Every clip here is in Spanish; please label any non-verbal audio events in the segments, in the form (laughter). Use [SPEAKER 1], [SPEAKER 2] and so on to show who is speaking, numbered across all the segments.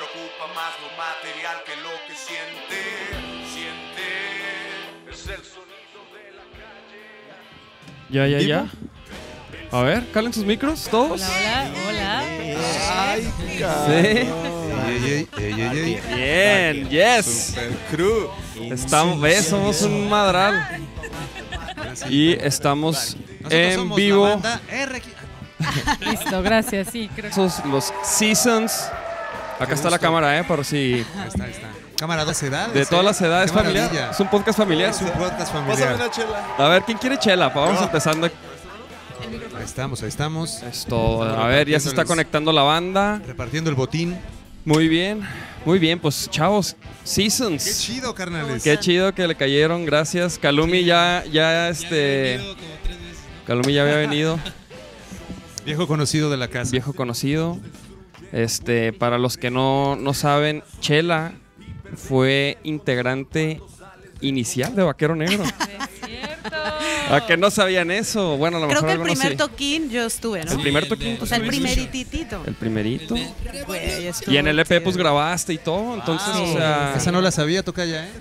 [SPEAKER 1] palpa más lo material que lo que siente, siente. Es el sonido de la calle.
[SPEAKER 2] Ya, ya,
[SPEAKER 3] ¿Vivo?
[SPEAKER 2] ya. A ver, calen sus micros, todos.
[SPEAKER 4] Hola, hola,
[SPEAKER 3] Ay,
[SPEAKER 2] Sí.
[SPEAKER 3] Ey, ey, ey, ey, ey.
[SPEAKER 2] Bien, yes.
[SPEAKER 3] Super crew.
[SPEAKER 2] Estamos, ¿ves? Somos un madral. Y estamos
[SPEAKER 3] Nosotros
[SPEAKER 2] en
[SPEAKER 3] somos La
[SPEAKER 2] vivo.
[SPEAKER 3] banda
[SPEAKER 5] (laughs)
[SPEAKER 3] RQ. Ah,
[SPEAKER 4] hola. Listo, gracias, sí, creo que
[SPEAKER 2] Esos los Seasons. Acá
[SPEAKER 3] Qué
[SPEAKER 2] está la
[SPEAKER 3] gusto.
[SPEAKER 2] cámara, ¿eh? Por si.
[SPEAKER 3] ahí está, ahí está. Cámara dos edades.
[SPEAKER 2] De todas
[SPEAKER 3] eh.
[SPEAKER 2] las edades
[SPEAKER 3] Qué
[SPEAKER 2] familiar.
[SPEAKER 3] maravilla.
[SPEAKER 2] Es un podcast familiar.
[SPEAKER 3] Es un podcast
[SPEAKER 6] Pásame
[SPEAKER 3] familiar.
[SPEAKER 6] una chela.
[SPEAKER 2] A ver, ¿quién quiere chela? Pa, Vamos empezando.
[SPEAKER 3] Ahí estamos, ahí estamos.
[SPEAKER 2] Es todo. A ver, ya se está conectando la banda.
[SPEAKER 3] Repartiendo el botín.
[SPEAKER 2] Muy bien. Muy bien, pues chavos.
[SPEAKER 3] Qué
[SPEAKER 2] Seasons.
[SPEAKER 3] chido, carnales.
[SPEAKER 2] Qué chido que le cayeron, gracias. Calumi ya, ya este. Calumi ya había venido,
[SPEAKER 3] (laughs) Viejo conocido de la casa.
[SPEAKER 2] viejo conocido. Este, para los que no, no saben, Chela fue integrante inicial de
[SPEAKER 5] (laughs)
[SPEAKER 2] Vaquero Negro.
[SPEAKER 4] es cierto.
[SPEAKER 2] ¿A que no sabían eso? Bueno, a lo
[SPEAKER 5] Creo
[SPEAKER 2] mejor
[SPEAKER 5] que el
[SPEAKER 2] algunos
[SPEAKER 5] primer
[SPEAKER 2] sí.
[SPEAKER 5] toquín yo estuve, ¿no?
[SPEAKER 2] El primer toquín.
[SPEAKER 5] o sea, el primerititito.
[SPEAKER 2] El primerito.
[SPEAKER 5] Güey, estuvo
[SPEAKER 2] Y en el EP pues
[SPEAKER 5] chido.
[SPEAKER 2] grabaste y todo, entonces,
[SPEAKER 3] Wow.
[SPEAKER 2] o sea...
[SPEAKER 3] Esa no la sabía, toca ya, ¿eh?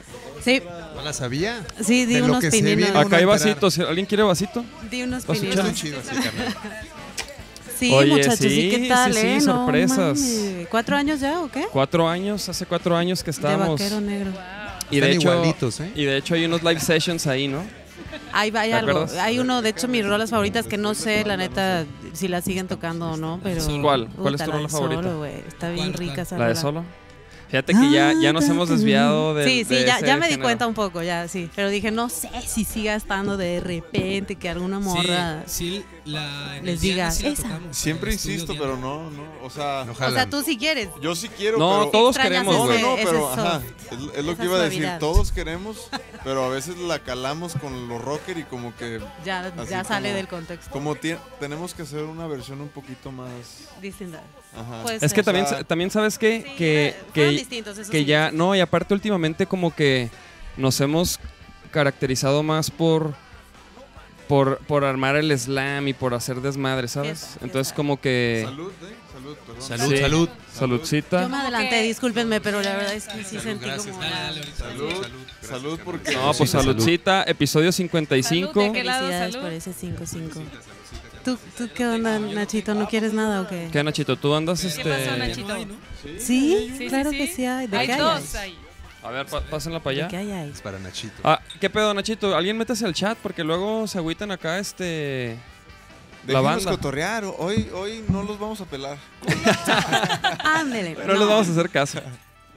[SPEAKER 5] Sí,
[SPEAKER 3] No la sabía.
[SPEAKER 5] sí, di
[SPEAKER 3] De lo
[SPEAKER 5] unos
[SPEAKER 3] que se viene.
[SPEAKER 5] pininos.
[SPEAKER 2] Acá hay
[SPEAKER 3] uno a enterar.
[SPEAKER 2] vasitos, ¿alguien quiere vasito?
[SPEAKER 5] Di unos
[SPEAKER 2] Vas a
[SPEAKER 3] Está muy
[SPEAKER 5] pininos.
[SPEAKER 3] chido así, carnal.
[SPEAKER 5] Sí,
[SPEAKER 2] Oye,
[SPEAKER 5] muchachos,
[SPEAKER 2] sí,
[SPEAKER 5] ¿y qué tal,
[SPEAKER 2] sí, sí,
[SPEAKER 5] eh? No
[SPEAKER 2] sorpresas.
[SPEAKER 5] mames. ¿Cuatro años ya o qué?
[SPEAKER 2] Cuatro años, hace cuatro años que estábamos...
[SPEAKER 5] De vaquero negro.
[SPEAKER 2] Y de,
[SPEAKER 3] Están
[SPEAKER 2] hecho,
[SPEAKER 3] igualitos, ¿eh?
[SPEAKER 2] y de hecho hay unos live sessions ahí, ¿no?
[SPEAKER 5] Ahí va, hay
[SPEAKER 2] ¿Te
[SPEAKER 5] algo.
[SPEAKER 2] acuerdas?
[SPEAKER 5] Hay uno, de hecho, mis rolas favoritas que no sé, la neta, si la siguen tocando o no, pero.
[SPEAKER 2] Pues, ¿Cuál? ¿Cuál es
[SPEAKER 5] Puta,
[SPEAKER 2] tu
[SPEAKER 5] la
[SPEAKER 2] rola
[SPEAKER 5] de
[SPEAKER 2] favorita?
[SPEAKER 5] Solo, güey. Está bien rica esa
[SPEAKER 2] La de
[SPEAKER 5] rola. Ah,
[SPEAKER 2] solo. Fíjate que ya, ya nos hemos desviado de.
[SPEAKER 5] Sí, sí,
[SPEAKER 2] de
[SPEAKER 5] ya,
[SPEAKER 2] ese
[SPEAKER 5] ya me di
[SPEAKER 2] género.
[SPEAKER 5] cuenta un poco, ya, sí. Pero dije, no sé si siga estando de repente que alguna morra.
[SPEAKER 7] Sí, sí, la, en
[SPEAKER 5] Les
[SPEAKER 7] el Diana
[SPEAKER 5] diga,
[SPEAKER 7] sí la
[SPEAKER 5] esa.
[SPEAKER 7] tocamos,
[SPEAKER 6] Siempre
[SPEAKER 7] en el estudio
[SPEAKER 6] insisto,
[SPEAKER 7] Diana.
[SPEAKER 6] pero no, no. O sea,
[SPEAKER 3] No
[SPEAKER 5] O
[SPEAKER 3] jalan.
[SPEAKER 5] sea, tú si quieres.
[SPEAKER 6] yo sí quiero,
[SPEAKER 2] No,
[SPEAKER 6] pero.
[SPEAKER 2] todos
[SPEAKER 5] Extrañas
[SPEAKER 2] queremos,
[SPEAKER 6] No, no,
[SPEAKER 2] güey.
[SPEAKER 6] no,
[SPEAKER 5] Ese- ese
[SPEAKER 6] pero
[SPEAKER 5] es
[SPEAKER 6] ajá.
[SPEAKER 5] soft.
[SPEAKER 6] Es, es lo
[SPEAKER 5] Esa
[SPEAKER 6] que iba a
[SPEAKER 5] suavidad.
[SPEAKER 6] decir. Todos queremos, pero a veces la calamos con los rocker y como que.
[SPEAKER 5] Ya,
[SPEAKER 6] Así
[SPEAKER 5] ya
[SPEAKER 6] como-
[SPEAKER 5] sale del contexto.
[SPEAKER 6] Como tie- tenemos que hacer una versión un poquito más.
[SPEAKER 5] Distinta.
[SPEAKER 6] Ajá.
[SPEAKER 5] Puede
[SPEAKER 2] Es
[SPEAKER 5] ser.
[SPEAKER 2] que también,
[SPEAKER 6] O sea-
[SPEAKER 2] también sabes que,
[SPEAKER 5] Pues Sí,
[SPEAKER 2] que,
[SPEAKER 5] fueron
[SPEAKER 2] que,
[SPEAKER 5] distintos, eso
[SPEAKER 2] que
[SPEAKER 5] sí.
[SPEAKER 2] ya. No, y aparte, últimamente, como que nos hemos caracterizado más por. Por, por armar el slam y por hacer desmadre, ¿sabes?
[SPEAKER 5] Fiesta,
[SPEAKER 2] Entonces
[SPEAKER 5] fiesta.
[SPEAKER 2] como que...
[SPEAKER 6] Salud, ¿eh? Salud, perdón.
[SPEAKER 3] Salud,
[SPEAKER 2] Sí.
[SPEAKER 3] salud.
[SPEAKER 5] Yo
[SPEAKER 2] Saludcita.
[SPEAKER 5] me adelanté, discúlpenme, pero la verdad es que sí sentí como.
[SPEAKER 7] Dale,
[SPEAKER 5] la-
[SPEAKER 7] dale, ahorita.
[SPEAKER 6] Salud, salud, porque.
[SPEAKER 2] No, pues
[SPEAKER 3] salud.
[SPEAKER 2] saludcita, episodio 55.
[SPEAKER 4] Salud, ¿de qué lado?
[SPEAKER 5] Felicidades
[SPEAKER 4] Salud.
[SPEAKER 5] por ese 5-5. ¿Tú, ¿Tú qué onda, Nachito? ¿No quieres nada o qué?
[SPEAKER 2] ¿Qué, Nachito? ¿Tú andas
[SPEAKER 4] ¿Qué
[SPEAKER 2] este...?
[SPEAKER 4] pasó, Nachito?
[SPEAKER 5] Sí,
[SPEAKER 4] Sí,
[SPEAKER 5] claro que sí hay. ¿De
[SPEAKER 4] hay
[SPEAKER 5] qué hay?
[SPEAKER 4] dos ahí.
[SPEAKER 2] A ver, pa- pásenla para
[SPEAKER 5] ¿De
[SPEAKER 2] allá.
[SPEAKER 5] qué hay ahí?
[SPEAKER 3] Es para Nachito.
[SPEAKER 2] Ah, ¿qué pedo, Nachito? Alguien métase al chat porque luego se agüitan acá este. La
[SPEAKER 6] La
[SPEAKER 2] banda.
[SPEAKER 6] cotorrear. Hoy, hoy no los vamos
[SPEAKER 5] (laughs)
[SPEAKER 6] a pelar.
[SPEAKER 5] Ándele.
[SPEAKER 2] No, les vamos a hacer caso.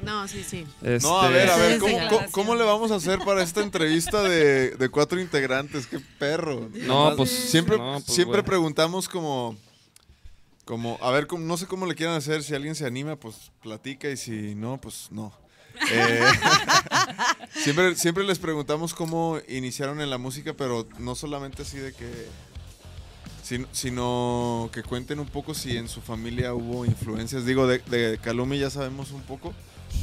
[SPEAKER 5] No, sí, sí.
[SPEAKER 2] Este,
[SPEAKER 6] No, a ver, a ver,
[SPEAKER 5] Esas
[SPEAKER 6] ¿cómo,
[SPEAKER 5] declaraciones.
[SPEAKER 6] cómo- cómo le vamos a hacer para esta entrevista de, de cuatro integrantes? ¡Qué perro!
[SPEAKER 2] No,
[SPEAKER 6] Nomás
[SPEAKER 2] pues,
[SPEAKER 6] Siempre,
[SPEAKER 2] no, pues,
[SPEAKER 6] siempre
[SPEAKER 2] güey.
[SPEAKER 6] preguntamos como... Como, a ver, como- no sé cómo le quieran hacer. Si alguien se anima, pues platica. Y si no, pues no. Eh, (laughs) siempre, siempre les preguntamos cómo iniciaron en la música, pero no solamente así de que... sin- Sino que cuenten un poco si en su familia hubo influencias. Digo, de, de Calumi ya sabemos un poco,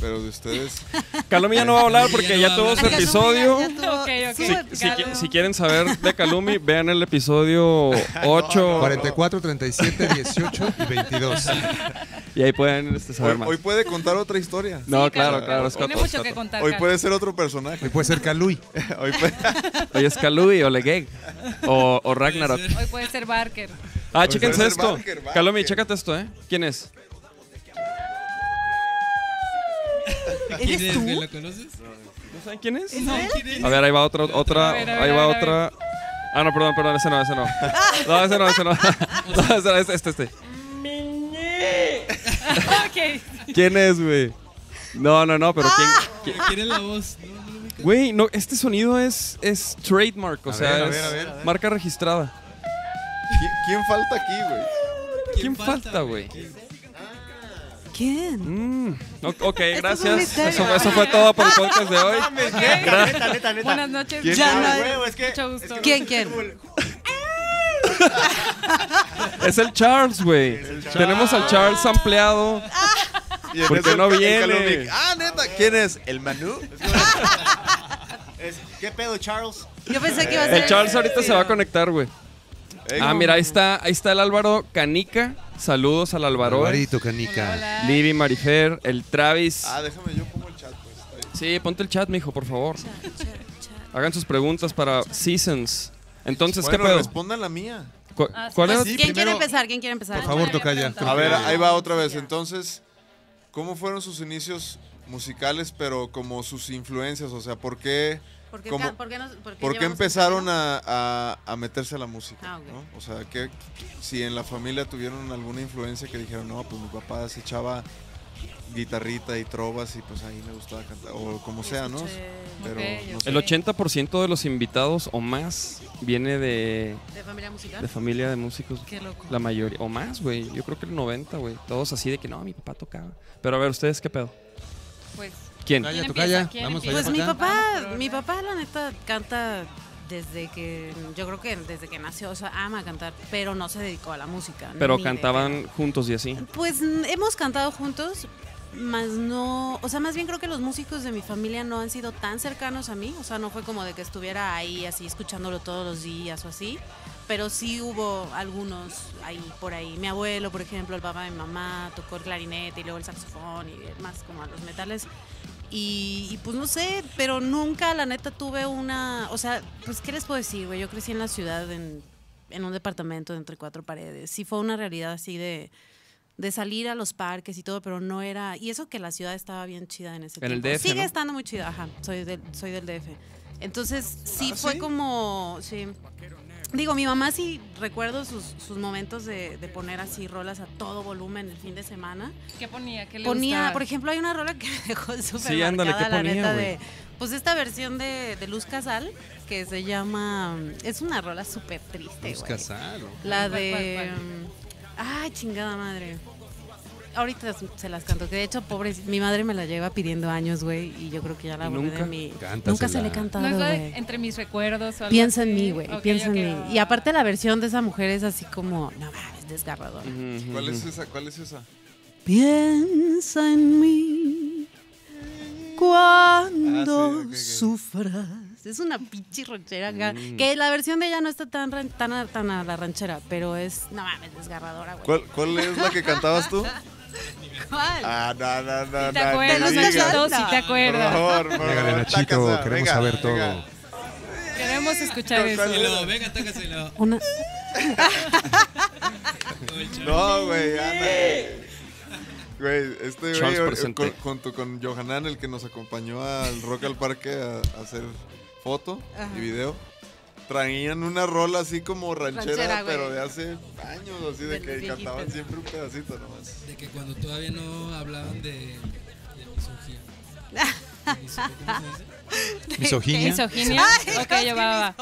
[SPEAKER 6] pero
[SPEAKER 2] (laughs)
[SPEAKER 6] de ustedes...
[SPEAKER 2] Calumi ya no va a hablar porque ya tuvo su
[SPEAKER 4] Ah,
[SPEAKER 5] Acá su
[SPEAKER 2] episodio.
[SPEAKER 5] amiga ya tuvo-
[SPEAKER 4] Ok, ok.
[SPEAKER 5] sí,
[SPEAKER 2] Si,
[SPEAKER 5] güey,
[SPEAKER 2] si qui-
[SPEAKER 4] Calum.
[SPEAKER 2] si quieren saber de
[SPEAKER 4] (laughs)
[SPEAKER 2] Calumi, vean el
[SPEAKER 6] (laughs)
[SPEAKER 2] episodio 8
[SPEAKER 3] 44, 37, 18 y
[SPEAKER 6] (laughs)
[SPEAKER 3] 22.
[SPEAKER 2] y ahí pueden este, saber
[SPEAKER 6] Hoy,
[SPEAKER 2] más.
[SPEAKER 6] hoy puede contar otra historia.
[SPEAKER 2] no,
[SPEAKER 4] Sí,
[SPEAKER 2] claro,
[SPEAKER 4] Calum.
[SPEAKER 2] claro. Es
[SPEAKER 4] Tiene
[SPEAKER 2] Coto,
[SPEAKER 4] mucho que
[SPEAKER 2] Coto.
[SPEAKER 4] contar.
[SPEAKER 6] Hoy
[SPEAKER 4] Calum.
[SPEAKER 6] puede ser otro personaje.
[SPEAKER 3] Hoy puede ser
[SPEAKER 2] (laughs)
[SPEAKER 3] Calui.
[SPEAKER 6] Hoy puede-
[SPEAKER 2] Hoy es Calumi o Legeg o, o Ragnarok.
[SPEAKER 4] Hoy puede ser Barker.
[SPEAKER 2] Ah,
[SPEAKER 6] Hoy
[SPEAKER 2] chéquense
[SPEAKER 6] puede ser
[SPEAKER 2] esto.
[SPEAKER 6] Barker, Barker.
[SPEAKER 2] Calumi, chécate esto, ¿eh? ¿Quién es?
[SPEAKER 5] (laughs)
[SPEAKER 7] ¿Quién
[SPEAKER 5] ¿Eres
[SPEAKER 7] es, güey?
[SPEAKER 5] tú?
[SPEAKER 7] ¿Lo conoces?
[SPEAKER 2] ¿No saben quién es?
[SPEAKER 7] No, ¿quién es?
[SPEAKER 2] A ver, ahí va otra, otra,
[SPEAKER 4] A ver, a ver,
[SPEAKER 2] ahí
[SPEAKER 4] a
[SPEAKER 2] va
[SPEAKER 4] ver, a
[SPEAKER 2] otra. Ah, no, perdón, perdón, ese no,
[SPEAKER 4] (laughs)
[SPEAKER 2] ese no. No, ese no, ese no. (laughs) No, ese no, ese- este, este.
[SPEAKER 4] ok.
[SPEAKER 5] (laughs)
[SPEAKER 2] ¿Quién es, güey? No, no, no, pero
[SPEAKER 4] Ah.
[SPEAKER 2] ¿quién?
[SPEAKER 7] ¿Qui- ¿Quién es la voz? No, no lo ubico.
[SPEAKER 2] Güey, no, este sonido es, es trademark, o
[SPEAKER 3] A
[SPEAKER 2] sea,
[SPEAKER 3] ver, a
[SPEAKER 2] es
[SPEAKER 3] ver, a ver, a ver.
[SPEAKER 2] marca registrada.
[SPEAKER 6] ¿Qui- ¿Quién falta aquí, güey?
[SPEAKER 2] ¿Quién falta, güey?
[SPEAKER 5] ¿Quién?
[SPEAKER 2] Mm, o- ok,
[SPEAKER 5] un
[SPEAKER 2] gracias.
[SPEAKER 5] misterio.
[SPEAKER 2] Eso, eso fue todo por el podcast de hoy.
[SPEAKER 4] Neta, neta, neta. Buenas noches.
[SPEAKER 6] ¿Quién
[SPEAKER 5] Ya
[SPEAKER 6] es?
[SPEAKER 5] no hay-
[SPEAKER 6] Güey, es que-
[SPEAKER 4] Mucho gusto.
[SPEAKER 5] ¿Quién, quién?
[SPEAKER 2] Es el Charles, güey. Tenemos al Charles ampliado.
[SPEAKER 6] y en
[SPEAKER 2] ¿Por qué
[SPEAKER 6] eso
[SPEAKER 2] no
[SPEAKER 6] el ca- el
[SPEAKER 2] viene?
[SPEAKER 6] Calumi, Ah, neta, ¿quién es? ¿El Manu?
[SPEAKER 8] ¿Qué pedo, Charles?
[SPEAKER 5] Yo pensé que iba a ser.
[SPEAKER 2] El Charles ahorita se va a conectar, güey.
[SPEAKER 6] Ey,
[SPEAKER 2] Ah, mira, ahí está, ahí está el Álvaro Canica. Saludos al Alvaro,
[SPEAKER 3] Alvarito Canica.
[SPEAKER 4] Hola, hola.
[SPEAKER 2] Libby Marifer, el Travis.
[SPEAKER 6] Ah, déjame, yo pongo el chat, pues. ahí.
[SPEAKER 2] Sí, ponte el chat, mijo, por favor. Hagan sus preguntas para Seasons. Entonces, ¿qué
[SPEAKER 6] Bueno,
[SPEAKER 2] pedo?
[SPEAKER 6] respondan la mía.
[SPEAKER 2] ¿Cu-
[SPEAKER 4] Ah, sí.
[SPEAKER 2] ¿Cuál era?
[SPEAKER 3] Sí,
[SPEAKER 5] ¿Quién quiere
[SPEAKER 3] primero-
[SPEAKER 5] empezar? ¿Quién quiere empezar?
[SPEAKER 3] Por favor, toca ya.
[SPEAKER 6] A ver, ahí va otra vez. Entonces, ¿cómo fueron sus inicios musicales, pero como sus influencias? O sea, ¿por qué,
[SPEAKER 5] ¿Por qué,
[SPEAKER 6] ¿Cómo-
[SPEAKER 5] ca- por qué nos- por qué
[SPEAKER 6] por qué
[SPEAKER 5] llevamos- este
[SPEAKER 6] empezaron a, a- a meterse a la música?
[SPEAKER 5] Ah, ok.
[SPEAKER 6] ¿no? O sea, que si en la familia tuvieron alguna influencia que dijeron, no, pues mi papá se echaba guitarrita y trovas y pues ahí me gustaba cantar, o como sea, ¿no? Pero
[SPEAKER 4] Ok,
[SPEAKER 6] no sé.
[SPEAKER 2] El 80% de los invitados o más viene de,
[SPEAKER 5] ¿De familia
[SPEAKER 2] de
[SPEAKER 5] musical?
[SPEAKER 2] familia de músicos.
[SPEAKER 5] Qué loco.
[SPEAKER 2] La mayoría, o más, güey. Yo creo que el 90, güey. Todos así de que no, mi papá tocaba. Pero a ver, ¿ustedes qué pedo?
[SPEAKER 4] Pues,
[SPEAKER 2] ¿Quién?
[SPEAKER 3] Calla,
[SPEAKER 4] ¿Quién
[SPEAKER 3] tocaya.
[SPEAKER 4] empieza? ¿Quién
[SPEAKER 3] Vamos
[SPEAKER 4] empieza? Ah,
[SPEAKER 3] allá
[SPEAKER 5] Pues mi
[SPEAKER 3] para acá.
[SPEAKER 4] Vamos,
[SPEAKER 5] papá,
[SPEAKER 4] por
[SPEAKER 5] mi
[SPEAKER 4] orden.
[SPEAKER 5] papá, la neta, canta desde que, yo creo que desde que nació, o sea, ama cantar, pero no se dedicó a la música.
[SPEAKER 2] Pero
[SPEAKER 5] ni de
[SPEAKER 2] cantaban juntos y así.
[SPEAKER 5] pedo. Pues mm, hemos cantado juntos, más no, o sea, más bien creo que los músicos de mi familia no han sido tan cercanos a mí, o sea, no fue como de que estuviera ahí así escuchándolo todos los días o así, pero sí hubo algunos ahí por ahí. Mi abuelo, por ejemplo, el papá de mi mamá tocó el clarinete y luego el saxofón y más como a los metales. Y, y, pues no sé, pero nunca la neta tuve una, o sea, pues qué les puedo decir, güey, yo crecí en la ciudad en, en un departamento de entre cuatro paredes. Sí fue una realidad así de de salir a los parques y todo, pero no era y eso que la ciudad estaba bien chida en ese
[SPEAKER 2] En el
[SPEAKER 5] tiempo.
[SPEAKER 2] DF,
[SPEAKER 5] Sigue
[SPEAKER 2] ¿no?
[SPEAKER 5] estando muy chida, ajá. Soy del soy del DF. Entonces, sí
[SPEAKER 6] Ah,
[SPEAKER 5] fue
[SPEAKER 6] ¿sí?
[SPEAKER 5] como sí. Digo, mi mamá sí recuerdo sus, sus momentos de, de poner así rolas a todo volumen el fin de semana
[SPEAKER 4] ¿Qué ponía? ¿Qué le
[SPEAKER 5] ponía,
[SPEAKER 4] gustaba?
[SPEAKER 5] por ejemplo, hay una rola que (laughs) me dejó súper
[SPEAKER 2] Sí, ándale,
[SPEAKER 5] marcada,
[SPEAKER 2] ¿qué
[SPEAKER 5] la
[SPEAKER 2] ponía,
[SPEAKER 5] neta,
[SPEAKER 2] güey?
[SPEAKER 5] de, pues esta versión de, de Luz Casal, que se llama, es una rola súper triste,
[SPEAKER 3] Luz
[SPEAKER 5] güey.
[SPEAKER 3] Casal. ¿o?
[SPEAKER 5] La
[SPEAKER 4] ¿Cuál, cuál,
[SPEAKER 5] de, um,
[SPEAKER 4] cuál?
[SPEAKER 5] ay, chingada madre. Ahorita se las canto, que de hecho, pobre, mi madre me la lleva pidiendo años, güey, y yo creo que ya la
[SPEAKER 2] ¿Y
[SPEAKER 5] borré
[SPEAKER 2] nunca?
[SPEAKER 5] de mi...
[SPEAKER 3] Cántasela.
[SPEAKER 5] Nunca se le he
[SPEAKER 4] No
[SPEAKER 5] cantado,
[SPEAKER 4] es la de
[SPEAKER 5] güey.
[SPEAKER 4] entre mis recuerdos. o algo
[SPEAKER 5] Piensa en
[SPEAKER 4] así?
[SPEAKER 5] mí, güey,
[SPEAKER 4] Ok,
[SPEAKER 5] piensa
[SPEAKER 4] ok.
[SPEAKER 5] en mí. Y aparte la versión de esa mujer es así como, no mames, desgarradora.
[SPEAKER 2] Ujú,
[SPEAKER 6] ¿Cuál es
[SPEAKER 2] ujú.
[SPEAKER 6] esa? ¿Cuál es esa?
[SPEAKER 5] Piensa en mí cuando
[SPEAKER 6] Ah, sí, ok, ok.
[SPEAKER 5] sufras. Es una pinche ranchera acá,
[SPEAKER 2] Mm.
[SPEAKER 5] Que la versión de ella no está tan, ran- tan, a, tan a la ranchera, pero es, no mames, desgarradora, güey.
[SPEAKER 6] ¿Cuál, cuál es la que cantabas tú?
[SPEAKER 5] (laughs) ¿Cuál?
[SPEAKER 6] Ah, no, no, no.
[SPEAKER 4] Si te
[SPEAKER 6] no, ni
[SPEAKER 4] acuerdas,
[SPEAKER 6] digas.
[SPEAKER 4] Nachito, si te
[SPEAKER 6] Por
[SPEAKER 4] acuerdas.
[SPEAKER 6] favor, por
[SPEAKER 3] Llégale,
[SPEAKER 6] favor,
[SPEAKER 3] Nachito,
[SPEAKER 6] tácasa,
[SPEAKER 3] queremos
[SPEAKER 6] venga,
[SPEAKER 3] saber todo. (laughs)
[SPEAKER 6] venga.
[SPEAKER 4] Queremos escuchar
[SPEAKER 6] No,
[SPEAKER 4] eso.
[SPEAKER 6] ¿cuál
[SPEAKER 7] Tácaselo, venga, tácaselo.
[SPEAKER 5] Una,
[SPEAKER 6] (laughs) No, güey, ándale. Güey, este güey,
[SPEAKER 2] Charles
[SPEAKER 6] or-
[SPEAKER 2] presente.
[SPEAKER 6] con- junto con Johanan, el que nos acompañó al Rock al Parque a, a hacer foto y video, traían una rola así como (laughs) ranchera,
[SPEAKER 5] Ranchera, güey.
[SPEAKER 6] pero de hace años, así
[SPEAKER 5] De
[SPEAKER 6] de que
[SPEAKER 5] los
[SPEAKER 6] cantaban
[SPEAKER 5] viejitos.
[SPEAKER 6] siempre un pedacito nomás.
[SPEAKER 7] De que cuando todavía no hablaban de, de
[SPEAKER 4] (laughs)
[SPEAKER 7] misoginia. ¿Cómo se dice?
[SPEAKER 3] Misoginia.
[SPEAKER 4] (laughs) ¿Misoginia? Ok, yo va, va.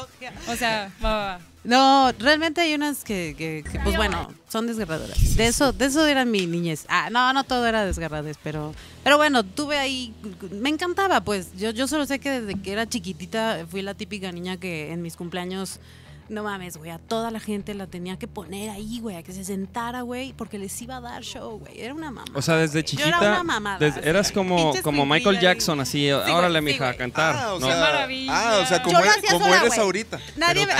[SPEAKER 4] O sea, va, va, va.
[SPEAKER 5] No, realmente hay unas que, que- que, pues bueno, son desgarradoras. De eso, de eso era mi niñez. Ah, no, no todo era desgarradores, pero, pero bueno, tuve ahí, me encantaba, pues. Yo, yo solo sé que desde que era chiquitita fui la típica niña que en mis cumpleaños, no mames, güey, a toda la gente la tenía que poner ahí, güey, a que se sentara, güey, porque les iba a dar show, güey. Era una mamá.
[SPEAKER 2] O sea, desde
[SPEAKER 5] Yo era
[SPEAKER 2] chiquita.
[SPEAKER 5] una mamada,
[SPEAKER 2] desde-
[SPEAKER 5] así,
[SPEAKER 2] eras como,
[SPEAKER 5] pinches
[SPEAKER 2] como Michael
[SPEAKER 5] cuicuillas,
[SPEAKER 2] Jackson, así.
[SPEAKER 5] güey,
[SPEAKER 2] Órale,
[SPEAKER 5] sí,
[SPEAKER 2] mija, a
[SPEAKER 5] güey.
[SPEAKER 2] cantar.
[SPEAKER 6] Ah, o
[SPEAKER 2] ¿no?
[SPEAKER 6] sea,
[SPEAKER 4] maravilla.
[SPEAKER 6] ah, o sea, como,
[SPEAKER 5] Yo lo
[SPEAKER 6] eres-
[SPEAKER 5] hacía
[SPEAKER 6] como
[SPEAKER 5] sola,
[SPEAKER 6] eres
[SPEAKER 5] güey.
[SPEAKER 6] ahorita.
[SPEAKER 5] Nadie me...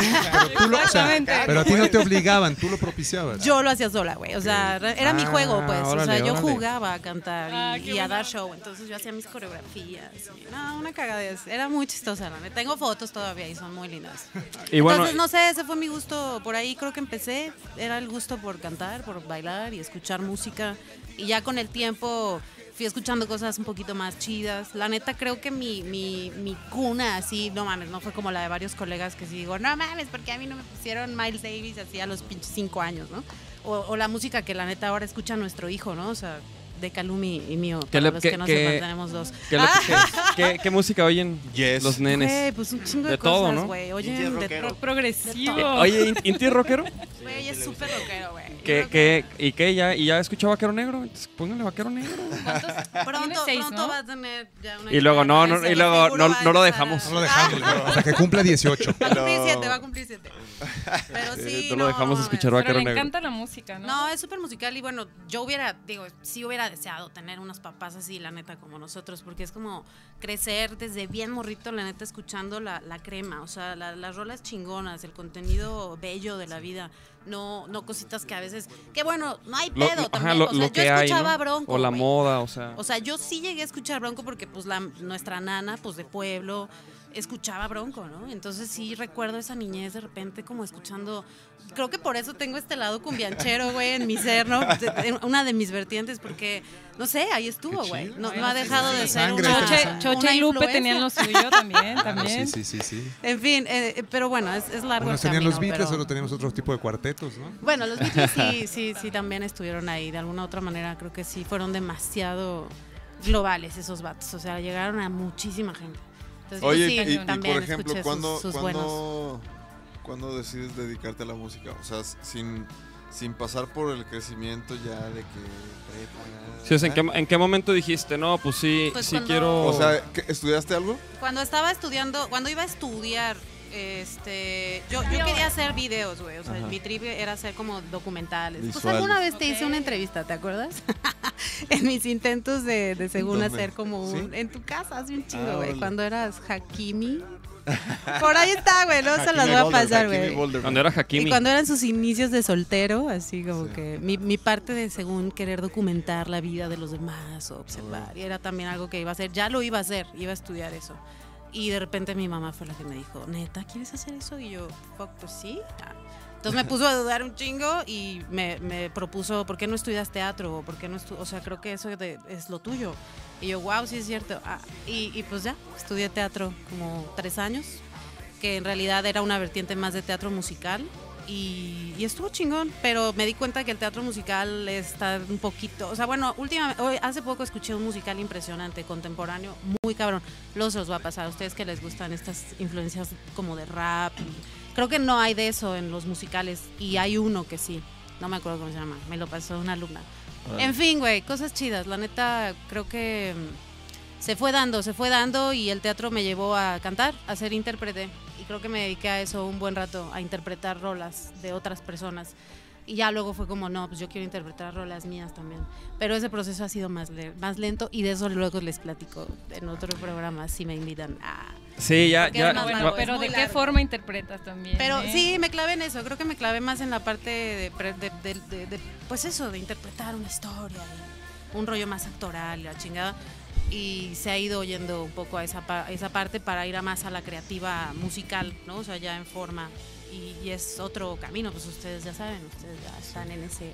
[SPEAKER 3] Tú lo- o sea,
[SPEAKER 4] Exactamente.
[SPEAKER 3] pero a ti no te obligaban, tú lo propiciabas.
[SPEAKER 5] Yo lo hacía sola, güey. (laughs) O sea, re- era mi
[SPEAKER 2] Ah,
[SPEAKER 5] juego, pues. o sea,
[SPEAKER 2] órale,
[SPEAKER 5] yo
[SPEAKER 2] órale.
[SPEAKER 5] jugaba a cantar y,
[SPEAKER 4] Ah, qué
[SPEAKER 5] y a dar
[SPEAKER 4] bueno.
[SPEAKER 5] show. Entonces yo hacía mis coreografías. y- no, una cagadez. Era muy chistosa, la neta. Tengo fotos todavía y son muy lindas.
[SPEAKER 2] y bueno,
[SPEAKER 5] Entonces, no sé, ese fue mi gusto. Por ahí creo que empecé. Era el gusto por cantar, por bailar y escuchar música. Y ya con el tiempo fui escuchando cosas un poquito más chidas. La neta, creo que mi, mi, mi cuna, así, no mames, no fue como la de varios colegas que sí digo, no mames, porque a mí no me pusieron Miles Davis así a los pinches cinco años, ¿no? O, o la música que la neta ahora escucha nuestro hijo, ¿no? O sea, de Calumi y mío. Para
[SPEAKER 2] le-
[SPEAKER 5] los
[SPEAKER 2] qué-
[SPEAKER 5] que no
[SPEAKER 2] qué-
[SPEAKER 5] sepan, tenemos dos. Ah.
[SPEAKER 2] ¿qué, le- qué- qué- qué música oyen
[SPEAKER 5] (laughs)
[SPEAKER 6] Yes.
[SPEAKER 2] los nenes?
[SPEAKER 5] Güey, pues un chingo de,
[SPEAKER 2] De todo,
[SPEAKER 5] cosas,
[SPEAKER 2] ¿no?
[SPEAKER 5] güey.
[SPEAKER 6] Pinche
[SPEAKER 5] Oye, de
[SPEAKER 6] rockero.
[SPEAKER 5] todo.
[SPEAKER 4] Pro- progresivo.
[SPEAKER 2] Eh, oye, ¿in- ¿Inti es rockero?
[SPEAKER 5] Güey, es súper rockero, güey.
[SPEAKER 2] ¿Qué, qué, ¿Y qué? ¿Ya, ¿Y ya escuchó Vaquero Negro? Entonces, póngale Vaquero Negro.
[SPEAKER 5] Pronto,
[SPEAKER 4] Tiene seis,
[SPEAKER 5] pronto
[SPEAKER 4] ¿no?
[SPEAKER 5] va a tener ya una
[SPEAKER 2] Y luego, no,
[SPEAKER 5] guitarra,
[SPEAKER 2] no, y
[SPEAKER 5] seguro
[SPEAKER 2] luego, no-
[SPEAKER 5] va a Ah.
[SPEAKER 2] no
[SPEAKER 5] empezar
[SPEAKER 2] lo
[SPEAKER 5] a-
[SPEAKER 2] dejamos.
[SPEAKER 3] No lo dejamos, güey, hasta que cumpla 18.
[SPEAKER 5] Va a cumplir
[SPEAKER 6] No.
[SPEAKER 5] siete, va a cumplir siete. Pero sí,
[SPEAKER 2] no lo dejamos
[SPEAKER 5] mames.
[SPEAKER 2] escuchar,
[SPEAKER 4] Pero
[SPEAKER 2] Vaquero
[SPEAKER 4] le
[SPEAKER 2] Negro.
[SPEAKER 4] encanta la música, ¿no?
[SPEAKER 5] No, es súper musical y bueno, yo hubiera, digo, sí hubiera hubiera deseado tener unos papás así, la neta, como nosotros, porque es como crecer desde bien morrito, la neta, escuchando la, la crema, o sea, la- las rolas chingonas, el contenido bello de la vida, no, no cositas que a veces, que bueno, no hay
[SPEAKER 2] Lo,
[SPEAKER 5] pedo
[SPEAKER 2] lo-
[SPEAKER 5] también,
[SPEAKER 2] ajá, lo,
[SPEAKER 5] o sea,
[SPEAKER 2] lo
[SPEAKER 5] yo
[SPEAKER 2] que hay,
[SPEAKER 5] escuchaba
[SPEAKER 2] ¿no?
[SPEAKER 5] Bronco,
[SPEAKER 2] o la
[SPEAKER 5] güey.
[SPEAKER 2] moda, o sea.
[SPEAKER 5] O sea, yo sí llegué a escuchar Bronco porque pues la, nuestra nana, pues de pueblo, escuchaba Bronco, ¿no? Entonces sí recuerdo esa niñez de repente como escuchando, creo que por eso tengo este lado cumbianchero, güey, en mi ser, ¿no? De- de- Una de mis vertientes porque, no sé, ahí estuvo,
[SPEAKER 3] Qué
[SPEAKER 5] güey.
[SPEAKER 3] chido.
[SPEAKER 5] No, no ha dejado de
[SPEAKER 3] Tiene
[SPEAKER 5] ser
[SPEAKER 3] sangre,
[SPEAKER 5] una,
[SPEAKER 3] tiene
[SPEAKER 4] Chocha,
[SPEAKER 3] sangre.
[SPEAKER 5] una
[SPEAKER 4] Chocha y Lupe
[SPEAKER 5] influencia.
[SPEAKER 4] tenían lo suyo también,
[SPEAKER 3] Claro,
[SPEAKER 4] también.
[SPEAKER 3] Ah, sí, sí, sí, sí.
[SPEAKER 5] En fin, eh, eh, pero bueno, es, es ¿eh? largo
[SPEAKER 3] Unos
[SPEAKER 5] el
[SPEAKER 3] tenían
[SPEAKER 5] camino,
[SPEAKER 3] los Beatles,
[SPEAKER 5] pero-
[SPEAKER 3] otros teníamos otro tipo de cuartetos, ¿no?
[SPEAKER 5] Bueno, los Beatles
[SPEAKER 6] (laughs)
[SPEAKER 5] sí,
[SPEAKER 3] (laughs)
[SPEAKER 5] sí, sí también estuvieron ahí. De alguna u otra manera creo que sí fueron demasiado globales esos vatos. O sea, llegaron a muchísima gente. Entonces,
[SPEAKER 6] Oye,
[SPEAKER 5] sí,
[SPEAKER 6] y- y,
[SPEAKER 5] también
[SPEAKER 6] por ejemplo,
[SPEAKER 5] escuché sus-
[SPEAKER 6] ¿cuándo,
[SPEAKER 5] sus buenos-
[SPEAKER 6] cuándo- cuándo decides dedicarte a la música? O sea, s- sin, sin pasar por el crecimiento ya de que prepa,
[SPEAKER 2] Sí, o sea, ¿en,
[SPEAKER 6] ¿eh?
[SPEAKER 2] qué, en qué momento dijiste, no, pues sí,
[SPEAKER 5] Pues
[SPEAKER 2] sí
[SPEAKER 5] cuando-
[SPEAKER 2] quiero...
[SPEAKER 6] O sea, ¿qué- ¿estudiaste algo?
[SPEAKER 5] Cuando estaba estudiando, cuando iba a estudiar, este, yo, yo quería hacer videos, güey. O sea,
[SPEAKER 6] Ajá.
[SPEAKER 5] mi trip era hacer como documentales. Pues
[SPEAKER 6] Visuales.
[SPEAKER 5] alguna vez te hice una
[SPEAKER 4] Ok.
[SPEAKER 5] entrevista, ¿te (laughs)
[SPEAKER 6] (laughs)
[SPEAKER 5] acuerdas? en mis intentos de, de según
[SPEAKER 6] ¿Dónde?
[SPEAKER 5] hacer como
[SPEAKER 6] ¿Sí?
[SPEAKER 5] un... En tu casa, hace un
[SPEAKER 6] Ah,
[SPEAKER 5] chingo, güey.
[SPEAKER 6] órale.
[SPEAKER 5] cuando eras
[SPEAKER 6] (laughs)
[SPEAKER 5] Hakimi. Por ahí está, güey. Luego se las voy a
[SPEAKER 6] Hakimi Boulder,
[SPEAKER 5] pasar,
[SPEAKER 6] Hakimi
[SPEAKER 5] güey.
[SPEAKER 6] Boulder.
[SPEAKER 2] Cuando era Hakimi.
[SPEAKER 5] Y cuando eran sus inicios de soltero, así como
[SPEAKER 6] Sí.
[SPEAKER 5] que mi, mi parte de según querer documentar la vida de los demás o observar, y era también algo que iba a hacer, ya lo iba a hacer, iba a estudiar eso. Y de repente mi mamá fue la que me dijo, neta, Ah, ¿quieres hacer eso? Y yo, fuck, pues sí. Ah. Entonces me puso a dudar un chingo y me, me propuso, ¿por qué no estudias teatro? ¿Por qué no estu- o sea, creo que eso de- es lo tuyo. Y yo, wow, sí es cierto. Ah, y, y pues ya, estudié teatro como tres años, que en realidad era una vertiente más de teatro musical. Y, y estuvo chingón, pero me di cuenta que el teatro musical está un poquito. O sea, bueno, última, hoy- hace poco escuché un musical impresionante, contemporáneo, muy cabrón. Los se los va a pasar a ustedes que les gustan estas influencias como de rap. y- Creo que no hay de eso en los musicales, y hay uno que sí. No me acuerdo cómo se llama, me lo pasó una alumna. En fin, güey, cosas chidas. La neta, creo que mm, se fue dando, se fue dando y el teatro me llevó a cantar, a ser intérprete. Y creo que me dediqué a eso un buen rato, a interpretar rolas de otras personas. Y ya luego fue como, no, pues yo quiero interpretar rolas mías también. Pero ese proceso ha sido más, le- más lento y de eso luego les platico en otro programa si me invitan a...
[SPEAKER 2] sí, ya,
[SPEAKER 5] porque
[SPEAKER 2] ya.
[SPEAKER 5] era más
[SPEAKER 2] no-
[SPEAKER 5] largo, es
[SPEAKER 4] pero
[SPEAKER 5] muy
[SPEAKER 4] ¿de qué
[SPEAKER 5] largo.
[SPEAKER 4] forma interpretas también?
[SPEAKER 5] Pero
[SPEAKER 4] eh?
[SPEAKER 5] sí, me clavé en eso. Creo que me clavé más en la parte de, pre- de- de- de- de- pues eso, de interpretar una historia, y un rollo más actoral, y la chingada. Y se ha ido oyendo un poco a esa, pa- a esa parte para ir a más a la creativa musical, ¿no? O sea, ya en forma. Y, y es otro camino, pues ustedes ya saben, ustedes ya están en ese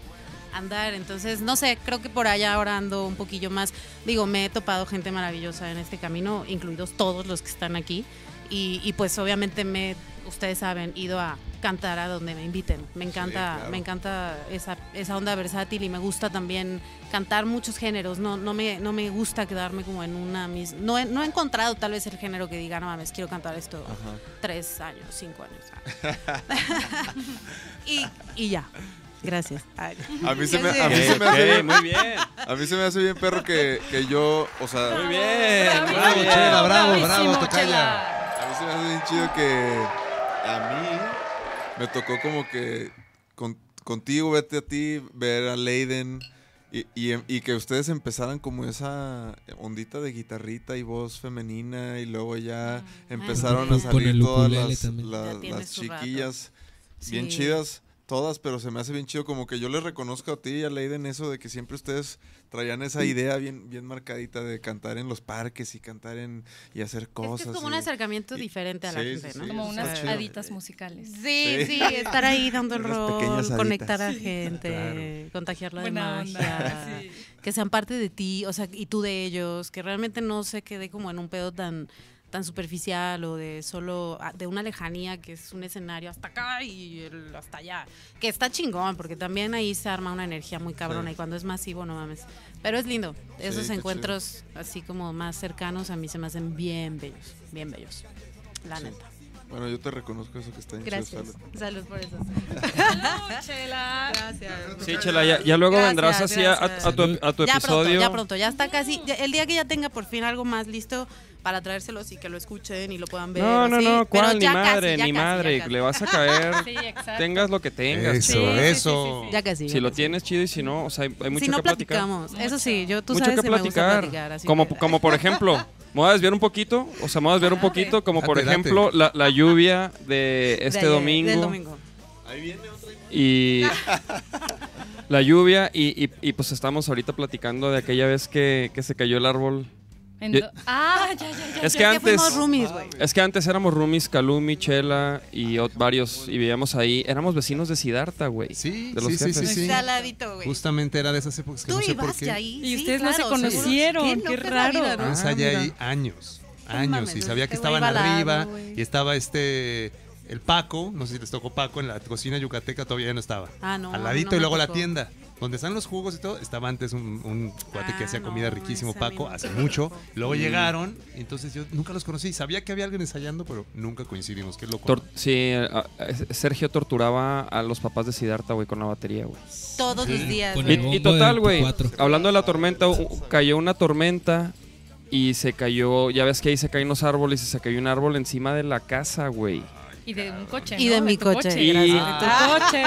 [SPEAKER 5] andar. Entonces, no sé, creo que por allá ahora ando un poquillo más. Digo, me he topado gente maravillosa en este camino, incluidos todos los que están aquí. Y, y, pues obviamente me, ustedes saben, ido a cantar a donde me inviten. Me encanta,
[SPEAKER 6] claro.
[SPEAKER 5] me encanta esa, esa onda versátil y me gusta también cantar muchos géneros. No, no me, no me gusta quedarme como en una misma. No he, no he encontrado tal vez el género que diga, no mames, quiero cantar esto
[SPEAKER 6] Ajá.
[SPEAKER 5] tres años, cinco años.
[SPEAKER 6] (laughs)
[SPEAKER 5] (laughs) y, y ya. Gracias. Ay.
[SPEAKER 6] A mí se me, a (laughs)
[SPEAKER 2] Ok,
[SPEAKER 6] mí se me hace
[SPEAKER 2] ok,
[SPEAKER 6] bien,
[SPEAKER 2] muy
[SPEAKER 6] (laughs)
[SPEAKER 2] bien.
[SPEAKER 6] a mí se me hace bien perro que, que yo, o sea,
[SPEAKER 2] Muy bien.
[SPEAKER 4] Bravísimo,
[SPEAKER 2] muy bien.
[SPEAKER 3] Chela, bravo,
[SPEAKER 4] bravísimo,
[SPEAKER 3] bravo, tocaya.
[SPEAKER 6] A mí se me hace bien chido que a mí me tocó como que con- contigo, vete a ti, ver a Leiden y, y- y que ustedes empezaran como esa ondita de guitarrita y voz femenina y luego ya empezaron
[SPEAKER 5] Ay,
[SPEAKER 6] a
[SPEAKER 5] sí.
[SPEAKER 7] Con
[SPEAKER 6] salir
[SPEAKER 7] el
[SPEAKER 6] todas
[SPEAKER 7] ukulele
[SPEAKER 6] las,
[SPEAKER 7] también.
[SPEAKER 6] la-
[SPEAKER 5] Ya tiene
[SPEAKER 6] las
[SPEAKER 5] su rato.
[SPEAKER 6] chiquillas bien
[SPEAKER 5] Sí.
[SPEAKER 6] chidas. Todas, pero se me hace bien chido como que yo les reconozco a ti y a Leiden eso de que siempre ustedes traían esa idea bien, bien marcadita de cantar en los parques y cantar en y hacer
[SPEAKER 5] Es
[SPEAKER 6] cosas.
[SPEAKER 5] que es como un
[SPEAKER 6] y-
[SPEAKER 5] acercamiento
[SPEAKER 6] y-
[SPEAKER 5] diferente a la
[SPEAKER 6] sí,
[SPEAKER 5] gente,
[SPEAKER 6] sí,
[SPEAKER 5] ¿no?
[SPEAKER 6] sí,
[SPEAKER 4] Como
[SPEAKER 6] eso
[SPEAKER 5] O sea,
[SPEAKER 4] unas
[SPEAKER 6] está chido.
[SPEAKER 4] aditas musicales.
[SPEAKER 5] Sí,
[SPEAKER 6] (laughs) Sí.
[SPEAKER 5] sí, estar ahí dando el
[SPEAKER 6] Unas
[SPEAKER 5] rol,
[SPEAKER 6] pequeñas
[SPEAKER 5] conectar a
[SPEAKER 6] aditas.
[SPEAKER 5] gente,
[SPEAKER 3] Claro.
[SPEAKER 5] contagiarla de
[SPEAKER 4] Buena
[SPEAKER 5] magia,
[SPEAKER 4] onda. sí.
[SPEAKER 5] que sean parte de ti, o sea, y tú de ellos, que realmente no se quede como en un pedo tan tan superficial o de solo ah, de una lejanía que es un escenario hasta acá y el hasta allá, que está chingón porque también ahí se arma una energía muy cabrona
[SPEAKER 6] Sí.
[SPEAKER 5] y cuando es masivo no mames, pero es lindo. Esos
[SPEAKER 6] está
[SPEAKER 5] encuentros así como más cercanos a mí se me hacen bien bellos, bien bellos. La neta.
[SPEAKER 6] Bueno, yo te reconozco eso que está en
[SPEAKER 5] Gracias. Salud por eso.
[SPEAKER 4] Chela.
[SPEAKER 5] Gracias.
[SPEAKER 2] Sí, Chela, ya, ya luego
[SPEAKER 5] Gracias,
[SPEAKER 2] vendrás así a, a- a tu, a tu
[SPEAKER 5] ya pronto,
[SPEAKER 2] episodio.
[SPEAKER 5] ya pronto, ya está casi. ya- el día que ya tenga por fin algo más listo para traérselos y que lo escuchen y lo puedan ver.
[SPEAKER 2] No, no,
[SPEAKER 5] así,
[SPEAKER 2] no,
[SPEAKER 5] pero
[SPEAKER 2] ¿cuál? Ni
[SPEAKER 5] ya casi,
[SPEAKER 2] madre,
[SPEAKER 5] ya casi,
[SPEAKER 2] ni
[SPEAKER 5] ya
[SPEAKER 2] madre.
[SPEAKER 5] casi.
[SPEAKER 2] Le vas a caer,
[SPEAKER 4] (laughs) Sí, exacto.
[SPEAKER 2] tengas lo que tengas.
[SPEAKER 3] Eso,
[SPEAKER 4] Sí, sí, sí, sí,
[SPEAKER 3] eso.
[SPEAKER 4] sí.
[SPEAKER 5] Ya casi.
[SPEAKER 2] Si lo tienes chido y si no, o sea, hay, hay mucho
[SPEAKER 5] si no
[SPEAKER 2] que platicar.
[SPEAKER 5] platicamos, eso sí, yo tú
[SPEAKER 2] mucho
[SPEAKER 5] sabes me
[SPEAKER 2] que
[SPEAKER 5] gusta
[SPEAKER 2] platicar.
[SPEAKER 5] platicar, así
[SPEAKER 2] como,
[SPEAKER 5] que- Ah,
[SPEAKER 2] como
[SPEAKER 5] (laughs)
[SPEAKER 2] por ejemplo, me voy a desviar un poquito, o sea, me voy a desviar un poquito, como por
[SPEAKER 3] Date, date.
[SPEAKER 2] ejemplo la, la lluvia de
[SPEAKER 5] de
[SPEAKER 2] este
[SPEAKER 5] ayer,
[SPEAKER 2] domingo,
[SPEAKER 5] Del domingo.
[SPEAKER 2] y la lluvia y, y- y, pues estamos ahorita platicando de aquella vez que, que se cayó el árbol.
[SPEAKER 4] (laughs) Ento- ah, ya, ya, ya. ya.
[SPEAKER 2] Es que
[SPEAKER 5] Es que
[SPEAKER 2] antes...
[SPEAKER 5] fuimos roomies, güey.
[SPEAKER 4] Ah.
[SPEAKER 2] Es que antes éramos roomies, Calumi, Chela y ot- varios, y vivíamos ahí. Éramos vecinos de Sidarta, güey.
[SPEAKER 3] Sí,
[SPEAKER 2] de los
[SPEAKER 3] sí, sí,
[SPEAKER 2] jefes.
[SPEAKER 3] sí, sí.
[SPEAKER 5] Saladito, güey.
[SPEAKER 3] Justamente era de esas épocas Pues que
[SPEAKER 5] Tú
[SPEAKER 3] no sé por
[SPEAKER 5] ibas
[SPEAKER 3] qué.
[SPEAKER 5] de ahí.
[SPEAKER 4] Y
[SPEAKER 5] sí,
[SPEAKER 4] ustedes no se
[SPEAKER 5] claro, seguro.
[SPEAKER 4] conocieron,
[SPEAKER 5] no?
[SPEAKER 4] qué
[SPEAKER 5] es la vida,
[SPEAKER 4] raro.
[SPEAKER 5] ¿no?
[SPEAKER 3] Ah, o sea, ya
[SPEAKER 2] mira.
[SPEAKER 3] hay años, años,
[SPEAKER 5] mames,
[SPEAKER 3] y
[SPEAKER 5] este
[SPEAKER 3] sabía que
[SPEAKER 5] güey
[SPEAKER 3] estaban
[SPEAKER 5] iba al lado,
[SPEAKER 3] arriba
[SPEAKER 5] güey.
[SPEAKER 3] y estaba este el Paco, no sé si les tocó Paco en la cocina yucateca todavía no estaba.
[SPEAKER 5] Ah, no,
[SPEAKER 3] Al
[SPEAKER 5] no
[SPEAKER 3] ladito
[SPEAKER 5] me
[SPEAKER 3] y luego la
[SPEAKER 5] tocó.
[SPEAKER 3] tienda, donde están los jugos y todo, estaba antes un, un cuate que
[SPEAKER 5] Ah,
[SPEAKER 3] hacía
[SPEAKER 5] no,
[SPEAKER 3] comida riquísimo,
[SPEAKER 5] ese a mí
[SPEAKER 3] Paco,
[SPEAKER 5] no me
[SPEAKER 3] hace
[SPEAKER 5] tocó.
[SPEAKER 3] mucho. Luego llegaron, entonces yo nunca los conocí, sabía que había alguien ensayando, pero nunca coincidimos, qué loco.
[SPEAKER 2] Tor- sí, eh, a- eh, Sergio torturaba a los papás de Sidarta, güey, con la batería, güey.
[SPEAKER 5] Todos los días,
[SPEAKER 7] Con
[SPEAKER 2] Y,
[SPEAKER 7] el
[SPEAKER 5] güey.
[SPEAKER 2] y
[SPEAKER 7] bombo
[SPEAKER 2] total,
[SPEAKER 7] del
[SPEAKER 2] güey,
[SPEAKER 7] P4.
[SPEAKER 2] hablando de la tormenta, u- cayó una tormenta y se cayó, ya ves que ahí se caen los árboles y se cayó un árbol encima de la casa, güey.
[SPEAKER 4] Y de un coche.
[SPEAKER 5] Y Ah,
[SPEAKER 4] ¿no?
[SPEAKER 5] de mi
[SPEAKER 4] tu
[SPEAKER 5] coche.
[SPEAKER 2] Y-
[SPEAKER 4] De tu coche.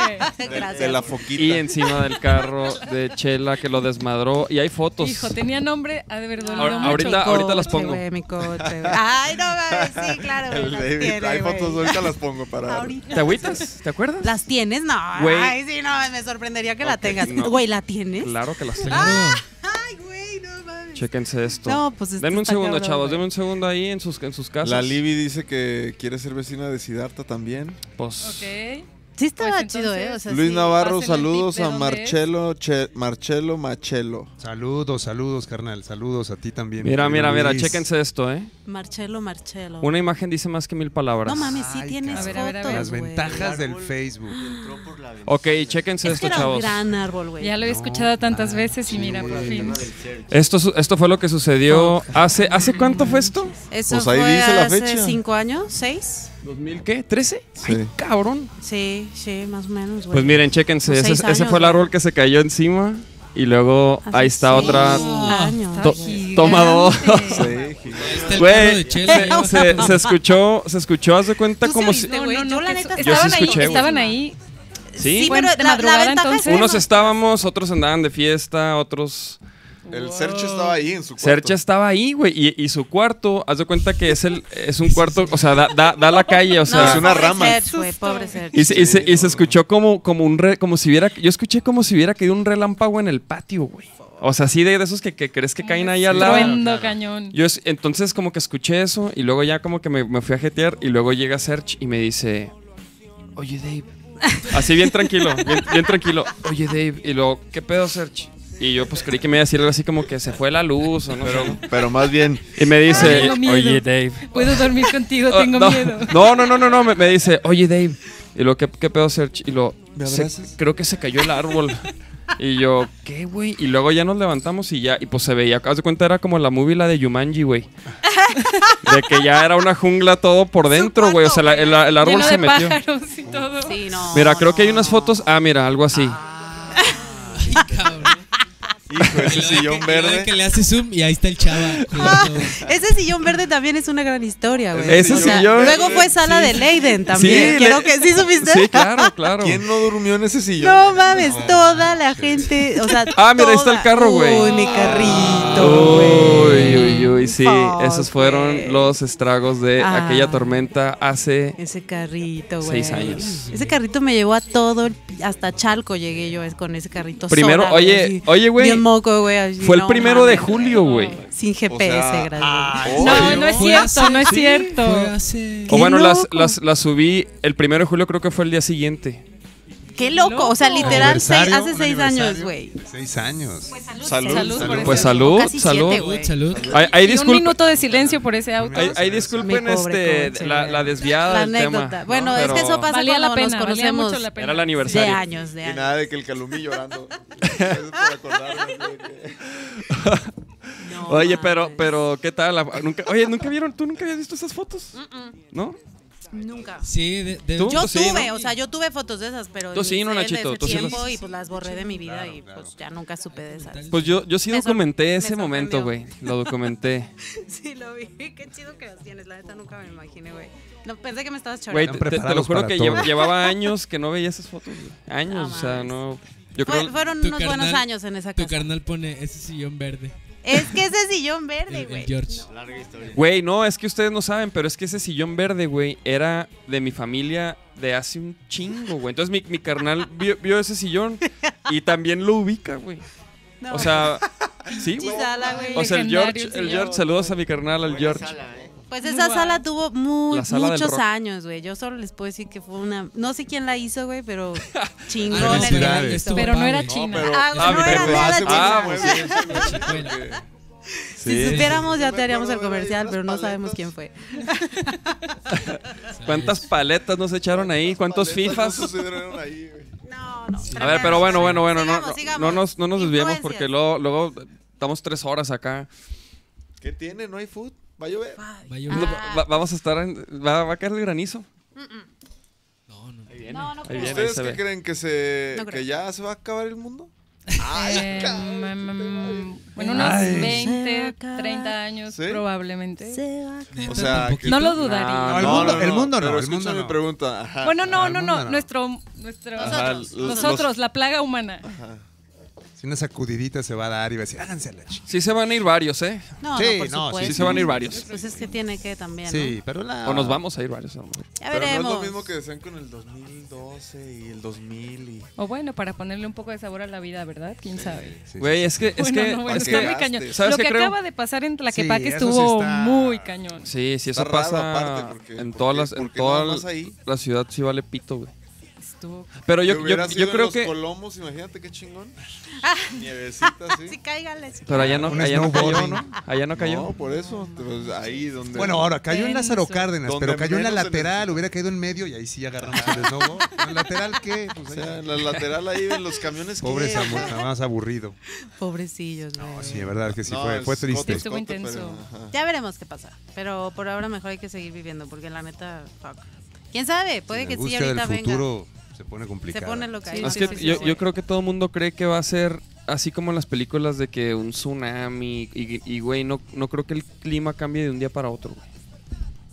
[SPEAKER 5] (laughs)
[SPEAKER 6] De,
[SPEAKER 5] Gracias.
[SPEAKER 6] de la foquita.
[SPEAKER 2] Y encima del carro de Chela que lo desmadró. Y hay fotos.
[SPEAKER 4] Hijo, tenía nombre, ha de haber dolido
[SPEAKER 2] Ahora-
[SPEAKER 4] mucho.
[SPEAKER 2] ahorita- ahorita las
[SPEAKER 5] Coche,
[SPEAKER 2] pongo.
[SPEAKER 5] güey, mi coche, güey. Ay, no mames,
[SPEAKER 2] (laughs)
[SPEAKER 5] sí, claro. güey,
[SPEAKER 6] El
[SPEAKER 5] las
[SPEAKER 6] David,
[SPEAKER 5] tiene,
[SPEAKER 6] hay
[SPEAKER 5] güey.
[SPEAKER 6] fotos, ahorita las pongo para.
[SPEAKER 5] Ahorita.
[SPEAKER 2] ¿Te agüitas? ¿Te acuerdas?
[SPEAKER 5] ¿Las tienes? No.
[SPEAKER 2] Güey.
[SPEAKER 5] Ay, sí, no, me sorprendería que la
[SPEAKER 2] Ok,
[SPEAKER 5] tengas.
[SPEAKER 2] no.
[SPEAKER 5] Güey, ¿la tienes?
[SPEAKER 2] Claro que las tengo.
[SPEAKER 7] Claro.
[SPEAKER 5] Ah, Ay, güey, no mames.
[SPEAKER 2] Chéquense esto.
[SPEAKER 5] No, pues esto
[SPEAKER 2] denme un
[SPEAKER 5] está
[SPEAKER 2] segundo,
[SPEAKER 5] cabrón,
[SPEAKER 2] chavos.
[SPEAKER 5] güey.
[SPEAKER 2] Denme un segundo ahí en sus, en sus casas.
[SPEAKER 6] La Libby dice que quiere ser vecina de Sidarta también.
[SPEAKER 2] Pues,
[SPEAKER 4] Ok.
[SPEAKER 5] Sí, estaba
[SPEAKER 4] Pues
[SPEAKER 5] chido,
[SPEAKER 4] entonces-
[SPEAKER 5] ¿eh? O sea,
[SPEAKER 6] Luis
[SPEAKER 5] sí.
[SPEAKER 6] Navarro,
[SPEAKER 4] pásenle el
[SPEAKER 6] saludos
[SPEAKER 4] tip de
[SPEAKER 6] a
[SPEAKER 4] dónde
[SPEAKER 6] Marcelo, Che- Marcelo Machelo.
[SPEAKER 3] Saludos, saludos, carnal, saludos a ti también.
[SPEAKER 2] Mira,
[SPEAKER 3] querido
[SPEAKER 2] mira, mira.
[SPEAKER 3] Luis.
[SPEAKER 2] Chéquense esto, ¿eh?
[SPEAKER 5] Marcelo, Marcelo.
[SPEAKER 2] Una imagen dice más que mil
[SPEAKER 5] No
[SPEAKER 2] palabras.
[SPEAKER 5] mames, sí tienes
[SPEAKER 4] cabrón. A ver, a ver, a ver.
[SPEAKER 5] fotos,
[SPEAKER 3] Las
[SPEAKER 5] güey.
[SPEAKER 3] ventajas del Facebook.
[SPEAKER 2] Ok, chéquense
[SPEAKER 5] Es que
[SPEAKER 2] esto,
[SPEAKER 5] era un
[SPEAKER 2] chavos.
[SPEAKER 5] gran árbol, güey.
[SPEAKER 4] Ya lo he escuchado tantas veces y mira, por fin.
[SPEAKER 2] Esto, su- esto fue lo que sucedió hace... ¿Hace cuánto fue esto?
[SPEAKER 5] Eso
[SPEAKER 6] Pues ahí
[SPEAKER 5] fue
[SPEAKER 6] dice la
[SPEAKER 5] hace
[SPEAKER 6] fecha.
[SPEAKER 5] cinco años, seis.
[SPEAKER 2] ¿2000 qué? ¿13?
[SPEAKER 6] Sí.
[SPEAKER 2] Ay, cabrón.
[SPEAKER 5] Sí, sí, más o menos, güey.
[SPEAKER 2] Pues miren, chéquense.
[SPEAKER 5] Pues
[SPEAKER 2] Ese,
[SPEAKER 5] seis
[SPEAKER 2] ese
[SPEAKER 5] años,
[SPEAKER 2] fue el
[SPEAKER 5] güey.
[SPEAKER 2] árbol que se cayó encima. Y luego
[SPEAKER 5] Hace
[SPEAKER 2] ahí está
[SPEAKER 5] seis
[SPEAKER 2] otra...
[SPEAKER 5] años,
[SPEAKER 2] To-
[SPEAKER 5] güey.
[SPEAKER 2] toma dos.
[SPEAKER 6] Sí, gigante.
[SPEAKER 7] Está el carro
[SPEAKER 2] Güey,
[SPEAKER 7] de Chela.
[SPEAKER 2] se,
[SPEAKER 5] (laughs)
[SPEAKER 2] se- se escuchó, se escuchó, haz de cuenta
[SPEAKER 5] ¿Tú
[SPEAKER 2] como
[SPEAKER 5] sí
[SPEAKER 2] si...
[SPEAKER 5] viste, güey? Yo la
[SPEAKER 4] que
[SPEAKER 5] neta
[SPEAKER 4] eso-
[SPEAKER 2] Yo sí
[SPEAKER 4] estaban
[SPEAKER 2] escuché,
[SPEAKER 4] ahí,
[SPEAKER 2] güey.
[SPEAKER 4] estaban ahí.
[SPEAKER 2] Sí,
[SPEAKER 5] Sí, pero
[SPEAKER 4] de
[SPEAKER 5] la- la,
[SPEAKER 4] madrugada,
[SPEAKER 5] ventaja es
[SPEAKER 4] entonces.
[SPEAKER 5] que
[SPEAKER 2] Unos estábamos, otros andaban de fiesta, otros...
[SPEAKER 6] El Sergio estaba ahí en su cuarto.
[SPEAKER 2] Sercha estaba ahí, güey, y, y su cuarto, haz de cuenta que es el es un cuarto, o sea, da, da, da la calle, o
[SPEAKER 5] No,
[SPEAKER 2] sea...
[SPEAKER 6] es una
[SPEAKER 5] pobre
[SPEAKER 6] rama.
[SPEAKER 5] Serge, güey, pobre Serge.
[SPEAKER 2] Y
[SPEAKER 4] (laughs)
[SPEAKER 2] se, y se- y se escuchó como, como un re- como si hubiera, yo escuché como si hubiera caído un relámpago en el patio, güey. O sea, así de, de esos que, que crees que caen ahí al lado.
[SPEAKER 4] Truendo cañón.
[SPEAKER 2] Yo es- entonces como que escuché eso y luego ya como que me, me fui a jetear y luego llega Serge y me dice, oye Dave, así
[SPEAKER 4] (laughs)
[SPEAKER 2] bien tranquilo, bien, bien tranquilo, oye Dave, y luego, ¿qué pedo Serge? Y yo pues creí que me iba a decir algo así como que se fue la luz o no sé.
[SPEAKER 6] Pero más bien,
[SPEAKER 2] Y me
[SPEAKER 4] Ay,
[SPEAKER 2] dice,
[SPEAKER 4] tengo miedo.
[SPEAKER 2] oye Dave,
[SPEAKER 4] Puedo dormir
[SPEAKER 2] (laughs)
[SPEAKER 4] contigo,
[SPEAKER 2] Ah,
[SPEAKER 4] tengo
[SPEAKER 2] no,
[SPEAKER 4] miedo.
[SPEAKER 2] No, no, no, no, no, Me, me dice, oye Dave. Y lo, ¿qué, qué pedo, Serge? Y lo,
[SPEAKER 6] ¿Me
[SPEAKER 2] "Se-
[SPEAKER 6] abrazas?
[SPEAKER 2] creo que se cayó
[SPEAKER 4] (laughs)
[SPEAKER 2] el árbol. y yo, ¿qué, güey? Y luego ya nos levantamos y ya, y pues se veía, haz de cuenta, era como la movie la de Yumanji, güey.
[SPEAKER 4] (laughs)
[SPEAKER 2] de que ya era una jungla todo por dentro, güey. O sea, la- el, el árbol
[SPEAKER 4] Lleno
[SPEAKER 2] se
[SPEAKER 4] de
[SPEAKER 2] metió.
[SPEAKER 4] pájaros y todo.
[SPEAKER 5] Sí, no,
[SPEAKER 2] Mira, creo que hay
[SPEAKER 5] no,
[SPEAKER 2] unas
[SPEAKER 5] no.
[SPEAKER 2] fotos. Ah, mira, algo así.
[SPEAKER 7] Cabrón. Y
[SPEAKER 6] hijo, ese
[SPEAKER 7] luego de
[SPEAKER 6] sillón
[SPEAKER 7] que- y luego de
[SPEAKER 6] verde.
[SPEAKER 7] Que le hace zoom y ahí está el
[SPEAKER 4] (laughs)
[SPEAKER 7] chava. jugando.
[SPEAKER 5] Ese sillón verde también es una gran historia, güey.
[SPEAKER 2] Ese sillón-
[SPEAKER 5] Luego fue sala de Leiden también.
[SPEAKER 2] Sí,
[SPEAKER 5] Quiero
[SPEAKER 2] le-
[SPEAKER 5] que sí supiste.
[SPEAKER 2] Sí, claro, claro.
[SPEAKER 6] ¿Quién no durmió en ese sillón?
[SPEAKER 5] No mames, toda la gente, o sea,
[SPEAKER 2] Ah, mira, ahí está
[SPEAKER 5] toda-
[SPEAKER 2] el carro, güey.
[SPEAKER 5] Uy, mi carrito, güey.
[SPEAKER 2] Uy, uy, uy, sí.
[SPEAKER 5] Fuck,
[SPEAKER 2] Esos fueron
[SPEAKER 5] güey.
[SPEAKER 2] los estragos de
[SPEAKER 5] Ah.
[SPEAKER 2] aquella tormenta hace
[SPEAKER 5] Ese carrito, güey.
[SPEAKER 2] Seis años.
[SPEAKER 5] Ese carrito me llevó a todo, el- hasta Chalco llegué yo es- con ese carrito.
[SPEAKER 2] Primero,
[SPEAKER 5] sola,
[SPEAKER 2] oye,
[SPEAKER 5] así,
[SPEAKER 2] oye, güey.
[SPEAKER 5] Bien moco, güey. así,
[SPEAKER 2] Fue el
[SPEAKER 5] no
[SPEAKER 2] primero de
[SPEAKER 5] mames,
[SPEAKER 2] julio, güey.
[SPEAKER 5] Sin GPS,
[SPEAKER 6] sea,
[SPEAKER 5] gracias.
[SPEAKER 6] Oh,
[SPEAKER 4] No, no es
[SPEAKER 7] Fue
[SPEAKER 4] cierto,
[SPEAKER 7] hace-
[SPEAKER 4] no es
[SPEAKER 7] sí,
[SPEAKER 4] cierto.
[SPEAKER 7] fue hace-
[SPEAKER 2] O bueno,
[SPEAKER 5] ¡Qué
[SPEAKER 2] las,
[SPEAKER 5] loco!
[SPEAKER 2] las, las subí el primero de julio, creo que fue el día siguiente.
[SPEAKER 5] Qué loco, o sea,
[SPEAKER 4] Loco.
[SPEAKER 5] literal, seis-
[SPEAKER 3] Aniversario,
[SPEAKER 5] hace
[SPEAKER 3] un
[SPEAKER 5] seis años,
[SPEAKER 3] aniversario.
[SPEAKER 5] güey.
[SPEAKER 3] Seis años.
[SPEAKER 6] Pues Salud.
[SPEAKER 4] Salud por
[SPEAKER 2] Pues
[SPEAKER 4] eso.
[SPEAKER 2] salud,
[SPEAKER 5] Casi siete,
[SPEAKER 2] salud.
[SPEAKER 5] güey.
[SPEAKER 7] Salud.
[SPEAKER 2] Ahí ahí
[SPEAKER 4] Y un
[SPEAKER 2] disculpen,
[SPEAKER 4] minuto de silencio por ese auto.
[SPEAKER 2] ahí- ahí
[SPEAKER 5] Mi
[SPEAKER 2] disculpen
[SPEAKER 5] pobre
[SPEAKER 2] este,
[SPEAKER 5] coche,
[SPEAKER 2] la,
[SPEAKER 5] güey.
[SPEAKER 2] la desviada
[SPEAKER 5] La
[SPEAKER 2] del
[SPEAKER 5] anécdota.
[SPEAKER 2] tema.
[SPEAKER 5] bueno,
[SPEAKER 2] ¿no?
[SPEAKER 5] es que
[SPEAKER 2] Pero
[SPEAKER 5] eso pasa
[SPEAKER 4] Valía la
[SPEAKER 5] cuando
[SPEAKER 4] pena,
[SPEAKER 5] nos
[SPEAKER 4] valía
[SPEAKER 5] conocemos
[SPEAKER 4] mucho la pena.
[SPEAKER 2] Era el
[SPEAKER 5] de
[SPEAKER 2] aniversario.
[SPEAKER 5] años, de
[SPEAKER 6] Y
[SPEAKER 5] años.
[SPEAKER 6] nada de que el
[SPEAKER 5] (laughs)
[SPEAKER 6] Calumí llorando. Gracias por acordarme, güey, que-
[SPEAKER 5] No
[SPEAKER 2] Oye, pero,
[SPEAKER 5] mames.
[SPEAKER 4] Mm,
[SPEAKER 2] pero, ¿qué tal? ¿Nunca, oye, ¿nunca vieron? ¿Tú nunca habías visto esas fotos? ¿No?
[SPEAKER 5] Nunca.
[SPEAKER 7] Sí, de, de-
[SPEAKER 2] ¿Tú? Pues
[SPEAKER 5] Yo
[SPEAKER 2] sí,
[SPEAKER 5] tuve,
[SPEAKER 2] ¿no?
[SPEAKER 5] o sea, yo tuve fotos de esas, pero
[SPEAKER 2] Tú sí, no,
[SPEAKER 5] hice
[SPEAKER 2] Nachito,
[SPEAKER 5] desde
[SPEAKER 2] tú sí las-
[SPEAKER 5] tiempo y pues las borré de mi vida
[SPEAKER 3] Claro,
[SPEAKER 5] y
[SPEAKER 3] claro.
[SPEAKER 5] pues ya nunca supe de esas.
[SPEAKER 2] Pues yo, yo sí
[SPEAKER 5] Me sor-
[SPEAKER 2] documenté
[SPEAKER 5] me
[SPEAKER 2] ese momento, güey.
[SPEAKER 5] sorprendió.
[SPEAKER 2] Lo documenté.
[SPEAKER 5] (laughs) Sí, lo vi. Qué chido que las tienes. La neta nunca me lo imaginé, güey. No, pensé que me estabas
[SPEAKER 2] Güey,
[SPEAKER 5] chorando.
[SPEAKER 2] te,
[SPEAKER 3] Están
[SPEAKER 2] te- te lo
[SPEAKER 3] preparados
[SPEAKER 2] juro
[SPEAKER 3] para
[SPEAKER 2] que
[SPEAKER 3] todo.
[SPEAKER 2] lleva- llevaba años que no veía esas fotos, güey. Años,
[SPEAKER 5] No
[SPEAKER 2] o sea,
[SPEAKER 5] mames.
[SPEAKER 2] no. Yo
[SPEAKER 5] Fue-
[SPEAKER 2] creo.
[SPEAKER 5] fueron
[SPEAKER 7] Tu
[SPEAKER 5] unos buenos
[SPEAKER 7] carnal-
[SPEAKER 5] años en esa
[SPEAKER 7] tu
[SPEAKER 5] casa.
[SPEAKER 7] carnal pone ese sillón verde.
[SPEAKER 5] (laughs) Es que ese sillón verde,
[SPEAKER 7] El, el
[SPEAKER 5] güey.
[SPEAKER 7] George.
[SPEAKER 2] Güey, no, es que ustedes no saben, pero es que ese sillón verde, güey, era de mi familia de hace un chingo, güey. Entonces mi, mi carnal
[SPEAKER 5] (laughs)
[SPEAKER 2] vio, vio ese sillón y también lo ubica, güey.
[SPEAKER 5] No, (laughs)
[SPEAKER 2] O sea, sí, güey.
[SPEAKER 5] chisala, güey.
[SPEAKER 2] O sea, el
[SPEAKER 4] legendario
[SPEAKER 2] George, el
[SPEAKER 4] sillón.
[SPEAKER 2] George, saludos a mi carnal, al George.
[SPEAKER 5] Pues esa
[SPEAKER 4] Wow.
[SPEAKER 5] sala tuvo mu-
[SPEAKER 2] La sala del
[SPEAKER 5] muchos
[SPEAKER 2] rock.
[SPEAKER 5] años, güey. Yo solo les puedo decir que fue una. No sé quién la hizo, güey,
[SPEAKER 2] (laughs)
[SPEAKER 5] pero chingón.
[SPEAKER 7] Ah, no,
[SPEAKER 5] el que la
[SPEAKER 3] pero-
[SPEAKER 5] hizo.
[SPEAKER 4] Pero no era
[SPEAKER 6] No,
[SPEAKER 4] china.
[SPEAKER 6] pero-
[SPEAKER 5] Ah,
[SPEAKER 2] Ah,
[SPEAKER 5] no era
[SPEAKER 2] pero-
[SPEAKER 5] nada
[SPEAKER 6] hace
[SPEAKER 5] chingón.
[SPEAKER 2] ah,
[SPEAKER 6] mucho
[SPEAKER 2] bueno.
[SPEAKER 6] tiempo, güey.
[SPEAKER 5] (laughs)
[SPEAKER 7] Bueno,
[SPEAKER 5] Si supiéramos, ya
[SPEAKER 6] Yo
[SPEAKER 5] te
[SPEAKER 6] me
[SPEAKER 5] haríamos el
[SPEAKER 6] acuerdo de
[SPEAKER 5] comercial,
[SPEAKER 6] unas
[SPEAKER 5] pero no sabemos
[SPEAKER 6] paletas.
[SPEAKER 5] quién fue.
[SPEAKER 2] ¿Cuántas paletas nos echaron ahí? ¿Cuántos
[SPEAKER 6] Paletas
[SPEAKER 2] FIFAs?
[SPEAKER 6] no sucedieron ahí, güey.
[SPEAKER 5] No, no.
[SPEAKER 2] A ver, pero bueno, bueno, bueno, no,
[SPEAKER 5] Sigamos,
[SPEAKER 2] no-
[SPEAKER 5] sigamos.
[SPEAKER 2] no nos, no nos desviemos
[SPEAKER 5] Influencias.
[SPEAKER 2] porque luego, luego estamos tres horas acá.
[SPEAKER 6] ¿Qué tiene? ¿No hay food? ¿Va a llover?
[SPEAKER 7] va a
[SPEAKER 2] No,
[SPEAKER 7] llover.
[SPEAKER 5] Ah.
[SPEAKER 2] va- vamos a estar en- va, va a caer el granizo.
[SPEAKER 7] No, no.
[SPEAKER 5] No, no
[SPEAKER 2] Ahí
[SPEAKER 5] creo.
[SPEAKER 2] viene.
[SPEAKER 6] ¿Ustedes
[SPEAKER 2] se
[SPEAKER 6] qué
[SPEAKER 2] ve.
[SPEAKER 6] creen? ¿Que, se,
[SPEAKER 5] No creo.
[SPEAKER 6] ¿Que ya se va a acabar el mundo?
[SPEAKER 4] Eh, mm, mm, en unos
[SPEAKER 2] Ay.
[SPEAKER 4] 20, 30 años
[SPEAKER 6] ¿Sí?
[SPEAKER 4] probablemente.
[SPEAKER 5] Se va a acabar.
[SPEAKER 6] O sea, que-
[SPEAKER 4] No lo dudaría.
[SPEAKER 3] el mundo- el mundo no,
[SPEAKER 6] pero
[SPEAKER 3] el
[SPEAKER 6] escucha
[SPEAKER 3] mundo
[SPEAKER 6] mi
[SPEAKER 3] no.
[SPEAKER 6] pregunta. Ajá.
[SPEAKER 4] Ah, bueno, no,
[SPEAKER 3] al
[SPEAKER 4] no,
[SPEAKER 3] mundo
[SPEAKER 4] no,
[SPEAKER 3] no.
[SPEAKER 4] nuestro, nuestro,
[SPEAKER 6] Ajá,
[SPEAKER 4] nosotros,
[SPEAKER 6] los-
[SPEAKER 4] nosotros, la plaga humana.
[SPEAKER 3] Si una sacudidita se va a dar y va a decir, háganse a la chica.
[SPEAKER 2] Sí se van a ir varios, ¿eh?
[SPEAKER 5] No,
[SPEAKER 3] Sí,
[SPEAKER 5] no, por
[SPEAKER 3] no, sí,
[SPEAKER 5] supuesto.
[SPEAKER 2] Sí se van a ir varios.
[SPEAKER 5] Pues es que tiene que también,
[SPEAKER 3] Sí, pero la.
[SPEAKER 2] O nos vamos a ir
[SPEAKER 3] (laughs)
[SPEAKER 2] varios. a lo mejor.
[SPEAKER 5] ¿no? Ya
[SPEAKER 6] Pero no es
[SPEAKER 5] veremos.
[SPEAKER 6] lo mismo que decían con el 2012 y el 2000 y...
[SPEAKER 4] O bueno, para ponerle un poco de sabor a la vida, ¿verdad? ¿Quién sabe?
[SPEAKER 3] Sí, sí,
[SPEAKER 2] Güey, es que... Es
[SPEAKER 4] bueno,
[SPEAKER 2] que
[SPEAKER 4] no, bueno,
[SPEAKER 6] es
[SPEAKER 4] está
[SPEAKER 6] que-
[SPEAKER 4] muy cañón.
[SPEAKER 2] ¿sabes
[SPEAKER 4] Lo
[SPEAKER 2] qué
[SPEAKER 4] que
[SPEAKER 2] creo?
[SPEAKER 4] acaba de pasar en Tlaquepaque
[SPEAKER 3] Sí, eso sí
[SPEAKER 4] estuvo
[SPEAKER 3] está-
[SPEAKER 4] muy cañón.
[SPEAKER 2] Sí, sí, eso
[SPEAKER 6] Está raro,
[SPEAKER 2] pasa
[SPEAKER 6] aparte, porque-
[SPEAKER 2] en
[SPEAKER 6] porque-
[SPEAKER 2] todas las... En
[SPEAKER 6] porque nada
[SPEAKER 2] toda
[SPEAKER 6] más
[SPEAKER 2] la,
[SPEAKER 6] ahí.
[SPEAKER 2] la ciudad sí vale pito, güey.
[SPEAKER 4] Estuvo
[SPEAKER 2] Pero
[SPEAKER 6] Que
[SPEAKER 2] yo, yo,
[SPEAKER 6] hubiera
[SPEAKER 2] yo
[SPEAKER 6] sido en
[SPEAKER 2] creo
[SPEAKER 6] los
[SPEAKER 2] que...
[SPEAKER 6] Colomos, imagínate qué chingón.
[SPEAKER 5] Ah.
[SPEAKER 6] Nievecita, sí.
[SPEAKER 5] Sí, cáigale.
[SPEAKER 2] Pero allá no,
[SPEAKER 3] Un
[SPEAKER 2] allá no cayó,
[SPEAKER 3] snowboarding.
[SPEAKER 2] ¿no? Allá no cayó.
[SPEAKER 6] No, por eso. pues, ahí donde...
[SPEAKER 3] Bueno, ahora cayó en Lázaro
[SPEAKER 4] Denso.
[SPEAKER 3] Cárdenas,
[SPEAKER 6] Donde
[SPEAKER 3] pero cayó en la
[SPEAKER 6] menos se
[SPEAKER 3] lateral,
[SPEAKER 6] necesita.
[SPEAKER 3] hubiera caído en medio y ahí sí agarramos
[SPEAKER 5] (laughs)
[SPEAKER 3] el esnobo. ¿En lateral qué?
[SPEAKER 6] O
[SPEAKER 3] Pues
[SPEAKER 6] sea,
[SPEAKER 3] allá.
[SPEAKER 6] la lateral ahí de los camiones.
[SPEAKER 3] Pobre
[SPEAKER 5] (laughs)
[SPEAKER 6] ¿qué? (laughs)
[SPEAKER 3] Samuel, nada más aburrido.
[SPEAKER 5] Pobrecillos, güey.
[SPEAKER 3] No, sí, de verdad que sí,
[SPEAKER 6] No,
[SPEAKER 3] fue, fue
[SPEAKER 6] es
[SPEAKER 3] triste.
[SPEAKER 6] coto,
[SPEAKER 4] Estuvo
[SPEAKER 6] coto,
[SPEAKER 4] intenso.
[SPEAKER 3] Ah.
[SPEAKER 6] pero, ajá.
[SPEAKER 5] Ya veremos qué pasa. Pero por ahora mejor hay que seguir viviendo, porque la neta, fuck. ¿Quién sabe? Puede
[SPEAKER 3] La
[SPEAKER 5] que sí
[SPEAKER 3] angustia
[SPEAKER 5] ahorita
[SPEAKER 3] del
[SPEAKER 5] venga.
[SPEAKER 3] futuro se pone
[SPEAKER 5] Se
[SPEAKER 3] complicado.
[SPEAKER 5] pone lo que hay.
[SPEAKER 2] Es
[SPEAKER 4] Sí,
[SPEAKER 2] que
[SPEAKER 4] sí, sí,
[SPEAKER 2] yo,
[SPEAKER 4] sí.
[SPEAKER 2] yo creo que todo el mundo cree que va a ser así como en las películas de que un tsunami y, y, güey, no, no creo que el clima cambie de un día para otro, güey.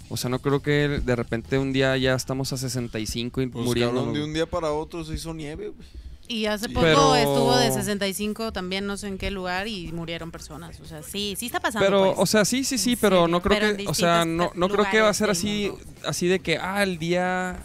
[SPEAKER 2] O sea, no creo que de repente un día ya estamos a 65 y
[SPEAKER 6] Pues,
[SPEAKER 2] muriendo.
[SPEAKER 6] cabrón, de
[SPEAKER 2] güey.
[SPEAKER 6] un día para otro se hizo nieve, güey.
[SPEAKER 5] Y hace poco
[SPEAKER 2] Pero-
[SPEAKER 5] estuvo de 65 también, no sé en qué lugar, y murieron personas. O sea, sí, sí está pasando. pues.
[SPEAKER 2] Pero, o sea, sí, sí, sí,
[SPEAKER 5] En
[SPEAKER 2] pero
[SPEAKER 5] serio,
[SPEAKER 2] no creo
[SPEAKER 5] pero en
[SPEAKER 2] que, o sea, no,
[SPEAKER 5] distintos
[SPEAKER 2] no creo que va a
[SPEAKER 5] lugares
[SPEAKER 2] ser
[SPEAKER 5] del
[SPEAKER 2] así,
[SPEAKER 5] mundo.
[SPEAKER 2] así de que, ah, el día,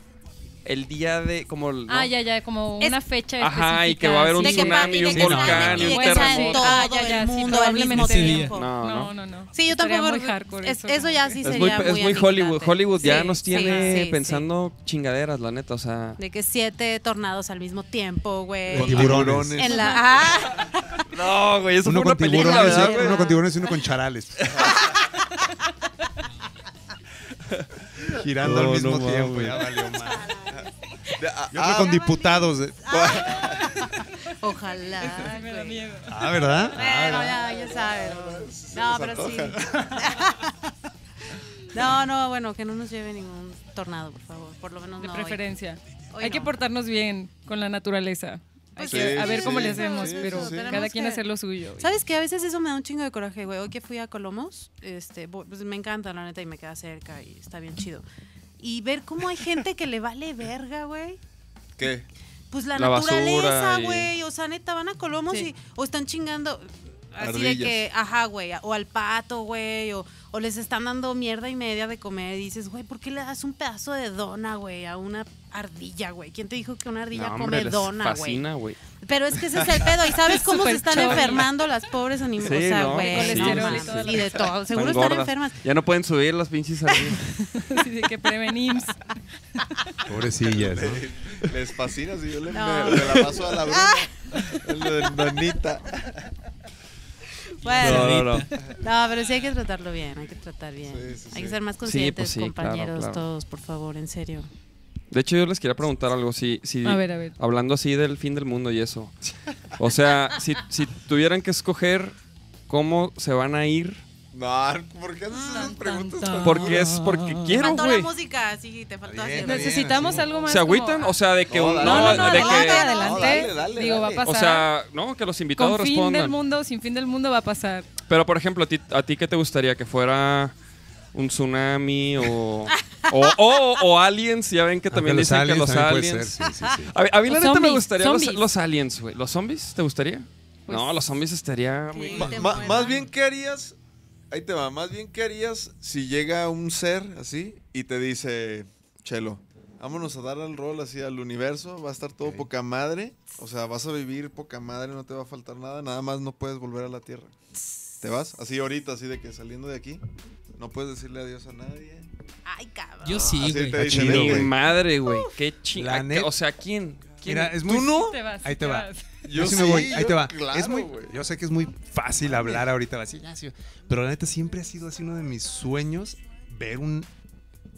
[SPEAKER 2] el día de, como, el-
[SPEAKER 4] Ah,
[SPEAKER 2] ¿no?
[SPEAKER 4] ya, ya, como
[SPEAKER 5] Es-
[SPEAKER 4] una fecha
[SPEAKER 2] Ajá, y que
[SPEAKER 4] específica,
[SPEAKER 2] va a haber un
[SPEAKER 4] sí.
[SPEAKER 5] de que
[SPEAKER 2] tsunami,
[SPEAKER 5] party,
[SPEAKER 2] un
[SPEAKER 5] de que
[SPEAKER 2] volcán,
[SPEAKER 5] salen
[SPEAKER 2] y
[SPEAKER 5] y
[SPEAKER 2] un
[SPEAKER 5] besan
[SPEAKER 2] terremoto.
[SPEAKER 5] en todo
[SPEAKER 4] Ah, ya, ya,
[SPEAKER 5] el
[SPEAKER 4] sí,
[SPEAKER 5] mundo al mismo
[SPEAKER 4] probablemente.
[SPEAKER 5] tiempo.
[SPEAKER 2] No,
[SPEAKER 4] No,
[SPEAKER 2] no.
[SPEAKER 4] no, no.
[SPEAKER 5] Sí, yo
[SPEAKER 4] Estaría
[SPEAKER 5] tampoco.
[SPEAKER 4] muy hardcore
[SPEAKER 5] es-
[SPEAKER 4] eso
[SPEAKER 5] eso ya
[SPEAKER 4] como
[SPEAKER 5] sí
[SPEAKER 2] Es
[SPEAKER 5] sería
[SPEAKER 2] muy,
[SPEAKER 5] muy,
[SPEAKER 2] es muy
[SPEAKER 5] aniquilante.
[SPEAKER 2] Hollywood. Hollywood ya
[SPEAKER 5] Sí,
[SPEAKER 2] nos
[SPEAKER 5] sí,
[SPEAKER 2] tiene
[SPEAKER 5] sí, sí.
[SPEAKER 2] pensando chingaderas, la neta, o sea.
[SPEAKER 5] De que siete tornados al mismo tiempo,
[SPEAKER 3] Con
[SPEAKER 5] güey.
[SPEAKER 3] tiburones.
[SPEAKER 5] En la. Ah,
[SPEAKER 2] No, güey, eso
[SPEAKER 3] Uno
[SPEAKER 2] fue
[SPEAKER 3] con,
[SPEAKER 2] una película,
[SPEAKER 3] tiburones,
[SPEAKER 2] ¿verdad,
[SPEAKER 3] y-
[SPEAKER 2] güey?
[SPEAKER 3] uno con tiburones y uno
[SPEAKER 5] (laughs)
[SPEAKER 3] con charales. Girando al
[SPEAKER 6] No,
[SPEAKER 3] mismo
[SPEAKER 6] no mames.
[SPEAKER 3] tiempo, ya valió más.
[SPEAKER 5] (laughs)
[SPEAKER 6] De- ah,
[SPEAKER 3] Yo creo con diputados.
[SPEAKER 6] eh.
[SPEAKER 3] de-
[SPEAKER 4] Ah,
[SPEAKER 5] (laughs) ojalá.
[SPEAKER 4] Me da
[SPEAKER 5] güey.
[SPEAKER 4] miedo.
[SPEAKER 3] Ah, ¿verdad? Ah,
[SPEAKER 5] Bueno, ya, ya sabes. No,
[SPEAKER 6] Ah,
[SPEAKER 5] pero sí. (laughs) No, no, bueno, que no nos lleve ningún tornado, por favor. Por lo menos
[SPEAKER 4] De
[SPEAKER 5] no. hoy.
[SPEAKER 4] preferencia.
[SPEAKER 5] Hoy
[SPEAKER 4] Hay que
[SPEAKER 5] no.
[SPEAKER 4] portarnos bien con la naturaleza. Hay
[SPEAKER 5] Pues
[SPEAKER 4] que,
[SPEAKER 6] sí,
[SPEAKER 4] a ver
[SPEAKER 6] sí,
[SPEAKER 4] cómo
[SPEAKER 6] sí,
[SPEAKER 4] le hacemos,
[SPEAKER 6] sí,
[SPEAKER 4] pero
[SPEAKER 6] sí, sí.
[SPEAKER 4] cada
[SPEAKER 5] Tenemos
[SPEAKER 4] quien
[SPEAKER 5] que-
[SPEAKER 4] hacer lo suyo. (laughs) güey.
[SPEAKER 5] (laughs) ¿Sabes qué? A veces eso me da un chingo de coraje, güey. Hoy que fui a Colomos, este, voy- pues me encanta, la neta, y me queda cerca y está bien chido. Y ver cómo hay gente que le vale verga, güey.
[SPEAKER 6] ¿Qué?
[SPEAKER 5] Pues la,
[SPEAKER 2] La
[SPEAKER 5] naturaleza,
[SPEAKER 2] basura y-
[SPEAKER 5] güey. O sea, neta, van a Colomos
[SPEAKER 4] Sí.
[SPEAKER 5] y, o están chingando. Así de
[SPEAKER 6] Ardillas.
[SPEAKER 5] que, ajá, güey, o al pato, güey, o, o les están dando mierda y media de comer. Y dices, güey, ¿por qué le das un pedazo de dona, güey, a una ardilla, güey? ¿Quién te dijo que una ardilla
[SPEAKER 2] No,
[SPEAKER 5] come
[SPEAKER 2] hombre, les
[SPEAKER 5] dona, güey?
[SPEAKER 2] fascina, güey.
[SPEAKER 5] Pero es que ese es el pedo. ¿Y sabes cómo se
[SPEAKER 4] Súper
[SPEAKER 5] están
[SPEAKER 4] chori.
[SPEAKER 5] enfermando las pobres animales?
[SPEAKER 2] Sí,
[SPEAKER 5] o sea,
[SPEAKER 2] ¿no?
[SPEAKER 5] güey,
[SPEAKER 4] Con colesterol
[SPEAKER 5] no
[SPEAKER 4] y
[SPEAKER 5] mames.
[SPEAKER 4] toda la
[SPEAKER 5] y de
[SPEAKER 4] cosa.
[SPEAKER 5] todo. Seguro
[SPEAKER 2] Están
[SPEAKER 5] están
[SPEAKER 2] gordas.
[SPEAKER 5] enfermas.
[SPEAKER 2] Ya no pueden subir las pinches arriba.
[SPEAKER 4] Así de que prevenimos.
[SPEAKER 6] (laughs)
[SPEAKER 3] Pobrecillas. ¿no?
[SPEAKER 6] Les, les fascina si yo le,
[SPEAKER 5] No.
[SPEAKER 6] me, me la
[SPEAKER 5] (laughs)
[SPEAKER 6] paso a la bruna. Lo de nanita.
[SPEAKER 5] Bueno,
[SPEAKER 2] no, no, no.
[SPEAKER 5] no, pero sí hay que tratarlo bien, hay que tratar bien.
[SPEAKER 6] Sí, sí,
[SPEAKER 5] hay que
[SPEAKER 6] sí.
[SPEAKER 5] ser más
[SPEAKER 2] pues
[SPEAKER 5] conscientes,
[SPEAKER 2] sí, claro,
[SPEAKER 5] compañeros,
[SPEAKER 2] claro.
[SPEAKER 5] todos, por favor, en serio.
[SPEAKER 2] De hecho, yo les quería preguntar algo. Si, si,
[SPEAKER 4] A ver, a ver.
[SPEAKER 2] Hablando así del fin del mundo y eso. O sea, si, si tuvieran que escoger cómo se van a ir
[SPEAKER 6] No, ¿por qué haces esas Ah, preguntas? tan-
[SPEAKER 2] Porque es porque quiero,
[SPEAKER 5] faltó la
[SPEAKER 2] güey.
[SPEAKER 5] música, sí, te faltó
[SPEAKER 6] Está bien,
[SPEAKER 5] así.
[SPEAKER 6] está bien.
[SPEAKER 4] Necesitamos
[SPEAKER 6] así.
[SPEAKER 4] algo más.
[SPEAKER 2] ¿Se agüitan?
[SPEAKER 4] como-
[SPEAKER 2] O sea, de que
[SPEAKER 6] No,
[SPEAKER 2] un-
[SPEAKER 6] dale,
[SPEAKER 4] no, no, no,
[SPEAKER 2] de
[SPEAKER 4] adelante,
[SPEAKER 2] que,
[SPEAKER 4] adelante.
[SPEAKER 6] No, dale, dale,
[SPEAKER 4] Digo, va a
[SPEAKER 6] dale.
[SPEAKER 4] pasar.
[SPEAKER 2] o sea, no, que los invitados
[SPEAKER 4] con fin del
[SPEAKER 2] respondan.
[SPEAKER 4] mundo, sin fin del mundo va a pasar.
[SPEAKER 2] Pero por ejemplo, ¿a ti, a ti qué te gustaría que fuera un tsunami o o, o- o aliens? Ya ven que también
[SPEAKER 3] Aunque
[SPEAKER 2] dicen que los
[SPEAKER 3] también puede
[SPEAKER 2] aliens.
[SPEAKER 3] ser, sí, sí, sí.
[SPEAKER 2] A, mí- a mí la
[SPEAKER 4] O
[SPEAKER 2] neta me
[SPEAKER 4] zombies,
[SPEAKER 2] gustaría los,
[SPEAKER 4] zombies.
[SPEAKER 2] los aliens, güey. ¿Los zombies te gustaría?
[SPEAKER 4] Pues-
[SPEAKER 2] no, los zombies estaría muy...
[SPEAKER 5] Sí.
[SPEAKER 6] Ma-
[SPEAKER 5] Te
[SPEAKER 6] ma-
[SPEAKER 5] muevan.
[SPEAKER 6] más bien, ¿qué harías? Ahí te va. Más bien, ¿qué harías si llega un ser así y te dice, Chelo, vámonos a dar al rol así al universo? Va a estar todo
[SPEAKER 3] Ok.
[SPEAKER 6] poca madre. O sea, vas a vivir poca madre, no te va a faltar nada. Nada más no puedes volver a la Tierra. ¿Te vas? Así ahorita, así de que saliendo de aquí. No puedes decirle adiós a nadie.
[SPEAKER 5] Ay, cabrón.
[SPEAKER 7] Yo sí,
[SPEAKER 6] Así
[SPEAKER 7] güey.
[SPEAKER 6] te dicen,
[SPEAKER 3] chido,
[SPEAKER 6] "Ven,
[SPEAKER 2] Mi
[SPEAKER 3] güey.
[SPEAKER 2] madre, güey. Qué
[SPEAKER 3] La
[SPEAKER 2] chingada.
[SPEAKER 3] neta-
[SPEAKER 2] O sea, ¿quién? ¿Quién?
[SPEAKER 3] Mira, es muy...
[SPEAKER 6] ¿Tú no?
[SPEAKER 4] Te vas,
[SPEAKER 3] Ahí te
[SPEAKER 4] te
[SPEAKER 3] va.
[SPEAKER 4] vas.
[SPEAKER 3] Yo sí me voy, ahí
[SPEAKER 6] yo-
[SPEAKER 3] te va.
[SPEAKER 6] claro,
[SPEAKER 3] es muy,
[SPEAKER 6] güey.
[SPEAKER 3] yo sé que es muy fácil hablar ahorita, así, ya, sí, pero la neta siempre ha sido así uno de mis sueños ver un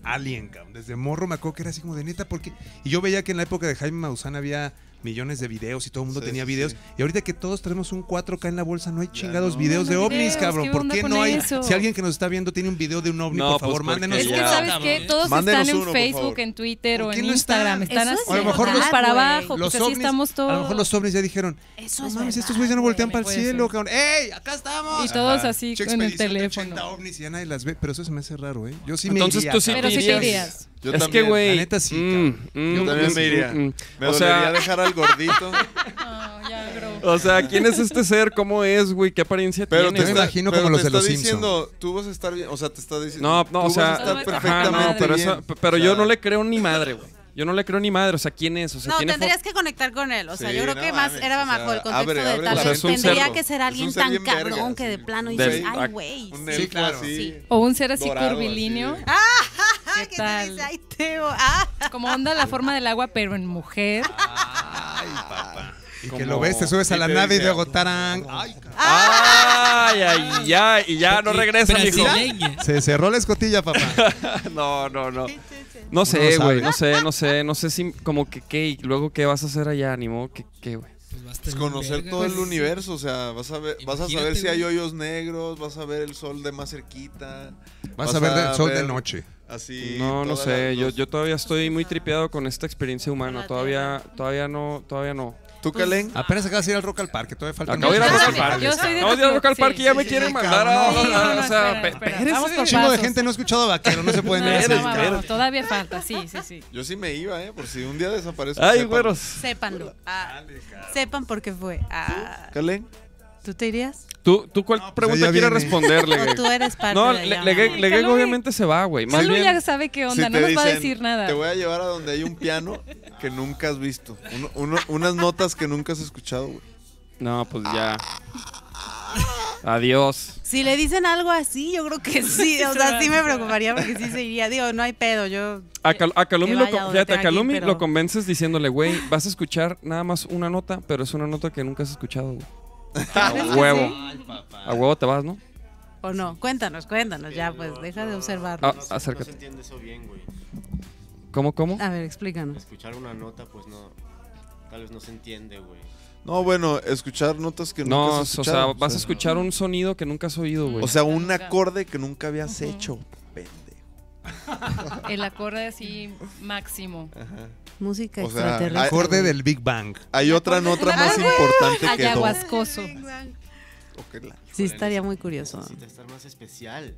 [SPEAKER 3] alien, cabrón. Desde morro me acuerdo que era así como de neta, porque. Y yo veía que en la época de Jaime Maussan había millones de videos y todo el mundo
[SPEAKER 6] Sí,
[SPEAKER 3] tenía
[SPEAKER 6] sí,
[SPEAKER 3] videos.
[SPEAKER 6] sí.
[SPEAKER 3] Y ahorita que todos tenemos un 4K en la bolsa, no hay chingados
[SPEAKER 6] no.
[SPEAKER 3] videos de
[SPEAKER 4] No hay
[SPEAKER 3] ovnis,
[SPEAKER 4] videos,
[SPEAKER 3] cabrón.
[SPEAKER 4] ¿qué
[SPEAKER 3] ¿Por
[SPEAKER 4] onda
[SPEAKER 3] qué
[SPEAKER 4] con
[SPEAKER 3] no hay?
[SPEAKER 4] eso?
[SPEAKER 3] Si alguien que nos está viendo tiene un video de un ovni,
[SPEAKER 2] No,
[SPEAKER 3] por
[SPEAKER 2] pues,
[SPEAKER 3] favor,
[SPEAKER 2] porque
[SPEAKER 3] mándenos.
[SPEAKER 4] Es que
[SPEAKER 2] Ya.
[SPEAKER 4] sabes que
[SPEAKER 7] Cabrón.
[SPEAKER 4] todos
[SPEAKER 6] Mándenos
[SPEAKER 4] están en
[SPEAKER 6] uno, por
[SPEAKER 4] Facebook,
[SPEAKER 6] favor.
[SPEAKER 4] en Twitter o
[SPEAKER 3] ¿Por qué
[SPEAKER 4] en
[SPEAKER 3] no están?
[SPEAKER 4] Instagram. Están
[SPEAKER 5] Eso
[SPEAKER 4] así.
[SPEAKER 5] es A lo mejor
[SPEAKER 4] cruz
[SPEAKER 5] los-
[SPEAKER 4] para
[SPEAKER 5] güey.
[SPEAKER 4] abajo.
[SPEAKER 3] Los
[SPEAKER 4] Pues así
[SPEAKER 3] ovnis,
[SPEAKER 4] estamos todos.
[SPEAKER 3] A lo mejor los ovnis ya dijeron,
[SPEAKER 5] Eso
[SPEAKER 3] no
[SPEAKER 5] es
[SPEAKER 3] mames,
[SPEAKER 5] verdad,
[SPEAKER 3] estos güeyes no voltean
[SPEAKER 4] güey,
[SPEAKER 3] para el
[SPEAKER 4] puede
[SPEAKER 3] cielo,
[SPEAKER 4] ser.
[SPEAKER 3] cabrón. ¡Ey, acá estamos!
[SPEAKER 4] Y todos así
[SPEAKER 3] Che
[SPEAKER 4] con el
[SPEAKER 3] expedición de
[SPEAKER 4] teléfono.
[SPEAKER 3] 80 ovnis y ya nadie las ve, pero eso se me hace raro, ¿eh? Yo sí me
[SPEAKER 2] Entonces
[SPEAKER 3] iría,
[SPEAKER 2] tú sí
[SPEAKER 3] cabrón.
[SPEAKER 4] Pero sí te irías.
[SPEAKER 6] Yo
[SPEAKER 2] es
[SPEAKER 6] también,
[SPEAKER 2] que, güey.
[SPEAKER 3] la neta sí,
[SPEAKER 6] Yo también me iría.
[SPEAKER 2] mm.
[SPEAKER 6] Me
[SPEAKER 2] o
[SPEAKER 6] dolería
[SPEAKER 2] sea,
[SPEAKER 6] dejar al gordito.
[SPEAKER 4] No, ya, bro.
[SPEAKER 2] o sea, ¿quién es este ser? ¿Cómo es, güey? ¿Qué apariencia
[SPEAKER 6] Pero
[SPEAKER 2] tiene?
[SPEAKER 6] te
[SPEAKER 3] me
[SPEAKER 6] está,
[SPEAKER 3] imagino
[SPEAKER 6] pero
[SPEAKER 3] como los
[SPEAKER 6] te
[SPEAKER 3] de
[SPEAKER 6] está
[SPEAKER 3] los
[SPEAKER 6] diciendo, tú vas a estar bien, o sea, te está diciendo,
[SPEAKER 2] No, no,
[SPEAKER 6] tú
[SPEAKER 2] o sea,
[SPEAKER 6] vas a estar
[SPEAKER 4] Todo está
[SPEAKER 2] ajá,
[SPEAKER 6] perfectamente
[SPEAKER 2] no, pero,
[SPEAKER 6] bien.
[SPEAKER 2] eso- p- pero yo
[SPEAKER 6] O sea,
[SPEAKER 2] no le creo ni madre, güey. Yo no le creo ni madre, o sea, ¿quién es? O sea,
[SPEAKER 5] No,
[SPEAKER 2] tiene fo-
[SPEAKER 5] tendrías que conectar con él. O sea,
[SPEAKER 6] Sí,
[SPEAKER 5] yo creo
[SPEAKER 6] no
[SPEAKER 5] que más
[SPEAKER 6] mames,
[SPEAKER 5] era
[SPEAKER 6] o sea,
[SPEAKER 5] bajo el contexto
[SPEAKER 6] abre,
[SPEAKER 5] de
[SPEAKER 6] abre
[SPEAKER 5] tal
[SPEAKER 2] la
[SPEAKER 5] vez.
[SPEAKER 2] mente. Es un
[SPEAKER 5] tendría
[SPEAKER 2] cerdo.
[SPEAKER 5] que ser
[SPEAKER 6] Es
[SPEAKER 5] alguien
[SPEAKER 6] un ser
[SPEAKER 5] tan
[SPEAKER 6] bien verga,
[SPEAKER 5] cabrón que de
[SPEAKER 6] sí.
[SPEAKER 5] plano
[SPEAKER 6] Sí,
[SPEAKER 5] dices,
[SPEAKER 2] ac-
[SPEAKER 5] ay, güey.
[SPEAKER 6] Un
[SPEAKER 5] sí,
[SPEAKER 6] elfo
[SPEAKER 3] claro.
[SPEAKER 6] así.
[SPEAKER 5] Sí.
[SPEAKER 4] O un ser así
[SPEAKER 6] Dorado, así.
[SPEAKER 4] curvilíneo.
[SPEAKER 5] (laughs) Ah,
[SPEAKER 4] ¿Qué
[SPEAKER 5] que te
[SPEAKER 4] tal?
[SPEAKER 5] dice, ay, Teo. (laughs) Ah,
[SPEAKER 4] Como onda la forma del agua, pero en mujer.
[SPEAKER 6] Ah,
[SPEAKER 3] Y que
[SPEAKER 2] Como-
[SPEAKER 3] lo ves, te "Ah, subes a
[SPEAKER 6] y
[SPEAKER 3] la
[SPEAKER 6] te
[SPEAKER 3] nave y
[SPEAKER 6] dice,
[SPEAKER 3] luego tarán. Ay, cabrón.
[SPEAKER 2] Ay, ay, ya, y ya no regresa, hijo.
[SPEAKER 7] Brasileña.
[SPEAKER 3] Se cerró la escotilla, papá.
[SPEAKER 2] (laughs) No, no, no.
[SPEAKER 5] sí, sí, sí.
[SPEAKER 2] No sé,
[SPEAKER 3] sabe.
[SPEAKER 2] güey, no sé, no sé, no sé si como que qué y luego qué vas a hacer allá, ni modo que qué, güey.
[SPEAKER 7] Pues va a estar
[SPEAKER 6] Pues
[SPEAKER 7] bien
[SPEAKER 6] conocer
[SPEAKER 7] verga,
[SPEAKER 6] todo
[SPEAKER 7] güey.
[SPEAKER 6] el universo, o sea, vas a ver, vas a
[SPEAKER 7] Imagínate,
[SPEAKER 6] saber si hay
[SPEAKER 7] güey.
[SPEAKER 6] hoyos negros, vas a ver el sol de más cerquita.
[SPEAKER 3] Vas a ver el sol de noche.
[SPEAKER 6] Así.
[SPEAKER 2] No, no
[SPEAKER 6] todas
[SPEAKER 2] sé,
[SPEAKER 6] las-
[SPEAKER 2] yo
[SPEAKER 6] los-
[SPEAKER 2] yo todavía estoy muy tripeado con esta experiencia humana,
[SPEAKER 5] Hola,
[SPEAKER 2] todavía todavía no, todavía no.
[SPEAKER 6] ¿Tú, Calén?
[SPEAKER 3] Apenas acabas de ir al Rock al Parque, todavía falta
[SPEAKER 2] Acabo de ir a
[SPEAKER 4] Yo
[SPEAKER 2] Rock al
[SPEAKER 4] soy-
[SPEAKER 2] Parque.
[SPEAKER 4] yo soy de
[SPEAKER 2] Acabo de ir a
[SPEAKER 4] los-
[SPEAKER 2] Rock al Parque y ya
[SPEAKER 4] sí,
[SPEAKER 2] me
[SPEAKER 4] sí,
[SPEAKER 2] quieren
[SPEAKER 3] sí,
[SPEAKER 2] mandar a
[SPEAKER 3] cabrón.
[SPEAKER 2] a-
[SPEAKER 4] No,
[SPEAKER 2] a-
[SPEAKER 4] no,
[SPEAKER 2] o sea,
[SPEAKER 4] espera,
[SPEAKER 2] pe-
[SPEAKER 4] espera.
[SPEAKER 2] espérese.
[SPEAKER 4] Vamos por
[SPEAKER 3] Un chingo de
[SPEAKER 4] Pasos.
[SPEAKER 3] gente no ha escuchado vaquero, no se
[SPEAKER 6] pues,
[SPEAKER 3] pueden ir
[SPEAKER 4] No,
[SPEAKER 3] así.
[SPEAKER 4] no,
[SPEAKER 2] espérate.
[SPEAKER 4] vamos, todavía falta, sí, sí, sí.
[SPEAKER 6] Yo sí me iba, eh, por si un día desaparezco.
[SPEAKER 2] Ay,
[SPEAKER 6] sepan.
[SPEAKER 2] güeros.
[SPEAKER 5] Sépanlo. Ah, sepan por qué fue. Ah,
[SPEAKER 6] Calén,
[SPEAKER 5] ¿Tú te irías?
[SPEAKER 2] ¿Tú, tú cuál pregunta
[SPEAKER 3] ya
[SPEAKER 2] quieres
[SPEAKER 3] viene.
[SPEAKER 2] responderle,
[SPEAKER 5] ¿O
[SPEAKER 2] güey?
[SPEAKER 5] tú eres parte
[SPEAKER 2] No,
[SPEAKER 5] de la
[SPEAKER 2] Le-
[SPEAKER 5] llamada?
[SPEAKER 2] Legué Legué
[SPEAKER 4] Caló,
[SPEAKER 2] obviamente se va, güey. Más
[SPEAKER 4] Calu
[SPEAKER 2] bien,
[SPEAKER 4] ya sabe qué
[SPEAKER 6] si
[SPEAKER 4] onda,
[SPEAKER 6] te
[SPEAKER 4] no nos va a
[SPEAKER 6] dicen,
[SPEAKER 4] decir nada.
[SPEAKER 6] Te voy a llevar a donde hay un piano que nunca has visto, uno- uno- unas notas que nunca has escuchado, güey.
[SPEAKER 2] no, pues ya. Adiós.
[SPEAKER 5] Si le dicen algo así, yo creo que sí. O sea, sí me preocuparía porque sí se iría. Digo, no hay pedo, yo.
[SPEAKER 2] A, Cal- a Calumi,
[SPEAKER 5] que
[SPEAKER 2] lo,
[SPEAKER 5] vaya
[SPEAKER 2] con-
[SPEAKER 5] donde
[SPEAKER 2] fíjate, a
[SPEAKER 5] tenga que
[SPEAKER 2] Calumi
[SPEAKER 5] ir, pero-
[SPEAKER 2] lo convences diciéndole, güey, vas a escuchar nada más una nota, pero es una nota que nunca has
[SPEAKER 5] (laughs)
[SPEAKER 2] escuchado, güey. A huevo. A huevo te vas, ¿no?
[SPEAKER 5] O no, cuéntanos, cuéntanos, ya, pues deja de observarlo.
[SPEAKER 2] A-
[SPEAKER 8] No se- No se
[SPEAKER 2] acércate.
[SPEAKER 8] entiende eso bien, güey.
[SPEAKER 2] ¿Cómo, cómo?
[SPEAKER 5] A ver, explícanos.
[SPEAKER 8] Escuchar una nota, pues no. Tal vez no se entiende, güey.
[SPEAKER 6] No, bueno, escuchar notas que nunca
[SPEAKER 2] No, o
[SPEAKER 6] has
[SPEAKER 2] sea,
[SPEAKER 6] escuchado.
[SPEAKER 2] vas a escuchar un sonido que nunca has oído, güey.
[SPEAKER 6] O sea, un acorde que nunca habías hecho, pendejo.
[SPEAKER 4] (laughs) El acorde así máximo.
[SPEAKER 5] Música
[SPEAKER 6] O sea,
[SPEAKER 5] extraterrestre.
[SPEAKER 3] Acorde del Big Bang.
[SPEAKER 6] Hay otra nota
[SPEAKER 5] Ah,
[SPEAKER 6] más
[SPEAKER 5] güey.
[SPEAKER 6] importante que no.
[SPEAKER 4] Ayahuascoso.
[SPEAKER 6] O que la-
[SPEAKER 5] Sí, estaría muy curioso.
[SPEAKER 8] Necesita estar más
[SPEAKER 2] (laughs)
[SPEAKER 8] especial.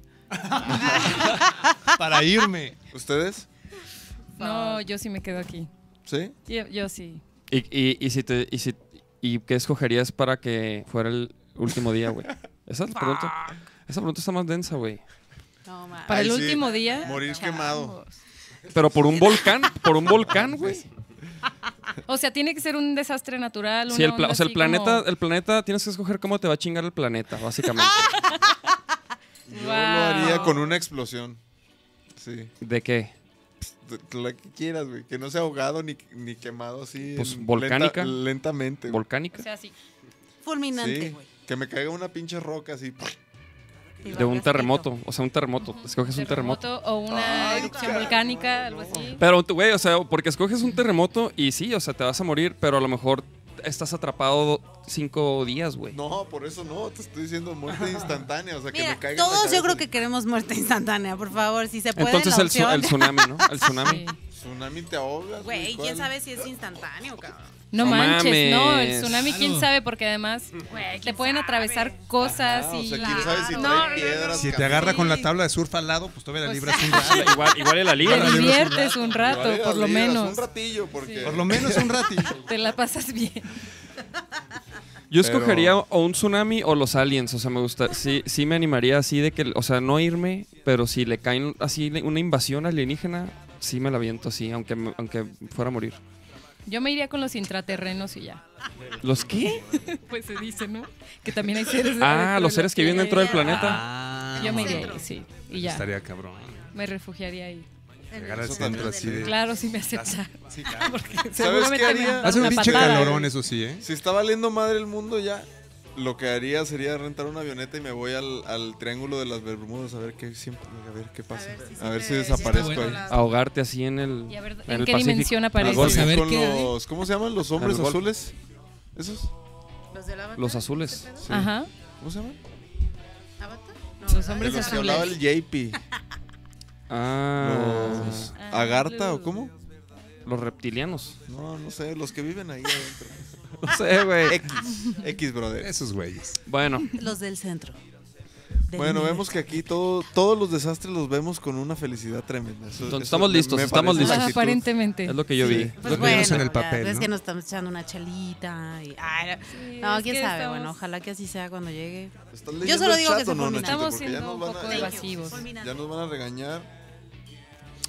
[SPEAKER 3] Para irme.
[SPEAKER 6] ¿Ustedes?
[SPEAKER 4] No, yo sí me quedo aquí.
[SPEAKER 6] ¿Sí?
[SPEAKER 4] Yo, yo sí.
[SPEAKER 2] y, y, y si te, y, si, ¿Y qué escogerías para que fuera el último día, güey?
[SPEAKER 4] (laughs)
[SPEAKER 2] Esa pregunta, esa pregunta está más densa, güey.
[SPEAKER 5] No, ma.
[SPEAKER 4] Para
[SPEAKER 6] Ay,
[SPEAKER 4] el
[SPEAKER 6] sí,
[SPEAKER 4] último día.
[SPEAKER 6] morir quemado.
[SPEAKER 2] Pero por un volcán, por un volcán, güey.
[SPEAKER 4] O sea, tiene que ser un desastre natural.
[SPEAKER 2] Sí,
[SPEAKER 4] una
[SPEAKER 2] el pla-
[SPEAKER 4] onda
[SPEAKER 2] o sea, el
[SPEAKER 4] así
[SPEAKER 2] planeta,
[SPEAKER 4] como-
[SPEAKER 2] el planeta, tienes que escoger cómo te va a chingar el planeta,
[SPEAKER 4] (laughs)
[SPEAKER 2] básicamente.
[SPEAKER 4] Ah.
[SPEAKER 6] Yo lo
[SPEAKER 4] Wow.
[SPEAKER 6] haría con una explosión. Sí.
[SPEAKER 2] ¿De qué?
[SPEAKER 6] De- La que quieras, güey. Que no sea ahogado ni, ni quemado así.
[SPEAKER 2] Pues,
[SPEAKER 6] en-
[SPEAKER 2] volcánica.
[SPEAKER 6] lenta- lentamente.
[SPEAKER 4] O
[SPEAKER 6] güey.
[SPEAKER 2] ¿Volcánica?
[SPEAKER 4] sea, sí.
[SPEAKER 5] Fulminante,
[SPEAKER 6] Sí.
[SPEAKER 5] güey.
[SPEAKER 6] Que me caiga una pinche roca así.
[SPEAKER 5] Y
[SPEAKER 2] De un
[SPEAKER 5] rasquito.
[SPEAKER 2] terremoto, o sea, un terremoto. Escoges un terremoto.
[SPEAKER 4] O una
[SPEAKER 6] Ay,
[SPEAKER 4] erupción
[SPEAKER 6] cabrón,
[SPEAKER 4] volcánica, algo así.
[SPEAKER 2] Pero, tú, güey, o sea, porque escoges un terremoto y sí, o sea, te vas a morir, pero a lo mejor estás atrapado cinco días, güey.
[SPEAKER 6] No, por eso no, te estoy diciendo muerte instantánea, o sea, que
[SPEAKER 5] Mira,
[SPEAKER 6] me caiga en la
[SPEAKER 5] todos yo
[SPEAKER 6] cabeza
[SPEAKER 5] creo
[SPEAKER 6] el
[SPEAKER 5] que queremos muerte instantánea, por favor, si se puede.
[SPEAKER 2] Entonces
[SPEAKER 5] la
[SPEAKER 2] el, tsu-
[SPEAKER 5] opción.
[SPEAKER 2] el tsunami, ¿no? El
[SPEAKER 5] (laughs)
[SPEAKER 2] tsunami.
[SPEAKER 4] (laughs) Sí.
[SPEAKER 6] Tsunami te ahoga.
[SPEAKER 5] Güey, quién sabe si es instantáneo, cabrón.
[SPEAKER 4] No
[SPEAKER 2] No
[SPEAKER 4] manches, no, el
[SPEAKER 2] mames.
[SPEAKER 4] tsunami, quién
[SPEAKER 7] Claro.
[SPEAKER 4] sabe, porque además te pueden atravesar cosas
[SPEAKER 6] o
[SPEAKER 4] y...
[SPEAKER 6] sea, quién sabe si
[SPEAKER 5] Claro.
[SPEAKER 6] trae
[SPEAKER 5] No, no, no,
[SPEAKER 6] piedras.
[SPEAKER 3] Si te
[SPEAKER 6] cabrón.
[SPEAKER 3] agarra con la
[SPEAKER 4] Sí.
[SPEAKER 3] tabla de surf al lado, pues todavía la
[SPEAKER 4] Pues,
[SPEAKER 3] libras un
[SPEAKER 2] Ah,
[SPEAKER 4] (laughs)
[SPEAKER 3] rato.
[SPEAKER 2] Igual, igual en la
[SPEAKER 4] Te
[SPEAKER 2] liga.
[SPEAKER 3] Igual.
[SPEAKER 4] diviertes un rato,
[SPEAKER 6] Vale,
[SPEAKER 4] por lo
[SPEAKER 6] libras,
[SPEAKER 4] menos.
[SPEAKER 6] Un ratillo, porque.
[SPEAKER 3] Por lo menos un ratito.
[SPEAKER 4] (laughs) Te la pasas bien.
[SPEAKER 2] Yo
[SPEAKER 6] Pero-
[SPEAKER 2] escogería o un tsunami o los aliens, o sea, me gusta, sí, sí me animaría así de que, o sea, no irme, pero si le caen así le- una invasión alienígena, sí me la viento así, aunque, me- aunque fuera a morir.
[SPEAKER 4] Yo me iría con los intraterrenos y ya. (laughs)
[SPEAKER 2] ¿Los qué?
[SPEAKER 4] Pues se dice, ¿no? Que también hay seres...
[SPEAKER 2] Ah, los seres que viven dentro del planeta.
[SPEAKER 3] Ah,
[SPEAKER 4] Yo me iría
[SPEAKER 5] Centro.
[SPEAKER 4] ahí, sí. Y ya.
[SPEAKER 3] Estaría cabrón.
[SPEAKER 4] Me refugiaría ahí.
[SPEAKER 3] Llegar al
[SPEAKER 6] Eso
[SPEAKER 3] centro
[SPEAKER 6] también.
[SPEAKER 3] así de.
[SPEAKER 4] Claro, si me acepta. (laughs)
[SPEAKER 3] Sí, claro.
[SPEAKER 6] ¿Sabes qué haría?
[SPEAKER 3] Hace un
[SPEAKER 4] una
[SPEAKER 3] pinche
[SPEAKER 4] patada.
[SPEAKER 3] calorón, eso sí, ¿eh?
[SPEAKER 6] Si está valiendo madre el mundo ya, lo que haría sería rentar una avioneta y me voy al, al Triángulo de las Bermudas a ver qué siempre, a ver qué pasa. A ver si,
[SPEAKER 5] se te-
[SPEAKER 6] desaparezco
[SPEAKER 5] si te-
[SPEAKER 6] ahí.
[SPEAKER 2] Ahogarte así en el.
[SPEAKER 4] Y a ver,
[SPEAKER 2] el
[SPEAKER 4] ¿en qué
[SPEAKER 2] Pacífico.
[SPEAKER 4] dimensión
[SPEAKER 6] Al
[SPEAKER 4] aparece?
[SPEAKER 7] Vamos
[SPEAKER 6] golf
[SPEAKER 7] a ver
[SPEAKER 6] con
[SPEAKER 7] qué hay.
[SPEAKER 6] los, ¿Cómo se llaman? ¿Los hombres
[SPEAKER 2] Al golf.
[SPEAKER 6] azules? ¿Esos?
[SPEAKER 5] ¿Los del Avatar?
[SPEAKER 2] Los azules.
[SPEAKER 6] Sí.
[SPEAKER 4] Ajá.
[SPEAKER 6] ¿Cómo se llaman?
[SPEAKER 5] ¿Avatar? No,
[SPEAKER 4] Los
[SPEAKER 5] ¿verdad?
[SPEAKER 6] De
[SPEAKER 4] hombres
[SPEAKER 6] los que
[SPEAKER 4] azules.
[SPEAKER 6] hablaba el JP.
[SPEAKER 2] (laughs) Ah,
[SPEAKER 6] Los
[SPEAKER 4] Ah.
[SPEAKER 6] Agartha o cómo?
[SPEAKER 2] los reptilianos.
[SPEAKER 6] No, no sé, los que viven ahí adentro.
[SPEAKER 2] (laughs) No sé, güey.
[SPEAKER 6] X, X, brother.
[SPEAKER 3] Esos güeyes.
[SPEAKER 2] Bueno,
[SPEAKER 5] Los del centro. Del
[SPEAKER 6] Bueno,
[SPEAKER 5] norte.
[SPEAKER 6] vemos que aquí todo, todos los desastres los vemos con una felicidad tremenda. Eso-
[SPEAKER 2] Entonces,
[SPEAKER 6] eso
[SPEAKER 2] estamos
[SPEAKER 6] me-
[SPEAKER 2] listos,
[SPEAKER 6] me
[SPEAKER 2] estamos
[SPEAKER 6] parece
[SPEAKER 2] listos.
[SPEAKER 6] la
[SPEAKER 4] Ah,
[SPEAKER 6] actitud.
[SPEAKER 4] aparentemente.
[SPEAKER 2] es lo que yo vi.
[SPEAKER 3] Lo
[SPEAKER 5] Pues
[SPEAKER 3] que
[SPEAKER 5] bueno,
[SPEAKER 3] vimos en el papel,
[SPEAKER 5] ya, es
[SPEAKER 3] ¿no?
[SPEAKER 5] que nos estamos echando una chelita. Y, ay,
[SPEAKER 4] Sí,
[SPEAKER 5] no,
[SPEAKER 4] es
[SPEAKER 5] quién
[SPEAKER 4] que
[SPEAKER 5] sabe.
[SPEAKER 4] estamos-
[SPEAKER 5] Bueno, ojalá que así sea cuando llegue.
[SPEAKER 6] ¿Estás leyendo
[SPEAKER 5] solo
[SPEAKER 6] el
[SPEAKER 5] digo
[SPEAKER 6] chat
[SPEAKER 5] que
[SPEAKER 6] o
[SPEAKER 5] se
[SPEAKER 6] no,
[SPEAKER 5] fulminan.
[SPEAKER 6] Nachito?
[SPEAKER 4] Estamos
[SPEAKER 6] Porque ya
[SPEAKER 4] siendo
[SPEAKER 6] nos
[SPEAKER 4] un
[SPEAKER 6] van a-
[SPEAKER 4] poco
[SPEAKER 6] ya-
[SPEAKER 4] evasivos.
[SPEAKER 6] Ya nos van a regañar.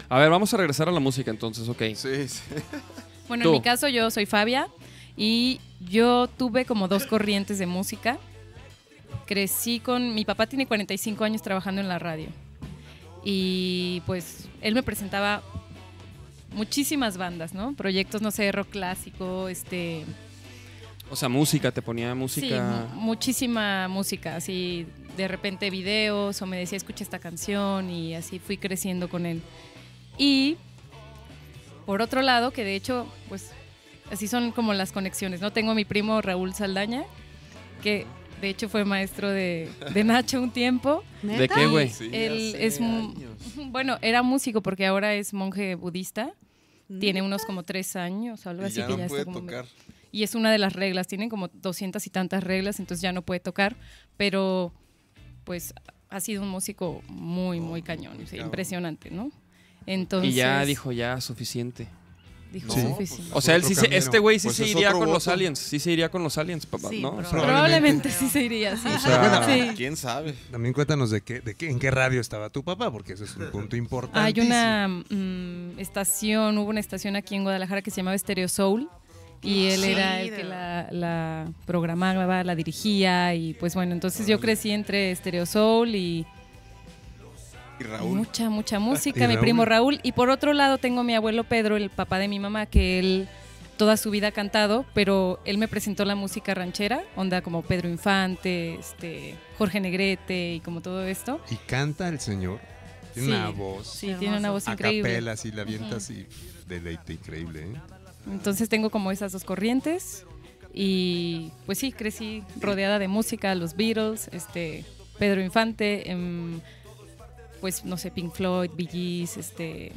[SPEAKER 2] A ver, vamos a regresar a la música entonces, ok.
[SPEAKER 6] Sí, sí.
[SPEAKER 4] Bueno,
[SPEAKER 2] Tú.
[SPEAKER 4] en mi caso yo soy Fabia y yo tuve como dos corrientes de música. Crecí con... Mi papá tiene 45 años trabajando en la radio. Y pues él me presentaba muchísimas bandas, ¿no? Proyectos, no sé, rock clásico, este...
[SPEAKER 2] O sea, música, te ponía
[SPEAKER 4] Sí,
[SPEAKER 2] música.
[SPEAKER 4] mu- muchísima música, así de repente videos o me decía escucha esta canción y así fui creciendo con él. Y por otro lado, que de hecho, pues así son como las conexiones, ¿no? Tengo a mi primo Raúl Saldaña, que de hecho fue maestro de, de Nacho un tiempo.
[SPEAKER 2] ¿De qué, güey?
[SPEAKER 6] Sí,
[SPEAKER 4] Él
[SPEAKER 6] hace
[SPEAKER 4] es un-
[SPEAKER 6] años.
[SPEAKER 4] Bueno, era músico porque ahora es monje budista, tiene unos como tres años o algo
[SPEAKER 6] Y
[SPEAKER 4] así
[SPEAKER 6] ya
[SPEAKER 4] que
[SPEAKER 6] no
[SPEAKER 4] ya
[SPEAKER 6] puede
[SPEAKER 4] está como medio-
[SPEAKER 6] tocar.
[SPEAKER 4] y es una de las reglas. Tienen como 200 y tantas reglas, entonces ya no puede tocar, pero pues ha sido un músico muy, muy cañón,
[SPEAKER 6] muy
[SPEAKER 4] sí,
[SPEAKER 6] cabrón.
[SPEAKER 4] impresionante, ¿no? Entonces,
[SPEAKER 2] y ya dijo, ya, suficiente.
[SPEAKER 4] dijo
[SPEAKER 6] No,
[SPEAKER 3] Sí.
[SPEAKER 4] suficiente.
[SPEAKER 2] O sea, él
[SPEAKER 3] Otro
[SPEAKER 2] sí se-
[SPEAKER 3] camino.
[SPEAKER 2] este güey sí
[SPEAKER 6] Pues
[SPEAKER 2] se
[SPEAKER 6] es
[SPEAKER 2] iría
[SPEAKER 6] otro
[SPEAKER 2] con los
[SPEAKER 6] voto.
[SPEAKER 2] aliens, sí se iría con los aliens, papá,
[SPEAKER 5] Sí,
[SPEAKER 2] ¿no?
[SPEAKER 5] probable.
[SPEAKER 2] O sea,
[SPEAKER 4] Probablemente sí se iría así.
[SPEAKER 3] O sea, bueno,
[SPEAKER 4] (laughs) Sí.
[SPEAKER 6] ¿Quién sabe?
[SPEAKER 3] También cuéntanos de qué, de qué, en qué radio estaba tu papá, porque eso es un punto importante.
[SPEAKER 4] Hay una mm, estación, hubo una estación aquí en Guadalajara que se llamaba Stereo Soul. Y él era el que
[SPEAKER 5] Chido.
[SPEAKER 4] la, la programaba, la dirigía. Y pues bueno, entonces yo crecí entre Stereo Soul y,
[SPEAKER 6] Y Raúl.
[SPEAKER 4] Mucha, mucha música,
[SPEAKER 3] Y
[SPEAKER 4] mi
[SPEAKER 3] Raúl.
[SPEAKER 4] primo Raúl. Y por otro lado tengo a mi abuelo Pedro, el papá de mi mamá, que él toda su vida ha cantado, pero él me presentó la música ranchera, onda como Pedro Infante, este, Jorge Negrete y como todo esto.
[SPEAKER 3] Y canta el señor. Tiene
[SPEAKER 4] Sí.
[SPEAKER 3] una voz.
[SPEAKER 4] Sí, tiene una voz
[SPEAKER 3] a
[SPEAKER 4] increíble.
[SPEAKER 3] capela, así la avienta así. Deleite increíble, ¿eh?
[SPEAKER 4] Entonces tengo como esas dos corrientes y pues sí, crecí rodeada de música, los Beatles, este, Pedro Infante, em, pues no sé, Pink Floyd, Bee Gees, este,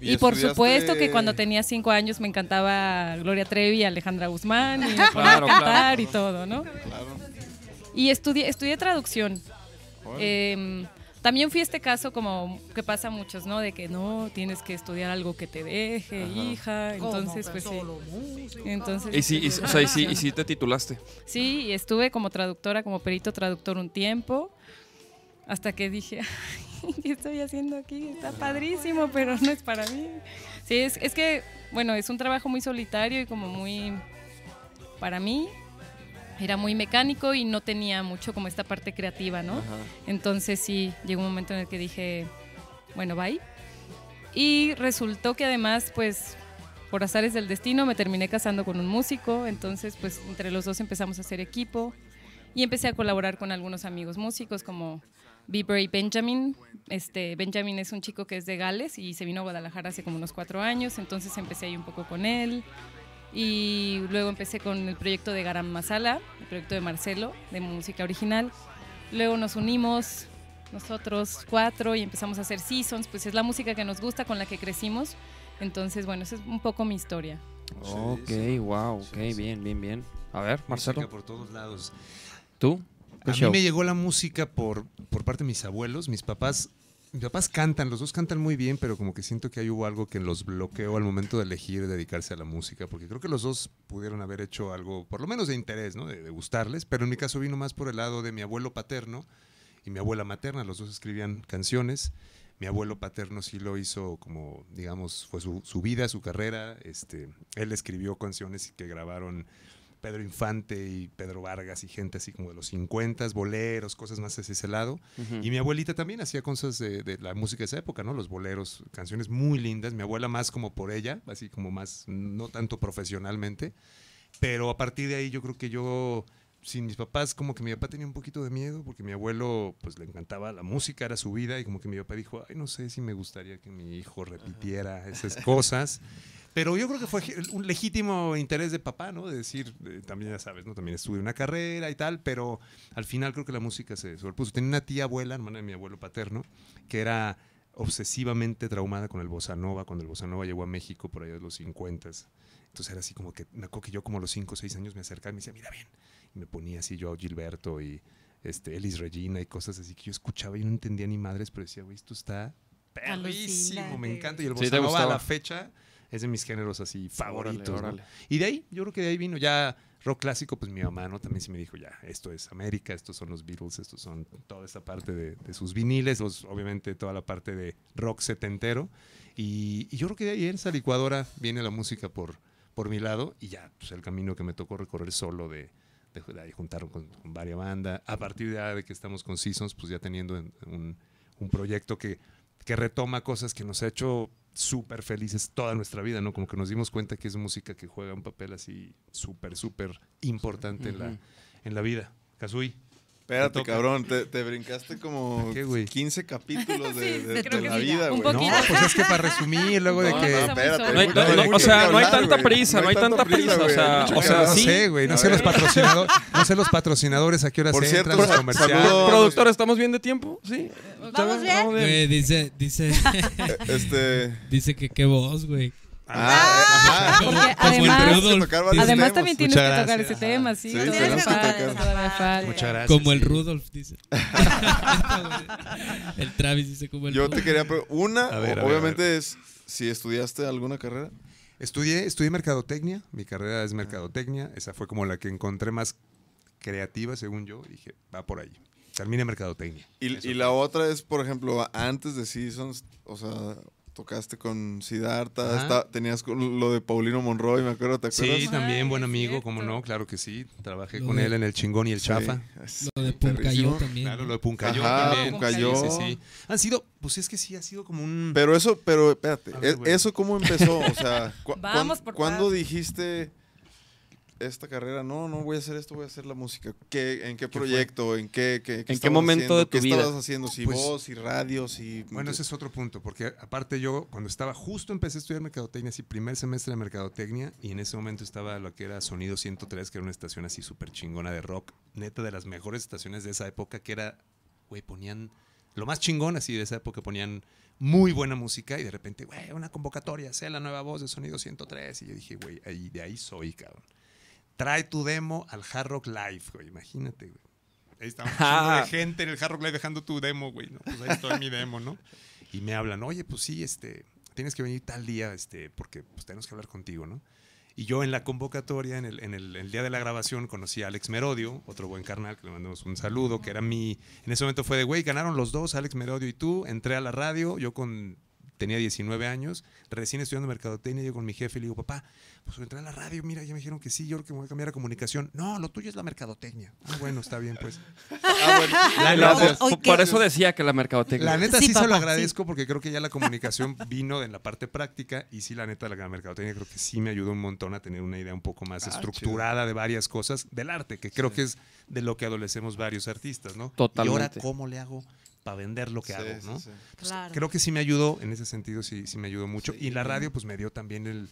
[SPEAKER 4] Y, por
[SPEAKER 6] estudiaste-
[SPEAKER 4] supuesto que cuando tenía cinco años me encantaba Gloria Trevi, Alejandra Guzmán, y me ponía
[SPEAKER 2] Claro,
[SPEAKER 4] a cantar
[SPEAKER 2] claro.
[SPEAKER 4] y todo, ¿no?
[SPEAKER 6] Claro.
[SPEAKER 4] Y estudié, estudié traducción.
[SPEAKER 6] Órale.
[SPEAKER 4] Eh, también fui este caso como que pasa a muchos, ¿no? De que no, tienes que estudiar algo que te deje,
[SPEAKER 6] Ajá.
[SPEAKER 4] hija. Entonces, pues sí. Entonces, este,
[SPEAKER 2] Y sí, y, o sea, y sí,
[SPEAKER 4] (laughs)
[SPEAKER 2] y sí te titulaste.
[SPEAKER 4] Sí, y estuve como traductora, como perito traductor un tiempo, hasta que dije, (laughs) "Ay, (laughs) ¿qué estoy haciendo aquí? Está padrísimo, pero no es para mí. Sí, es, es que, bueno, es un trabajo muy solitario y como muy, para mí, era muy mecánico y no tenía mucho como esta parte creativa, ¿no?
[SPEAKER 6] Ajá.
[SPEAKER 4] Entonces sí, llegó un momento en el que dije, bueno, bye. Y resultó que además, pues, por azares del destino, me terminé casando con un músico. Entonces, pues, entre los dos empezamos a hacer equipo. Y empecé a colaborar con algunos amigos músicos como B-Bray Benjamin. Este, Benjamin es un chico que es de Gales y se vino a Guadalajara hace como unos cuatro años. Entonces empecé ahí un poco con él. Y luego empecé con el proyecto de Garam Masala, el proyecto de Marcelo, de música original. Luego nos unimos nosotros cuatro y empezamos a hacer seasons, pues es la música que nos gusta, con la que crecimos. Entonces, bueno, esa es un poco mi historia.
[SPEAKER 2] Ok, wow, ok, bien, bien, bien. A ver,
[SPEAKER 3] Música
[SPEAKER 2] Marcelo,
[SPEAKER 3] por todos lados.
[SPEAKER 2] ¿tú? ¿Qué
[SPEAKER 3] A mí
[SPEAKER 2] show?
[SPEAKER 3] me llegó la música por, por parte de mis abuelos, mis papás. Mis papás cantan, los dos cantan muy bien, pero como que siento que ahí hubo algo que los bloqueó al momento de elegir dedicarse a la música, porque creo que los dos pudieron haber hecho algo, por lo menos de interés, ¿no? De, de gustarles, pero en mi caso vino más por el lado de mi abuelo paterno y mi abuela materna, los dos escribían canciones. Mi abuelo paterno sí lo hizo como, digamos, fue su, su vida, su carrera. Este, él escribió canciones que grabaron Pedro Infante y Pedro Vargas y gente así como de los 50, boleros, cosas más hacia ese lado. Y mi abuelita también hacía cosas de, de la música de esa época, ¿no? Los boleros, canciones muy lindas. Mi abuela más como por ella, así como más, no tanto profesionalmente. Pero a partir de ahí yo creo que yo, sin mis papás, como que mi papá tenía un poquito de miedo porque mi abuelo, pues le encantaba la música, era su vida y como que mi papá dijo, ay, no sé si me gustaría que mi hijo repitiera esas cosas. Pero yo creo que fue un legítimo interés de papá, ¿no? De decir, eh, también ya sabes, ¿no? También estuve una carrera y tal, pero al final creo que la música se sobrepuso. Tenía una tía abuela, hermana de mi abuelo paterno, que era obsesivamente traumada con el bossa nova, cuando el bossa nova llegó a México por allá de los 50. Entonces era así como que, me acuerdo que yo como a los 5 o 6 años me acercaba y me decía, mira bien. Y me ponía así yo a Gilberto y este, Elis Regina y cosas así que yo escuchaba y no entendía ni madres, pero decía, güey, esto está perrísimo, me
[SPEAKER 5] Alucinante.
[SPEAKER 3] encanta. Y el
[SPEAKER 2] Sí, te
[SPEAKER 3] bossa nova a
[SPEAKER 2] gustaba.
[SPEAKER 3] la fecha es de mis géneros así favoritos. ¿no?
[SPEAKER 2] órale.
[SPEAKER 3] Y de ahí, yo creo que de ahí vino ya rock clásico, pues mi mamá, ¿no? También sí me dijo, ya, esto es América, estos son los Beatles, estos son toda esta parte de, de sus viniles, los- obviamente toda la parte de rock setentero. Y, y yo creo que de ahí en esa licuadora viene la música por, por mi lado y ya, pues el camino que me tocó recorrer solo de... de- de ahí juntaron con, con varias bandas. A partir de, ahora de que estamos con Seasons, pues ya teniendo en- un, un proyecto que, que retoma cosas que nos ha hecho súper felices toda nuestra vida, ¿no? Como que nos dimos cuenta que es música que juega un papel así súper, súper importante en, la, en la vida. Kazui.
[SPEAKER 6] Espérate,
[SPEAKER 3] toca.
[SPEAKER 6] cabrón, te, te brincaste como
[SPEAKER 3] ¿A qué, güey?
[SPEAKER 6] 15 capítulos de,
[SPEAKER 5] (laughs) Sí,
[SPEAKER 6] de-
[SPEAKER 5] creo que
[SPEAKER 6] de la
[SPEAKER 5] sí, ya.
[SPEAKER 6] vida,
[SPEAKER 4] Un poco.
[SPEAKER 6] güey.
[SPEAKER 3] No,
[SPEAKER 4] Poquito.
[SPEAKER 3] pues es que para resumir, luego de
[SPEAKER 4] No,
[SPEAKER 3] que...
[SPEAKER 4] no,
[SPEAKER 6] No, espérate.
[SPEAKER 2] No hay-
[SPEAKER 6] güey,
[SPEAKER 2] no- no,
[SPEAKER 6] hay
[SPEAKER 2] o sea,
[SPEAKER 6] mucho
[SPEAKER 2] no hay
[SPEAKER 6] que hablar,
[SPEAKER 2] tanta
[SPEAKER 6] güey.
[SPEAKER 2] prisa, no hay tanta prisa, o
[SPEAKER 6] güey.
[SPEAKER 2] sea,
[SPEAKER 6] Mucho
[SPEAKER 2] o
[SPEAKER 6] que
[SPEAKER 2] sea,
[SPEAKER 6] hablar.
[SPEAKER 3] no
[SPEAKER 2] sí.
[SPEAKER 3] sé, güey, no
[SPEAKER 6] A
[SPEAKER 3] sé
[SPEAKER 6] ver.
[SPEAKER 3] los patrocinadores, no sé los patrocinadores a qué hora
[SPEAKER 6] Por
[SPEAKER 3] se
[SPEAKER 6] cierto,
[SPEAKER 3] entran los
[SPEAKER 6] sa-
[SPEAKER 3] comerciales.
[SPEAKER 6] saludo-
[SPEAKER 2] Productor, ¿estamos bien de tiempo? Sí.
[SPEAKER 5] ¿Vamos bien?
[SPEAKER 7] Güey, dice,
[SPEAKER 3] (laughs)
[SPEAKER 7] dice,
[SPEAKER 6] (laughs) Este.
[SPEAKER 7] dice que qué voz, güey.
[SPEAKER 6] Ah, ajá.
[SPEAKER 4] Porque
[SPEAKER 7] Como el
[SPEAKER 4] además,
[SPEAKER 6] Tenemos que
[SPEAKER 7] Rudolf.
[SPEAKER 6] tocar varios
[SPEAKER 4] además
[SPEAKER 6] temas.
[SPEAKER 4] también tienes
[SPEAKER 3] Muchas
[SPEAKER 4] que tocar
[SPEAKER 3] gracias.
[SPEAKER 4] ese tema, sí.
[SPEAKER 6] Sí,
[SPEAKER 4] todo
[SPEAKER 6] tenemos
[SPEAKER 4] me
[SPEAKER 6] que
[SPEAKER 4] falta,
[SPEAKER 6] tocar.
[SPEAKER 4] todo me falta.
[SPEAKER 3] Muchas gracias. (laughs)
[SPEAKER 7] Como el
[SPEAKER 3] sí.
[SPEAKER 7] Rudolf, dice. el Travis dice como el
[SPEAKER 6] Yo te
[SPEAKER 7] Rudolf.
[SPEAKER 6] quería preguntar. Una,
[SPEAKER 3] A ver,
[SPEAKER 6] o-
[SPEAKER 3] a ver,
[SPEAKER 6] obviamente,
[SPEAKER 3] a
[SPEAKER 6] es si estudiaste alguna carrera. Ah.
[SPEAKER 3] Estudié, estudié mercadotecnia, mi carrera es mercadotecnia, esa fue como la que encontré más creativa, según yo, dije, va por ahí. Termina mercadotecnia.
[SPEAKER 6] Y, y la otra es, por ejemplo, a- antes de Seasons, o sea, tocaste con Siddhartha,
[SPEAKER 3] Ajá.
[SPEAKER 6] esta- tenías con lo de Paulino Monroy, me acuerdo, ¿te acuerdas?
[SPEAKER 3] Sí, también
[SPEAKER 7] Ah,
[SPEAKER 3] buen
[SPEAKER 4] Ay,
[SPEAKER 3] amigo,
[SPEAKER 4] cierto.
[SPEAKER 3] como no, claro que sí. Trabajé
[SPEAKER 7] Lo
[SPEAKER 3] con
[SPEAKER 7] de-
[SPEAKER 3] él en el chingón y el chafa.
[SPEAKER 6] Sí.
[SPEAKER 7] Lo de Puncayó
[SPEAKER 6] Perrísimo.
[SPEAKER 7] también.
[SPEAKER 3] Claro,
[SPEAKER 7] ¿no?
[SPEAKER 3] lo de Puncayó
[SPEAKER 6] Ajá,
[SPEAKER 3] también.
[SPEAKER 6] Puncayó.
[SPEAKER 3] Sí, sí, sí. Han sido, pues es que sí, ha sido como un...
[SPEAKER 6] Pero eso, pero espérate,
[SPEAKER 3] A ver,
[SPEAKER 6] ¿e-
[SPEAKER 3] güey.
[SPEAKER 6] ¿eso cómo empezó?
[SPEAKER 3] (laughs)
[SPEAKER 6] O sea, cu-
[SPEAKER 4] Vamos
[SPEAKER 6] cuán-
[SPEAKER 4] por
[SPEAKER 6] ¿cuándo
[SPEAKER 4] partes.
[SPEAKER 6] dijiste esta carrera? No, no voy a hacer esto, voy a hacer la música. ¿Qué, ¿En qué,
[SPEAKER 3] ¿Qué fue?
[SPEAKER 6] proyecto? ¿En qué, qué,
[SPEAKER 2] qué
[SPEAKER 6] estabas
[SPEAKER 2] momento
[SPEAKER 6] haciendo?
[SPEAKER 2] de tu
[SPEAKER 6] ¿Qué
[SPEAKER 2] vida?
[SPEAKER 6] estabas haciendo? Si
[SPEAKER 3] Pues-
[SPEAKER 6] voz,
[SPEAKER 3] (laughs)
[SPEAKER 6] si radio, si...
[SPEAKER 3] Bueno, ese es otro punto, porque aparte yo, cuando estaba justo empecé a estudiar mercadotecnia, así primer semestre de mercadotecnia, y en ese momento estaba lo que era Sonido 103, que era una estación así súper chingona de rock, neta de las mejores estaciones de esa época, que era, güey, ponían lo más chingón así de esa época, ponían muy buena música, y de repente, güey, una convocatoria, sea la nueva voz de Sonido 103, y yo dije, güey, ahí, de ahí soy, cabrón. Trae tu demo al Hard Rock Live, güey, imagínate, güey. Ahí estaba un
[SPEAKER 2] (laughs)
[SPEAKER 3] chingo de gente en el Hard Rock Live dejando tu demo, güey, ¿no? Pues ahí estoy mi demo, ¿no? y me hablan, oye, pues sí, este, tienes que venir tal día, este, porque pues, tenemos que hablar contigo, ¿no? Y yo en la convocatoria, en el, en el- el día de la grabación, conocí a Alex Merodio, otro buen carnal, que le mandamos un saludo, que era mi, en ese momento fue de, güey, ganaron los dos, Alex Merodio y tú, entré a la radio, yo con, tenía 19 años, recién estudiando mercadotecnia, yo con mi jefe le digo, papá, pues entré a la radio, mira, ya me dijeron que sí, yo creo que me voy a cambiar a comunicación. No, lo tuyo es la mercadotecnia. Ah, bueno, está bien, pues.
[SPEAKER 2] (laughs)
[SPEAKER 3] La
[SPEAKER 2] Gracias.
[SPEAKER 5] Oye,
[SPEAKER 2] Por- por
[SPEAKER 5] ¿qué?
[SPEAKER 2] eso decía que la mercadotecnia.
[SPEAKER 3] La neta
[SPEAKER 5] Sí,
[SPEAKER 3] sí,
[SPEAKER 5] papá,
[SPEAKER 3] se lo agradezco porque creo que ya la comunicación (laughs) vino en la parte práctica y sí, la neta, la mercadotecnia creo que sí me ayudó un montón a tener una idea un poco más
[SPEAKER 6] Ah,
[SPEAKER 3] estructurada de varias cosas del arte, que creo que es de lo que adolecemos varios artistas, ¿no? Y ahora,
[SPEAKER 2] Totalmente.
[SPEAKER 3] (laughs) ¿cómo le hago para vender lo que
[SPEAKER 6] Sí,
[SPEAKER 3] hago,
[SPEAKER 6] sí,
[SPEAKER 3] no?
[SPEAKER 6] sí.
[SPEAKER 5] Claro.
[SPEAKER 3] Creo que sí me ayudó, en ese sentido sí, sí me ayudó mucho. Y la radio pues me dio también el,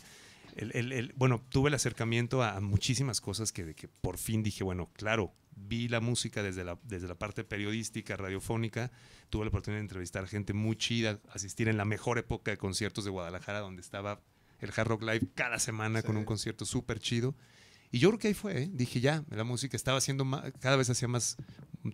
[SPEAKER 3] el- el- el- bueno, tuve el acercamiento a, a muchísimas cosas que, de que por fin dije, bueno, claro, vi la música desde la, desde la parte periodística, radiofónica, tuve la oportunidad de entrevistar gente muy chida, asistir en la mejor época de conciertos de Guadalajara, donde estaba el Hard Rock Live cada semana con un concierto súper chido. Y yo creo que ahí fue, ¿eh? dije ya, la música estaba haciendo más, cada vez hacía más,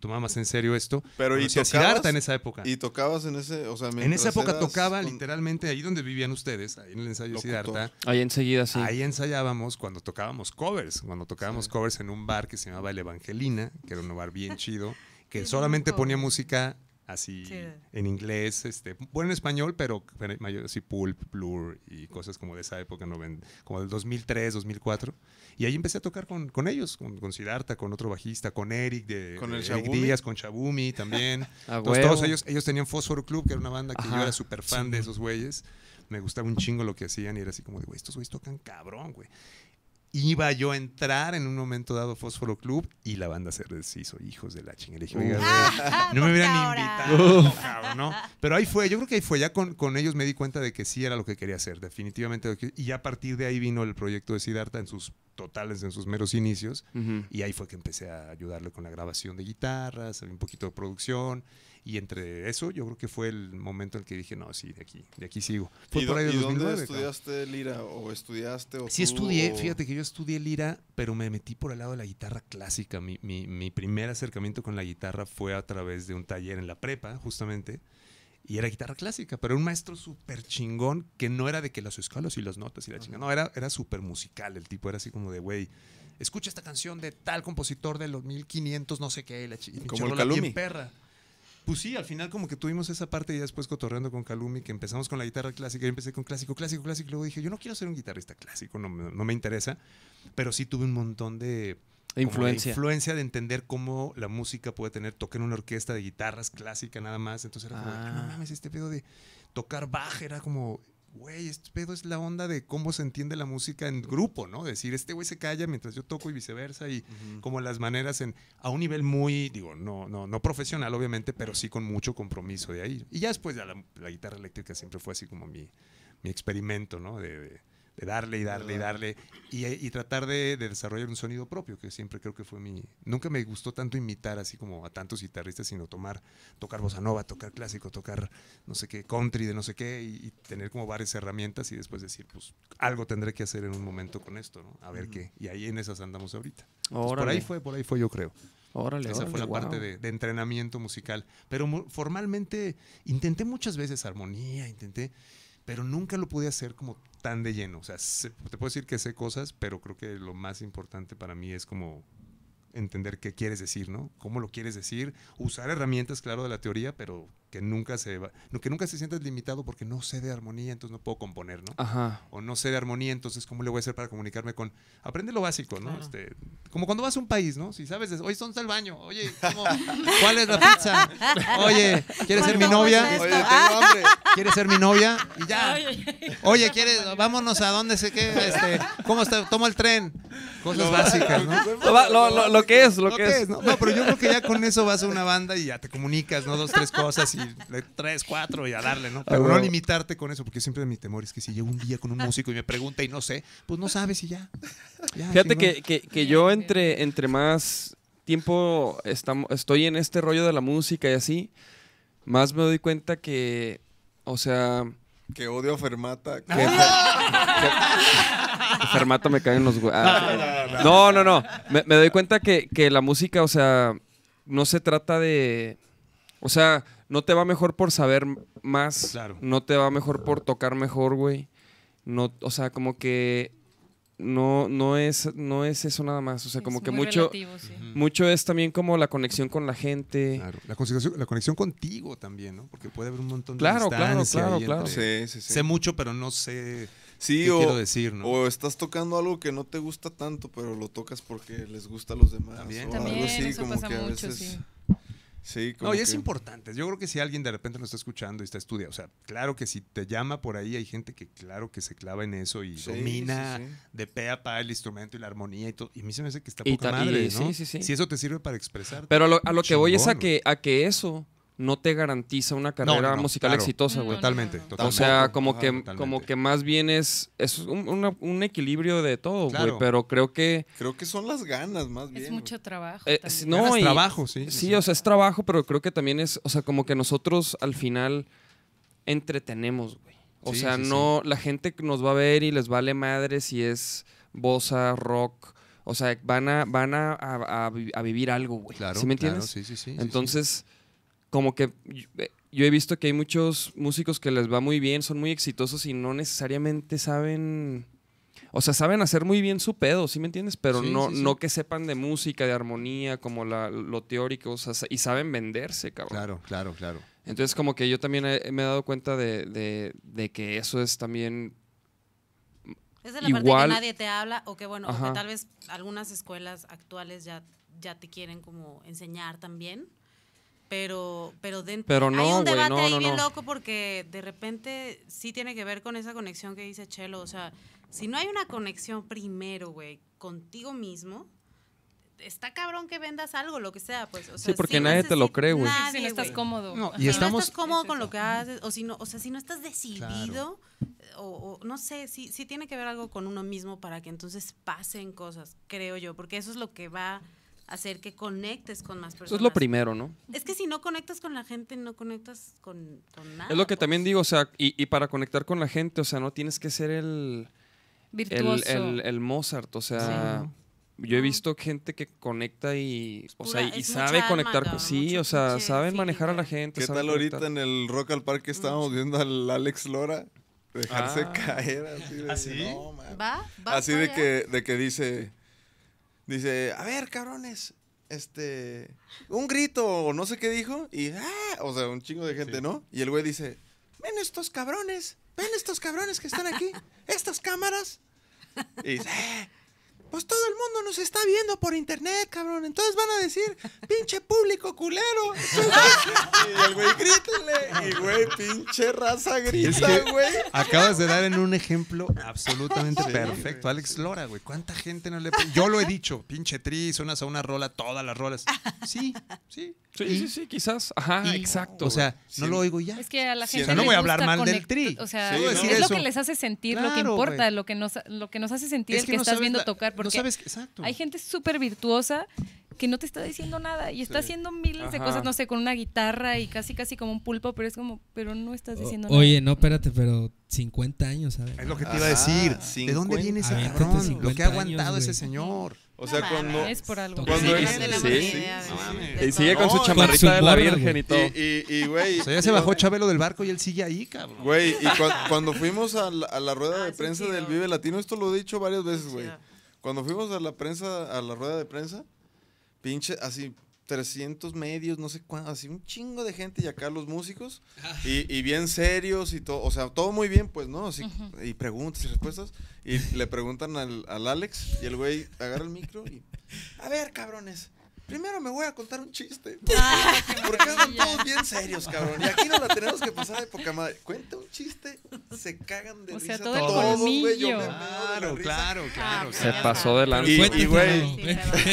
[SPEAKER 3] tomaba más en serio esto.
[SPEAKER 6] Pero, ¿y
[SPEAKER 3] Conocí a
[SPEAKER 6] tocabas?
[SPEAKER 3] Siddhartha en esa época.
[SPEAKER 6] Y tocabas en ese, o sea,
[SPEAKER 3] en esa
[SPEAKER 6] mientras
[SPEAKER 3] época
[SPEAKER 6] eras
[SPEAKER 3] tocaba
[SPEAKER 6] con-
[SPEAKER 3] literalmente ahí donde vivían ustedes, ahí en el ensayo de
[SPEAKER 6] Locutor.
[SPEAKER 3] Siddhartha.
[SPEAKER 2] Ahí enseguida sí.
[SPEAKER 3] Ahí ensayábamos cuando tocábamos covers, cuando tocábamos covers en un bar que se llamaba El Evangelina, que era un bar
[SPEAKER 6] (laughs)
[SPEAKER 3] bien chido, que
[SPEAKER 5] Qué
[SPEAKER 3] solamente
[SPEAKER 5] rico.
[SPEAKER 3] ponía música así
[SPEAKER 5] Sí.
[SPEAKER 3] en inglés, este, bueno en español, pero pero mayor- así pulp, blur y cosas como de esa época, noven- como del 2003, 2004. Y ahí empecé a tocar con, con ellos, con, con Siddhartha, con otro bajista, con Eric de,
[SPEAKER 6] Con
[SPEAKER 3] de
[SPEAKER 6] el
[SPEAKER 3] Eric
[SPEAKER 6] Shabumi.
[SPEAKER 3] Díaz, con Chabumi también.
[SPEAKER 2] (laughs) A
[SPEAKER 3] Entonces,
[SPEAKER 2] huevo.
[SPEAKER 3] todos ellos, ellos tenían Fósforo Club, que era una banda que yo
[SPEAKER 2] Ajá.
[SPEAKER 3] era súper fan de esos güeyes. Me gustaba un chingo lo que hacían y era así como de, güey, estos güeyes tocan cabrón, güey. Iba yo a entrar en un momento dado a Fósforo Club y la banda se deshizo, hijos de la chingada. Le dije, "Oiga, güey, no me hubieran
[SPEAKER 5] ahora.
[SPEAKER 3] invitado, cabrón, ¿no? (laughs) Pero ahí fue, yo creo que ahí fue. Ya con, con ellos me di cuenta de que sí era lo que quería hacer, definitivamente. lo que- Y ya a partir de ahí vino el proyecto de Siddhartha en sus totales, en sus meros inicios.
[SPEAKER 2] Ujú.
[SPEAKER 3] Y ahí fue que empecé a ayudarle con la grabación de guitarras, un poquito de producción. Y entre eso, yo creo que fue el momento en el que dije, no, sí, de aquí, de aquí sigo. Fue
[SPEAKER 6] ¿Y,
[SPEAKER 3] por
[SPEAKER 6] do-
[SPEAKER 3] ahí de
[SPEAKER 6] y dónde
[SPEAKER 3] 2009, cabrón.
[SPEAKER 6] estudiaste lira? ¿O estudiaste? O
[SPEAKER 3] Sí
[SPEAKER 6] tú,
[SPEAKER 3] estudié,
[SPEAKER 6] o-
[SPEAKER 3] fíjate que yo estudié lira, pero me metí por el lado de la guitarra clásica. Mi, mi- mi primer acercamiento con la guitarra fue a través de un taller en la prepa, justamente. Y era guitarra clásica, pero un maestro súper chingón que no era de que las escalas y las notas y la chingada. No, era, era súper musical el tipo, era así como de, güey, escucha esta canción de tal compositor de los 1500, no sé qué, y la chingada.
[SPEAKER 6] Como el Calumi.
[SPEAKER 3] perra. Pues sí, al final como que tuvimos esa parte y ya después cotorreando con Calumi, que empezamos con la guitarra clásica, yo empecé con clásico, clásico, clásico, y luego dije, yo no quiero ser un guitarrista clásico, no, me- no me interesa, pero sí tuve un montón de, como de
[SPEAKER 2] Influencia.
[SPEAKER 3] influencia de entender cómo la música puede tener, toqué en una orquesta de guitarras clásica nada más, entonces era como, de,
[SPEAKER 2] Ah.
[SPEAKER 3] no mames, este pedo de tocar Bach era como... Güey, este pedo es la onda de cómo se entiende la música en grupo, ¿no? Decir, este güey se calla mientras yo toco y viceversa y
[SPEAKER 6] Ujú.
[SPEAKER 3] como las maneras en a un nivel muy digo no no no profesional obviamente pero sí con mucho compromiso de ahí y ya después ya la, la guitarra eléctrica siempre fue así como mi, mi experimento no de, de- de darle y darle y darle y, y tratar de, de desarrollar un sonido propio que siempre creo que fue mi nunca me gustó tanto imitar así como a tantos guitarristas sino tomar tocar bossa nova tocar clásico tocar no sé qué country de no sé qué y, y tener como varias herramientas y después decir pues algo tendré que hacer en un momento con esto no a ver qué y ahí en esas andamos ahorita pues por
[SPEAKER 2] Órale.
[SPEAKER 3] ahí fue, por ahí fue, yo creo.
[SPEAKER 2] Órale,
[SPEAKER 3] Esa
[SPEAKER 2] órale,
[SPEAKER 3] fue la
[SPEAKER 2] guau.
[SPEAKER 3] parte de, de entrenamiento musical. Pero mu- formalmente intenté muchas veces armonía, intenté, pero nunca lo pude hacer como tan de lleno. O sea, sé- te puedo decir que sé cosas, pero creo que lo más importante para mí es como entender qué quieres decir, ¿no? Cómo lo quieres decir, usar herramientas, claro, de la teoría, pero que nunca se va- no, que nunca se sientas limitado porque no sé de armonía, entonces no puedo componer, ¿no?
[SPEAKER 2] Ajá.
[SPEAKER 3] o no sé de armonía, entonces cómo le voy a hacer para comunicarme con... Aprende lo básico, ¿no? Este, como cuando vas a un país, ¿no? Si sabes, hoy son al baño, oye,
[SPEAKER 5] (laughs)
[SPEAKER 3] ¿cómo- ¿cuál es la pizza? Oye, ¿quieres ser mi
[SPEAKER 5] ¿Cuánto
[SPEAKER 3] novia?
[SPEAKER 5] cuesta
[SPEAKER 6] Oye, tengo
[SPEAKER 5] (laughs)
[SPEAKER 6] hambre.
[SPEAKER 3] ¿Quieres ser mi novia? Y ya. Oye, ¿quieres? Vámonos a dónde sé qué, este, ¿cómo está? Tomo el tren. Cosas básicas, ¿no?
[SPEAKER 2] Lo, lo- lo- lo que es, lo,
[SPEAKER 3] Lo
[SPEAKER 2] que
[SPEAKER 3] que
[SPEAKER 2] es.
[SPEAKER 3] es, ¿no? No, pero yo creo que ya con eso vas a una banda y ya te comunicas, ¿no? Dos, tres cosas y le- tres, cuatro y a darle, ¿no? Pero no
[SPEAKER 2] Ah, huevo.
[SPEAKER 3] limitarte con eso, porque siempre mi temor es que si llego un día con un músico y me pregunta y no sé, pues no sabes y ya. Ya,
[SPEAKER 2] Ah, Fíjate
[SPEAKER 3] chingón.
[SPEAKER 2] que, que- que yo entre, entre más tiempo estamo- estoy en este rollo de la música y así, más me doy cuenta que, o sea,
[SPEAKER 6] Que odio a Fermata. que-
[SPEAKER 2] que (laughs) Fer- Fermato me caen los hue- ah. No, no, no. Me, me doy cuenta que, que la música, o sea, no se trata de... O sea, no te va mejor por saber más.
[SPEAKER 3] Claro.
[SPEAKER 2] No te va mejor por tocar mejor, güey. No, o sea, como que no, no, es, no es eso nada más. O sea, como
[SPEAKER 4] Es
[SPEAKER 2] que
[SPEAKER 4] muy
[SPEAKER 2] mucho,
[SPEAKER 4] relativo, sí.
[SPEAKER 2] mucho es también como la conexión con la gente.
[SPEAKER 3] Claro, La, conexión, la conexión contigo también, ¿no? Porque puede haber un montón de
[SPEAKER 2] Claro, claro,
[SPEAKER 3] distancia
[SPEAKER 2] claro,
[SPEAKER 3] ahí
[SPEAKER 2] claro.
[SPEAKER 3] entre-
[SPEAKER 6] Sí, sí, sí.
[SPEAKER 3] Sé mucho, pero no sé
[SPEAKER 6] Sí,
[SPEAKER 3] qué
[SPEAKER 6] o,
[SPEAKER 3] quiero decir, ¿no?
[SPEAKER 6] o estás tocando algo que no te gusta tanto, pero lo tocas porque les gusta a los demás.
[SPEAKER 3] También.
[SPEAKER 6] o
[SPEAKER 4] También
[SPEAKER 6] algo así,
[SPEAKER 4] eso
[SPEAKER 6] como
[SPEAKER 4] pasa
[SPEAKER 6] que a
[SPEAKER 4] mucho,
[SPEAKER 6] veces.
[SPEAKER 4] sí.
[SPEAKER 6] Sí, como
[SPEAKER 3] No, y es
[SPEAKER 6] que-
[SPEAKER 3] importante. Yo creo que si alguien de repente nos está escuchando y está estudiando, o sea, claro que si te llama por ahí, hay gente que claro que se clava en eso y
[SPEAKER 6] Sí,
[SPEAKER 3] domina
[SPEAKER 6] sí, sí.
[SPEAKER 3] de pe a pa el instrumento y la armonía y todo. Y a mí se me hace que está
[SPEAKER 2] Y
[SPEAKER 3] poca
[SPEAKER 2] ta- y
[SPEAKER 3] madre, ¿no?
[SPEAKER 2] sí, sí, sí.
[SPEAKER 3] Si eso te sirve para expresar.
[SPEAKER 2] Pero a lo, a lo que voy es a
[SPEAKER 3] Chingón,
[SPEAKER 2] que, a que eso no te garantiza una carrera
[SPEAKER 3] no, no,
[SPEAKER 2] musical
[SPEAKER 3] claro.
[SPEAKER 2] exitosa, güey.
[SPEAKER 3] Totalmente,
[SPEAKER 2] O
[SPEAKER 3] totalmente.
[SPEAKER 2] sea, como
[SPEAKER 6] Ajá,
[SPEAKER 2] que,
[SPEAKER 3] totalmente.
[SPEAKER 2] como que más bien es, es un, una- un equilibrio de todo, güey.
[SPEAKER 3] Claro.
[SPEAKER 2] Pero creo que.
[SPEAKER 6] Creo que son las ganas, más bien.
[SPEAKER 4] Es
[SPEAKER 6] güey.
[SPEAKER 4] mucho trabajo.
[SPEAKER 2] eh,
[SPEAKER 4] también.
[SPEAKER 2] no,
[SPEAKER 3] Ganas,
[SPEAKER 2] y-
[SPEAKER 3] trabajo, sí.
[SPEAKER 2] Sí, o sea, es trabajo, pero creo que también es, o sea, como que nosotros al final entretenemos, güey. O
[SPEAKER 3] Sí,
[SPEAKER 2] sea,
[SPEAKER 3] sí, sí.
[SPEAKER 2] no, la gente nos va a ver y les vale madre si es bossa, rock. O sea, van a, van a, a- a vi- a vivir algo, güey.
[SPEAKER 3] Claro,
[SPEAKER 2] ¿Sí me
[SPEAKER 3] claro,
[SPEAKER 2] entiendes?
[SPEAKER 3] sí, sí, sí, sí,
[SPEAKER 2] Entonces, como que yo- eh, yo he visto que hay muchos músicos que les va muy bien, son muy exitosos y no necesariamente saben, o sea, saben hacer muy bien su pedo, ¿sí me entiendes? Pero
[SPEAKER 3] Sí,
[SPEAKER 2] no,
[SPEAKER 3] sí, sí.
[SPEAKER 2] no que sepan de música, de armonía, como la, lo teórico, o sea, sa- y saben venderse,
[SPEAKER 3] sí.
[SPEAKER 2] cabrón.
[SPEAKER 3] Claro, claro, claro.
[SPEAKER 2] Entonces, como que yo también he- me he dado cuenta de, de- de que eso es también...
[SPEAKER 5] Es de la parte
[SPEAKER 2] Igual-
[SPEAKER 5] que nadie te habla o que bueno, o
[SPEAKER 2] Ajá.
[SPEAKER 5] que tal vez algunas escuelas actuales ya, ya te quieren como enseñar también. Pero, pero, den-
[SPEAKER 2] Pero
[SPEAKER 5] hay
[SPEAKER 2] no,
[SPEAKER 5] un
[SPEAKER 2] güey,
[SPEAKER 5] debate
[SPEAKER 2] no,
[SPEAKER 5] ahí
[SPEAKER 2] no,
[SPEAKER 5] bien
[SPEAKER 2] no.
[SPEAKER 5] loco porque de repente sí tiene que ver con esa conexión que dice Chelo. O sea, si no hay una conexión primero, güey, contigo mismo, está cabrón que vendas algo, lo que sea, pues. O sea,
[SPEAKER 2] Sí, porque nadie te lo
[SPEAKER 5] necesi-
[SPEAKER 2] cree, güey.
[SPEAKER 4] Sí,
[SPEAKER 5] nadie,
[SPEAKER 4] (laughs) si no estás
[SPEAKER 5] güey.
[SPEAKER 4] cómodo.
[SPEAKER 3] No, y
[SPEAKER 5] Si
[SPEAKER 3] estamos-
[SPEAKER 4] (laughs)
[SPEAKER 5] no
[SPEAKER 6] Pues,
[SPEAKER 5] estás cómodo
[SPEAKER 4] Es
[SPEAKER 5] con
[SPEAKER 4] eso.
[SPEAKER 5] lo que haces, o, si no, o sea, si no estás decidido, o, o no sé, sí, sí tiene que ver algo con uno mismo para que entonces pasen cosas, creo yo, porque eso es lo que va a hacer que conectes con más personas.
[SPEAKER 2] Eso es lo primero, ¿no?
[SPEAKER 5] Es que si no conectas con la gente, no conectas con, con nada.
[SPEAKER 2] es lo que
[SPEAKER 5] pues.
[SPEAKER 2] también digo, o sea, y, y para conectar con la gente, o sea, no tienes que ser el... el,
[SPEAKER 4] Virtuoso.
[SPEAKER 2] el, el Mozart, o sea, yo he visto gente que conecta y, o sea,
[SPEAKER 5] pura-
[SPEAKER 2] y
[SPEAKER 5] es
[SPEAKER 2] sabe
[SPEAKER 5] mucha
[SPEAKER 2] conectar,
[SPEAKER 5] alma,
[SPEAKER 2] con-
[SPEAKER 5] cabrón,
[SPEAKER 2] sí,
[SPEAKER 5] mucho
[SPEAKER 2] o sea,
[SPEAKER 5] pinche
[SPEAKER 2] saben manejar a la
[SPEAKER 5] feeling,
[SPEAKER 2] gente.
[SPEAKER 6] ¿Qué
[SPEAKER 2] saben
[SPEAKER 6] tal ahorita
[SPEAKER 2] conectar.
[SPEAKER 6] en el Rock al Parque estábamos viendo al Alex Lora dejarse
[SPEAKER 2] Ah.
[SPEAKER 6] caer así de, no, mames.
[SPEAKER 5] ¿Va? ¿Va
[SPEAKER 6] Así de
[SPEAKER 5] todavía?
[SPEAKER 6] que, de que dice, dice, a ver, cabrones, este, un grito o no sé qué dijo y, ah, o sea, un chingo de gente, ¿no? Y el güey dice, ven estos cabrones, ven estos cabrones que están aquí, estas cámaras. (laughs) Y dice, "Eh, pues todo el mundo nos está viendo por internet, cabrón, entonces van a decir, pinche público culero. y el güey, (laughs) grítenle. Y güey, pinche raza grita,
[SPEAKER 3] que-
[SPEAKER 6] güey.
[SPEAKER 3] Acabas de dar en un ejemplo absolutamente perfecto. Alex Lora, güey. ¿Cuánta gente no le.? Yo lo he dicho, pinche tri, suenas a una rola, todas las rolas. Sí, sí.
[SPEAKER 2] Sí, sí, sí, quizás. Ajá,
[SPEAKER 3] Y-
[SPEAKER 2] exacto.
[SPEAKER 3] O sea,
[SPEAKER 6] Sí.
[SPEAKER 3] no lo oigo ya.
[SPEAKER 4] Es que a la
[SPEAKER 6] Sí,
[SPEAKER 4] gente
[SPEAKER 6] o sea, no
[SPEAKER 4] le
[SPEAKER 3] voy a hablar
[SPEAKER 4] gusta
[SPEAKER 3] mal del
[SPEAKER 4] conect-
[SPEAKER 3] tri.
[SPEAKER 4] O sea,
[SPEAKER 6] Sí, ¿no?
[SPEAKER 4] es
[SPEAKER 6] decir
[SPEAKER 4] lo
[SPEAKER 3] eso.
[SPEAKER 4] que les hace sentir, lo que
[SPEAKER 3] Claro,
[SPEAKER 4] importa,
[SPEAKER 3] güey.
[SPEAKER 4] lo que, nos, lo que nos hace sentir el que,
[SPEAKER 3] no
[SPEAKER 4] estás
[SPEAKER 3] sabes
[SPEAKER 4] viendo
[SPEAKER 3] la-
[SPEAKER 4] tocar.
[SPEAKER 3] No
[SPEAKER 4] Porque
[SPEAKER 3] sabes, exacto.
[SPEAKER 4] hay gente súper virtuosa que no te está diciendo nada y está haciendo miles de
[SPEAKER 2] Ajá.
[SPEAKER 4] cosas, no sé, con una guitarra y casi casi como un pulpo, pero es como, pero no estás diciendo
[SPEAKER 7] O-
[SPEAKER 4] nada.
[SPEAKER 7] Oye, no, espérate, pero 50 años, ¿sabes?
[SPEAKER 3] Es lo que te iba a decir. ¿De dónde
[SPEAKER 6] 50.
[SPEAKER 3] viene ese
[SPEAKER 7] Aviéntate
[SPEAKER 3] cabrón? Lo que
[SPEAKER 7] 50
[SPEAKER 3] ha
[SPEAKER 7] años,
[SPEAKER 3] aguantado ese
[SPEAKER 7] güey.
[SPEAKER 3] señor.
[SPEAKER 6] O sea,
[SPEAKER 5] No
[SPEAKER 6] cuando,
[SPEAKER 5] mames.
[SPEAKER 4] es por algo.
[SPEAKER 7] ¿Cuándo
[SPEAKER 5] Sí,
[SPEAKER 7] es?
[SPEAKER 5] no tenemos
[SPEAKER 2] Sí.
[SPEAKER 5] ni idea,
[SPEAKER 6] Sí.
[SPEAKER 5] güey,
[SPEAKER 6] Y
[SPEAKER 5] de
[SPEAKER 2] Y sigue
[SPEAKER 5] todo.
[SPEAKER 2] con su
[SPEAKER 6] No,
[SPEAKER 2] chamarrita
[SPEAKER 7] con su
[SPEAKER 2] de la
[SPEAKER 7] gorra,
[SPEAKER 2] Virgen
[SPEAKER 7] güey.
[SPEAKER 2] y todo.
[SPEAKER 6] Y, y, y, güey.
[SPEAKER 3] O sea, ya se
[SPEAKER 6] digo,
[SPEAKER 3] bajó Chabelo del barco y él sigue ahí, cabrón.
[SPEAKER 6] Güey,
[SPEAKER 4] (laughs)
[SPEAKER 6] y cua- cuando fuimos a la, a la rueda
[SPEAKER 5] Ah,
[SPEAKER 6] de
[SPEAKER 5] sí,
[SPEAKER 6] prensa
[SPEAKER 5] chido.
[SPEAKER 6] del Vive Latino, esto lo he dicho varias veces, güey.
[SPEAKER 5] Chido.
[SPEAKER 6] Cuando fuimos a la prensa, a la rueda de prensa, pinche, así, 300 medios, no sé cuánto, así un chingo de gente y acá los músicos,
[SPEAKER 4] (laughs)
[SPEAKER 6] y, y bien serios y todo, o sea, todo muy bien, pues, ¿no? Así, Y preguntas y respuestas, y le preguntan al, al Alex, y el güey agarra el micro y, a ver, cabrones. Primero me voy a contar un
[SPEAKER 4] (laughs)
[SPEAKER 6] chiste. Porque andan todos bien serios, cabrón. Y aquí no la tenemos que pasar de poca madre. Cuenta un chiste, se cagan de
[SPEAKER 4] O
[SPEAKER 6] risa.
[SPEAKER 4] sea, todo el
[SPEAKER 6] todos, güey, yo
[SPEAKER 4] colmillo.
[SPEAKER 6] me meo de la risa.
[SPEAKER 5] Ah, pues
[SPEAKER 2] Se
[SPEAKER 5] ya está.
[SPEAKER 2] pasó de lanza.
[SPEAKER 6] Y- y,
[SPEAKER 7] Cuéntatelo,
[SPEAKER 6] güey,
[SPEAKER 5] Sí,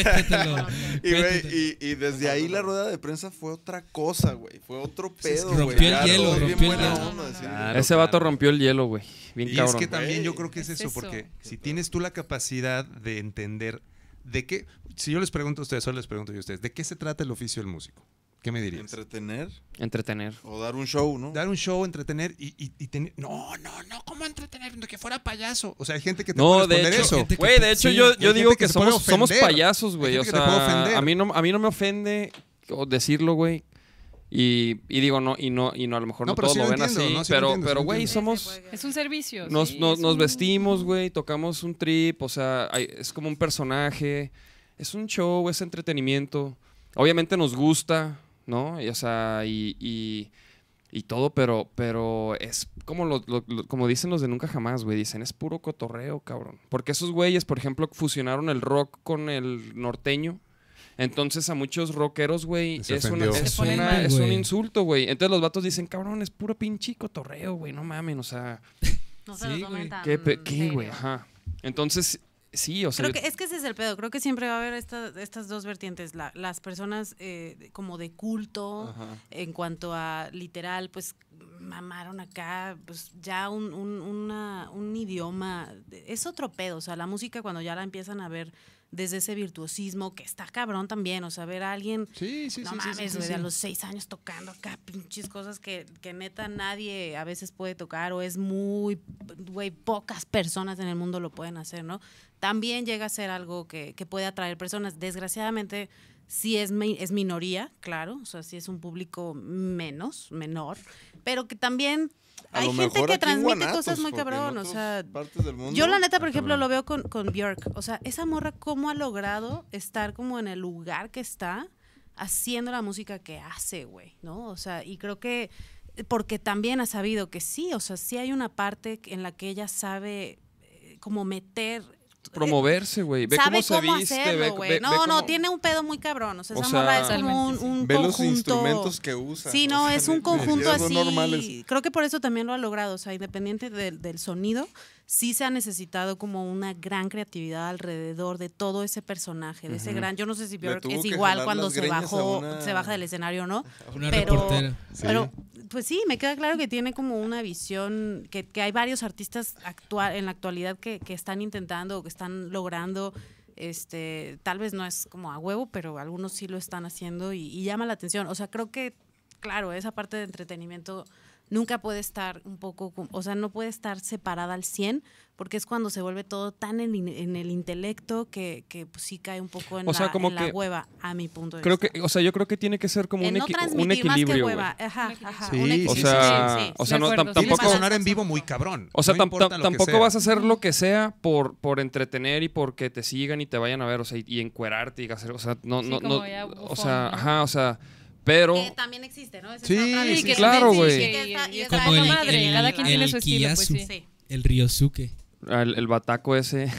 [SPEAKER 5] claro.
[SPEAKER 7] cuéntatelo.
[SPEAKER 6] (laughs) Y, güey,
[SPEAKER 7] Cuéntatelo.
[SPEAKER 6] y, y desde ahí la rueda de prensa fue otra cosa, güey. Fue otro pedo, güey.
[SPEAKER 7] rompió el
[SPEAKER 6] Ya
[SPEAKER 7] hielo,
[SPEAKER 6] todos bien
[SPEAKER 7] rompió el
[SPEAKER 6] buena
[SPEAKER 7] hielo.
[SPEAKER 6] onda, sí.
[SPEAKER 3] Claro.
[SPEAKER 2] Ese vato rompió el hielo, güey. Bien
[SPEAKER 3] Y
[SPEAKER 2] cabrón.
[SPEAKER 3] es que también
[SPEAKER 6] Güey.
[SPEAKER 3] yo creo que es,
[SPEAKER 4] Es
[SPEAKER 3] eso,
[SPEAKER 4] eso.
[SPEAKER 3] porque si tienes tú la capacidad de entender de qué, si yo les pregunto a ustedes, solo les pregunto yo a ustedes, ¿de qué se trata el oficio del músico? ¿Qué me dirías?
[SPEAKER 6] Entretener
[SPEAKER 2] Entretener.
[SPEAKER 6] o dar un show, ¿no?
[SPEAKER 3] Dar un show, entretener y, y, y tener... No, no, no, ¿cómo entretener? Que fuera payaso. O sea, hay gente que te
[SPEAKER 2] No,
[SPEAKER 3] puede
[SPEAKER 2] de
[SPEAKER 3] responder
[SPEAKER 2] hecho,
[SPEAKER 3] eso.
[SPEAKER 7] gente que
[SPEAKER 2] güey,
[SPEAKER 7] te-
[SPEAKER 2] de hecho
[SPEAKER 7] sí,
[SPEAKER 2] yo,
[SPEAKER 3] hay
[SPEAKER 2] yo
[SPEAKER 3] gente
[SPEAKER 2] digo
[SPEAKER 3] que
[SPEAKER 2] que
[SPEAKER 3] se puede
[SPEAKER 2] somos, somos
[SPEAKER 3] ofender.
[SPEAKER 2] payasos, güey.
[SPEAKER 3] Hay
[SPEAKER 2] O
[SPEAKER 3] gente que te puede
[SPEAKER 2] sea,
[SPEAKER 3] ofender.
[SPEAKER 2] a mí, no, a mí no me ofende o decirlo, güey. Y, y digo, no, y no, y no, a lo mejor no,
[SPEAKER 3] No, pero
[SPEAKER 2] todos
[SPEAKER 3] sí
[SPEAKER 2] lo
[SPEAKER 3] lo
[SPEAKER 2] ven
[SPEAKER 3] entiendo,
[SPEAKER 2] así.
[SPEAKER 3] ¿no? Sí lo
[SPEAKER 2] pero,
[SPEAKER 3] entiendo, sí
[SPEAKER 2] pero,
[SPEAKER 3] lo
[SPEAKER 2] güey,
[SPEAKER 3] entiendo.
[SPEAKER 2] somos.
[SPEAKER 4] Es un servicio.
[SPEAKER 2] Nos,
[SPEAKER 4] sí,
[SPEAKER 2] nos,
[SPEAKER 4] es
[SPEAKER 2] nos
[SPEAKER 4] un-
[SPEAKER 2] vestimos, güey, tocamos un trip, o sea, hay- es como un personaje, es un show, es entretenimiento. Obviamente nos gusta, ¿no? Y, o sea, y, y- y todo, pero, pero es como, lo- lo- lo- como dicen los de Nunca Jamás, güey, dicen, es puro cotorreo, cabrón. Porque esos güeyes, por ejemplo, fusionaron el rock con el norteño. Entonces a muchos rockeros, güey,
[SPEAKER 3] Se
[SPEAKER 2] es, una-
[SPEAKER 3] ofendió.
[SPEAKER 2] es,
[SPEAKER 4] Se ponen
[SPEAKER 2] una-
[SPEAKER 7] mal,
[SPEAKER 2] es un
[SPEAKER 7] güey.
[SPEAKER 2] insulto, güey. Entonces los vatos dicen, cabrón, es puro pinche cotorreo, güey, no mamen, o sea...
[SPEAKER 5] No se lo
[SPEAKER 7] Sí,
[SPEAKER 5] tomen
[SPEAKER 7] güey.
[SPEAKER 5] tan
[SPEAKER 2] ¿Qué, pe- qué,
[SPEAKER 5] serio.
[SPEAKER 2] güey? Ajá. Entonces, sí, o sea,
[SPEAKER 5] Creo
[SPEAKER 2] yo-
[SPEAKER 5] que es que ese es el pedo. Creo que siempre va a haber esta- estas dos vertientes. la- las personas eh, de- como de culto, en cuanto a literal, pues mamaron acá, pues ya un, un- una- un idioma. Es otro pedo. O sea, la música cuando ya la empiezan a ver desde ese virtuosismo, que está cabrón también. O sea, ver a alguien.
[SPEAKER 3] Sí, sí,
[SPEAKER 5] no
[SPEAKER 3] sí. sí,
[SPEAKER 5] mames,
[SPEAKER 3] sí, sí,
[SPEAKER 5] güey,
[SPEAKER 3] sí.
[SPEAKER 5] a los seis años tocando acá pinches cosas que, que neta nadie a veces puede tocar o es muy, güey, pocas personas en el mundo lo pueden hacer, ¿no? También llega a ser algo que, que puede atraer personas. Desgraciadamente, sí es, mi- es minoría, claro, o sea, sí es un público menos, menor, pero que también
[SPEAKER 6] A
[SPEAKER 5] hay
[SPEAKER 6] lo
[SPEAKER 5] gente
[SPEAKER 6] mejor
[SPEAKER 5] que
[SPEAKER 6] aquí en
[SPEAKER 5] transmite
[SPEAKER 6] Guanatos,
[SPEAKER 5] cosas muy
[SPEAKER 6] porque en
[SPEAKER 5] cabrón, o
[SPEAKER 6] otras
[SPEAKER 5] sea...
[SPEAKER 6] partes del mundo-
[SPEAKER 5] Yo la neta, por ejemplo, lo veo con, con Björk. O sea, esa morra cómo ha logrado estar como en el lugar que está haciendo la música que hace, güey, ¿no? O sea, y creo que porque también ha sabido que sí, o sea, sí hay una parte en la que ella sabe eh, como meter
[SPEAKER 2] promoverse, güey. Ve
[SPEAKER 5] sabe
[SPEAKER 2] cómo se viste, ve-
[SPEAKER 5] hacerlo,
[SPEAKER 2] ve-
[SPEAKER 5] güey.
[SPEAKER 2] ve
[SPEAKER 5] No, no,
[SPEAKER 2] cómo-
[SPEAKER 5] tiene un pedo muy cabrón. O sea,
[SPEAKER 2] O
[SPEAKER 5] esa
[SPEAKER 2] sea,
[SPEAKER 5] morra es como un,
[SPEAKER 4] Totalmente,
[SPEAKER 5] un
[SPEAKER 6] Ve los
[SPEAKER 5] conjunto-
[SPEAKER 6] instrumentos que usa.
[SPEAKER 5] Sí,
[SPEAKER 6] o
[SPEAKER 5] no,
[SPEAKER 6] sea,
[SPEAKER 5] es un
[SPEAKER 6] ni- ni
[SPEAKER 5] conjunto
[SPEAKER 6] siquiera son
[SPEAKER 5] así.
[SPEAKER 6] normales.
[SPEAKER 5] Creo que por eso también lo ha logrado, o sea, independiente del, del sonido, sí se ha necesitado como una gran creatividad alrededor de todo ese personaje, de ese gran. Yo no sé si Björk
[SPEAKER 6] tuvo
[SPEAKER 5] es
[SPEAKER 6] que
[SPEAKER 5] igual
[SPEAKER 6] jalar
[SPEAKER 5] cuando
[SPEAKER 6] las
[SPEAKER 5] se
[SPEAKER 6] greñas a
[SPEAKER 5] bajó,
[SPEAKER 6] una-
[SPEAKER 5] se baja del escenario o
[SPEAKER 2] (laughs)
[SPEAKER 5] no.
[SPEAKER 7] Una
[SPEAKER 5] pero,
[SPEAKER 7] reportera.
[SPEAKER 5] pero, pues sí, me queda claro que tiene como una visión, que, que hay varios artistas actual, en la actualidad que, que están intentando o que están logrando. Este, tal vez no es como a huevo, pero algunos sí lo están haciendo y, y llama la atención. O sea, creo que, claro, esa parte de entretenimiento nunca puede estar un poco, com- o sea, no puede estar separada al 100, porque es cuando se vuelve todo tan en, in- en el intelecto que, que pues, sí cae un poco en,
[SPEAKER 2] O sea,
[SPEAKER 5] la,
[SPEAKER 2] como
[SPEAKER 5] en la
[SPEAKER 2] que-
[SPEAKER 5] hueva, a mi punto de
[SPEAKER 2] Creo
[SPEAKER 5] vista.
[SPEAKER 2] que, o sea, yo creo que tiene que ser como
[SPEAKER 5] En
[SPEAKER 2] un,
[SPEAKER 5] no
[SPEAKER 2] equi- un
[SPEAKER 5] transmitir más que
[SPEAKER 2] equilibrio, güey.
[SPEAKER 5] hueva. Ajá, ajá,
[SPEAKER 3] Sí,
[SPEAKER 5] un
[SPEAKER 3] sí,
[SPEAKER 2] O
[SPEAKER 5] equilibrio.
[SPEAKER 2] sea,
[SPEAKER 5] Sí, sí,
[SPEAKER 2] o sea,
[SPEAKER 4] de
[SPEAKER 2] no,
[SPEAKER 4] acuerdo.
[SPEAKER 3] Tienes
[SPEAKER 2] tampoco,
[SPEAKER 3] que sonar en vivo muy cabrón.
[SPEAKER 2] o sea,
[SPEAKER 3] no
[SPEAKER 2] tam-
[SPEAKER 3] importa
[SPEAKER 2] tam-
[SPEAKER 3] lo que
[SPEAKER 2] tampoco
[SPEAKER 3] sea.
[SPEAKER 2] vas a hacer lo que sea por, por entretener y porque te sigan y te vayan a ver, o sea, y, y encuerarte y hacer, o sea, no,
[SPEAKER 4] Sí,
[SPEAKER 2] no,
[SPEAKER 4] como
[SPEAKER 2] no,
[SPEAKER 4] ya
[SPEAKER 2] o
[SPEAKER 4] bufón,
[SPEAKER 2] sea,
[SPEAKER 4] ¿no?
[SPEAKER 2] ajá, o sea, pero,
[SPEAKER 5] Que también existe, ¿no? Esa es
[SPEAKER 3] Sí,
[SPEAKER 5] otra
[SPEAKER 3] sí,
[SPEAKER 5] vez.
[SPEAKER 2] que claro, güey.
[SPEAKER 7] Como el,
[SPEAKER 4] madre,
[SPEAKER 7] el,
[SPEAKER 4] cada quien tiene
[SPEAKER 7] el
[SPEAKER 4] su estilo, pues,
[SPEAKER 7] Kiyasu,
[SPEAKER 5] Sí.
[SPEAKER 7] el Ryosuke.
[SPEAKER 2] el, el bataco ese,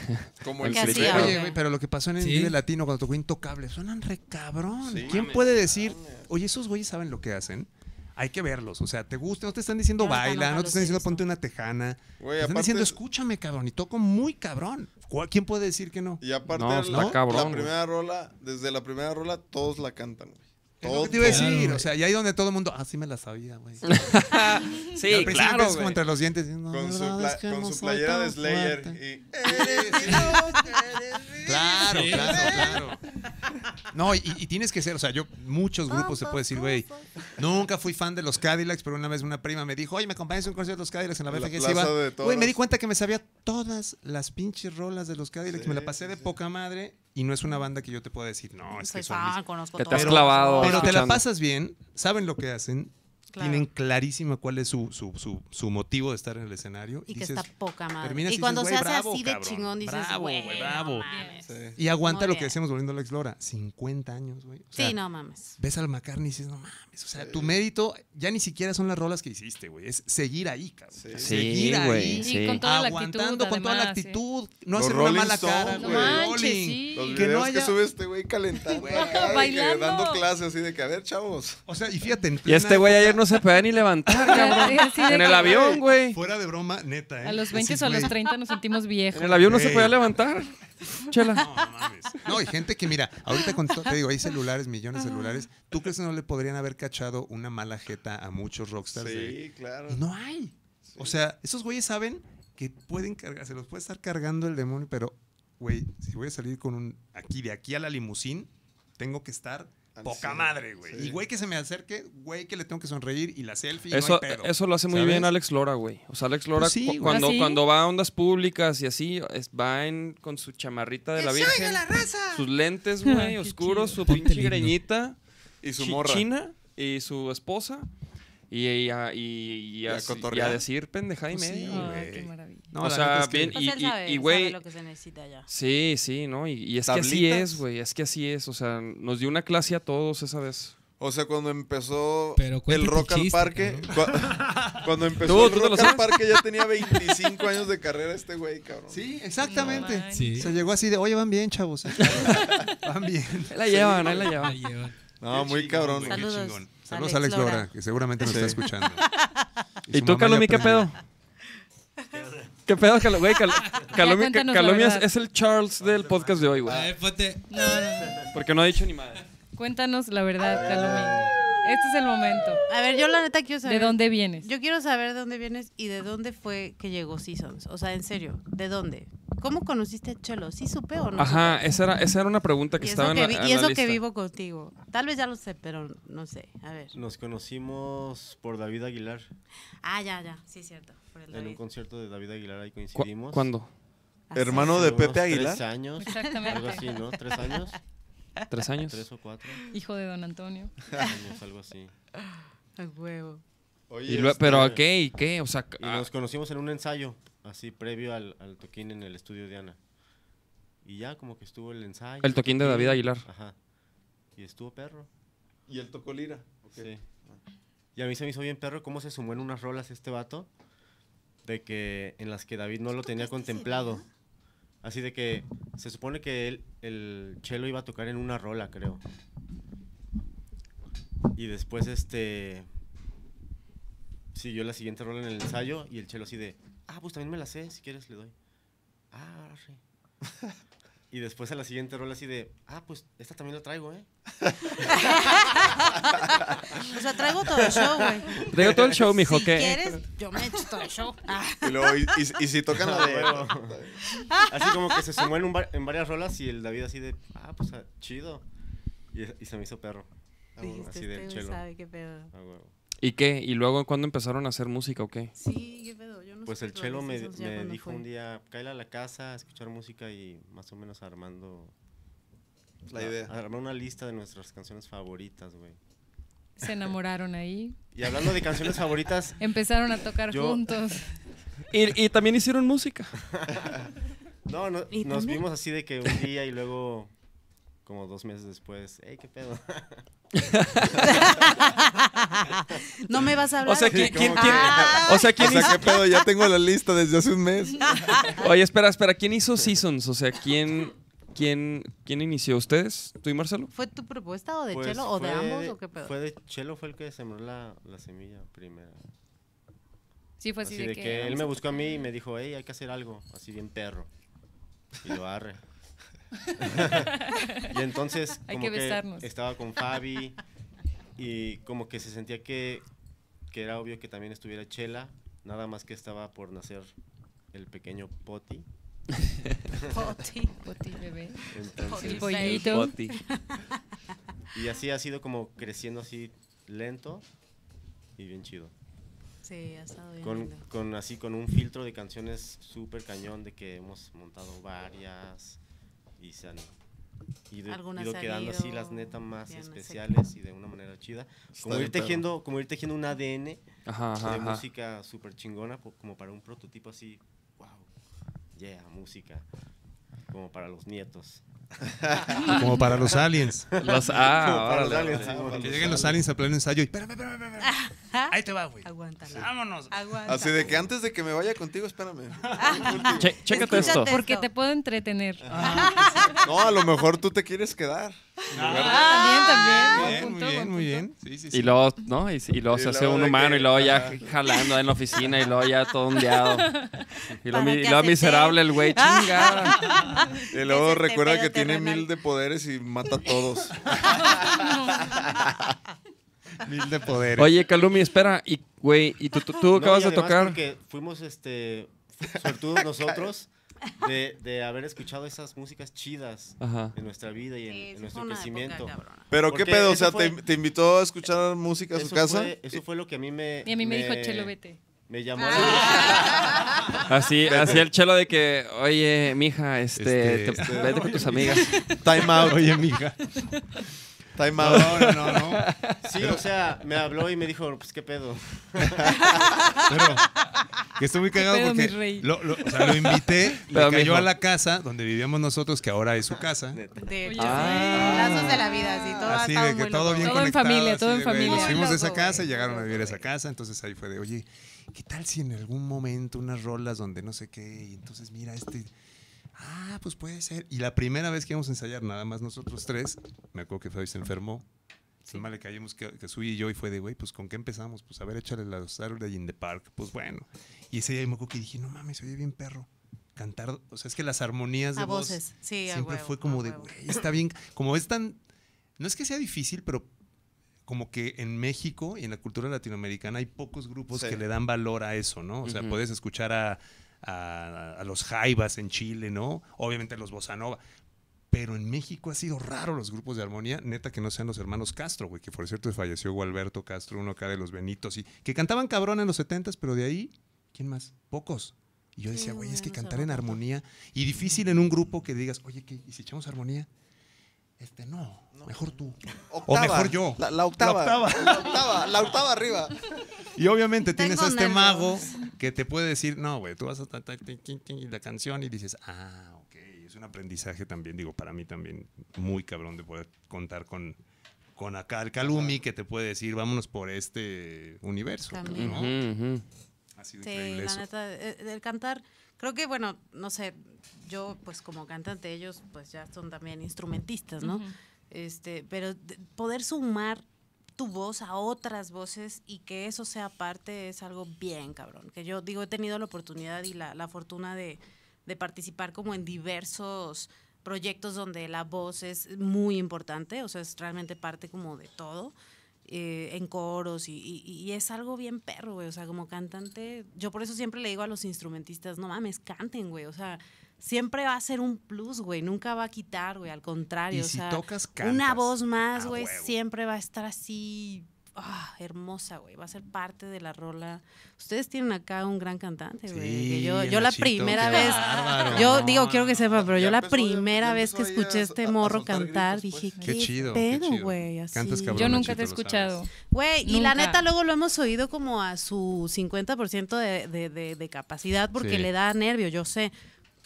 [SPEAKER 2] (laughs)
[SPEAKER 6] Como
[SPEAKER 2] el
[SPEAKER 6] el
[SPEAKER 5] Que así
[SPEAKER 6] cliché.
[SPEAKER 5] habla.
[SPEAKER 3] Oye, güey, pero lo que pasó en el
[SPEAKER 7] Sí.
[SPEAKER 3] Vive Latino cuando tocó Intocable, suenan re cabrón. ¿Quién puede decir, oye, esos güeyes saben lo que hacen? Hay que verlos, o sea, te gusta, no te están diciendo
[SPEAKER 5] No, no,
[SPEAKER 3] baila,
[SPEAKER 5] no,
[SPEAKER 3] no,
[SPEAKER 5] no
[SPEAKER 3] te
[SPEAKER 5] lo
[SPEAKER 3] están
[SPEAKER 5] sé,
[SPEAKER 3] diciendo
[SPEAKER 5] eso.
[SPEAKER 3] ponte una tejana,
[SPEAKER 6] Güey,
[SPEAKER 3] te están
[SPEAKER 6] aparte-
[SPEAKER 3] diciendo escúchame cabrón y toco muy cabrón. ¿Cuál- ¿Quién puede decir que no?
[SPEAKER 6] Y aparte,
[SPEAKER 2] No,
[SPEAKER 6] la-
[SPEAKER 2] está
[SPEAKER 6] la,
[SPEAKER 2] cabrón, güey.
[SPEAKER 6] primera rola, desde la primera rola, todos la cantan, güey.
[SPEAKER 3] Es lo
[SPEAKER 6] Todos.
[SPEAKER 3] que te iba a
[SPEAKER 7] Claro,
[SPEAKER 3] decir,
[SPEAKER 7] güey.
[SPEAKER 3] o sea, y ahí donde todo el mundo, ah, sí me la sabía, (laughs) güey. Y
[SPEAKER 2] sí,
[SPEAKER 3] al principio empiezas como entre los dientes. no, la
[SPEAKER 6] Con su,
[SPEAKER 3] verdad
[SPEAKER 6] pla-
[SPEAKER 3] es que
[SPEAKER 6] con
[SPEAKER 3] no
[SPEAKER 6] su
[SPEAKER 3] soy
[SPEAKER 6] playera
[SPEAKER 3] tan
[SPEAKER 6] de Slayer.
[SPEAKER 3] fuerte.
[SPEAKER 6] Y, (laughs) Eres mío,
[SPEAKER 3] Claro,
[SPEAKER 7] Sí.
[SPEAKER 3] claro, claro. No, y, y tienes que ser, o sea, yo, muchos grupos se puede decir, güey, nunca fui fan de los Cadillacs, pero una vez una prima me dijo, oye, me acompañas a un concierto de los Cadillacs en la
[SPEAKER 6] La
[SPEAKER 3] BFG,
[SPEAKER 6] Plaza
[SPEAKER 3] sí, iba.
[SPEAKER 6] de
[SPEAKER 3] Güey, me di
[SPEAKER 6] Toros.
[SPEAKER 3] cuenta que me sabía todas las pinches rolas de los Cadillacs,
[SPEAKER 6] Sí,
[SPEAKER 3] me la pasé
[SPEAKER 6] sí,
[SPEAKER 3] de
[SPEAKER 6] sí.
[SPEAKER 3] poca madre y no es una banda que yo te pueda decir, no, es
[SPEAKER 5] Soy
[SPEAKER 3] que son mis-
[SPEAKER 5] fan, conozco
[SPEAKER 2] Que te
[SPEAKER 5] todo.
[SPEAKER 2] has clavado.
[SPEAKER 3] Pero te la
[SPEAKER 2] escuchando.
[SPEAKER 3] pasas bien, saben lo que hacen,
[SPEAKER 5] Claro.
[SPEAKER 3] tienen clarísimo cuál es su, su, su, su motivo de estar en el escenario.
[SPEAKER 5] Y que
[SPEAKER 3] dices,
[SPEAKER 5] está poca madre. Y
[SPEAKER 3] terminas dices,
[SPEAKER 5] cuando se
[SPEAKER 3] "Güey,
[SPEAKER 5] hace
[SPEAKER 3] bravo,
[SPEAKER 5] así de
[SPEAKER 3] cabrón,
[SPEAKER 5] chingón, dices,
[SPEAKER 3] bravo,
[SPEAKER 5] güey,
[SPEAKER 3] güey,
[SPEAKER 5] no
[SPEAKER 3] bravo".
[SPEAKER 5] mames.
[SPEAKER 6] Sí.
[SPEAKER 3] Y aguanta
[SPEAKER 5] Muy
[SPEAKER 3] lo
[SPEAKER 5] bien.
[SPEAKER 3] que decíamos volviendo a Alex Lora, 50 años, güey. O sea,
[SPEAKER 5] Sí, no mames.
[SPEAKER 3] Ves al McCartney y dices, no mames, o sea, tu mérito ya ni siquiera son las rolas que hiciste, güey, es seguir ahí, cabrón.
[SPEAKER 6] Sí.
[SPEAKER 2] Sí,
[SPEAKER 3] Seguir ahí.
[SPEAKER 2] güey,
[SPEAKER 4] Y
[SPEAKER 2] sí.
[SPEAKER 4] con toda la actitud,
[SPEAKER 3] aguantando con toda la
[SPEAKER 4] además, sí.
[SPEAKER 3] actitud, no
[SPEAKER 6] Los
[SPEAKER 3] hacer
[SPEAKER 6] Rolling
[SPEAKER 3] una mala
[SPEAKER 6] Stones,
[SPEAKER 3] cara,
[SPEAKER 4] No
[SPEAKER 6] güey.
[SPEAKER 4] manches,
[SPEAKER 3] Rolling.
[SPEAKER 4] sí.
[SPEAKER 6] Los
[SPEAKER 3] Que no
[SPEAKER 6] videos que
[SPEAKER 3] haya-
[SPEAKER 6] sube este
[SPEAKER 3] (laughs)
[SPEAKER 6] güey calentando. acá, de que
[SPEAKER 4] bailando.
[SPEAKER 6] Dando clases así de que, a ver, chavos.
[SPEAKER 3] O sea, y fíjate, en
[SPEAKER 2] Y este
[SPEAKER 3] plena
[SPEAKER 2] güey
[SPEAKER 3] época-
[SPEAKER 2] ayer no se puede ni levantar,
[SPEAKER 5] (laughs)
[SPEAKER 2] cabrón.
[SPEAKER 4] Sí, así de
[SPEAKER 2] En el
[SPEAKER 4] que-
[SPEAKER 2] avión, güey.
[SPEAKER 3] Fuera de broma, neta, ¿eh?
[SPEAKER 4] A los
[SPEAKER 3] Dices,
[SPEAKER 4] 20 o a los
[SPEAKER 3] güey,
[SPEAKER 4] 30 nos sentimos
[SPEAKER 2] En
[SPEAKER 4] viejos.
[SPEAKER 2] el avión no se
[SPEAKER 3] Güey.
[SPEAKER 4] (laughs)
[SPEAKER 2] podía levantar. Chela.
[SPEAKER 3] No, no mames. No, hay gente que mira, ahorita con to- te digo, hay celulares, millones de celulares. ¿Tú crees que no le podrían haber cachado una mala jeta a muchos rockstars? de-
[SPEAKER 6] Sí, claro.
[SPEAKER 3] Y no hay. O sea, esos güeyes saben que pueden cargar, se los puede estar cargando el demonio, pero güey, si voy a salir con un aquí de aquí a la limusín, tengo que estar
[SPEAKER 6] Al
[SPEAKER 3] poca
[SPEAKER 6] cien,
[SPEAKER 3] madre, güey.
[SPEAKER 6] Ah, sí.
[SPEAKER 3] Y güey que se me acerque, güey que le tengo que sonreír y la selfie y
[SPEAKER 2] Eso,
[SPEAKER 3] no hay pedo.
[SPEAKER 2] eso lo hace muy
[SPEAKER 3] ¿Sabes?
[SPEAKER 2] bien Alex Lora, güey. O sea, Alex Lora
[SPEAKER 3] Pues sí,
[SPEAKER 2] cu-
[SPEAKER 3] güey.
[SPEAKER 2] cuando,
[SPEAKER 4] Ah, ¿sí?
[SPEAKER 2] cuando va a ondas públicas y así, es- va en- con su chamarrita de la Virgen, sus lentes, güey,
[SPEAKER 4] qué
[SPEAKER 2] oscuros,
[SPEAKER 4] chido.
[SPEAKER 2] su
[SPEAKER 7] Ponte
[SPEAKER 2] pinche
[SPEAKER 7] lindo.
[SPEAKER 2] greñita,
[SPEAKER 6] Y su
[SPEAKER 2] chi-
[SPEAKER 6] morra.
[SPEAKER 2] china y su esposa. Y, y a, y- y
[SPEAKER 6] Y
[SPEAKER 2] a- y
[SPEAKER 6] a
[SPEAKER 2] a
[SPEAKER 6] cotorrear.
[SPEAKER 2] decir pendeja y
[SPEAKER 3] Pues sí,
[SPEAKER 2] media. güey.
[SPEAKER 4] Ay, qué
[SPEAKER 3] güey.
[SPEAKER 4] maravilla.
[SPEAKER 3] No,
[SPEAKER 2] o
[SPEAKER 3] la
[SPEAKER 2] sea,
[SPEAKER 3] neta es que-
[SPEAKER 2] bien,
[SPEAKER 5] Pues
[SPEAKER 2] y-
[SPEAKER 5] él
[SPEAKER 2] y-
[SPEAKER 5] sabe,
[SPEAKER 2] y,
[SPEAKER 5] él
[SPEAKER 2] güey,
[SPEAKER 5] sabe lo que se necesita ya.
[SPEAKER 2] Sí, sí, ¿no? Y, y es que así
[SPEAKER 6] Tablitas.
[SPEAKER 2] es, güey. Es que así es. O sea, nos dio una clase a todos esa vez.
[SPEAKER 6] O sea, cuando empezó
[SPEAKER 7] Pero cuenta
[SPEAKER 6] el
[SPEAKER 7] tu
[SPEAKER 6] Rock al
[SPEAKER 7] chiste,
[SPEAKER 6] Parque.
[SPEAKER 3] (laughs)
[SPEAKER 6] (laughs) cua- cuando empezó
[SPEAKER 2] Tú-
[SPEAKER 6] el
[SPEAKER 2] tú te lo
[SPEAKER 6] Rock
[SPEAKER 2] sabes.
[SPEAKER 6] al Parque ya tenía 25 años de carrera este güey, cabrón.
[SPEAKER 3] Sí, exactamente.
[SPEAKER 4] No,
[SPEAKER 7] Sí.
[SPEAKER 3] Se llegó así de, "Oye, van bien, chavos." ¿eh? van (laughs) bien.
[SPEAKER 2] Ahí la llevan, ahí la
[SPEAKER 7] La
[SPEAKER 2] llevan.
[SPEAKER 7] llevan.
[SPEAKER 6] No, muy cabrón. güey.
[SPEAKER 5] Salud. Saludos,
[SPEAKER 3] Saludos. Saludos a Alex
[SPEAKER 5] Alex
[SPEAKER 3] Lora,
[SPEAKER 5] Lora,
[SPEAKER 2] (laughs)
[SPEAKER 3] que seguramente nos
[SPEAKER 6] Sí.
[SPEAKER 3] está escuchando.
[SPEAKER 2] ¿Y
[SPEAKER 3] su
[SPEAKER 2] tú,
[SPEAKER 3] mamá ya
[SPEAKER 2] Calumi, qué
[SPEAKER 3] aprendió.
[SPEAKER 2] pedo? ¿Qué pedo, Calo-
[SPEAKER 5] (laughs)
[SPEAKER 2] güey? Cal- Calumnia-
[SPEAKER 4] cuéntanos la
[SPEAKER 2] Calumnia es,
[SPEAKER 4] verdad.
[SPEAKER 2] es el Charles del podcast de hoy,
[SPEAKER 7] A
[SPEAKER 2] güey.
[SPEAKER 7] ver, ponte. No, no,
[SPEAKER 2] Porque no ha dicho ni madre.
[SPEAKER 4] Cuéntanos la verdad, Calomín. Este es el momento.
[SPEAKER 5] A ver, yo la neta quiero saber.
[SPEAKER 4] ¿De dónde vienes?
[SPEAKER 5] Yo quiero saber de dónde vienes y de dónde fue que llegó Seasons. O sea, en serio, ¿de dónde? ¿Cómo conociste a Chelo? ¿Sí supe o no?
[SPEAKER 2] Ajá, esa era, esa era una pregunta
[SPEAKER 5] supe?
[SPEAKER 2] que
[SPEAKER 5] Y
[SPEAKER 2] estaba
[SPEAKER 5] eso,
[SPEAKER 2] en
[SPEAKER 5] que,
[SPEAKER 2] la,
[SPEAKER 5] vi-
[SPEAKER 2] en
[SPEAKER 5] y
[SPEAKER 2] la
[SPEAKER 5] eso
[SPEAKER 2] lista.
[SPEAKER 5] que vivo contigo. Tal vez ya lo sé, pero no sé. A ver.
[SPEAKER 8] Nos conocimos por David Aguilar.
[SPEAKER 5] Ah, ya, ya. Sí, cierto. Por el
[SPEAKER 8] En un
[SPEAKER 5] David.
[SPEAKER 8] concierto de David Aguilar ahí
[SPEAKER 2] ¿Cu-
[SPEAKER 8] coincidimos.
[SPEAKER 2] ¿Cuándo?
[SPEAKER 5] Así
[SPEAKER 6] Hermano
[SPEAKER 8] Hace
[SPEAKER 6] de
[SPEAKER 8] unos
[SPEAKER 6] Pepe
[SPEAKER 8] Tres
[SPEAKER 6] Aguilar.
[SPEAKER 8] años. Algo así,
[SPEAKER 4] Exactamente.
[SPEAKER 8] ¿no? Tres años.
[SPEAKER 2] (laughs) ¿Tres años?
[SPEAKER 8] Tres o cuatro
[SPEAKER 4] Hijo de don
[SPEAKER 5] (laughs)
[SPEAKER 4] Antonio.
[SPEAKER 8] años, algo así.
[SPEAKER 5] es. A huevo.
[SPEAKER 2] Y
[SPEAKER 6] este,
[SPEAKER 2] lue- pero, ¿qué? ¿Y ah. qué? O sea,
[SPEAKER 8] Y nos conocimos en un ensayo, así previo al, al toquín en el estudio de Ana. Y ya como que estuvo el ensayo.
[SPEAKER 2] El toquín de David Aguilar.
[SPEAKER 8] Ajá. Y estuvo perro.
[SPEAKER 6] Y él tocó lira.
[SPEAKER 8] Sí. Y a mí se me hizo bien perro cómo se sumó en unas rolas este vato, de que en las que David no lo tenía contemplado. Así de que se supone que él, el chelo iba a tocar en una rola, creo. Y después este siguió la siguiente rola en el ensayo y el chelo así de, ah, pues también me la sé, si quieres le doy. Ah, arre. Y después a la siguiente rola así de, ah, pues esta también la traigo, ¿eh?
[SPEAKER 5] O sea, traigo todo el show, güey.
[SPEAKER 2] Traigo todo el show, mijo.
[SPEAKER 5] Si
[SPEAKER 2] ¿qué?
[SPEAKER 5] quieres, yo me echo todo el
[SPEAKER 2] (laughs)
[SPEAKER 5] show. Ah,
[SPEAKER 6] Y, luego, y, y- y
[SPEAKER 8] (laughs)
[SPEAKER 6] si tocan la de.
[SPEAKER 8] Ah, Así como que se sumó en, un va- en varias rolas y el David así de, ah, pues ah, chido. Y, y se me hizo perro. Ah, bueno,
[SPEAKER 5] dijiste,
[SPEAKER 8] así del
[SPEAKER 5] este güey
[SPEAKER 8] chelo.
[SPEAKER 5] sabe qué pedo.
[SPEAKER 8] Ah, huevo.
[SPEAKER 2] ¿Y qué? ¿Y luego cuándo empezaron a hacer música o qué?
[SPEAKER 5] Sí, qué pedo. Yo no
[SPEAKER 8] Pues
[SPEAKER 5] sé
[SPEAKER 8] el
[SPEAKER 5] lo de
[SPEAKER 8] chelo me,
[SPEAKER 5] Seasons ya
[SPEAKER 8] me
[SPEAKER 5] cuándo
[SPEAKER 8] dijo
[SPEAKER 5] fue.
[SPEAKER 8] un día, cállate a la casa a escuchar música y más o menos armando...
[SPEAKER 6] La idea.
[SPEAKER 8] a- armar una lista de nuestras canciones favoritas, güey.
[SPEAKER 4] Se enamoraron ahí.
[SPEAKER 8] Y hablando de canciones favoritas,
[SPEAKER 4] Empezaron a tocar
[SPEAKER 8] Yo-
[SPEAKER 4] juntos.
[SPEAKER 2] Y, y también hicieron
[SPEAKER 5] (laughs)
[SPEAKER 2] música.
[SPEAKER 8] no, no
[SPEAKER 5] ¿Y
[SPEAKER 8] nos
[SPEAKER 5] también?
[SPEAKER 8] vimos así de que un día y luego como dos meses después, ¡ey, qué pedo!
[SPEAKER 5] (laughs) No me vas a hablar.
[SPEAKER 2] O sea,
[SPEAKER 5] qué? Ah.
[SPEAKER 2] ¿quién, quién-
[SPEAKER 6] ¿Cómo
[SPEAKER 2] quién-
[SPEAKER 5] que?
[SPEAKER 2] o sea,
[SPEAKER 6] O
[SPEAKER 2] ¿quién
[SPEAKER 6] sea,
[SPEAKER 2] hizo?
[SPEAKER 6] ¿qué pedo? Ya tengo la lista desde hace un mes.
[SPEAKER 2] (laughs) Oye, espera, espera. ¿Quién hizo Seasons? O sea, ¿quién, quién, quién inició? ¿Ustedes? ¿Tú y Marcelo?
[SPEAKER 5] ¿Fue tu propuesta o de
[SPEAKER 8] Pues
[SPEAKER 5] Chelo o de
[SPEAKER 8] fue-
[SPEAKER 5] ambos o qué pedo?
[SPEAKER 8] Fue de Chelo, fue el que sembró la, la semilla primera.
[SPEAKER 4] Sí, fue así,
[SPEAKER 8] Así de, que, él
[SPEAKER 4] vamos
[SPEAKER 8] me
[SPEAKER 4] a-
[SPEAKER 8] buscó a mí y me dijo, hey, hay que hacer algo, así bien perro. Y
[SPEAKER 4] (laughs)
[SPEAKER 8] lo arre. y entonces
[SPEAKER 4] Hay
[SPEAKER 8] como
[SPEAKER 4] que besarnos.
[SPEAKER 8] estaba con Fabi y como que se sentía que, que era obvio que también estuviera Chela, nada más que estaba por nacer el pequeño Poti.
[SPEAKER 5] Poti.
[SPEAKER 4] (laughs) Poti, bebé.
[SPEAKER 8] Entonces,
[SPEAKER 4] El pollito.
[SPEAKER 8] y así ha sido como creciendo así lento y bien chido.
[SPEAKER 5] Sí, ha estado bien.
[SPEAKER 8] con,
[SPEAKER 5] lindo.
[SPEAKER 8] con así con un filtro de canciones súper cañón de que hemos montado varias y se han ido,
[SPEAKER 5] Algunas
[SPEAKER 8] ido
[SPEAKER 5] han
[SPEAKER 8] quedando así las
[SPEAKER 5] ido
[SPEAKER 8] neta más
[SPEAKER 5] bien, no sé qué.
[SPEAKER 8] especiales y de una manera chida como
[SPEAKER 6] bien
[SPEAKER 8] ir
[SPEAKER 6] perro.
[SPEAKER 8] tejiendo como ir tejiendo un ADN
[SPEAKER 2] Ajá, ajá,
[SPEAKER 8] de
[SPEAKER 2] ajá.
[SPEAKER 8] música súper chingona po- como para un prototipo así wow yeah música como para los
[SPEAKER 5] (laughs)
[SPEAKER 8] nietos (laughs)
[SPEAKER 3] Como para los aliens.
[SPEAKER 2] Los,
[SPEAKER 8] Como
[SPEAKER 2] ah,
[SPEAKER 8] para los
[SPEAKER 2] órale,
[SPEAKER 8] aliens,
[SPEAKER 2] órale.
[SPEAKER 8] así como
[SPEAKER 3] Que
[SPEAKER 8] los
[SPEAKER 3] lleguen los aliens a pleno ensayo y. Espérame, espérame, espérame. espérame. Ahí te va, güey.
[SPEAKER 5] Aguántala.
[SPEAKER 3] Vámonos.
[SPEAKER 5] Aguántala.
[SPEAKER 6] Así de que
[SPEAKER 5] (laughs)
[SPEAKER 6] antes de que me vaya
[SPEAKER 3] (laughs)
[SPEAKER 6] contigo, espérame.
[SPEAKER 2] Che- chécate esto.
[SPEAKER 5] Escúchate.
[SPEAKER 4] Porque te puedo entretener.
[SPEAKER 6] No, a lo mejor tú te quieres quedar.
[SPEAKER 4] Ah, también,
[SPEAKER 3] Bien,
[SPEAKER 4] también.
[SPEAKER 3] Ah, muy bien, muy bien. Sí, sí, sí.
[SPEAKER 2] Y luego, ¿no? Y, y luego
[SPEAKER 6] Y
[SPEAKER 2] se hace
[SPEAKER 6] luego
[SPEAKER 2] un
[SPEAKER 6] de
[SPEAKER 2] humano
[SPEAKER 6] que-
[SPEAKER 2] y luego ya
[SPEAKER 6] ajá.
[SPEAKER 2] jalando en la oficina y luego ya
[SPEAKER 5] (laughs)
[SPEAKER 2] todo ondeado. Y
[SPEAKER 5] Para
[SPEAKER 2] lo, mi-
[SPEAKER 5] que
[SPEAKER 2] y lo
[SPEAKER 5] acepte.
[SPEAKER 2] miserable
[SPEAKER 5] (laughs)
[SPEAKER 2] el güey, chingada.
[SPEAKER 6] Y luego
[SPEAKER 5] este
[SPEAKER 6] recuerda
[SPEAKER 5] pedo
[SPEAKER 6] que tiene
[SPEAKER 5] terrenal.
[SPEAKER 6] mil de poderes y mata
[SPEAKER 5] (laughs)
[SPEAKER 6] a todos.
[SPEAKER 3] Mil de poder.
[SPEAKER 2] Oye, Calumi, espera. Y, güey, y tú, tú, tú
[SPEAKER 8] No,
[SPEAKER 2] acabas
[SPEAKER 8] y
[SPEAKER 2] de
[SPEAKER 8] además
[SPEAKER 2] tocar.
[SPEAKER 8] Porque fuimos, este, suertudos (laughs) nosotros de, de haber escuchado esas músicas chidas
[SPEAKER 2] Ajá.
[SPEAKER 8] en nuestra vida y en,
[SPEAKER 5] Sí,
[SPEAKER 8] en
[SPEAKER 5] sí,
[SPEAKER 8] nuestro
[SPEAKER 5] fue una
[SPEAKER 8] crecimiento.
[SPEAKER 5] época cabrona.
[SPEAKER 6] Pero qué
[SPEAKER 8] Porque
[SPEAKER 6] pedo, o
[SPEAKER 8] eso
[SPEAKER 6] sea,
[SPEAKER 8] fue-
[SPEAKER 6] te, te invitó a escuchar música a su
[SPEAKER 8] Eso
[SPEAKER 6] casa.
[SPEAKER 8] fue, eso fue lo que a mí me.
[SPEAKER 4] Y a mí me dijo, Chelo, vete.
[SPEAKER 8] Me llamó. la
[SPEAKER 2] Así, así el chelo de que, oye, mija, este,
[SPEAKER 3] Este-
[SPEAKER 2] te- vete con
[SPEAKER 6] (laughs)
[SPEAKER 8] (laughs)
[SPEAKER 2] tus amigas.
[SPEAKER 6] Time out,
[SPEAKER 3] Oye, mija.
[SPEAKER 6] time out.
[SPEAKER 3] No, no, no, no.
[SPEAKER 8] atención. Sí, o sea, me habló y me dijo, pues qué
[SPEAKER 2] (laughs)
[SPEAKER 8] pedo.
[SPEAKER 3] Pero que estoy muy cagado
[SPEAKER 4] pedo, mi
[SPEAKER 3] porque
[SPEAKER 4] rey?
[SPEAKER 3] lo, lo- o sea,
[SPEAKER 2] (laughs)
[SPEAKER 3] lo invité,
[SPEAKER 2] Pero,
[SPEAKER 3] le cayó
[SPEAKER 2] mijo.
[SPEAKER 3] a la casa donde vivíamos nosotros, que ahora es su casa.
[SPEAKER 5] De
[SPEAKER 4] Oye,
[SPEAKER 5] hecho,
[SPEAKER 2] Ah.
[SPEAKER 5] lazos de la vida, así todo ha
[SPEAKER 3] Así
[SPEAKER 5] estado
[SPEAKER 3] de que
[SPEAKER 5] muy
[SPEAKER 3] todo
[SPEAKER 5] loco.
[SPEAKER 3] bien
[SPEAKER 4] Todo en
[SPEAKER 3] conectado,
[SPEAKER 4] familia,
[SPEAKER 3] así
[SPEAKER 4] todo
[SPEAKER 3] de,
[SPEAKER 4] en
[SPEAKER 3] güey,
[SPEAKER 4] familia.
[SPEAKER 3] Nos fuimos de esa
[SPEAKER 5] Loco, güey,
[SPEAKER 3] casa y llegaron a
[SPEAKER 5] loco,
[SPEAKER 3] vivir a esa
[SPEAKER 5] güey.
[SPEAKER 3] casa, entonces ahí fue de, oye, ¿qué tal si en algún momento unas rolas donde no sé qué? Y entonces mira este... Ah, pues puede ser. Y la primera vez que íbamos a ensayar, nada más nosotros tres, me acuerdo que Fabi se enfermó
[SPEAKER 4] Sí.
[SPEAKER 3] Más le caímos que, que Sui y yo y fue de, güey, pues ¿con qué empezamos? Pues a ver, échale la Saturday in the Park. Pues bueno. Y ese día me acuerdo que dije, no mames, oye bien perro. Cantar, o sea, es que las armonías de
[SPEAKER 5] A
[SPEAKER 3] voz
[SPEAKER 5] voces, sí, a
[SPEAKER 3] siempre
[SPEAKER 5] huevo,
[SPEAKER 3] fue como
[SPEAKER 5] a
[SPEAKER 3] de,
[SPEAKER 5] huevo.
[SPEAKER 3] güey, está bien. Como es tan, no es que sea difícil, pero como que en México y en la cultura latinoamericana hay pocos grupos
[SPEAKER 6] Sí.
[SPEAKER 3] que le dan valor a eso, ¿no? O sea,
[SPEAKER 2] Ujú.
[SPEAKER 3] puedes escuchar a, a- a los jaivas en Chile, ¿no? Obviamente los bossa nova. Pero en México ha sido raro los grupos de armonía, neta que no sean los hermanos Castro, güey, que por cierto falleció Gualberto Castro, uno acá de los Benitos, y que cantaban cabrón en los 70s, pero de ahí, ¿quién más? Pocos. Y yo
[SPEAKER 5] Sí,
[SPEAKER 3] decía,
[SPEAKER 5] no,
[SPEAKER 3] güey,
[SPEAKER 5] ya
[SPEAKER 3] es que
[SPEAKER 5] no se
[SPEAKER 3] cantar
[SPEAKER 5] va
[SPEAKER 3] en
[SPEAKER 5] tanto".
[SPEAKER 3] armonía, y difícil en un grupo que digas, oye, ¿qué? ¿y si echamos armonía? Este, no,
[SPEAKER 6] No.
[SPEAKER 3] mejor
[SPEAKER 6] (laughs)
[SPEAKER 3] tú.
[SPEAKER 6] Octava.
[SPEAKER 3] mejor yo.
[SPEAKER 6] La, la octava.
[SPEAKER 3] La
[SPEAKER 6] La
[SPEAKER 3] octava.
[SPEAKER 6] octava. La octava, arriba.
[SPEAKER 3] Y obviamente tienes
[SPEAKER 5] Tengo
[SPEAKER 3] a este
[SPEAKER 5] nervios.
[SPEAKER 3] mago que te puede decir, no, güey, tú vas a tratar la canción y dices, ah, ok, es un aprendizaje también, digo, para mí también muy cabrón de poder contar con, con acá el Calumi que te puede decir, vámonos por este universo.
[SPEAKER 5] También.
[SPEAKER 3] ¿no?
[SPEAKER 2] Ujú, ujú.
[SPEAKER 3] Ha sido
[SPEAKER 5] Sí,
[SPEAKER 3] increíble
[SPEAKER 5] la
[SPEAKER 3] eso.
[SPEAKER 5] neta, eh, el cantar, creo que bueno, no sé, yo pues como cantante, ellos pues ya son también instrumentistas, ¿no?
[SPEAKER 4] Ujú.
[SPEAKER 5] este, pero de- poder sumar tu voz a otras voces y que eso sea parte es algo bien cabrón. Que yo digo, he tenido la oportunidad y la, la fortuna de, de participar como en diversos proyectos donde la voz es muy importante, o sea, es realmente parte como de todo, eh, en coros y, y- y es algo bien perro, güey, o sea, como cantante, yo por eso siempre le digo a los instrumentistas, no mames, canten, güey, o sea, siempre va a ser un plus, güey, nunca va a quitar, güey, al contrario,
[SPEAKER 3] Y
[SPEAKER 5] o
[SPEAKER 3] si
[SPEAKER 5] sea,
[SPEAKER 3] tocas,
[SPEAKER 5] una
[SPEAKER 3] cantas.
[SPEAKER 5] voz más,
[SPEAKER 3] A
[SPEAKER 5] güey,
[SPEAKER 3] huevo.
[SPEAKER 5] siempre va a estar así, ah, hermosa, güey, va a ser parte de la rola. Ustedes tienen acá un gran cantante, güey, que
[SPEAKER 3] Sí,
[SPEAKER 5] yo,
[SPEAKER 3] el
[SPEAKER 5] yo la
[SPEAKER 3] Nachito,
[SPEAKER 5] primera
[SPEAKER 3] qué
[SPEAKER 5] vez...
[SPEAKER 3] bárbaro.
[SPEAKER 5] Yo
[SPEAKER 3] No,
[SPEAKER 5] digo,
[SPEAKER 3] no,
[SPEAKER 5] quiero que sepa, pero
[SPEAKER 6] Ya
[SPEAKER 5] yo la
[SPEAKER 6] empezó- ya-
[SPEAKER 5] primera
[SPEAKER 6] ya
[SPEAKER 5] vez que
[SPEAKER 6] empezó ahí
[SPEAKER 5] escuché
[SPEAKER 6] a-
[SPEAKER 5] a este
[SPEAKER 6] a- a
[SPEAKER 5] morro
[SPEAKER 6] soltar
[SPEAKER 5] cantar,
[SPEAKER 6] gritos, pues.
[SPEAKER 5] dije, qué,
[SPEAKER 3] Qué chido, qué
[SPEAKER 5] pedo,
[SPEAKER 3] chido.
[SPEAKER 5] güey, así.
[SPEAKER 3] Cantas cabrón.
[SPEAKER 4] Yo
[SPEAKER 3] Bueno,
[SPEAKER 4] nunca te he
[SPEAKER 3] Nachito, lo sabes.
[SPEAKER 4] escuchado.
[SPEAKER 5] Güey, y la
[SPEAKER 4] Nunca.
[SPEAKER 5] neta luego lo hemos oído como a su 50% de, de, de, de capacidad porque
[SPEAKER 3] Sí.
[SPEAKER 5] le da nervio, yo sé.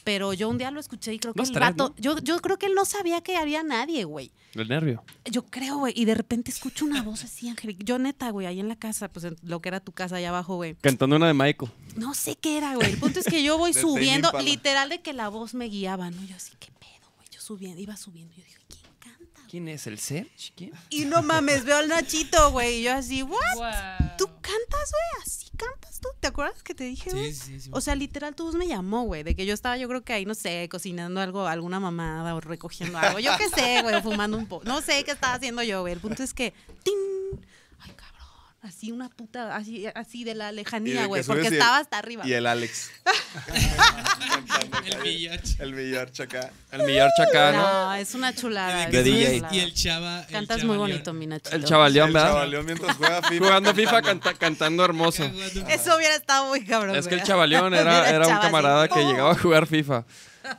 [SPEAKER 5] Pero yo un día lo escuché y creo que
[SPEAKER 2] Los
[SPEAKER 5] el
[SPEAKER 2] tres,
[SPEAKER 5] vato-
[SPEAKER 2] ¿no?
[SPEAKER 5] yo, yo creo que él no sabía que había nadie, güey.
[SPEAKER 2] El nervio.
[SPEAKER 5] Yo creo, güey. Y de repente escucho una voz así, Ángel. Yo neta, güey, ahí en la casa, pues en lo que era tu casa allá abajo, güey.
[SPEAKER 2] Cantando una de Michael.
[SPEAKER 5] No sé qué era, güey. El punto es que yo
[SPEAKER 3] (laughs)
[SPEAKER 5] voy
[SPEAKER 6] De
[SPEAKER 5] subiendo,
[SPEAKER 6] Tame Impala.
[SPEAKER 5] literal de que la voz me guiaba, ¿no? Yo así, qué pedo, güey. Yo subiendo, iba subiendo. Yo dije, ¿quién canta? güey?
[SPEAKER 2] ¿Quién es el Serge? ¿Quién?
[SPEAKER 5] Y no mames, veo al Nachito, güey. Y yo así, ¿what?
[SPEAKER 4] Guau.
[SPEAKER 5] ¿Tú cantas, güey? ¿Así cantas tú? ¿Te acuerdas que te dije, güey?
[SPEAKER 7] Sí, sí, sí.
[SPEAKER 5] O sea, literal, tu voz me llamó, güey, de que yo estaba, yo creo que ahí, no sé, cocinando algo, alguna mamada o recogiendo algo. Yo qué sé, güey, o fumando un poco. No sé qué estaba haciendo yo, güey. El punto es que, ¡tin! ¡Ay, cabrón! Así una puta, así, así de la
[SPEAKER 6] Y de
[SPEAKER 5] lejanía,
[SPEAKER 6] que
[SPEAKER 5] güey,
[SPEAKER 6] subes
[SPEAKER 5] porque
[SPEAKER 6] y el-
[SPEAKER 5] estaba hasta arriba.
[SPEAKER 6] Y el Alex.
[SPEAKER 7] el VIH.
[SPEAKER 6] El billar chacá.
[SPEAKER 2] El millar chacano.
[SPEAKER 5] No, es una chulada.
[SPEAKER 2] De
[SPEAKER 5] es una
[SPEAKER 2] DJ.
[SPEAKER 5] chulada.
[SPEAKER 7] Y el chava. el
[SPEAKER 5] Cantas
[SPEAKER 7] chava
[SPEAKER 5] muy
[SPEAKER 7] León.
[SPEAKER 5] bonito, mi Nachito.
[SPEAKER 2] El chavaleón,
[SPEAKER 6] el
[SPEAKER 2] ¿verdad?
[SPEAKER 6] chavaleón mientras juega FIFA.
[SPEAKER 2] Jugando FIFA canta- cantando hermoso.
[SPEAKER 7] Cagando.
[SPEAKER 5] Eso hubiera estado muy cabrón.
[SPEAKER 2] Es que el
[SPEAKER 5] güey. (laughs)
[SPEAKER 2] chavaleón era,
[SPEAKER 5] Hubiera
[SPEAKER 2] era un
[SPEAKER 5] chava así,
[SPEAKER 2] camarada que
[SPEAKER 5] ¡pum!
[SPEAKER 2] llegaba a jugar FIFA.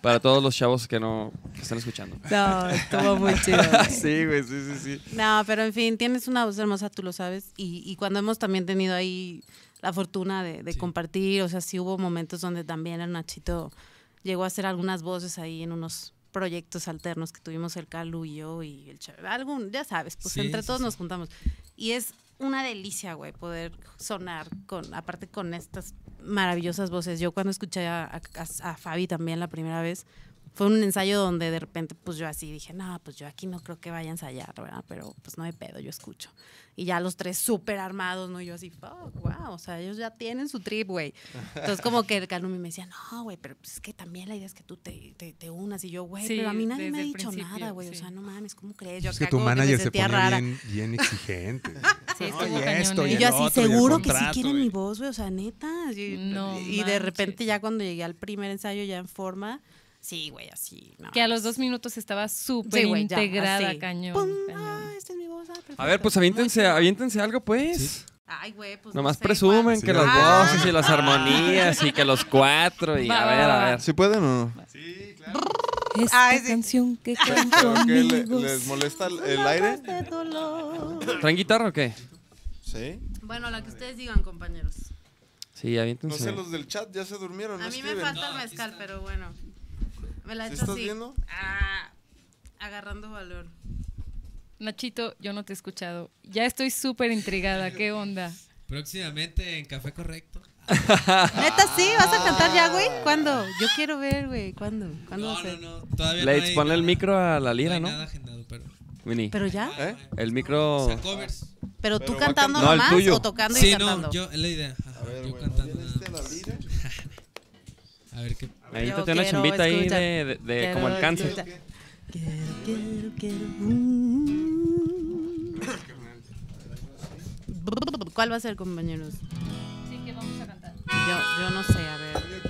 [SPEAKER 2] Para todos los chavos que no que están escuchando.
[SPEAKER 5] No, estuvo muy
[SPEAKER 2] (laughs)
[SPEAKER 5] chido. güey.
[SPEAKER 2] Sí, güey, sí, sí, sí.
[SPEAKER 5] No, pero en fin, tienes una voz hermosa, tú lo sabes. Y, y cuando hemos también tenido ahí la fortuna de, de
[SPEAKER 7] Sí.
[SPEAKER 5] compartir, o sea, sí hubo momentos donde también el Nachito llegó a hacer algunas voces ahí en unos proyectos alternos que tuvimos el Calu y yo y el Chava- algún, ya sabes, pues
[SPEAKER 7] Sí,
[SPEAKER 5] entre
[SPEAKER 7] sí,
[SPEAKER 5] todos
[SPEAKER 7] sí.
[SPEAKER 5] nos juntamos. Y es una delicia, güey, poder sonar con, aparte con estas maravillosas voces. Yo cuando escuché a, a- a- a Fabi también la primera vez, fue un ensayo donde de repente pues yo así dije, no, pues yo aquí no creo que vaya a ensayar, ¿verdad? Pero pues no hay pedo, yo escucho. Y ya los tres súper armados, ¿no? Y yo así, fuck, wow, o sea, ellos ya tienen su trip, güey. Entonces como que el Calumi me decía, no, güey, pero pues, es que también la idea es que tú te, te- te unas. Y yo, güey,
[SPEAKER 4] Sí,
[SPEAKER 5] pero a mí nadie me ha
[SPEAKER 4] desde el
[SPEAKER 5] dicho
[SPEAKER 4] principio,
[SPEAKER 5] nada, güey, o
[SPEAKER 4] sí.
[SPEAKER 5] sea, no mames, ¿cómo crees? Yo
[SPEAKER 3] es que
[SPEAKER 5] acá
[SPEAKER 3] tu
[SPEAKER 5] como me
[SPEAKER 3] manager se
[SPEAKER 5] sentía
[SPEAKER 3] ponía
[SPEAKER 5] rara.
[SPEAKER 3] bien,
[SPEAKER 5] (laughs)
[SPEAKER 3] bien exigente. güey.
[SPEAKER 4] Sí, estuvo
[SPEAKER 3] Oye,
[SPEAKER 4] cañón,
[SPEAKER 3] esto
[SPEAKER 4] ¿eh?
[SPEAKER 3] y
[SPEAKER 5] Y
[SPEAKER 3] el
[SPEAKER 5] yo así,
[SPEAKER 3] otro, y el
[SPEAKER 5] seguro que sí
[SPEAKER 3] contrato,
[SPEAKER 5] quiere
[SPEAKER 3] y-
[SPEAKER 5] mi voz, güey, o sea, neta. Y,
[SPEAKER 4] No
[SPEAKER 5] y de repente
[SPEAKER 4] manches.
[SPEAKER 5] ya cuando llegué al primer ensayo ya en forma, sí, güey, así. no.
[SPEAKER 4] Ah, Que a los dos minutos estaba súper
[SPEAKER 5] Sí, güey, ya,
[SPEAKER 4] integrada,
[SPEAKER 5] así.
[SPEAKER 4] cañón.
[SPEAKER 5] ¡Pum!
[SPEAKER 4] cañón.
[SPEAKER 5] Ah, esta es mi voz. ah, perfecto.
[SPEAKER 2] A ver, pues aviéntense, aviéntense algo, pues.
[SPEAKER 5] Ay, güey, pues
[SPEAKER 2] Nomás
[SPEAKER 5] no sé,
[SPEAKER 2] presumen
[SPEAKER 5] Juan.
[SPEAKER 2] que
[SPEAKER 3] Sí,
[SPEAKER 2] las
[SPEAKER 5] ah.
[SPEAKER 2] voces y las armonías y que los cuatro y
[SPEAKER 4] Va,
[SPEAKER 2] a
[SPEAKER 4] va,
[SPEAKER 2] ver,
[SPEAKER 4] va,
[SPEAKER 2] a
[SPEAKER 4] va.
[SPEAKER 2] ver.
[SPEAKER 6] ¿Sí pueden o no?
[SPEAKER 4] Esta
[SPEAKER 5] Ay, sí.
[SPEAKER 4] canción que
[SPEAKER 6] ¿Pero
[SPEAKER 4] canto
[SPEAKER 6] qué? ¿Le-
[SPEAKER 4] amigos.
[SPEAKER 6] ¿Les molesta el, el
[SPEAKER 5] Una
[SPEAKER 6] aire?
[SPEAKER 5] voz de dolor.
[SPEAKER 2] ¿Traen guitarra o qué?
[SPEAKER 6] Sí.
[SPEAKER 5] Bueno, la que ustedes digan, compañeros.
[SPEAKER 2] Sí,
[SPEAKER 6] No
[SPEAKER 2] aviéntense.
[SPEAKER 6] sé, los del chat ya se durmieron.
[SPEAKER 5] A
[SPEAKER 6] no
[SPEAKER 5] mí me
[SPEAKER 6] escriben.
[SPEAKER 5] falta el mezcal, pero bueno. Me la
[SPEAKER 6] ¿Sí
[SPEAKER 5] he hecho
[SPEAKER 6] estás
[SPEAKER 5] así.
[SPEAKER 6] viendo?
[SPEAKER 5] Ah, agarrando valor.
[SPEAKER 4] Nachito, yo no te he escuchado. Ya estoy súper intrigada. ¿Qué onda?
[SPEAKER 7] Próximamente en Café Correcto.
[SPEAKER 5] (laughs) Neta, sí, vas a cantar ya, güey. ¿Cuándo? Yo quiero ver, güey. ¿Cuándo? ¿Cuándo va
[SPEAKER 7] No,
[SPEAKER 5] a
[SPEAKER 7] no,
[SPEAKER 5] ser?
[SPEAKER 7] no. Todavía no
[SPEAKER 2] Leitz,
[SPEAKER 7] hay
[SPEAKER 2] ponle el
[SPEAKER 7] nada-
[SPEAKER 2] micro a la lira,
[SPEAKER 7] hay
[SPEAKER 2] ¿no?
[SPEAKER 7] nada agendado, pero
[SPEAKER 2] Winnie.
[SPEAKER 5] Pero ya,
[SPEAKER 6] ¿Eh?
[SPEAKER 2] El micro.
[SPEAKER 7] O sea, covers.
[SPEAKER 5] pero
[SPEAKER 6] Pero
[SPEAKER 5] tú
[SPEAKER 6] va
[SPEAKER 5] cantando
[SPEAKER 6] cantando.
[SPEAKER 2] No, el
[SPEAKER 5] nomás
[SPEAKER 2] tuyo.
[SPEAKER 5] o tocando y
[SPEAKER 7] Sí,
[SPEAKER 5] cantando.
[SPEAKER 7] no, yo, es la idea. Ajá,
[SPEAKER 6] A ver,
[SPEAKER 7] yo
[SPEAKER 6] güey,
[SPEAKER 7] cantando.
[SPEAKER 6] ¿no
[SPEAKER 7] nada
[SPEAKER 6] tienes la
[SPEAKER 7] más.
[SPEAKER 6] lira?
[SPEAKER 7] (laughs) A ver qué.
[SPEAKER 2] Ahí
[SPEAKER 5] Yo
[SPEAKER 2] te una
[SPEAKER 5] quiero
[SPEAKER 2] chimbita ahí
[SPEAKER 5] escuchar.
[SPEAKER 2] de, de- de
[SPEAKER 5] Quiero
[SPEAKER 2] como alcance.
[SPEAKER 5] escuchar. Quiero, quiero, quiero. Mm. ¿Cuál va a ser, compañeros?
[SPEAKER 4] Sí, que vamos a cantar.
[SPEAKER 5] Yo, yo no sé, a ver.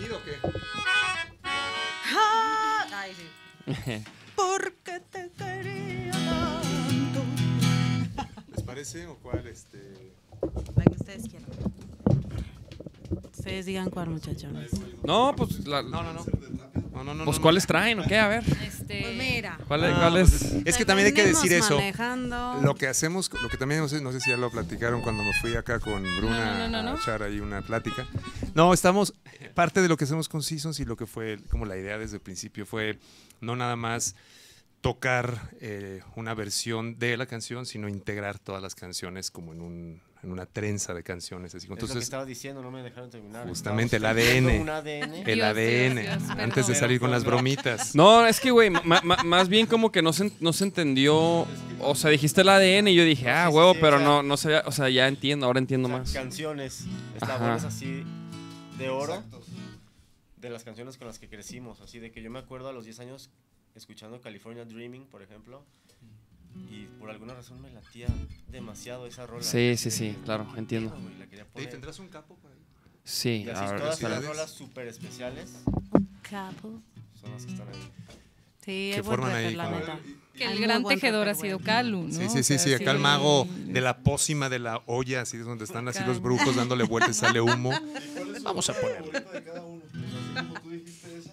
[SPEAKER 5] ¡Ah! Ay, sí. Porque te quería tanto.
[SPEAKER 3] ¿Les parece o cuál? Este...
[SPEAKER 5] La que ustedes quieran. Ustedes digan cuál, muchachones.
[SPEAKER 2] (laughs) No, pues. La,
[SPEAKER 3] No, no, no.
[SPEAKER 2] Pues,
[SPEAKER 3] no,
[SPEAKER 2] ¿cuáles traen o qué? A ver.
[SPEAKER 4] Este,
[SPEAKER 5] Pues mira.
[SPEAKER 2] ¿Cuál,
[SPEAKER 3] no.
[SPEAKER 2] es-
[SPEAKER 3] Ah,
[SPEAKER 2] cuál
[SPEAKER 3] pues,
[SPEAKER 2] es?
[SPEAKER 3] Es que también hay que
[SPEAKER 5] Venimos
[SPEAKER 3] decir eso.
[SPEAKER 5] manejando.
[SPEAKER 3] Lo que hacemos, lo que también, no sé, no sé si ya lo platicaron cuando me fui acá con
[SPEAKER 4] No,
[SPEAKER 3] Bruna
[SPEAKER 4] no, no, no,
[SPEAKER 3] a
[SPEAKER 4] no.
[SPEAKER 3] echar ahí una plática. No, estamos, parte de lo que hacemos con Seasons y lo que fue como la idea desde el principio fue no nada más tocar eh, una versión de la canción, sino integrar todas las canciones como en, un, en una trenza de canciones.
[SPEAKER 8] Entonces,
[SPEAKER 3] Así.
[SPEAKER 8] es lo que
[SPEAKER 3] Entonces,
[SPEAKER 8] estaba diciendo, no me dejaron terminar.
[SPEAKER 3] Justamente,
[SPEAKER 8] Estaba
[SPEAKER 3] el ADN.
[SPEAKER 8] haciendo Un ADN.
[SPEAKER 3] el
[SPEAKER 4] Dios, Dios,
[SPEAKER 3] ADN,
[SPEAKER 4] Dios,
[SPEAKER 3] antes de
[SPEAKER 4] perdón.
[SPEAKER 3] salir con las bromitas.
[SPEAKER 2] No, es que, güey, ma- ma- más bien como que no se, no se entendió. O sea, dijiste el ADN y yo dije, ah,
[SPEAKER 8] Sí, sí,
[SPEAKER 2] huevo,
[SPEAKER 8] sí,
[SPEAKER 2] pero
[SPEAKER 8] o sea-
[SPEAKER 2] no, no sabía. O sea, ya entiendo, ahora entiendo
[SPEAKER 8] O sea,
[SPEAKER 2] más.
[SPEAKER 8] Canciones,
[SPEAKER 2] Ajá.
[SPEAKER 8] eslabones así de oro. De las canciones con las que crecimos. Así de que yo me acuerdo a los 10 años escuchando California Dreaming, por ejemplo. Y por alguna razón me latía demasiado esa rola.
[SPEAKER 2] Sí,
[SPEAKER 8] Así
[SPEAKER 2] sí,
[SPEAKER 8] de
[SPEAKER 2] sí,
[SPEAKER 8] que,
[SPEAKER 2] claro, entiendo.
[SPEAKER 8] "Quiero, güey, la quería poner".
[SPEAKER 3] un capo por ahí?
[SPEAKER 2] Sí,
[SPEAKER 8] Y así
[SPEAKER 2] a ver,
[SPEAKER 8] todas
[SPEAKER 2] espera.
[SPEAKER 8] esas rolas súper especiales
[SPEAKER 5] Capo.
[SPEAKER 8] son las que están ahí.
[SPEAKER 5] Sí,
[SPEAKER 3] Que
[SPEAKER 5] es buen
[SPEAKER 3] forman
[SPEAKER 5] rapper,
[SPEAKER 3] ahí
[SPEAKER 5] la
[SPEAKER 3] como-
[SPEAKER 5] neta.
[SPEAKER 4] que
[SPEAKER 5] Ay,
[SPEAKER 4] el
[SPEAKER 5] muy
[SPEAKER 4] gran
[SPEAKER 5] buen
[SPEAKER 4] tejedor ha
[SPEAKER 5] rapper,
[SPEAKER 4] sido
[SPEAKER 5] güey.
[SPEAKER 4] Calu, ¿no?
[SPEAKER 3] Sí, sí,
[SPEAKER 4] O
[SPEAKER 3] sí,
[SPEAKER 4] sea,
[SPEAKER 3] sí, acá el mago de la pócima de la olla, así es donde están así los
[SPEAKER 4] Acá.
[SPEAKER 3] brujos dándole vueltas y sale humo. (laughs) Vamos a poner.
[SPEAKER 6] de cada uno. Pues como tú dijiste esa,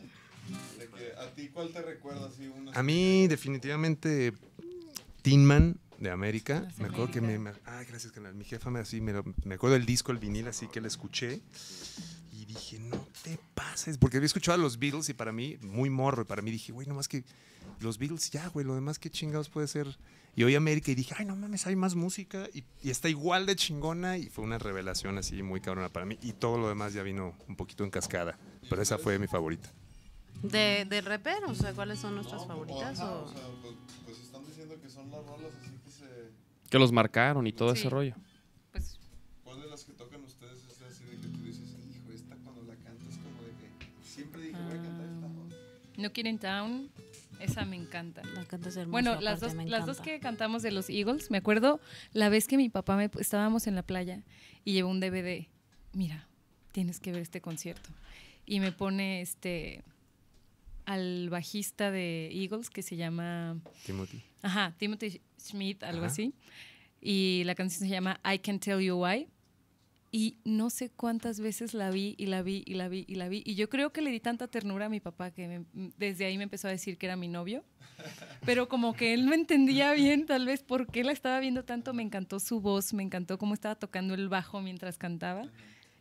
[SPEAKER 6] de que a ti cuál te recuerda así una.
[SPEAKER 3] A mí definitivamente Tin Man de América, me acuerdo que me, me- ay, gracias canal, mi jefa me así me, lo- me acuerdo del disco, el vinil así que la escuché y dije, "No te pases", porque había escuchado a los Beatles y para mí muy morro y para mí dije, "Güey, nomás que los Beatles ya, güey, lo demás qué chingados puede ser." Y oí América y dije, "Ay, no mames, hay más música y, y está igual de chingona" y fue una revelación así muy cabrona para mí y todo lo demás ya vino un poquito en cascada, pero esa fue mi favorita.
[SPEAKER 5] De, de rapper, o sea, ¿cuáles son nuestras favoritas?
[SPEAKER 6] Ajá,
[SPEAKER 5] o-
[SPEAKER 6] o sea, pues, pues están diciendo que son las rolas así que se.
[SPEAKER 2] Que los marcaron y todo
[SPEAKER 4] Sí.
[SPEAKER 2] ese rollo.
[SPEAKER 4] Pues,
[SPEAKER 6] ¿Cuál de las que tocan ustedes es así de que tú dices, hijo, esta cuando la cantas como de que siempre dije voy a cantar esta rola?
[SPEAKER 4] (laughs) No Kidding Town, esa me encanta.
[SPEAKER 5] La cantas hermoso,
[SPEAKER 4] Bueno, las dos,
[SPEAKER 5] aparte, me
[SPEAKER 4] las dos
[SPEAKER 5] encanta.
[SPEAKER 4] que cantamos de los Eagles, me acuerdo la vez que mi papá me estábamos en la playa y llevó un DVD. Mira, tienes que ver este concierto. Y me pone este al bajista de Eagles que se llama
[SPEAKER 3] Timothy.
[SPEAKER 4] Ajá, Timothy Schmidt, algo
[SPEAKER 3] Ajá.
[SPEAKER 4] así. Y la canción se llama I Can Tell You Why. Y no sé cuántas veces la vi y la vi y la vi y la vi. Y yo creo que le di tanta ternura a mi papá que me- m- desde ahí me empezó a decir que era mi novio. Pero como que él no entendía bien tal vez por qué la estaba viendo tanto. Me encantó su voz, me encantó cómo estaba tocando el bajo mientras cantaba.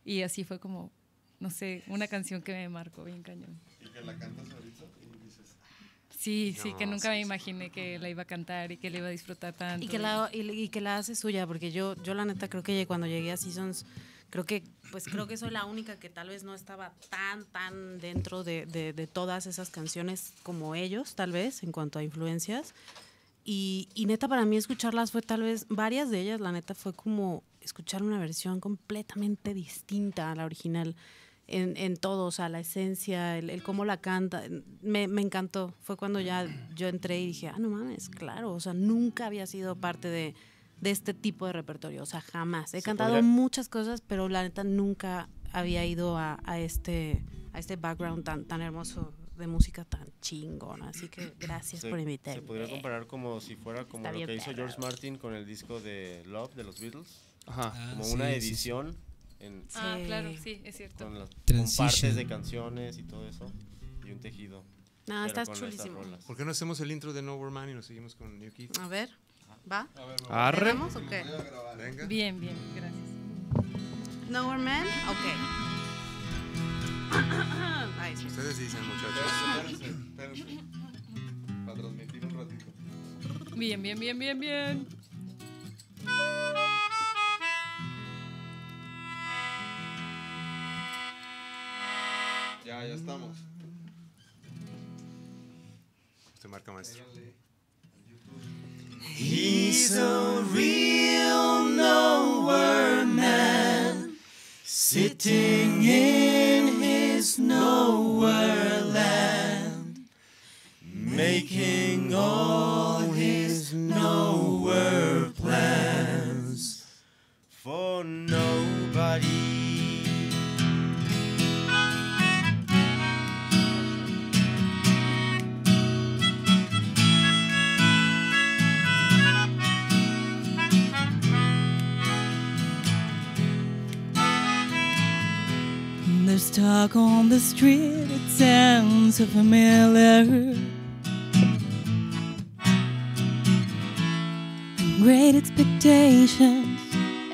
[SPEAKER 4] Y así fue como, no sé, una canción que me marcó bien cañón.
[SPEAKER 6] Y que la cantas ahorita y dices,
[SPEAKER 3] "Ah".
[SPEAKER 4] Sí, sí, que
[SPEAKER 3] No,
[SPEAKER 4] nunca
[SPEAKER 3] sí,
[SPEAKER 4] me
[SPEAKER 3] sí.
[SPEAKER 4] imaginé que la iba a cantar y que la iba a disfrutar tanto.
[SPEAKER 5] Y que, la, y, y que la hace suya, porque yo, yo la neta creo que cuando llegué a Seasons, creo que, pues creo que soy la única que tal vez no estaba tan, tan dentro de, de- de todas esas canciones como ellos, tal vez, en cuanto a influencias. Y, y neta, para mí escucharlas fue tal vez, varias de ellas, la neta, fue como escuchar una versión completamente distinta a la original. En, en todo, o sea, la esencia, el, el cómo la canta, me, me encantó. Fue cuando ya yo entré y dije, ah, no mames, claro, o sea, nunca había sido parte de, de este tipo de repertorio, o sea, jamás. He
[SPEAKER 8] Se
[SPEAKER 5] cantado
[SPEAKER 8] podría-
[SPEAKER 5] muchas cosas, pero la neta nunca había ido a, a este, a este background tan, tan hermoso de música tan chingona.
[SPEAKER 8] (coughs)
[SPEAKER 5] Así que gracias por invitarme.
[SPEAKER 8] Se podría comparar como si fuera como
[SPEAKER 5] Está
[SPEAKER 8] lo
[SPEAKER 5] bien
[SPEAKER 8] que hizo
[SPEAKER 5] perro.
[SPEAKER 8] George Martin con el disco de Love de los Beatles.
[SPEAKER 2] Ajá.
[SPEAKER 7] Ah,
[SPEAKER 8] como
[SPEAKER 7] sí,
[SPEAKER 8] una
[SPEAKER 7] sí, sí.
[SPEAKER 8] edición en-
[SPEAKER 4] Ah,
[SPEAKER 5] Sí.
[SPEAKER 4] claro, sí, es cierto.
[SPEAKER 8] con, las, con
[SPEAKER 7] Transition.
[SPEAKER 8] partes de canciones y todo eso. Y un tejido.
[SPEAKER 5] No,
[SPEAKER 8] pero
[SPEAKER 5] estás
[SPEAKER 8] con estas
[SPEAKER 5] chulísimo.
[SPEAKER 8] rolas.
[SPEAKER 3] ¿Por qué no hacemos el intro de No More Man y nos seguimos con New Kid?
[SPEAKER 5] A ver, ¿va?
[SPEAKER 2] Arre.
[SPEAKER 5] ¿Tenemos o qué?
[SPEAKER 3] Venga.
[SPEAKER 4] Bien, bien, gracias.
[SPEAKER 5] No More Man, ok. Ah. Ay, sí.
[SPEAKER 3] Ustedes dicen, muchachos.
[SPEAKER 6] espérense, espérense. Para transmitir un ratito.
[SPEAKER 4] Bien, bien, bien, bien, bien.
[SPEAKER 6] Ya, ya estamos.
[SPEAKER 3] Usted marca maestro.
[SPEAKER 9] He's a real nowhere man sitting in his nowhere land, making all his nowhere plans for nobody.
[SPEAKER 10] There's talk on the street, it sounds so familiar. Great expectations,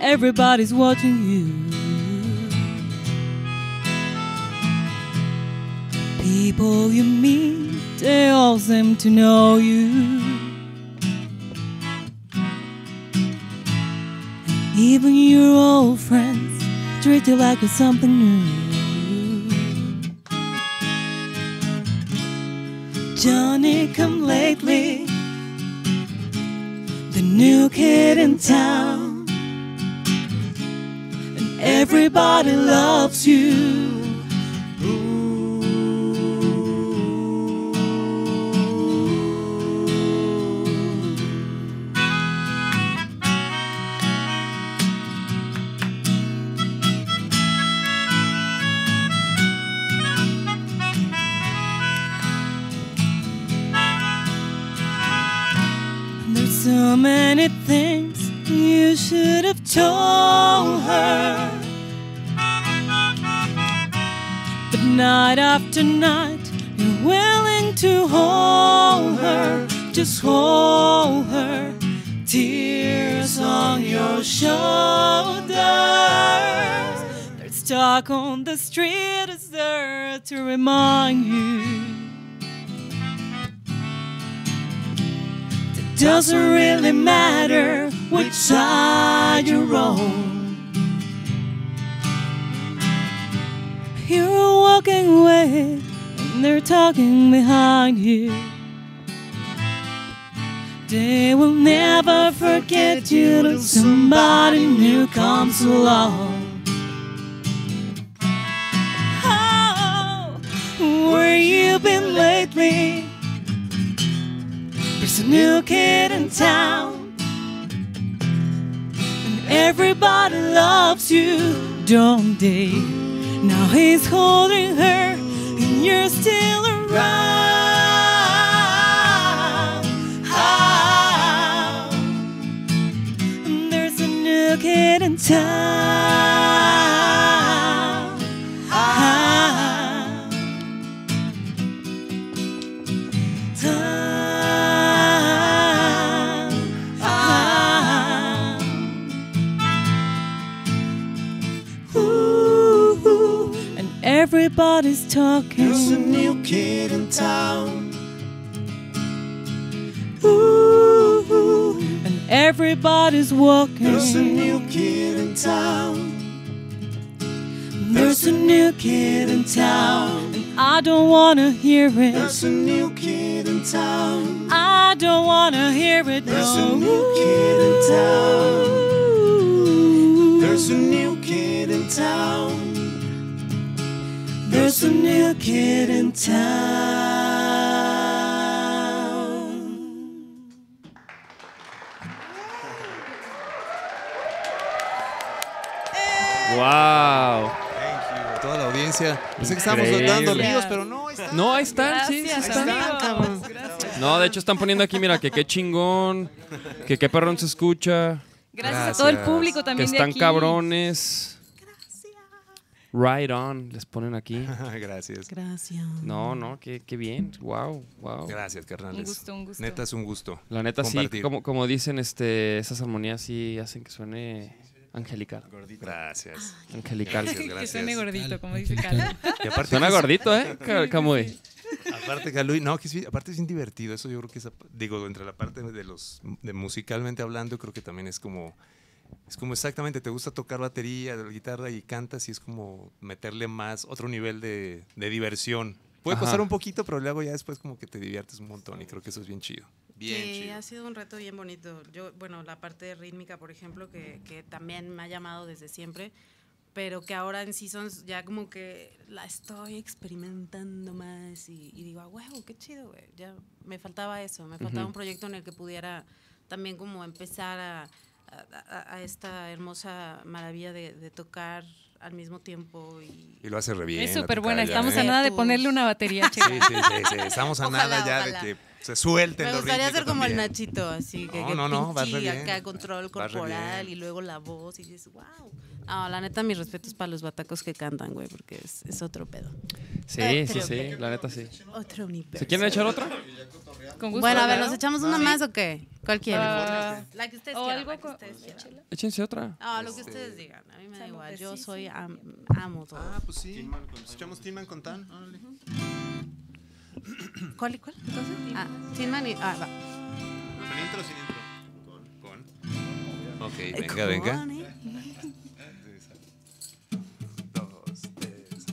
[SPEAKER 10] everybody's watching you. People you meet, they all seem to know you. Even your old friends treat you like it's something new. Johnny come lately, the new kid in town, and everybody loves you. There's so many things you should have told her. But night after night, you're willing to hold her, just hold her. Tears on your shoulders. There's talk on the street, is there to remind you? Doesn't really matter which side you're on. You're walking away, and they're talking behind you. They will never forget you till somebody new comes along. Oh, where you been lately? There's a new kid in town, and everybody loves you, don't they? Now he's holding her, and you're still around. And Ah. There's a new kid in town. Ah. Ah. Ooh, and everybody's talking. There's a new kid in town. Ooh, and everybody's walking. There's a new kid in town. There's a new kid in town. And I don't wanna hear it. There's a new kid in town. I don't wanna hear it. There's a new kid in town. There's a new kid in town. There's a new kid in town.
[SPEAKER 2] ¡Wow!
[SPEAKER 3] Thank you. Toda la audiencia. Pensé que estábamos
[SPEAKER 2] Increíble.
[SPEAKER 3] andando dormidos, pero no, ahí está.
[SPEAKER 2] No, ahí están, sí, sí
[SPEAKER 7] Gracias,
[SPEAKER 2] están.
[SPEAKER 7] amigos. Gracias.
[SPEAKER 2] No, de hecho están poniendo aquí, mira, que qué chingón, que qué perrón se escucha,
[SPEAKER 7] Gracias a todo el público
[SPEAKER 2] que
[SPEAKER 7] también de
[SPEAKER 2] están
[SPEAKER 7] aquí.
[SPEAKER 2] cabrones. Right on, les ponen aquí.
[SPEAKER 3] (laughs) Gracias.
[SPEAKER 5] Gracias.
[SPEAKER 2] No, no, qué, qué bien. Wow, wow.
[SPEAKER 3] Gracias, carnales.
[SPEAKER 7] Un gusto, un gusto.
[SPEAKER 3] Neta es un gusto.
[SPEAKER 2] La neta sí,
[SPEAKER 3] compartir.
[SPEAKER 2] como, como dicen, este, esas armonías sí hacen que suene angelical.
[SPEAKER 3] Gracias.
[SPEAKER 4] (laughs)
[SPEAKER 2] Angelical.
[SPEAKER 3] Gracias.
[SPEAKER 7] Que suene gordito,
[SPEAKER 11] Cal,
[SPEAKER 7] como dice
[SPEAKER 11] cal,
[SPEAKER 7] Cal.
[SPEAKER 3] Y aparte,
[SPEAKER 2] Suena
[SPEAKER 3] que es-
[SPEAKER 2] gordito, ¿eh? Ca-
[SPEAKER 3] (laughs)
[SPEAKER 2] Camuy.
[SPEAKER 3] Aparte, Caluy, no, que es bien- aparte es bien divertido. Eso yo creo que es, digo, entre la parte de los, de musicalmente hablando, creo que también es como, es como exactamente, te gusta tocar batería, la guitarra y cantas y es como meterle más, otro nivel de, de diversión. Puede
[SPEAKER 2] Ajá.
[SPEAKER 3] costar un poquito, pero luego ya después como que te diviertes un montón y creo que eso es bien chido.
[SPEAKER 12] Bien
[SPEAKER 5] sí,
[SPEAKER 12] chido.
[SPEAKER 5] ha sido un reto bien bonito. Yo, bueno, la parte rítmica, por ejemplo, que, que también me ha llamado desde siempre, pero que ahora en Seasons ya como que la estoy experimentando más y, y digo, ah, wow, qué chido, güey. Ya me faltaba eso, me faltaba
[SPEAKER 2] Ujú.
[SPEAKER 5] un proyecto en el que pudiera también como empezar a, a- a- a esta hermosa maravilla de, de tocar al mismo tiempo y
[SPEAKER 12] Y lo hace re bien.
[SPEAKER 4] es
[SPEAKER 12] la
[SPEAKER 4] súper buena.
[SPEAKER 12] tocaya,
[SPEAKER 4] Estamos
[SPEAKER 12] ¿eh?
[SPEAKER 4] a nada de
[SPEAKER 5] Tus-
[SPEAKER 4] ponerle una batería,
[SPEAKER 12] Sí,
[SPEAKER 4] chica.
[SPEAKER 12] sí, sí, sí, Estamos a
[SPEAKER 5] Ojalá,
[SPEAKER 12] nada ya
[SPEAKER 5] ojalá.
[SPEAKER 12] de que se suelten
[SPEAKER 5] Me
[SPEAKER 12] lo
[SPEAKER 5] gustaría
[SPEAKER 12] rítmico
[SPEAKER 5] ser como el
[SPEAKER 12] también.
[SPEAKER 5] Nachito, así que,
[SPEAKER 12] No,
[SPEAKER 5] que
[SPEAKER 12] no, no, vas re
[SPEAKER 5] pinche
[SPEAKER 12] bien.
[SPEAKER 5] acá control
[SPEAKER 12] Vas re
[SPEAKER 5] corporal
[SPEAKER 12] bien.
[SPEAKER 5] y luego la voz y dices, wow. No, la neta, mis respetos para los batacos que cantan, güey, porque es, es otro pedo. Ah,
[SPEAKER 2] Sí, sí, sí, la neta sí.
[SPEAKER 5] Otro universo.
[SPEAKER 2] ¿Se quieren echar otra?
[SPEAKER 4] Con gusto,
[SPEAKER 5] Bueno, a ver,
[SPEAKER 4] claro.
[SPEAKER 5] ¿nos echamos
[SPEAKER 3] Ah.
[SPEAKER 5] una más o qué? ¿Cuál quieren?
[SPEAKER 4] Ah,
[SPEAKER 5] la que ustedes
[SPEAKER 4] o
[SPEAKER 5] quieran.
[SPEAKER 4] algo
[SPEAKER 5] la que
[SPEAKER 4] con-
[SPEAKER 5] ustedes quieran.
[SPEAKER 2] Échense otra.
[SPEAKER 5] Ah, lo que
[SPEAKER 3] Este,
[SPEAKER 5] ustedes digan. A mí me da
[SPEAKER 4] Salud,
[SPEAKER 5] igual.
[SPEAKER 4] pues
[SPEAKER 5] Yo
[SPEAKER 4] sí,
[SPEAKER 5] soy
[SPEAKER 4] sí,
[SPEAKER 5] am- amo todo.
[SPEAKER 3] Ah, pues sí. Escuchamos Timan con Tan. órale.
[SPEAKER 5] ¿Cuál y cuál? Entonces, ah, Tin Man y. Ah, va.
[SPEAKER 3] Con intro o sin intro. Con. Con.
[SPEAKER 12] Ok,
[SPEAKER 5] Eh,
[SPEAKER 12] venga, venga.
[SPEAKER 5] con-
[SPEAKER 3] Dos, tres.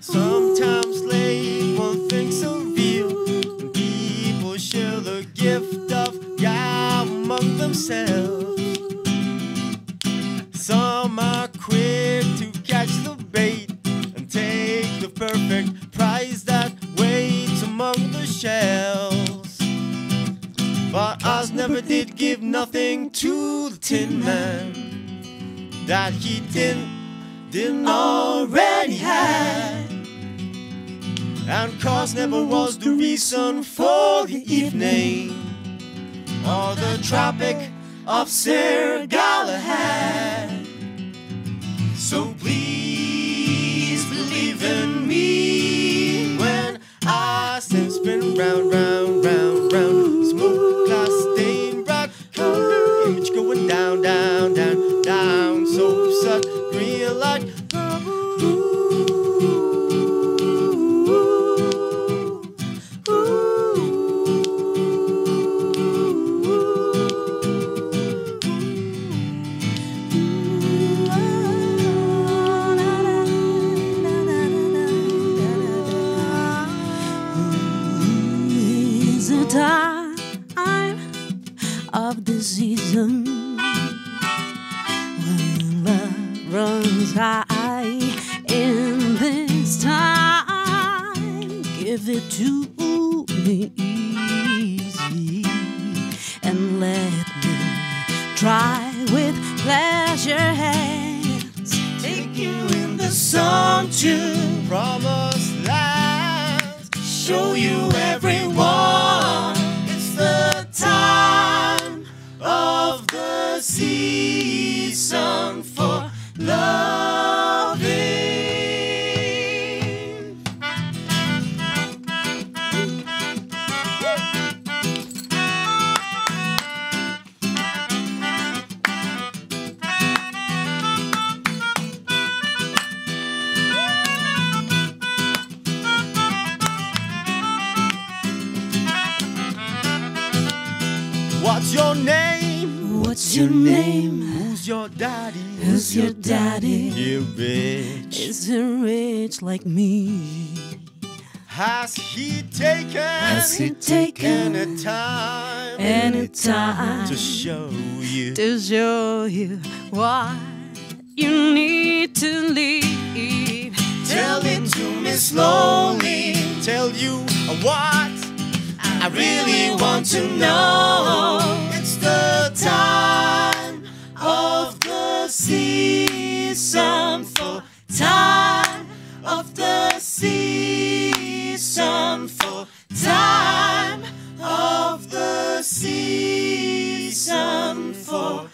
[SPEAKER 9] Sometimes late one thinks of you. and People share the gift of God among themselves. Some are quick to catch the bait and take the perfect prize that waits among the shells. But Oz never did give nothing to the Tin Man that he didn't didn't already have. And cause never was the reason for the evening or the Tropic of Sir Galahad. So please believe in me when I say spin round, round, round, round. Smoke glass stain rock color image going down, down, down, down. So such real light. It's the time of the season when love runs high. In this time, give it to me easy and let me try with pleasure hands. Take you in the sun to promised lands show you everyone. It's the time of the season for loving. What's your name? What's your name? Who's your daddy? Who's your daddy? You bitch. Is he rich like me? Has he taken? Has he taken any time? Any time to show you?
[SPEAKER 5] to show you why you need to leave.
[SPEAKER 9] Tell it to me slowly. Tell you what I really want to know. It's the time of the season for time of the season for time of the season for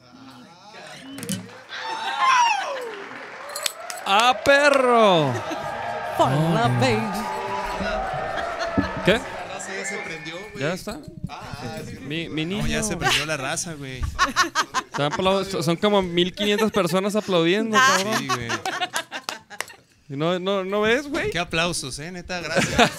[SPEAKER 9] loving.
[SPEAKER 2] ¡Ah, perro!
[SPEAKER 5] For love, baby.
[SPEAKER 2] ¿Qué?
[SPEAKER 3] raza ya se prendió, güey.
[SPEAKER 2] ¿Ya está? Mi, mi niño.
[SPEAKER 3] Ah, No, ya se prendió la raza, güey.
[SPEAKER 4] Ah.
[SPEAKER 2] Están aplau- Son como 1500 personas aplaudiendo, cabrón.
[SPEAKER 3] Sí, güey.
[SPEAKER 2] No, no, no ves, güey.
[SPEAKER 3] Qué aplausos, eh, neta, gracias.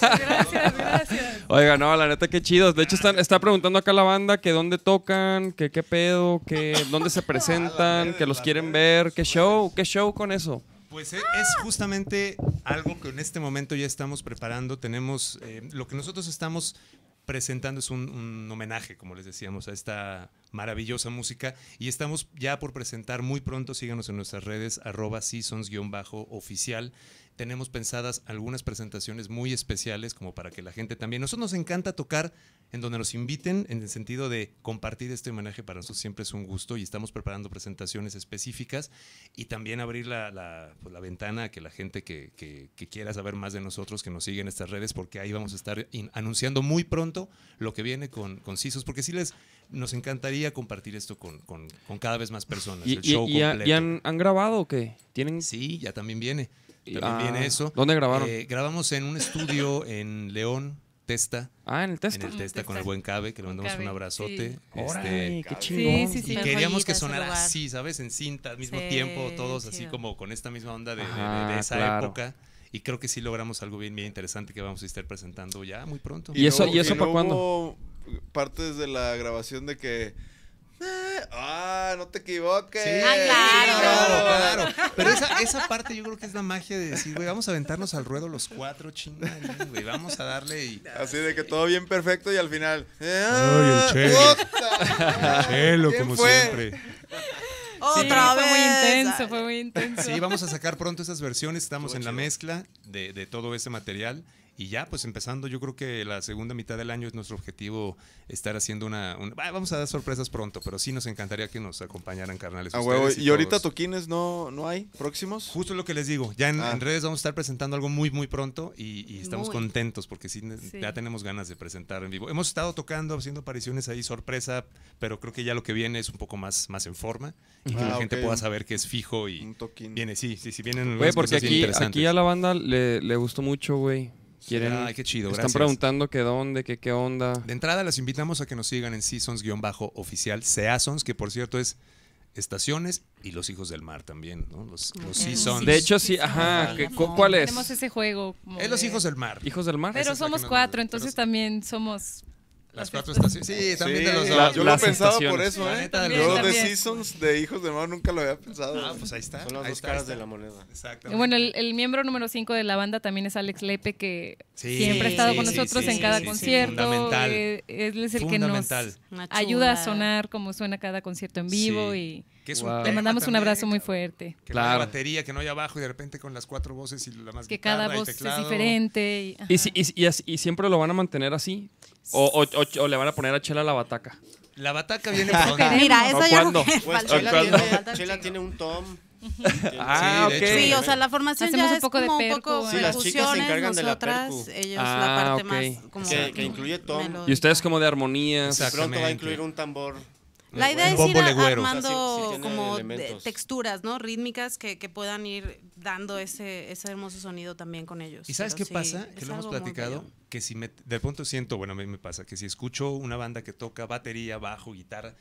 [SPEAKER 4] (laughs) Gracias, gracias.
[SPEAKER 2] Oiga, no, la neta, qué chidos. De hecho, están, está preguntando acá la banda que dónde tocan, que qué pedo, que dónde se presentan, que los quieren ver, qué show, qué show con eso.
[SPEAKER 3] Pues e- es justamente algo que en este momento ya estamos preparando. Tenemos eh, lo que nosotros estamos presentando es un, un homenaje, como les decíamos, a esta maravillosa música y estamos ya por presentar muy pronto. Síganos en nuestras redes arroba seasons-oficial. Tenemos pensadas algunas presentaciones muy especiales como para que la gente también. Nosotros nos encanta tocar en donde nos inviten, en el sentido de compartir este homenaje para nosotros siempre es un gusto y estamos preparando presentaciones específicas y también abrir la, la, pues, la ventana a que la gente que, que- que quiera saber más de nosotros, que nos siga en estas redes, porque ahí vamos a estar in- anunciando muy pronto lo que viene con, con CISOS, porque sí les nos encantaría compartir esto con, con- con cada vez más personas,
[SPEAKER 2] ¿Y,
[SPEAKER 3] Pues el
[SPEAKER 2] y-
[SPEAKER 3] show
[SPEAKER 2] y ha-
[SPEAKER 3] completo.
[SPEAKER 2] y han, han grabado o qué? ¿Tienen?
[SPEAKER 3] Sí, ya también viene. También
[SPEAKER 2] Ah,
[SPEAKER 3] viene eso.
[SPEAKER 2] ¿Dónde grabaron?
[SPEAKER 3] Eh, grabamos en un estudio en León, Testa,
[SPEAKER 2] ah, en el test.
[SPEAKER 3] en el Testa con el
[SPEAKER 4] Testa.
[SPEAKER 3] buen Cabe, que le mandamos
[SPEAKER 4] Cabe,
[SPEAKER 3] un abrazote.
[SPEAKER 4] sí.
[SPEAKER 3] Este,
[SPEAKER 2] qué
[SPEAKER 4] Sí,
[SPEAKER 2] chingón.
[SPEAKER 4] sí, sí.
[SPEAKER 3] y
[SPEAKER 5] Qué
[SPEAKER 3] queríamos
[SPEAKER 5] joyita
[SPEAKER 3] que
[SPEAKER 5] ese
[SPEAKER 3] sonara
[SPEAKER 5] lugar.
[SPEAKER 3] así, ¿sabes? En cinta, al mismo
[SPEAKER 5] Sí,
[SPEAKER 3] tiempo, todos así
[SPEAKER 5] chido.
[SPEAKER 3] como con esta misma onda de, de- de-
[SPEAKER 2] Ajá,
[SPEAKER 3] de esa
[SPEAKER 2] Ah, claro.
[SPEAKER 3] época. Y creo que sí logramos algo bien, bien interesante que vamos a estar presentando ya Ah, muy pronto.
[SPEAKER 2] Y eso- y eso para
[SPEAKER 6] no
[SPEAKER 2] cuándo?
[SPEAKER 6] hubo Partes de la grabación de que. "Eh, Ah, no te equivoques.
[SPEAKER 5] Ah, claro.
[SPEAKER 3] claro, claro. Pero esa, esa parte yo creo que es la magia de decir, güey, vamos a aventarnos al ruedo los cuatro, chingada, güey, vamos a darle y...
[SPEAKER 6] (laughs) Así de que todo bien perfecto y al final. eh,
[SPEAKER 3] Ay, el Che.
[SPEAKER 6] puta. ¿Quién
[SPEAKER 3] como
[SPEAKER 6] fue?
[SPEAKER 3] siempre.
[SPEAKER 5] Otra
[SPEAKER 4] Sí,
[SPEAKER 5] vez.
[SPEAKER 4] Fue muy intenso, fue muy intenso.
[SPEAKER 3] Sí, vamos a sacar pronto esas versiones. Estamos en la mezcla (laughs) de, de todo ese material. Y ya, pues empezando, yo creo que la segunda mitad del año es nuestro objetivo estar haciendo una. una- Ah, vamos a dar sorpresas pronto, pero sí nos encantaría que nos acompañaran, carnales.
[SPEAKER 6] A
[SPEAKER 3] ustedes
[SPEAKER 6] Ah, huevo. Y ahorita
[SPEAKER 3] todos.
[SPEAKER 6] toquines no, no hay próximos.
[SPEAKER 3] Justo lo que les digo, ya en,
[SPEAKER 6] Ah.
[SPEAKER 3] en redes vamos a estar presentando algo muy, muy pronto y, y estamos
[SPEAKER 5] Muy.
[SPEAKER 3] contentos porque sí, ne-
[SPEAKER 4] Sí.
[SPEAKER 3] ya tenemos ganas de presentar en vivo. Hemos estado tocando, haciendo apariciones ahí, sorpresa, pero creo que ya lo que viene es un poco más, más en forma y que
[SPEAKER 6] Ah,
[SPEAKER 3] la gente
[SPEAKER 6] ok.
[SPEAKER 3] pueda saber que es fijo y,
[SPEAKER 6] Un toquín.
[SPEAKER 3] Viene, sí, sí, sí, vienen
[SPEAKER 2] Güey,
[SPEAKER 3] algunas
[SPEAKER 2] porque
[SPEAKER 3] cosas bien
[SPEAKER 2] aquí, aquí a
[SPEAKER 3] interesantes.
[SPEAKER 2] la banda le, le gustó mucho, güey. Quieren,
[SPEAKER 3] Ay, qué chido,
[SPEAKER 2] están
[SPEAKER 3] gracias.
[SPEAKER 2] preguntando que dónde, que qué onda.
[SPEAKER 3] De entrada, los invitamos a que nos sigan en Seasons-oficial, Seasons, que por cierto es Estaciones y Los Hijos del Mar también, ¿no? Los, los
[SPEAKER 5] Ok.
[SPEAKER 3] Seasons.
[SPEAKER 2] De hecho, sí, ajá.
[SPEAKER 5] Ajá.
[SPEAKER 2] ¿qué- cu- ¿Cuál es?
[SPEAKER 4] Tenemos ese juego. como
[SPEAKER 3] es Los
[SPEAKER 4] de-
[SPEAKER 3] Hijos del Mar.
[SPEAKER 2] Hijos del Mar.
[SPEAKER 4] Pero
[SPEAKER 3] Esa es la que
[SPEAKER 4] somos
[SPEAKER 3] no-
[SPEAKER 4] cuatro,
[SPEAKER 3] pero
[SPEAKER 4] entonces
[SPEAKER 3] sí.
[SPEAKER 4] también somos.
[SPEAKER 3] Las cuatro estaciones. Sí, también de los
[SPEAKER 6] Sí,
[SPEAKER 3] dos.
[SPEAKER 2] la-
[SPEAKER 6] yo lo
[SPEAKER 2] las
[SPEAKER 6] pensaba por
[SPEAKER 2] estaciones.
[SPEAKER 6] eso,
[SPEAKER 3] La
[SPEAKER 6] ¿eh?
[SPEAKER 3] neta, de
[SPEAKER 6] yo
[SPEAKER 3] los
[SPEAKER 6] de
[SPEAKER 3] dos.
[SPEAKER 4] también.
[SPEAKER 6] Seasons de Hijos de Mar nunca lo había pensado.
[SPEAKER 3] Ah, pues ahí está.
[SPEAKER 8] Son las
[SPEAKER 3] ahí
[SPEAKER 8] dos
[SPEAKER 3] está,
[SPEAKER 8] caras
[SPEAKER 3] ahí
[SPEAKER 8] de la
[SPEAKER 3] está.
[SPEAKER 8] moneda.
[SPEAKER 3] Exactamente.
[SPEAKER 4] Bueno, el, el miembro número cinco de la banda también es Alex Lepe, que
[SPEAKER 3] Sí,
[SPEAKER 4] siempre ha estado
[SPEAKER 5] sí,
[SPEAKER 4] con
[SPEAKER 5] sí,
[SPEAKER 4] nosotros
[SPEAKER 5] sí,
[SPEAKER 4] en
[SPEAKER 5] sí,
[SPEAKER 4] cada
[SPEAKER 5] sí, sí.
[SPEAKER 4] concierto.
[SPEAKER 3] Fundamental.
[SPEAKER 4] eh, él es el que nos
[SPEAKER 3] Fundamental.
[SPEAKER 5] Una
[SPEAKER 4] ayuda a
[SPEAKER 5] chulada.
[SPEAKER 4] sonar como suena cada concierto en vivo
[SPEAKER 3] Sí.
[SPEAKER 4] y
[SPEAKER 3] Que es
[SPEAKER 2] Wow. Le
[SPEAKER 4] le
[SPEAKER 3] tema
[SPEAKER 4] mandamos un
[SPEAKER 3] también,
[SPEAKER 4] abrazo muy
[SPEAKER 3] cabrón.
[SPEAKER 4] fuerte.
[SPEAKER 3] Que no haya
[SPEAKER 2] Claro.
[SPEAKER 3] batería, que no haya bajo y de repente con las cuatro voces y la más
[SPEAKER 4] Que cada
[SPEAKER 3] guitarra y
[SPEAKER 4] voz es
[SPEAKER 3] teclado.
[SPEAKER 4] diferente. y-
[SPEAKER 2] Y, si- y si- y así- y siempre lo van a mantener así. O, o- o- o le van a poner a Chela la bataca.
[SPEAKER 3] La bataca viene
[SPEAKER 8] (laughs)
[SPEAKER 5] (laughs)
[SPEAKER 3] pronto.
[SPEAKER 5] Mira, eso
[SPEAKER 2] ¿O
[SPEAKER 5] ya
[SPEAKER 2] cuándo?
[SPEAKER 5] mujer,
[SPEAKER 8] Pues
[SPEAKER 5] falta-
[SPEAKER 8] Chela,
[SPEAKER 2] ¿cuándo?
[SPEAKER 8] tiene,
[SPEAKER 5] falta un
[SPEAKER 8] Chela
[SPEAKER 5] chingo.
[SPEAKER 8] tiene un
[SPEAKER 5] (laughs)
[SPEAKER 8] tom.
[SPEAKER 2] Ah,
[SPEAKER 3] Sí,
[SPEAKER 2] ok.
[SPEAKER 3] de hecho.
[SPEAKER 5] Sí, o sea, la formación
[SPEAKER 4] Hacemos
[SPEAKER 5] ya
[SPEAKER 4] un poco
[SPEAKER 5] es
[SPEAKER 4] de
[SPEAKER 5] como un
[SPEAKER 4] percu,
[SPEAKER 5] poco
[SPEAKER 4] Sí,
[SPEAKER 8] las chicas se
[SPEAKER 5] percusiones,
[SPEAKER 8] encargan de la
[SPEAKER 5] nosotras,
[SPEAKER 8] percu.
[SPEAKER 5] ellos
[SPEAKER 2] Ah,
[SPEAKER 5] la parte
[SPEAKER 2] ok.
[SPEAKER 5] más como
[SPEAKER 8] Que- que incluye tom.
[SPEAKER 5] melódica.
[SPEAKER 2] Y ustedes como de armonías.
[SPEAKER 3] Exacto.
[SPEAKER 8] Pronto va a
[SPEAKER 3] Exactamente.
[SPEAKER 8] incluir un tambor.
[SPEAKER 5] La idea es
[SPEAKER 3] Bombo
[SPEAKER 5] ir a-
[SPEAKER 3] legüero.
[SPEAKER 5] armando
[SPEAKER 8] O sea, sí- sí tiene
[SPEAKER 5] como de-
[SPEAKER 8] elementos.
[SPEAKER 5] texturas, ¿no? Rítmicas que, que puedan ir dando ese, ese hermoso sonido también con ellos.
[SPEAKER 3] ¿Y sabes
[SPEAKER 5] Pero
[SPEAKER 3] qué
[SPEAKER 5] sí,
[SPEAKER 3] pasa?
[SPEAKER 5] es
[SPEAKER 3] Que lo hemos
[SPEAKER 5] algo muy
[SPEAKER 3] platicado,
[SPEAKER 5] bello.
[SPEAKER 3] que si me, de pronto siento, bueno, a mí me pasa, que si escucho una banda que toca batería, bajo, guitarra,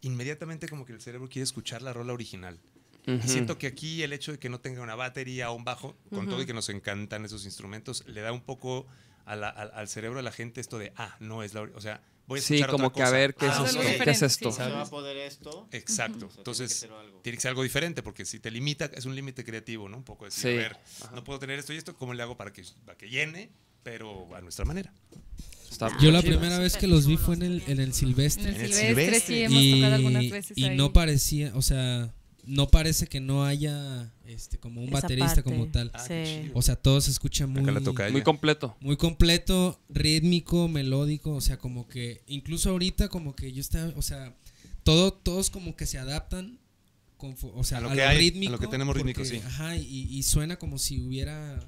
[SPEAKER 3] inmediatamente como que el cerebro quiere escuchar la rola original.
[SPEAKER 2] Ujú.
[SPEAKER 3] Y siento que aquí el hecho de que no tenga una batería o un bajo, con todo y que nos encantan esos instrumentos, le da un poco a la- al, al cerebro de la gente esto de, ah, no es la... ori- O sea, voy a
[SPEAKER 2] Sí,
[SPEAKER 3] escuchar
[SPEAKER 2] como
[SPEAKER 3] otra
[SPEAKER 2] que a
[SPEAKER 3] cosa.
[SPEAKER 2] ver qué
[SPEAKER 3] Ah,
[SPEAKER 2] es
[SPEAKER 4] Algo
[SPEAKER 2] esto.
[SPEAKER 3] ok.
[SPEAKER 2] ¿Qué es
[SPEAKER 4] diferente,
[SPEAKER 2] esto?
[SPEAKER 4] sí.
[SPEAKER 8] Se va a
[SPEAKER 3] ¿Sabes?
[SPEAKER 8] poder esto.
[SPEAKER 3] Exacto.
[SPEAKER 8] O sea, tiene que
[SPEAKER 3] Entonces,
[SPEAKER 8] ser algo.
[SPEAKER 3] tiene que ser algo diferente, porque si te limita, es un límite creativo, ¿no? Un poco decir,
[SPEAKER 2] Sí.
[SPEAKER 3] a ver, no puedo tener esto y esto, ¿cómo le hago para que, para que llene? Pero a nuestra manera.
[SPEAKER 2] Está
[SPEAKER 7] Yo
[SPEAKER 5] Ah,
[SPEAKER 7] la
[SPEAKER 2] chido.
[SPEAKER 7] primera vez que los vi fue en el, en el
[SPEAKER 4] En el
[SPEAKER 7] Silvestre.
[SPEAKER 3] En el
[SPEAKER 4] Silvestre, sí
[SPEAKER 3] Silvestre.
[SPEAKER 4] hemos
[SPEAKER 7] y,
[SPEAKER 4] tocado algunas veces
[SPEAKER 7] y
[SPEAKER 4] ahí.
[SPEAKER 7] no parecía, o sea, no parece que no haya este como un
[SPEAKER 5] Esa
[SPEAKER 7] baterista
[SPEAKER 5] parte,
[SPEAKER 7] como tal.
[SPEAKER 3] Ah, qué
[SPEAKER 5] Sí.
[SPEAKER 3] chido.
[SPEAKER 7] O sea, todo se escucha muy
[SPEAKER 3] Acá la toca ella.
[SPEAKER 2] Muy completo.
[SPEAKER 7] muy completo, rítmico, melódico, o sea, como que incluso ahorita como que yo estaba, o sea, todo todos como que se adaptan confo- o sea,
[SPEAKER 3] A
[SPEAKER 7] a
[SPEAKER 3] lo
[SPEAKER 7] lo,
[SPEAKER 3] que hay, a
[SPEAKER 7] rítmico,
[SPEAKER 3] lo que tenemos rítmico,
[SPEAKER 7] porque,
[SPEAKER 3] sí.
[SPEAKER 7] Ajá, y, y suena como si hubiera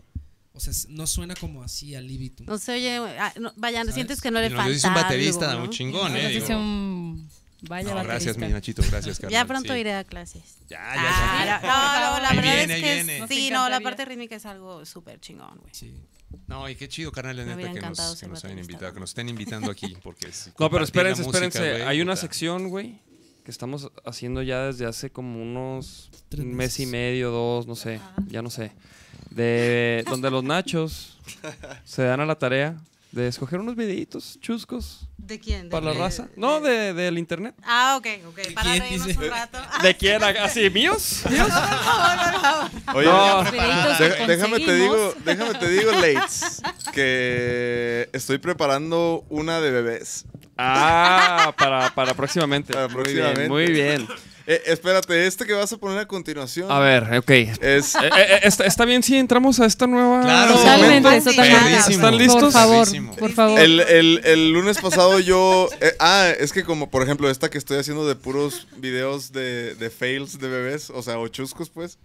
[SPEAKER 7] o sea, s- no suena como así al libitum.
[SPEAKER 5] No se oye, ah, no, vayan,
[SPEAKER 7] ¿Sabes?
[SPEAKER 5] sientes que no le
[SPEAKER 3] Y nos
[SPEAKER 5] falta
[SPEAKER 3] lo dice un baterista,
[SPEAKER 5] algo,
[SPEAKER 3] muy
[SPEAKER 5] ¿no?
[SPEAKER 3] chingón,
[SPEAKER 4] Nos
[SPEAKER 3] ¿eh?
[SPEAKER 4] dice
[SPEAKER 3] Digo,
[SPEAKER 4] un- Vaya
[SPEAKER 3] no, gracias, mi
[SPEAKER 4] baterista.
[SPEAKER 3] Nachito, gracias, carnal.
[SPEAKER 5] Ya pronto
[SPEAKER 3] sí.
[SPEAKER 5] iré a clases.
[SPEAKER 3] Ya, ya,
[SPEAKER 5] Ah,
[SPEAKER 3] ya.
[SPEAKER 5] no, no, la
[SPEAKER 3] Ahí
[SPEAKER 5] verdad
[SPEAKER 3] viene,
[SPEAKER 5] es
[SPEAKER 3] ahí
[SPEAKER 5] que
[SPEAKER 3] viene.
[SPEAKER 5] es-
[SPEAKER 4] Nos
[SPEAKER 5] sí, no, la
[SPEAKER 4] encantaría.
[SPEAKER 5] parte rítmica es algo súper chingón, güey.
[SPEAKER 7] Sí.
[SPEAKER 3] No, y qué chido, carnal, la
[SPEAKER 5] Me
[SPEAKER 3] neta,
[SPEAKER 5] hubiera
[SPEAKER 3] que
[SPEAKER 5] encantado
[SPEAKER 3] nos, que
[SPEAKER 5] ser
[SPEAKER 3] nos hayan
[SPEAKER 5] baterista.
[SPEAKER 3] invitado, que nos estén invitando aquí, porque es
[SPEAKER 2] No, pero
[SPEAKER 3] compartir la
[SPEAKER 2] espérense,
[SPEAKER 3] música,
[SPEAKER 2] espérense.
[SPEAKER 3] güey,
[SPEAKER 2] Hay una
[SPEAKER 3] puta.
[SPEAKER 2] sección, güey, que estamos haciendo ya desde hace como unos
[SPEAKER 7] Tres
[SPEAKER 2] un mes y
[SPEAKER 7] meses.
[SPEAKER 2] medio, dos, no sé, ya no sé. De donde los nachos se dan a la tarea de escoger unos videitos chuscos
[SPEAKER 5] ¿De quién? ¿De-
[SPEAKER 2] para la
[SPEAKER 5] de-
[SPEAKER 2] raza. No, de, del internet.
[SPEAKER 5] Ah, ok, ok. Para
[SPEAKER 7] quién
[SPEAKER 5] reírnos
[SPEAKER 7] dice?
[SPEAKER 5] un rato.
[SPEAKER 2] (laughs) ¿De quién? ¿Así míos?
[SPEAKER 6] Oye,
[SPEAKER 2] No.
[SPEAKER 6] de-
[SPEAKER 3] Ah,
[SPEAKER 4] Videitos que
[SPEAKER 6] déjame te
[SPEAKER 4] conseguimos.
[SPEAKER 6] digo, déjame te digo, Lates, que estoy preparando una de bebés.
[SPEAKER 2] Ah, para, para próximamente.
[SPEAKER 6] Para
[SPEAKER 2] Muy bien,
[SPEAKER 6] próximamente.
[SPEAKER 2] Muy bien.
[SPEAKER 6] Eh, espérate, este que vas a poner a continuación.
[SPEAKER 2] A ver, ok. Eh,
[SPEAKER 6] Es,
[SPEAKER 2] eh, eh, está, está bien si entramos a esta nueva.
[SPEAKER 3] Claro.
[SPEAKER 4] Totalmente,
[SPEAKER 5] Momento
[SPEAKER 4] totalmente.
[SPEAKER 3] perrísimo.
[SPEAKER 2] ¿Están listos?
[SPEAKER 4] Por favor,
[SPEAKER 3] Perrísimo.
[SPEAKER 4] por favor.
[SPEAKER 6] El, el- el lunes pasado yo... eh, ah, es que como, por ejemplo, esta que estoy haciendo de puros videos de, de fails de bebés, o sea, o chuscos, pues,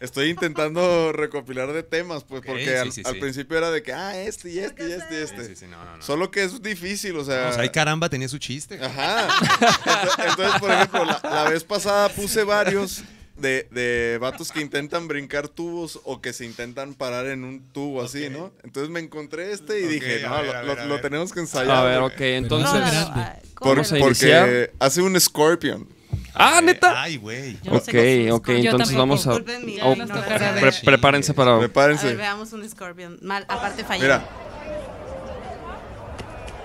[SPEAKER 6] estoy intentando recopilar de temas, pues, porque
[SPEAKER 3] sí,
[SPEAKER 6] al,
[SPEAKER 3] sí,
[SPEAKER 6] al
[SPEAKER 3] sí.
[SPEAKER 6] principio era de que, ah, este y este y este y este.
[SPEAKER 3] Sí, sí, no, no, no.
[SPEAKER 6] Solo que es difícil, o sea...
[SPEAKER 3] O
[SPEAKER 2] ah.
[SPEAKER 3] sea, ahí caramba tenía su chiste. güey.
[SPEAKER 6] Ajá. Ento- Entonces, por ejemplo, la, la vez pasada puse varios de, de vatos que intentan brincar tubos o que se intentan parar en un tubo así, ¿no? Entonces me encontré este y
[SPEAKER 3] Ok,
[SPEAKER 6] dije,
[SPEAKER 3] a
[SPEAKER 6] no,
[SPEAKER 3] ver,
[SPEAKER 6] lo-
[SPEAKER 3] a
[SPEAKER 6] lo,
[SPEAKER 3] ver, a
[SPEAKER 6] lo
[SPEAKER 3] ver.
[SPEAKER 6] tenemos que ensayar.
[SPEAKER 2] A ver,
[SPEAKER 6] güey.
[SPEAKER 2] ok, entonces.
[SPEAKER 7] Pero-
[SPEAKER 5] ah,
[SPEAKER 6] Por-
[SPEAKER 2] Vamos a iniciar.
[SPEAKER 6] porque hace un Scorpion.
[SPEAKER 2] Ah, neta.
[SPEAKER 3] Eh, Ay, güey.
[SPEAKER 4] Yo no
[SPEAKER 2] Ok,
[SPEAKER 4] sé qué es un
[SPEAKER 2] ok,
[SPEAKER 4] Scorpio. Yo
[SPEAKER 2] entonces vamos a.
[SPEAKER 5] Disculpen mi
[SPEAKER 2] oh,
[SPEAKER 5] ignorancia.
[SPEAKER 2] pre-
[SPEAKER 5] A ver.
[SPEAKER 2] prepárense para.
[SPEAKER 5] A ver,
[SPEAKER 6] Prepárense.
[SPEAKER 5] veamos un Scorpion. Mal, aparte fallé.
[SPEAKER 6] Mira,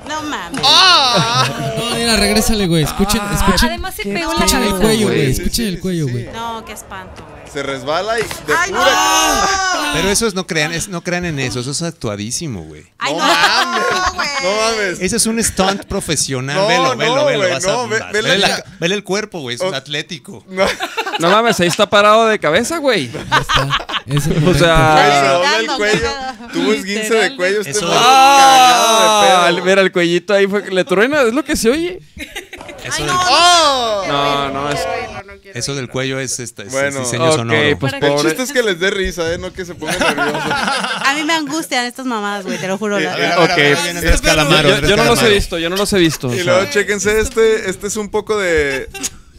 [SPEAKER 5] No mames. (laughs) Ah,
[SPEAKER 7] No, mira, regrésale, güey. Escuchen, escuchen.
[SPEAKER 4] Además se pegó en la
[SPEAKER 7] Escuchen el
[SPEAKER 4] cabeza.
[SPEAKER 7] cuello,
[SPEAKER 6] güey.
[SPEAKER 7] güey.
[SPEAKER 6] Sí,
[SPEAKER 7] Escuchen
[SPEAKER 6] sí,
[SPEAKER 7] el cuello,
[SPEAKER 6] sí.
[SPEAKER 7] güey.
[SPEAKER 5] No, qué espanto, güey.
[SPEAKER 6] se resbala y de
[SPEAKER 5] ¡Ay,
[SPEAKER 6] (laughs)
[SPEAKER 5] no!
[SPEAKER 6] pura-
[SPEAKER 2] Ah.
[SPEAKER 3] Pero eso es, no crean, es, no crean en eso, eso es actuadísimo, güey.
[SPEAKER 5] ¡Ay,
[SPEAKER 6] No
[SPEAKER 5] no!
[SPEAKER 6] mames.
[SPEAKER 5] güey.
[SPEAKER 6] No mames.
[SPEAKER 3] Ese es un stunt profesional,
[SPEAKER 6] No,
[SPEAKER 3] velo,
[SPEAKER 6] no,
[SPEAKER 3] velo, velo.
[SPEAKER 6] güey,
[SPEAKER 3] vas a-
[SPEAKER 6] no, ve-
[SPEAKER 3] vas-
[SPEAKER 6] vele
[SPEAKER 3] vele
[SPEAKER 6] la-
[SPEAKER 3] la- vele el cuerpo, güey, es un
[SPEAKER 6] Oh.
[SPEAKER 3] atlético.
[SPEAKER 6] (laughs) No,
[SPEAKER 2] (laughs) No mames, ahí está parado de cabeza, güey.
[SPEAKER 7] Ya está. Es el
[SPEAKER 2] O
[SPEAKER 7] momento.
[SPEAKER 6] güey, se
[SPEAKER 2] sea.
[SPEAKER 6] dobla el
[SPEAKER 5] Brincando,
[SPEAKER 6] cuello.
[SPEAKER 5] cagado.
[SPEAKER 6] Tuvo esguince de
[SPEAKER 4] Literal.
[SPEAKER 6] cuello. Este
[SPEAKER 3] Eso-
[SPEAKER 6] fue
[SPEAKER 2] Ah,
[SPEAKER 6] cagado de pedo.
[SPEAKER 2] mira, el cuellito ahí fue. Le truena, es lo que se oye.
[SPEAKER 3] Eso,
[SPEAKER 5] ¡Ay,
[SPEAKER 3] del,
[SPEAKER 5] no!
[SPEAKER 2] No,
[SPEAKER 6] ¡Ah!
[SPEAKER 2] no, es.
[SPEAKER 3] eso del cuello es, este, es
[SPEAKER 6] Bueno,
[SPEAKER 3] el diseño
[SPEAKER 2] Ok,
[SPEAKER 3] sonoro.
[SPEAKER 2] pues
[SPEAKER 4] Para que-
[SPEAKER 6] El
[SPEAKER 2] pobre.
[SPEAKER 6] chiste es que les dé risa, ¿eh? No que se pongan nerviosos.
[SPEAKER 5] A mí me angustian estas mamadas, güey, te lo juro. la
[SPEAKER 3] A ver,
[SPEAKER 5] verdad.
[SPEAKER 3] a ver, a ver,
[SPEAKER 2] Ok.
[SPEAKER 3] viene Andrés Calamaro,
[SPEAKER 2] Yo,
[SPEAKER 3] Andrés
[SPEAKER 2] yo no los he
[SPEAKER 3] Calamaro.
[SPEAKER 2] visto, yo no los he visto. o
[SPEAKER 6] Y
[SPEAKER 2] sea,
[SPEAKER 6] luego, chéquense este. Este es un poco de...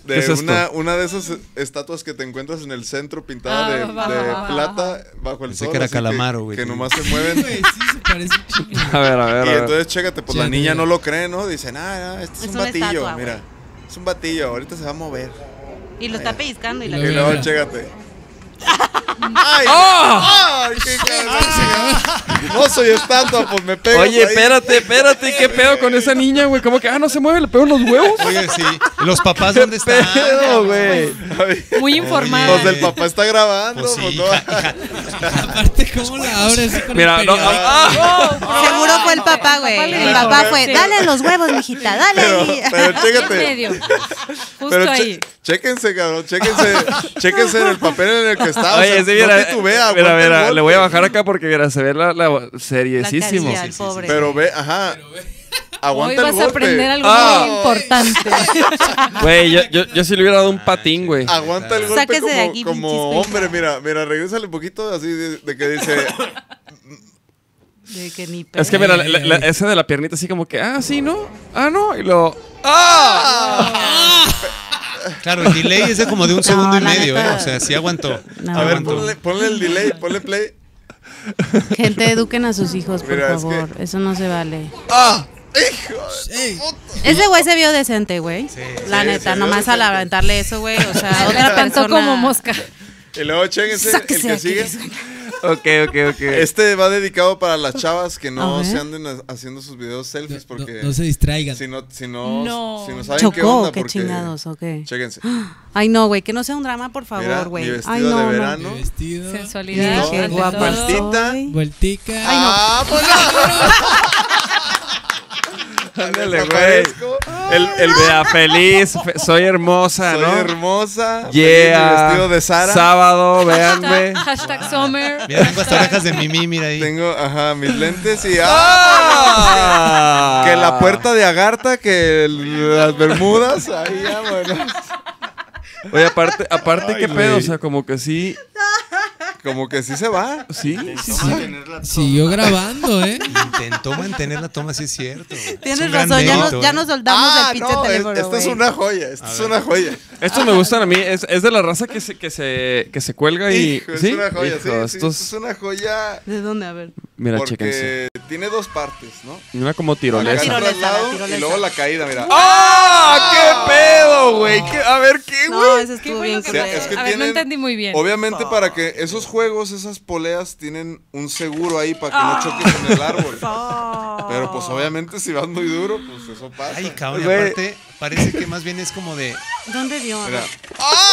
[SPEAKER 6] De
[SPEAKER 2] ¿Qué es esto?
[SPEAKER 6] una, una de esas estatuas que te encuentras en el centro pintada
[SPEAKER 4] Ah,
[SPEAKER 6] de,
[SPEAKER 4] va,
[SPEAKER 6] de
[SPEAKER 4] va, va,
[SPEAKER 6] plata bajo el
[SPEAKER 3] Pensé
[SPEAKER 6] sol.
[SPEAKER 3] que era
[SPEAKER 6] así
[SPEAKER 3] calamaro, güey.
[SPEAKER 6] Que nomás se mueven.
[SPEAKER 7] Güey, sí se parece un chingo.
[SPEAKER 2] (laughs) A ver, a ver.
[SPEAKER 6] Y
[SPEAKER 2] a ver.
[SPEAKER 6] entonces, chécate, pues la
[SPEAKER 7] Chécate.
[SPEAKER 6] niña no lo cree, ¿no? Dice, ah, no, este es,
[SPEAKER 5] Es
[SPEAKER 6] un
[SPEAKER 5] una
[SPEAKER 6] batillo,
[SPEAKER 5] estatua, güey.
[SPEAKER 6] mira. Es un batillo, ahorita se va a mover.
[SPEAKER 5] Y lo está pellizcando y la
[SPEAKER 7] Y
[SPEAKER 6] Y
[SPEAKER 7] Mira.
[SPEAKER 6] luego, chécate. ¡Ay!
[SPEAKER 7] ¡Ah!
[SPEAKER 6] ¡Ay, qué cabrón! No soy estatua, pues me pego.
[SPEAKER 2] Oye,
[SPEAKER 6] (laughs)
[SPEAKER 2] espérate, espérate, ¿qué pedo con esa niña, güey? ¿Cómo que, ah, no se mueve, le pego en los huevos?
[SPEAKER 3] Oye, sí. ¿Los papás dónde están?
[SPEAKER 2] pedo, güey?
[SPEAKER 4] Muy
[SPEAKER 6] Pues
[SPEAKER 4] informada.
[SPEAKER 6] el papá está grabando,
[SPEAKER 3] Pues sí,
[SPEAKER 6] pues no.
[SPEAKER 3] hija, hija.
[SPEAKER 7] Aparte, ¿cómo la abres? así con
[SPEAKER 2] Mira,
[SPEAKER 7] el
[SPEAKER 2] no,
[SPEAKER 7] periódico?
[SPEAKER 2] ah,
[SPEAKER 5] Seguro fue el papá, güey.
[SPEAKER 4] Papá le
[SPEAKER 5] El
[SPEAKER 4] dijo,
[SPEAKER 5] papá fue,
[SPEAKER 4] sí.
[SPEAKER 5] dale los huevos, mijita, dale. (laughs)
[SPEAKER 6] Pero, pero
[SPEAKER 4] En
[SPEAKER 6] chécate.
[SPEAKER 4] medio.
[SPEAKER 6] Pero
[SPEAKER 4] Justo
[SPEAKER 6] che-
[SPEAKER 4] ahí.
[SPEAKER 6] chéquense, cabrón,
[SPEAKER 5] (laughs)
[SPEAKER 6] chéquense, chéquense en el papel en el que está.
[SPEAKER 2] ah.
[SPEAKER 6] o sea,
[SPEAKER 2] Oye, sí, mira,
[SPEAKER 6] no titubea,
[SPEAKER 2] mira,
[SPEAKER 6] aguanta el
[SPEAKER 2] mira,
[SPEAKER 6] golpe.
[SPEAKER 2] le voy a bajar acá porque, mira, se ve la, la
[SPEAKER 5] La
[SPEAKER 2] seriesísimo.
[SPEAKER 5] carilla al pobre.
[SPEAKER 6] Pero ve, ajá.
[SPEAKER 4] Hoy
[SPEAKER 6] Aguanta el
[SPEAKER 4] vas
[SPEAKER 6] golpe.
[SPEAKER 4] a aprender algo
[SPEAKER 2] Ah.
[SPEAKER 4] muy importante.
[SPEAKER 2] Güey, yo, yo, yo sí le hubiera dado un patín, güey.
[SPEAKER 6] Aguanta el golpe
[SPEAKER 5] Sáquese
[SPEAKER 6] como,
[SPEAKER 5] de aquí,
[SPEAKER 6] como
[SPEAKER 5] pinches
[SPEAKER 6] hombre, mira, mira, regrésale un poquito así de, de
[SPEAKER 5] (laughs)
[SPEAKER 6] que dice,
[SPEAKER 5] De que ni
[SPEAKER 2] Es que,
[SPEAKER 5] pedo.
[SPEAKER 2] mira, la- la- la- ese de la piernita así como que, ah, sí, ¿no? Ah, no, y lo... ¡Ah!
[SPEAKER 3] Claro, el delay es de como de un segundo y
[SPEAKER 5] la
[SPEAKER 3] medio, ¿eh?
[SPEAKER 5] neta.
[SPEAKER 3] O sea, sí aguantó.
[SPEAKER 5] No.
[SPEAKER 6] a ver,
[SPEAKER 3] Aguantó.
[SPEAKER 6] ponle, ponle el delay, ponle play.
[SPEAKER 5] Gente, eduquen a sus hijos, por
[SPEAKER 6] Mira, es que-
[SPEAKER 5] favor. Eso no se vale.
[SPEAKER 6] ¡Ah! ¡Hijo!
[SPEAKER 7] Ey,
[SPEAKER 6] Ah.
[SPEAKER 5] Ese güey se vio decente, güey. la
[SPEAKER 6] sí, se
[SPEAKER 5] neta,
[SPEAKER 6] vio
[SPEAKER 5] nomás al
[SPEAKER 6] decente.
[SPEAKER 5] aventarle eso, güey. O (laughs) sea, otra
[SPEAKER 4] La
[SPEAKER 5] persona.
[SPEAKER 4] cantó como mosca.
[SPEAKER 6] Y luego chéquense, el
[SPEAKER 5] Sáquese de
[SPEAKER 6] que
[SPEAKER 5] aquí.
[SPEAKER 6] sigue.
[SPEAKER 2] Ok, ok, ok.
[SPEAKER 6] Este va dedicado para las chavas que
[SPEAKER 5] A
[SPEAKER 6] no
[SPEAKER 5] ver.
[SPEAKER 6] se anden ha- haciendo sus videos selfies
[SPEAKER 7] no, no-
[SPEAKER 6] porque
[SPEAKER 7] no se distraigan.
[SPEAKER 6] si no si no,
[SPEAKER 4] No.
[SPEAKER 6] si no saben qué
[SPEAKER 5] Chocó,
[SPEAKER 6] onda
[SPEAKER 5] qué,
[SPEAKER 6] porque
[SPEAKER 5] chingados, ok.
[SPEAKER 6] Chéquense.
[SPEAKER 5] (gasps) Ay, no, güey, que no sea un drama, por
[SPEAKER 6] Mira,
[SPEAKER 5] favor,
[SPEAKER 6] mi
[SPEAKER 5] güey.
[SPEAKER 6] vestido
[SPEAKER 5] Ay,
[SPEAKER 6] de
[SPEAKER 5] no, no.
[SPEAKER 6] verano. ¿no?
[SPEAKER 7] Vestido.
[SPEAKER 4] Sensualidad.
[SPEAKER 5] Qué
[SPEAKER 4] ante
[SPEAKER 5] guapa
[SPEAKER 4] todo.
[SPEAKER 6] soy. Maldita.
[SPEAKER 7] Vueltica.
[SPEAKER 2] Ándale, güey.
[SPEAKER 6] Desaparezco.
[SPEAKER 2] El, el vea feliz, fe- soy hermosa,
[SPEAKER 6] Soy
[SPEAKER 2] ¿no?
[SPEAKER 6] hermosa.
[SPEAKER 2] Yeah.
[SPEAKER 6] Tengo mi vestido de Sara.
[SPEAKER 2] Sábado,
[SPEAKER 5] (laughs)
[SPEAKER 2] véanme.
[SPEAKER 4] Hashtag Summer.
[SPEAKER 3] Mira, tengo hasta orejas de Mimi, mira ahí.
[SPEAKER 6] Tengo, ajá, mis lentes y ¡ah!
[SPEAKER 2] ¡Ah!
[SPEAKER 6] Que la puerta de Agartha, que el- las Bermudas, ahí ya, bueno.
[SPEAKER 2] Oye, aparte, aparte, ¿qué pedo? O sea, como que sí.
[SPEAKER 6] Como que sí se va.
[SPEAKER 2] Sí, sí, sí.
[SPEAKER 7] Siguió grabando, (laughs) ¿eh?
[SPEAKER 3] Intentó mantener la toma, sí es cierto. Es
[SPEAKER 5] Tienes
[SPEAKER 3] un gran
[SPEAKER 5] razón, ya
[SPEAKER 3] mérito,
[SPEAKER 5] nos, ya
[SPEAKER 3] eh.
[SPEAKER 5] nos soldamos
[SPEAKER 6] Ah,
[SPEAKER 5] del pinche
[SPEAKER 6] no, es-
[SPEAKER 5] teléfono.
[SPEAKER 6] esta es
[SPEAKER 5] güey.
[SPEAKER 6] una joya, esta es una joya.
[SPEAKER 2] Estos me gustan a mí. Es, es de la raza que se, que se, que se cuelga y.
[SPEAKER 6] Hijo, es
[SPEAKER 2] ¿sí?
[SPEAKER 6] una joya,
[SPEAKER 2] Hijo,
[SPEAKER 6] sí, sí,
[SPEAKER 2] estos-
[SPEAKER 6] es una joya
[SPEAKER 5] ¿De dónde? A ver.
[SPEAKER 2] Mira,
[SPEAKER 6] porque
[SPEAKER 2] chéquense.
[SPEAKER 6] tiene dos partes, ¿no?
[SPEAKER 2] Una como
[SPEAKER 6] Acá
[SPEAKER 2] tirolesa.
[SPEAKER 6] el
[SPEAKER 5] tirolesa,
[SPEAKER 6] traslado
[SPEAKER 5] la tirolesa.
[SPEAKER 6] y luego la caída, mira.
[SPEAKER 2] ¡Ah! ¡Qué pedo, güey! ¿Qué- A ver, ¿qué, güey?
[SPEAKER 5] No, ese
[SPEAKER 4] ¿Qué
[SPEAKER 5] estuvo
[SPEAKER 4] fue lo
[SPEAKER 5] bien
[SPEAKER 4] que
[SPEAKER 6] sea,
[SPEAKER 5] culero.
[SPEAKER 6] es que
[SPEAKER 4] A ver, no
[SPEAKER 6] tienen-
[SPEAKER 4] entendí muy bien.
[SPEAKER 6] Obviamente para que esos juegos, esas poleas tienen un seguro ahí para que no choques en
[SPEAKER 5] (laughs)
[SPEAKER 6] el árbol. Pero pues obviamente si vas muy duro, pues eso pasa.
[SPEAKER 3] Ay, cabrón, y
[SPEAKER 2] Güey.
[SPEAKER 3] aparte parece que más bien es como de...
[SPEAKER 5] ¿Dónde dio? A ver.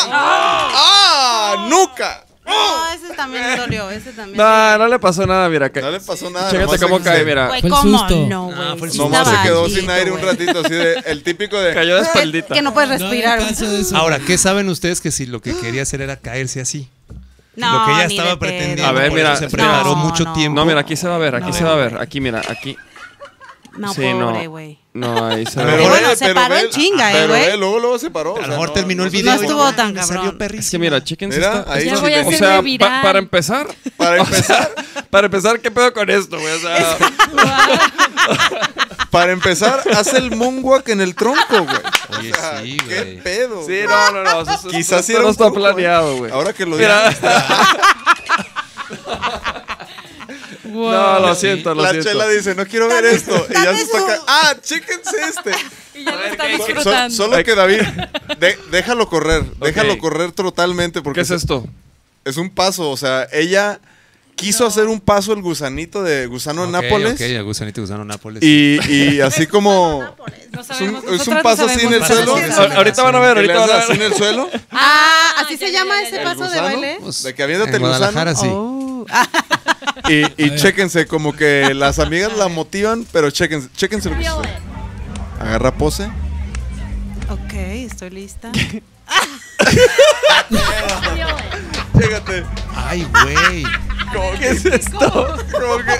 [SPEAKER 6] Mira. ¡Ah! ¡Ah! ¡Nuca!
[SPEAKER 5] No, ese también me dolió, ese también.
[SPEAKER 2] No, no le pasó nada, mira. ca-
[SPEAKER 6] No le pasó nada.
[SPEAKER 2] Chécate
[SPEAKER 6] nomás
[SPEAKER 2] cómo
[SPEAKER 6] se-
[SPEAKER 2] cae, mira.
[SPEAKER 5] Güey,
[SPEAKER 7] Fue el
[SPEAKER 5] ¿cómo
[SPEAKER 7] susto.
[SPEAKER 5] no,
[SPEAKER 3] Ah,
[SPEAKER 5] güey?
[SPEAKER 3] fue el
[SPEAKER 5] Sí
[SPEAKER 3] susto.
[SPEAKER 6] Nomás
[SPEAKER 5] estaba
[SPEAKER 6] se quedó sin
[SPEAKER 5] bajito,
[SPEAKER 6] aire un
[SPEAKER 5] güey.
[SPEAKER 6] ratito, así de el típico
[SPEAKER 5] (laughs)
[SPEAKER 6] de.
[SPEAKER 2] Cayó de espaldita.
[SPEAKER 5] Que no puedes
[SPEAKER 7] No hagan
[SPEAKER 5] respirar.
[SPEAKER 7] caso de eso.
[SPEAKER 3] Ahora, ¿qué saben ustedes que si lo que quería hacer era caerse así?
[SPEAKER 5] No,
[SPEAKER 3] lo que ella
[SPEAKER 5] ni de
[SPEAKER 3] estaba
[SPEAKER 5] pedo.
[SPEAKER 3] pretendiendo.
[SPEAKER 2] A ver,
[SPEAKER 3] por
[SPEAKER 2] mira,
[SPEAKER 3] eso se
[SPEAKER 2] espera.
[SPEAKER 3] preparó
[SPEAKER 5] No,
[SPEAKER 3] mucho
[SPEAKER 5] no.
[SPEAKER 3] tiempo.
[SPEAKER 2] No, mira, aquí se va a ver, aquí
[SPEAKER 5] No.
[SPEAKER 2] se va a ver. Aquí, mira, aquí.
[SPEAKER 5] No,
[SPEAKER 2] Sí,
[SPEAKER 5] pobre,
[SPEAKER 2] no.
[SPEAKER 5] güey.
[SPEAKER 2] No, ahí se
[SPEAKER 6] Pero
[SPEAKER 2] ve.
[SPEAKER 5] Pero
[SPEAKER 6] ve,
[SPEAKER 5] bueno, se
[SPEAKER 6] pero
[SPEAKER 5] paró
[SPEAKER 6] ve-
[SPEAKER 5] en chinga, eh,
[SPEAKER 6] Pero
[SPEAKER 5] güey.
[SPEAKER 6] ve, luego, luego se paró. o
[SPEAKER 3] A lo
[SPEAKER 6] sea,
[SPEAKER 3] mejor
[SPEAKER 6] no-
[SPEAKER 3] terminó el
[SPEAKER 6] no-
[SPEAKER 3] video.
[SPEAKER 5] No estuvo
[SPEAKER 3] güey,
[SPEAKER 5] tan
[SPEAKER 3] me salió
[SPEAKER 5] cabrón.
[SPEAKER 3] perrísimo.
[SPEAKER 2] Es que mira, chéquense
[SPEAKER 6] Mira,
[SPEAKER 2] esta.
[SPEAKER 6] ahí
[SPEAKER 2] esta-
[SPEAKER 4] Ya voy a
[SPEAKER 2] o
[SPEAKER 4] hacerme
[SPEAKER 2] sea, pa-
[SPEAKER 4] viral.
[SPEAKER 2] para empezar,
[SPEAKER 6] Para (laughs) empezar,
[SPEAKER 2] para empezar, ¿qué pedo con esto, güey? O
[SPEAKER 6] (laughs)
[SPEAKER 2] sea,
[SPEAKER 6] (laughs) para empezar, hace el moonwalk en el tronco, güey.
[SPEAKER 3] Oye,
[SPEAKER 6] O sea,
[SPEAKER 3] sí,
[SPEAKER 6] ¿Qué
[SPEAKER 3] güey.
[SPEAKER 6] pedo?
[SPEAKER 2] sí, no, no, no. eso- eso-
[SPEAKER 6] Quizás
[SPEAKER 2] esto
[SPEAKER 6] sí era
[SPEAKER 2] no
[SPEAKER 6] un
[SPEAKER 2] está
[SPEAKER 6] truco, güey.
[SPEAKER 2] planeado, güey.
[SPEAKER 6] Ahora que lo
[SPEAKER 2] Mira.
[SPEAKER 6] digas.
[SPEAKER 4] Wow.
[SPEAKER 2] (laughs) No, lo siento, lo
[SPEAKER 6] La
[SPEAKER 2] siento.
[SPEAKER 6] chela dice, no quiero ver esto. Y ya
[SPEAKER 5] dame
[SPEAKER 6] se está
[SPEAKER 5] su-
[SPEAKER 6] ca- Ah, chéquense este.
[SPEAKER 4] Y ya lo está
[SPEAKER 6] So- so-
[SPEAKER 4] disfrutando.
[SPEAKER 6] solo que
[SPEAKER 2] (laughs)
[SPEAKER 6] David, de- déjalo correr, déjalo correr totalmente porque
[SPEAKER 2] ¿Qué es esto?
[SPEAKER 6] es un paso, o sea, ella quiso hacer un paso el gusanito de gusano
[SPEAKER 3] Ok,
[SPEAKER 6] Nápoles
[SPEAKER 3] Ok, a gusanito gusano Nápoles. (laughs)
[SPEAKER 6] y, y así como
[SPEAKER 4] No
[SPEAKER 6] es un,
[SPEAKER 4] sabemos,
[SPEAKER 6] es un
[SPEAKER 4] nosotras no
[SPEAKER 6] paso así en el
[SPEAKER 4] sabemos.
[SPEAKER 3] Paso
[SPEAKER 6] suelo.
[SPEAKER 3] así en el
[SPEAKER 2] A- Ahorita van a ver,
[SPEAKER 6] Que le
[SPEAKER 2] ahorita van
[SPEAKER 6] haces
[SPEAKER 2] a
[SPEAKER 6] así en
[SPEAKER 2] ver.
[SPEAKER 6] el suelo,
[SPEAKER 5] Ah, así
[SPEAKER 4] Ah,
[SPEAKER 5] se
[SPEAKER 4] ya,
[SPEAKER 5] llama
[SPEAKER 4] ya, ya,
[SPEAKER 5] ese
[SPEAKER 4] ya.
[SPEAKER 5] paso de
[SPEAKER 6] gusano?
[SPEAKER 5] baile.
[SPEAKER 3] Pues,
[SPEAKER 6] de que aviéntate
[SPEAKER 3] en
[SPEAKER 6] el gusano.
[SPEAKER 3] Guadalajara sí.
[SPEAKER 5] Oh. Ah,
[SPEAKER 6] Y, y chéquense, como que las amigas la motivan, pero chéquense, chéquense lo que sucede. Agarra pose.
[SPEAKER 5] ok, estoy lista.
[SPEAKER 6] Chécate.
[SPEAKER 3] Ay, güey.
[SPEAKER 6] ¿Qué es esto? Como que.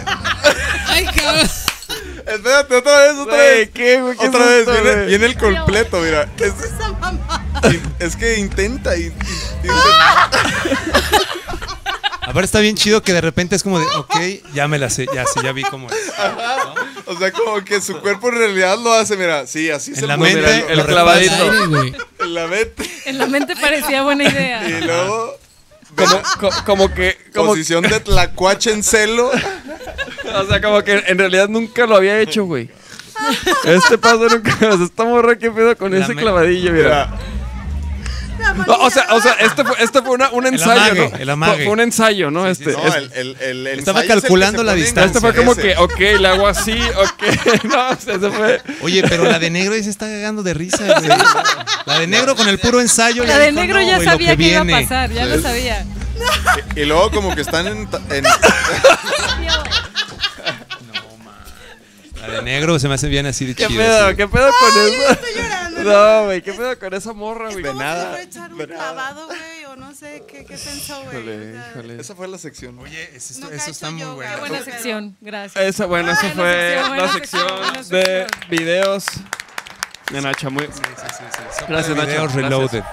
[SPEAKER 7] Ay, cabrón.
[SPEAKER 6] Espérate, otra vez, otra vez.
[SPEAKER 2] ¿Qué, güey? ¿Qué es
[SPEAKER 6] Otra vez,
[SPEAKER 2] esto,
[SPEAKER 6] viene,
[SPEAKER 2] güey?
[SPEAKER 6] viene el completo, mira. Es,
[SPEAKER 5] Esa mamá.
[SPEAKER 6] in- es que intenta y. y-
[SPEAKER 3] Aparte está bien chido que de repente es como de, ok, ya me la sé, ya sí, ya vi cómo es.
[SPEAKER 6] o sea, como que su cuerpo en realidad lo hace, mira. Sí, así
[SPEAKER 3] En
[SPEAKER 6] se
[SPEAKER 3] la
[SPEAKER 6] puede,
[SPEAKER 3] mente,
[SPEAKER 6] mira,
[SPEAKER 2] El
[SPEAKER 3] Lo
[SPEAKER 2] clavadito.
[SPEAKER 7] Aire, güey.
[SPEAKER 6] lo- en la mente.
[SPEAKER 4] En la mente parecía buena idea.
[SPEAKER 6] Y luego.
[SPEAKER 2] Como, co- como que. Como,
[SPEAKER 6] Posición de tlacuache en celo.
[SPEAKER 2] o sea, como que en realidad nunca lo había hecho, güey. Este paso nunca. O sea, esta morra, ¿qué pedo con
[SPEAKER 3] La
[SPEAKER 2] ese
[SPEAKER 3] me-
[SPEAKER 2] clavadillo, mira?
[SPEAKER 6] Mira,
[SPEAKER 2] O, o sea, o sea, este fue, este fue una- un ensayo,
[SPEAKER 3] amague,
[SPEAKER 2] ¿no?
[SPEAKER 3] el amague.
[SPEAKER 2] Fue, fue un ensayo, ¿no? este,
[SPEAKER 6] no,
[SPEAKER 2] este-
[SPEAKER 6] el, el, el, el
[SPEAKER 3] Estaba
[SPEAKER 6] ensayo es el que
[SPEAKER 3] calculando
[SPEAKER 6] se
[SPEAKER 3] la
[SPEAKER 6] pone en
[SPEAKER 3] distancia.
[SPEAKER 2] este fue como
[SPEAKER 6] ese.
[SPEAKER 2] que, ok, le hago así, ok. (laughs) No, o sea, ese fue.
[SPEAKER 3] Oye, pero la de negro ahí se está cagando de risa, güey. La de negro con el puro ensayo.
[SPEAKER 4] La
[SPEAKER 3] ya
[SPEAKER 4] de
[SPEAKER 3] dijo,
[SPEAKER 4] negro
[SPEAKER 3] no,
[SPEAKER 4] ya
[SPEAKER 3] güey, lo
[SPEAKER 4] sabía que, iba a
[SPEAKER 3] viene. Pues,
[SPEAKER 4] pasar, ya lo sabía.
[SPEAKER 2] (laughs)
[SPEAKER 6] Y luego, como que están en. ta- en-
[SPEAKER 3] La de negro se me hace bien así de
[SPEAKER 2] ¿Qué
[SPEAKER 3] chido.
[SPEAKER 2] pedo?
[SPEAKER 3] así.
[SPEAKER 2] ¿Qué pedo con eso? No, güey, ¿qué pedo con esa morra, güey?
[SPEAKER 5] ¿Cómo
[SPEAKER 6] nada,
[SPEAKER 5] se fue a echar un clavado, güey? O no sé qué, qué pensó, güey. O sea,
[SPEAKER 6] Esa fue la sección.
[SPEAKER 3] Oye, es-
[SPEAKER 5] Nunca he
[SPEAKER 3] eso
[SPEAKER 5] hecho
[SPEAKER 3] está muy
[SPEAKER 5] yoga,
[SPEAKER 3] bueno.
[SPEAKER 4] Buena sección, gracias.
[SPEAKER 2] Esa, bueno, esa
[SPEAKER 4] Buena
[SPEAKER 2] fue
[SPEAKER 4] sección,
[SPEAKER 2] la
[SPEAKER 4] buena
[SPEAKER 2] sección
[SPEAKER 4] sección, buena
[SPEAKER 2] de
[SPEAKER 4] sección.
[SPEAKER 2] videos de Nacha. Muy... Gracias, Nacha.
[SPEAKER 3] Videos
[SPEAKER 2] gracias.
[SPEAKER 3] reloaded.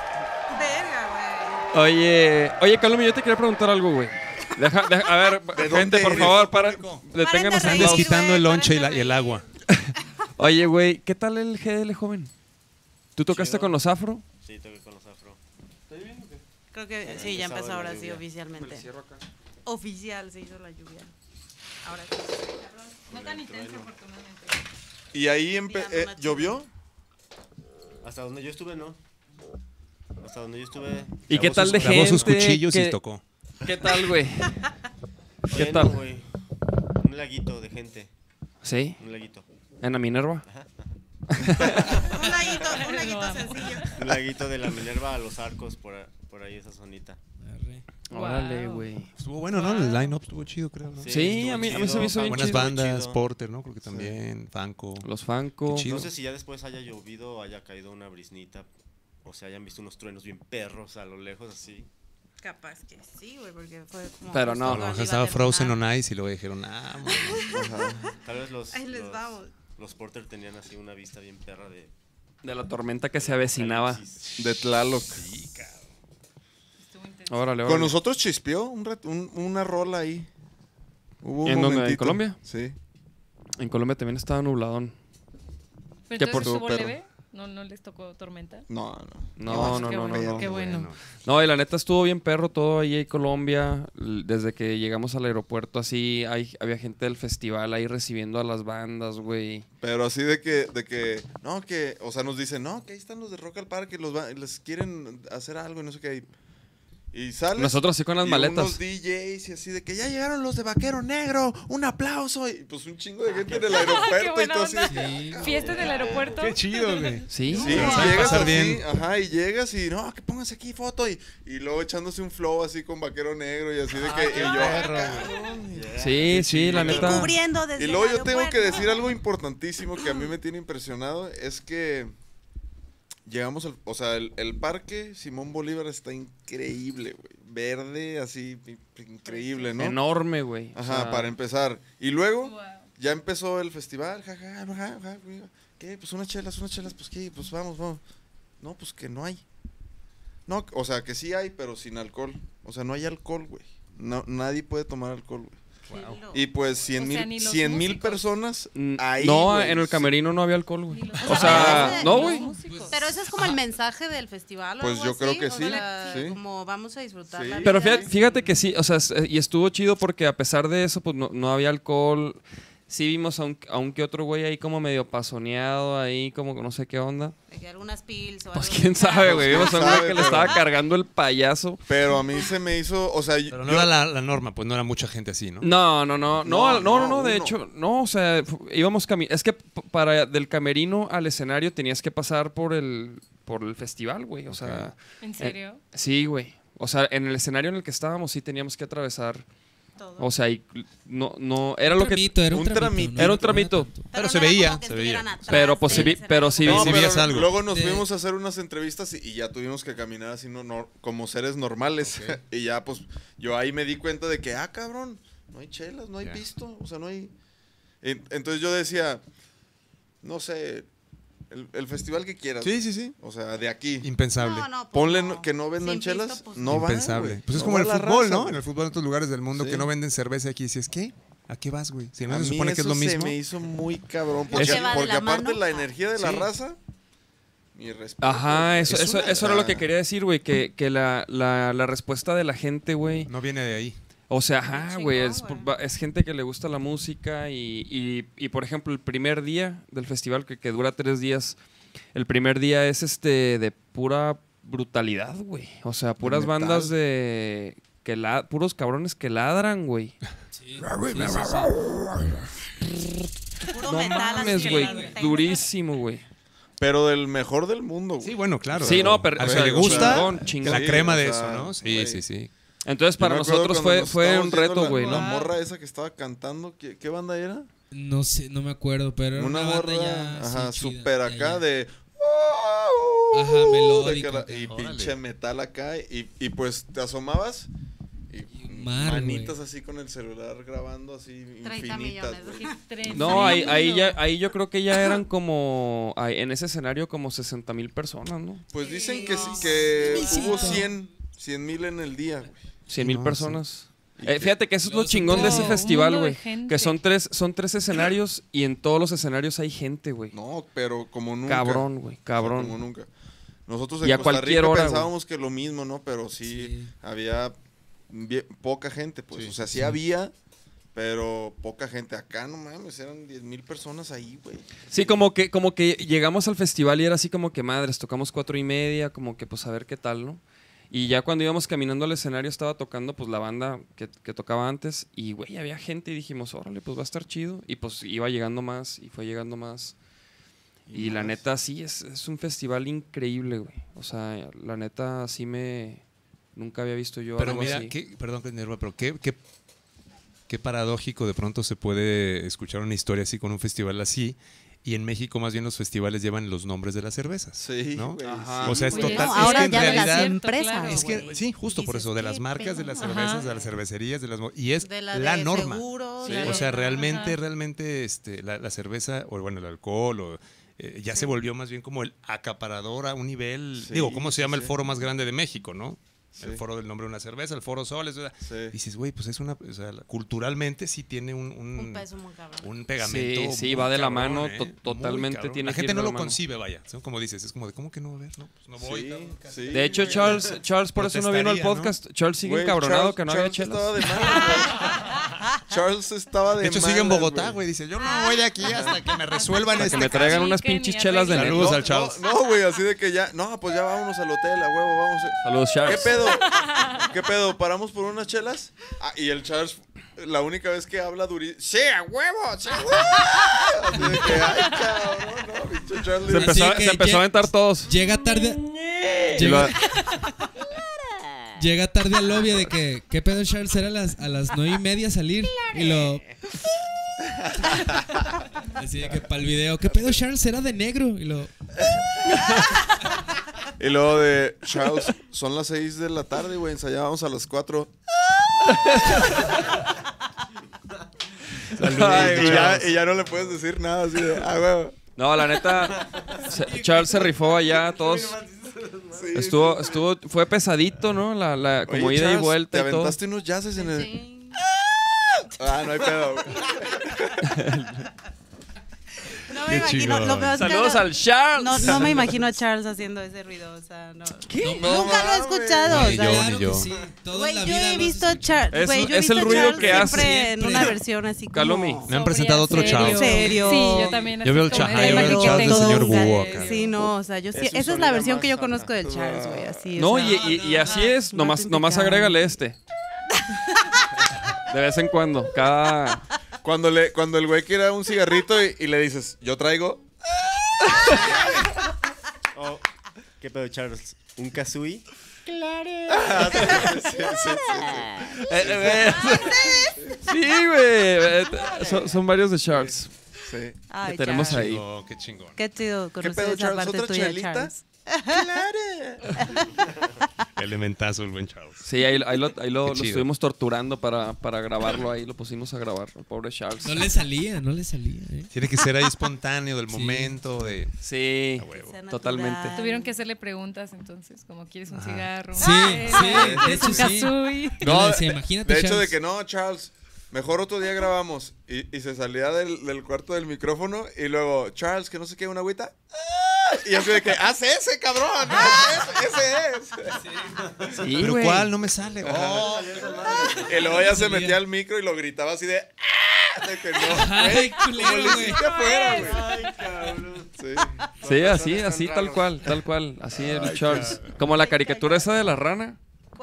[SPEAKER 5] Verga,
[SPEAKER 2] Oye, oye, Calum, yo te quería preguntar algo, güey. Deja- deja- a ver, gente,
[SPEAKER 6] dónde
[SPEAKER 2] por
[SPEAKER 6] eres?
[SPEAKER 2] favor, para,
[SPEAKER 5] Paren de
[SPEAKER 2] deténganos
[SPEAKER 5] reír.
[SPEAKER 2] en
[SPEAKER 3] Andes
[SPEAKER 2] dos.
[SPEAKER 5] Ay,
[SPEAKER 3] quitando
[SPEAKER 5] güey,
[SPEAKER 3] el lonche y, la-
[SPEAKER 5] parece
[SPEAKER 3] y el agua.
[SPEAKER 2] (laughs) Oye, güey, ¿qué tal el GDL joven? ¿Tú tocaste con los afro?
[SPEAKER 8] Sí, tengo que con los afro.
[SPEAKER 5] Creo que sí, ya empezó ahora sí, oficialmente. Oficial se hizo la lluvia. Ahora sí.
[SPEAKER 6] Y ahí empe-
[SPEAKER 5] Tirando
[SPEAKER 6] eh,
[SPEAKER 5] machín.
[SPEAKER 6] llovió.
[SPEAKER 8] Hasta donde yo estuve, no. Hasta donde yo estuve.
[SPEAKER 2] ¿Y qué tal de
[SPEAKER 3] Clavó
[SPEAKER 2] gente?
[SPEAKER 3] sus cuchillos
[SPEAKER 2] que-
[SPEAKER 3] y tocó.
[SPEAKER 2] ¿Qué tal,
[SPEAKER 8] (laughs)
[SPEAKER 2] güey? ¿Qué
[SPEAKER 8] Bueno,
[SPEAKER 2] tal?
[SPEAKER 8] güey, Un laguito de gente.
[SPEAKER 2] ¿Sí?
[SPEAKER 8] Un laguito.
[SPEAKER 2] ¿En la Minerva? (laughs)
[SPEAKER 5] Un laguito, un laguito sencillo.
[SPEAKER 8] Un laguito de la Minerva a los arcos, por, a- por ahí esa zonita.
[SPEAKER 7] Arre.
[SPEAKER 2] Órale,
[SPEAKER 4] Wow.
[SPEAKER 2] güey.
[SPEAKER 3] Estuvo bueno, ¿no? El line-up estuvo chido, creo. ¿no?
[SPEAKER 8] Sí,
[SPEAKER 2] Sí,
[SPEAKER 8] estuvo
[SPEAKER 2] a mí, a mí se
[SPEAKER 8] chido.
[SPEAKER 2] me hizo bien
[SPEAKER 3] Buenas
[SPEAKER 2] chido.
[SPEAKER 3] bandas,
[SPEAKER 8] chido.
[SPEAKER 3] Porter, ¿no? Creo que también, Fanco.
[SPEAKER 2] Los Fanco.
[SPEAKER 3] Qué chido.
[SPEAKER 8] No sé si ya después haya llovido o haya caído una brisnita. O se hayan visto unos truenos bien perros a lo lejos así.
[SPEAKER 5] Capaz que sí, güey, porque fue como.
[SPEAKER 2] Pero
[SPEAKER 6] pues
[SPEAKER 5] justo
[SPEAKER 2] no.
[SPEAKER 3] A
[SPEAKER 5] cuando
[SPEAKER 3] lo mejor
[SPEAKER 5] iba a
[SPEAKER 3] estaba
[SPEAKER 5] terminar.
[SPEAKER 3] Frozen on Ice y luego dijeron, ah, bueno.
[SPEAKER 8] Tal vez los.
[SPEAKER 5] Ahí les
[SPEAKER 8] los-
[SPEAKER 5] vamos.
[SPEAKER 8] Los Porter tenían así una vista bien perra de.
[SPEAKER 2] De la tormenta que se avecinaba.
[SPEAKER 8] Sí,
[SPEAKER 6] De Tlaloc.
[SPEAKER 2] Órale,
[SPEAKER 6] Con
[SPEAKER 2] órale.
[SPEAKER 6] nosotros chispeó un rat- un- una rola ahí. Hubo un
[SPEAKER 2] ¿En dónde? ¿En
[SPEAKER 6] momentito.
[SPEAKER 2] Colombia?
[SPEAKER 6] Sí.
[SPEAKER 2] En Colombia también estaba nubladón.
[SPEAKER 4] Pero entonces
[SPEAKER 2] por
[SPEAKER 6] tu
[SPEAKER 4] estuvo
[SPEAKER 6] perro.
[SPEAKER 4] leve, no, no les tocó tormenta.
[SPEAKER 6] No, no.
[SPEAKER 2] No, no,
[SPEAKER 4] qué
[SPEAKER 2] no, no,
[SPEAKER 4] bueno,
[SPEAKER 2] no.
[SPEAKER 4] qué bueno.
[SPEAKER 2] No, y la neta estuvo bien perro todo ahí en Colombia. L- Desde que llegamos al aeropuerto, así, hay, había gente del festival ahí recibiendo a las bandas, güey.
[SPEAKER 6] Pero así de que, de que, no, que, o sea, nos dicen, no, que ahí están los de Rock al Parque, los va- les quieren hacer algo, y no sé qué. Y, y salen.
[SPEAKER 2] Nosotros así con las
[SPEAKER 6] y
[SPEAKER 2] maletas.
[SPEAKER 6] Unos DJs y así de que ya llegaron los de Vaquero Negro, un aplauso. Y pues un chingo de gente
[SPEAKER 4] (laughs)
[SPEAKER 6] en el
[SPEAKER 4] Ah, Qué
[SPEAKER 6] aeropuerto y
[SPEAKER 4] buena
[SPEAKER 6] todo así. "Ah,
[SPEAKER 4] onda.
[SPEAKER 7] Sí.
[SPEAKER 4] Fiestas del aeropuerto.
[SPEAKER 3] Qué chido, güey.
[SPEAKER 2] Sí,
[SPEAKER 6] Sí,
[SPEAKER 2] o sea,
[SPEAKER 3] saben
[SPEAKER 6] llegas
[SPEAKER 3] pasar
[SPEAKER 6] así,
[SPEAKER 3] bien.
[SPEAKER 6] ajá, y llegas y no, que pónganse aquí foto y, y luego echándose un flow así con vaquero negro y así de que y yo, "Ah, cabrón".
[SPEAKER 2] sí, sí, la
[SPEAKER 5] Y
[SPEAKER 2] neta.
[SPEAKER 5] cubriendo desde
[SPEAKER 6] Y
[SPEAKER 5] el
[SPEAKER 6] luego yo tengo que
[SPEAKER 5] aeropuerto.
[SPEAKER 6] decir algo importantísimo que a mí
[SPEAKER 4] (clears throat)
[SPEAKER 6] me tiene impresionado, es que llegamos al, o sea, el, el parque Simón Bolívar está increíble, güey, verde así i- increíble, ¿no?
[SPEAKER 2] Enorme, güey. O
[SPEAKER 6] Ajá,
[SPEAKER 2] sea,
[SPEAKER 6] para empezar. Y luego
[SPEAKER 4] Wow.
[SPEAKER 6] ya empezó el festival, jaja, jaja, jaja, ¿qué? Pues unas chelas, unas chelas, pues qué, pues vamos, vamos. No, pues que no hay. No, o sea, que sí hay, pero sin alcohol. O sea, no hay alcohol, güey. No, nadie puede tomar alcohol, güey. Y pues 100
[SPEAKER 4] O sea, ni
[SPEAKER 6] mil,
[SPEAKER 4] los
[SPEAKER 6] 100 mil
[SPEAKER 4] músicos.
[SPEAKER 6] personas
[SPEAKER 2] n-
[SPEAKER 6] ahí.
[SPEAKER 2] no,
[SPEAKER 6] güey.
[SPEAKER 2] en el camerino no había alcohol, güey.
[SPEAKER 4] Ni los-
[SPEAKER 2] O sea,
[SPEAKER 6] Ah,
[SPEAKER 5] Ese-
[SPEAKER 2] no,
[SPEAKER 5] los
[SPEAKER 2] güey.
[SPEAKER 4] músicos.
[SPEAKER 5] Pero ese es como el mensaje del festival. o
[SPEAKER 6] Pues
[SPEAKER 5] algo
[SPEAKER 6] yo creo
[SPEAKER 5] así,
[SPEAKER 6] que
[SPEAKER 5] o
[SPEAKER 6] sí,
[SPEAKER 5] sea,
[SPEAKER 6] sí.
[SPEAKER 5] Como vamos a disfrutar.
[SPEAKER 6] Sí.
[SPEAKER 5] la
[SPEAKER 2] Pero
[SPEAKER 5] vida.
[SPEAKER 2] fíjate, fíjate que sí, o sea, s- eh, y estuvo chido porque a pesar de eso, pues no, no había alcohol. Sí vimos a un, a un que otro güey ahí como medio pasoneado, ahí como que no sé qué onda.
[SPEAKER 5] De que algunas pills o
[SPEAKER 2] Pues
[SPEAKER 5] algo.
[SPEAKER 2] quién sabe, güey.
[SPEAKER 6] Pues, quién
[SPEAKER 2] Vimos a un güey
[SPEAKER 6] sabe,
[SPEAKER 2] que le
[SPEAKER 6] pero-
[SPEAKER 2] estaba cargando el payaso.
[SPEAKER 6] Pero a mí se me hizo, o sea, yo-
[SPEAKER 12] Pero no era la, la norma, pues no era mucha gente así, ¿no?
[SPEAKER 2] No, no, no, no, no,
[SPEAKER 6] No,
[SPEAKER 2] no, no,
[SPEAKER 6] no,
[SPEAKER 2] de
[SPEAKER 6] uno.
[SPEAKER 2] hecho, no, o sea, fu- íbamos caminando. Es que p- para del camerino al escenario tenías que pasar por el, por el festival, güey. O sea, eh,
[SPEAKER 4] ¿En serio?
[SPEAKER 2] sí, güey. O sea, en el escenario en el que estábamos sí teníamos que atravesar.
[SPEAKER 5] Todo.
[SPEAKER 2] O sea, y no, no, era
[SPEAKER 7] Un
[SPEAKER 2] lo que...
[SPEAKER 7] tramito, era un
[SPEAKER 6] un
[SPEAKER 7] tramito.
[SPEAKER 6] tramito.
[SPEAKER 7] ¿no?
[SPEAKER 2] Era un
[SPEAKER 7] No
[SPEAKER 2] tramito.
[SPEAKER 7] tanto.
[SPEAKER 12] Pero
[SPEAKER 5] no
[SPEAKER 12] se
[SPEAKER 5] era
[SPEAKER 12] veía,
[SPEAKER 5] como que
[SPEAKER 12] se veía.
[SPEAKER 5] estuvieran atrás
[SPEAKER 2] Pero pues sí,
[SPEAKER 5] del
[SPEAKER 2] vi- pero sí,
[SPEAKER 6] No,
[SPEAKER 2] vi-
[SPEAKER 12] sí
[SPEAKER 6] pero
[SPEAKER 12] veías algo.
[SPEAKER 6] Luego nos
[SPEAKER 7] De-
[SPEAKER 6] fuimos a hacer unas entrevistas y, y ya tuvimos que caminar así no, no- como seres normales. (laughs) y ya pues yo ahí me di cuenta de que, ah, cabrón, no hay chelas, no hay
[SPEAKER 12] Ya.
[SPEAKER 6] pisto, o sea, no hay... En- entonces yo decía, no sé, el, el festival que quieras.
[SPEAKER 3] Sí, sí, sí.
[SPEAKER 6] O sea, de aquí.
[SPEAKER 5] escenario.
[SPEAKER 3] Impensable.
[SPEAKER 5] No, no, pues
[SPEAKER 6] Ponle
[SPEAKER 5] no.
[SPEAKER 6] no- que no vendan
[SPEAKER 5] Sin
[SPEAKER 6] chelas,
[SPEAKER 5] pisto, pues,
[SPEAKER 6] no van,
[SPEAKER 3] Impensable.
[SPEAKER 6] güey.
[SPEAKER 3] pues es
[SPEAKER 6] No
[SPEAKER 3] como
[SPEAKER 6] va
[SPEAKER 3] el
[SPEAKER 6] la
[SPEAKER 3] fútbol,
[SPEAKER 6] raza,
[SPEAKER 3] ¿no?
[SPEAKER 6] güey.
[SPEAKER 3] En el fútbol en otros lugares del mundo
[SPEAKER 6] Sí.
[SPEAKER 3] que no venden cerveza aquí dices, ¿qué? ¿A qué vas, güey? Si no
[SPEAKER 6] A
[SPEAKER 3] se
[SPEAKER 6] mí
[SPEAKER 3] supone que es
[SPEAKER 6] eso
[SPEAKER 3] lo
[SPEAKER 6] se
[SPEAKER 3] mismo.
[SPEAKER 6] me hizo muy cabrón.
[SPEAKER 5] Lo
[SPEAKER 6] Porque,
[SPEAKER 5] que va de
[SPEAKER 6] porque
[SPEAKER 5] la
[SPEAKER 6] aparte
[SPEAKER 5] mano.
[SPEAKER 6] la energía de la
[SPEAKER 3] Sí.
[SPEAKER 6] raza, mi respeto.
[SPEAKER 2] Ajá, eso,
[SPEAKER 6] Es
[SPEAKER 2] eso,
[SPEAKER 6] una-
[SPEAKER 2] eso era lo que quería decir, güey, que, que la, la, la respuesta de la gente, güey.
[SPEAKER 3] No viene de ahí.
[SPEAKER 2] O sea, ajá,
[SPEAKER 5] chingón,
[SPEAKER 2] güey, es,
[SPEAKER 5] güey.
[SPEAKER 2] va- es gente que le gusta la música y, y, y, por ejemplo, el primer día del festival, que, que dura tres días, el primer día es este de pura brutalidad, güey. O sea, puras
[SPEAKER 3] metal.
[SPEAKER 2] bandas de... Que la, puros cabrones que ladran, güey.
[SPEAKER 7] Sí.
[SPEAKER 5] Puro
[SPEAKER 2] No
[SPEAKER 5] metal así
[SPEAKER 2] mames, güey.
[SPEAKER 5] intenso.
[SPEAKER 2] Durísimo, güey.
[SPEAKER 6] Pero del mejor del mundo, güey.
[SPEAKER 3] Sí, bueno, claro.
[SPEAKER 2] Sí, no, pero-
[SPEAKER 3] Al
[SPEAKER 2] o
[SPEAKER 3] que
[SPEAKER 2] sea,
[SPEAKER 3] le gusta,
[SPEAKER 2] chingón,
[SPEAKER 3] que
[SPEAKER 2] chingón.
[SPEAKER 3] la
[SPEAKER 6] Sí,
[SPEAKER 3] crema
[SPEAKER 6] o
[SPEAKER 3] de
[SPEAKER 6] sea,
[SPEAKER 3] eso, ¿no? Sí,
[SPEAKER 6] güey.
[SPEAKER 3] sí, sí.
[SPEAKER 2] Entonces, para
[SPEAKER 6] Yo me acuerdo
[SPEAKER 2] nosotros
[SPEAKER 6] cuando
[SPEAKER 2] fue,
[SPEAKER 6] nos
[SPEAKER 2] fue
[SPEAKER 6] estábamos
[SPEAKER 2] un
[SPEAKER 6] yendo
[SPEAKER 2] reto,
[SPEAKER 6] la-
[SPEAKER 2] güey,
[SPEAKER 6] La
[SPEAKER 2] ¿no?
[SPEAKER 6] morra esa que estaba cantando, ¿qué, qué banda era?
[SPEAKER 7] No sé, no me acuerdo, pero era
[SPEAKER 6] una
[SPEAKER 7] una, banda
[SPEAKER 6] morra,
[SPEAKER 7] ya.
[SPEAKER 6] ajá,
[SPEAKER 7] sí, chida,
[SPEAKER 6] súper
[SPEAKER 7] ya,
[SPEAKER 6] acá
[SPEAKER 7] ya.
[SPEAKER 6] de... uh,
[SPEAKER 7] Ajá,
[SPEAKER 6] de
[SPEAKER 7] melódica,
[SPEAKER 6] cara-
[SPEAKER 7] acá,
[SPEAKER 6] y
[SPEAKER 7] órale.
[SPEAKER 6] pinche metal acá. Y, y pues te asomabas y
[SPEAKER 7] Y mar,
[SPEAKER 6] manitas
[SPEAKER 7] güey.
[SPEAKER 6] así con el celular grabando así
[SPEAKER 5] 30
[SPEAKER 6] infinitas,
[SPEAKER 5] millones.
[SPEAKER 6] güey.
[SPEAKER 2] No, ahí, ahí, ya, ahí yo creo que ya eran como, ahí en ese escenario, como 60 mil personas, ¿no?
[SPEAKER 6] Pues dicen que,
[SPEAKER 5] no.
[SPEAKER 6] sí, que
[SPEAKER 7] Sí,
[SPEAKER 6] hubo
[SPEAKER 7] sí.
[SPEAKER 6] 100, 100 mil en el día, güey.
[SPEAKER 2] 100 mil
[SPEAKER 3] No, sí.
[SPEAKER 2] personas. Eh, fíjate que eso es lo
[SPEAKER 7] Luego se
[SPEAKER 2] chingón de
[SPEAKER 7] crea
[SPEAKER 2] ese
[SPEAKER 7] un
[SPEAKER 2] festival,
[SPEAKER 4] mundo de
[SPEAKER 2] güey. Que
[SPEAKER 4] gente.
[SPEAKER 2] son tres, son tres escenarios y en todos los escenarios hay gente, güey.
[SPEAKER 6] No, pero como nunca.
[SPEAKER 2] Cabrón, güey,
[SPEAKER 6] O sea, Como
[SPEAKER 2] cabrón.
[SPEAKER 6] nunca. Nosotros en
[SPEAKER 2] Y a
[SPEAKER 6] Costa
[SPEAKER 2] cualquier
[SPEAKER 6] Rica
[SPEAKER 2] hora,
[SPEAKER 6] pensábamos que lo mismo, ¿no? Pero sí,
[SPEAKER 7] Sí.
[SPEAKER 6] había bien- poca gente, pues. O sea, sí, había, pero poca gente. Acá, no mames, eran 10 mil personas ahí, güey.
[SPEAKER 2] Sí, como que, como que llegamos al festival y era así como que madres, tocamos cuatro y media, como que pues a ver qué tal, ¿no? Y ya cuando íbamos caminando al escenario estaba tocando pues la banda que, que tocaba antes y güey, había gente y dijimos, órale, pues va a estar chido. Y pues iba llegando más y fue llegando más. Y, la neta sí, es, es un festival increíble, güey. O sea, la neta sí me... Nunca había visto yo
[SPEAKER 3] Pero
[SPEAKER 2] algo
[SPEAKER 3] mira,
[SPEAKER 2] así.
[SPEAKER 3] qué- perdón que interrumpa, pero qué, qué, qué paradójico de pronto se puede escuchar una historia así con un festival así. Y en México más bien los festivales llevan los nombres de las cervezas.
[SPEAKER 6] Sí,
[SPEAKER 3] ¿no?
[SPEAKER 6] güey,
[SPEAKER 2] Ajá.
[SPEAKER 6] sí.
[SPEAKER 3] O sea, es
[SPEAKER 4] Pues,
[SPEAKER 3] total.
[SPEAKER 4] no,
[SPEAKER 3] es
[SPEAKER 4] ahora
[SPEAKER 3] que en
[SPEAKER 4] ya de las
[SPEAKER 3] realidad,
[SPEAKER 4] cien-
[SPEAKER 3] es que
[SPEAKER 5] güey.
[SPEAKER 3] sí, justo por
[SPEAKER 5] Dices,
[SPEAKER 3] eso, de
[SPEAKER 5] qué
[SPEAKER 3] las marcas, de las
[SPEAKER 5] pedo.
[SPEAKER 3] cervezas,
[SPEAKER 4] Ajá.
[SPEAKER 3] de las cervecerías, de las mo- y es
[SPEAKER 5] De la,
[SPEAKER 3] la,
[SPEAKER 5] de
[SPEAKER 3] norma.
[SPEAKER 5] seguros,
[SPEAKER 6] Sí.
[SPEAKER 5] la de-
[SPEAKER 3] O sea, realmente,
[SPEAKER 4] Ajá.
[SPEAKER 3] realmente, este, la, la cerveza, o bueno, el alcohol, o, eh, ya se volvió más bien como el acaparador a un nivel.
[SPEAKER 6] Sí,
[SPEAKER 3] digo, ¿cómo se
[SPEAKER 6] sí,
[SPEAKER 3] llama el
[SPEAKER 6] sí.
[SPEAKER 3] foro más grande de México, no?
[SPEAKER 6] Sí.
[SPEAKER 3] El foro del nombre de una cerveza, el foro soles. o sea,
[SPEAKER 6] Sí.
[SPEAKER 3] Dices, güey, pues es una. o sea, culturalmente sí tiene un. Un,
[SPEAKER 5] Un peso muy cabrón.
[SPEAKER 3] un pegamento.
[SPEAKER 2] Sí, sí,
[SPEAKER 3] muy
[SPEAKER 2] va de la
[SPEAKER 3] cabrón,
[SPEAKER 2] mano,
[SPEAKER 3] ¿eh?
[SPEAKER 2] to-
[SPEAKER 3] Muy
[SPEAKER 2] totalmente
[SPEAKER 3] cabrón.
[SPEAKER 2] tiene
[SPEAKER 3] La
[SPEAKER 2] que
[SPEAKER 3] gente
[SPEAKER 2] ir
[SPEAKER 3] no
[SPEAKER 2] de
[SPEAKER 3] lo
[SPEAKER 2] la mano.
[SPEAKER 3] concibe, vaya. son Como dices, es como de, ¿cómo que no va a haber? No, pues no voy.
[SPEAKER 6] Sí,
[SPEAKER 3] cabrón.
[SPEAKER 6] sí.
[SPEAKER 2] De
[SPEAKER 3] (laughs)
[SPEAKER 2] hecho,
[SPEAKER 6] güey.
[SPEAKER 2] Charles, Charles por eso no vino al
[SPEAKER 3] Protestaría, ¿no?
[SPEAKER 2] podcast. Charles sigue
[SPEAKER 6] Güey,
[SPEAKER 2] encabronado
[SPEAKER 6] Charles-
[SPEAKER 2] que no había
[SPEAKER 6] Charles
[SPEAKER 2] chelas.
[SPEAKER 6] Estaba de malas, güey. Charles estaba de
[SPEAKER 3] De hecho, sigue en
[SPEAKER 6] malas,
[SPEAKER 3] Bogotá, güey. Dice, yo no voy de aquí hasta que me
[SPEAKER 2] Para
[SPEAKER 3] resuelvan
[SPEAKER 2] que
[SPEAKER 3] este
[SPEAKER 2] me
[SPEAKER 3] caso".
[SPEAKER 2] traigan unas
[SPEAKER 4] Sí, que
[SPEAKER 2] pinches
[SPEAKER 4] ni
[SPEAKER 2] chelas de
[SPEAKER 4] arreglan.
[SPEAKER 2] negro.
[SPEAKER 3] Saludos
[SPEAKER 6] No,
[SPEAKER 3] al Charles.
[SPEAKER 6] No, no, güey, así de que ya. No, pues ya vámonos al hotel, a huevo, vamos.
[SPEAKER 2] Saludos,
[SPEAKER 6] ¿Qué
[SPEAKER 2] Charles.
[SPEAKER 6] pedo? ¿Qué pedo? ¿Paramos por unas chelas? Ah, y el Charles, la única vez que habla durísimo. ¡Sí, a huevo! ¡Sí, a huevo! Así de que, ay, cabrón, no, pinche Charles.
[SPEAKER 7] Así
[SPEAKER 2] Se empezó,
[SPEAKER 7] que
[SPEAKER 2] se empezó
[SPEAKER 7] ya-
[SPEAKER 2] a aventar todos.
[SPEAKER 7] Llega tarde. Llega, (laughs) llega tarde al lobby de que. ¿Qué pedo, Charles? Era a las, a las nueve y media salir. Y lo. Así de que para el video. ¿Qué pedo, Charles? Era de negro. Y lo.
[SPEAKER 6] Y luego de Charles, son las 6 de la tarde, güey, ensayábamos a las 4. y, ya, y ya no le puedes decir nada así de, ah, huevo.
[SPEAKER 2] No, la neta, se- Charles se rifó allá, todos.
[SPEAKER 6] Sí.
[SPEAKER 2] Estuvo, estuvo, fue pesadito, ¿no? La, la, como
[SPEAKER 6] Oye,
[SPEAKER 2] ida
[SPEAKER 6] Charles,
[SPEAKER 2] y vuelta
[SPEAKER 6] Te
[SPEAKER 2] y todo.
[SPEAKER 6] aventaste unos jazzes en el.
[SPEAKER 5] Sí.
[SPEAKER 6] Ah, no hay pedo, güey.
[SPEAKER 5] No me imagino.
[SPEAKER 3] chingón.
[SPEAKER 5] Lo peor es que
[SPEAKER 2] Saludos
[SPEAKER 5] no-
[SPEAKER 2] al Charles.
[SPEAKER 5] No, no me imagino (laughs) a Charles haciendo ese ruido. O sea, no.
[SPEAKER 6] No
[SPEAKER 5] Nunca lo he
[SPEAKER 6] mames.
[SPEAKER 5] escuchado. o
[SPEAKER 3] Ni
[SPEAKER 5] sea,
[SPEAKER 3] yo,
[SPEAKER 7] Claro
[SPEAKER 3] ni
[SPEAKER 7] que
[SPEAKER 3] yo.
[SPEAKER 7] sí, toda
[SPEAKER 5] Güey,
[SPEAKER 7] la
[SPEAKER 5] yo
[SPEAKER 7] vida
[SPEAKER 5] he
[SPEAKER 7] lo
[SPEAKER 5] visto
[SPEAKER 7] has
[SPEAKER 5] a Charles.
[SPEAKER 2] Es-
[SPEAKER 5] güey, yo he
[SPEAKER 2] es el
[SPEAKER 5] visto a
[SPEAKER 2] ruido
[SPEAKER 5] Charles
[SPEAKER 2] que hace.
[SPEAKER 5] siempre en una
[SPEAKER 7] Siempre.
[SPEAKER 5] versión así como.
[SPEAKER 2] Calumi.
[SPEAKER 3] Me han presentado otro
[SPEAKER 4] Charles.
[SPEAKER 5] ¿En serio?
[SPEAKER 4] Sí, yo también.
[SPEAKER 3] Yo veo el
[SPEAKER 4] así como
[SPEAKER 3] Charles,
[SPEAKER 4] de
[SPEAKER 3] yo veo el
[SPEAKER 4] la que
[SPEAKER 3] Charles del
[SPEAKER 4] tengo.
[SPEAKER 3] señor Búho
[SPEAKER 5] Sí,
[SPEAKER 3] acá.
[SPEAKER 5] Sí, no, o sea, yo sí,
[SPEAKER 6] Es su
[SPEAKER 5] esa es la
[SPEAKER 6] sonido
[SPEAKER 5] versión
[SPEAKER 6] más
[SPEAKER 5] que yo
[SPEAKER 6] sana.
[SPEAKER 5] conozco del Charles, güey, así. o
[SPEAKER 2] No,
[SPEAKER 5] sea,
[SPEAKER 2] y, y- y así es, nomás,
[SPEAKER 5] te
[SPEAKER 2] nomás
[SPEAKER 5] picaron.
[SPEAKER 2] agrégale este. De vez en cuando, cada...
[SPEAKER 6] Cuando, le, cuando el güey quiera un cigarrito y, y le dices, yo traigo.
[SPEAKER 8] Oh, ¿Qué pedo, Charles? ¿Un kazooie? (laughs) Ah,
[SPEAKER 2] (laughs) Eh, Sí, güey. eh, Son, son varios de Charles
[SPEAKER 6] Sí.
[SPEAKER 5] Ay,
[SPEAKER 2] que tenemos
[SPEAKER 5] Charles.
[SPEAKER 2] ahí.
[SPEAKER 3] Oh, qué chingón.
[SPEAKER 5] Qué chido
[SPEAKER 6] ¿Qué
[SPEAKER 5] conocer
[SPEAKER 6] pedo,
[SPEAKER 5] esa
[SPEAKER 6] Charles?
[SPEAKER 5] parte
[SPEAKER 6] ¿Otra
[SPEAKER 5] tuya,
[SPEAKER 6] chelita?
[SPEAKER 5] Charles.
[SPEAKER 3] Elementazo el buen Charles.
[SPEAKER 2] Sí, ahí, ahí lo, ahí lo-
[SPEAKER 3] Qué
[SPEAKER 2] lo
[SPEAKER 3] chido.
[SPEAKER 2] estuvimos torturando para, para grabarlo ahí, lo pusimos a grabar, el pobre Charles.
[SPEAKER 7] No le salía, no le salía. ¿eh?
[SPEAKER 3] Tiene que ser ahí espontáneo del momento de.
[SPEAKER 2] Sí,
[SPEAKER 3] A huevo.
[SPEAKER 5] Sea
[SPEAKER 2] Totalmente.
[SPEAKER 5] natural.
[SPEAKER 4] Tuvieron que hacerle preguntas entonces, como quieres un cigarro. Ah, este,
[SPEAKER 7] Sí, sí, de hecho
[SPEAKER 4] Un
[SPEAKER 7] sí.
[SPEAKER 4] kazooie.
[SPEAKER 7] Yo
[SPEAKER 6] No,
[SPEAKER 7] le decía, imagínate,
[SPEAKER 6] de hecho, de
[SPEAKER 7] Charles.
[SPEAKER 6] que no, Charles, mejor otro día grabamos. Y, y se salía del, del cuarto del micrófono y luego, Charles, que no sé qué, una agüita. ¡Ah! (laughs) Y así de que, haz ese, cabrón.
[SPEAKER 5] Ah.
[SPEAKER 6] haz ese, ese
[SPEAKER 2] sí,
[SPEAKER 3] Pero
[SPEAKER 2] güey.
[SPEAKER 3] ¿cuál? No me sale. Oh,
[SPEAKER 6] es. Y luego ya se metía al micro y lo gritaba así de, ¡Ah! De que no. güey,
[SPEAKER 7] Ay,
[SPEAKER 6] como
[SPEAKER 7] culero,
[SPEAKER 6] le
[SPEAKER 7] güey.
[SPEAKER 6] hiciste afuera, güey. Sí.
[SPEAKER 2] Sí, así, así, tal cual, tal cual. Así el Charles. Como la caricatura esa de la rana,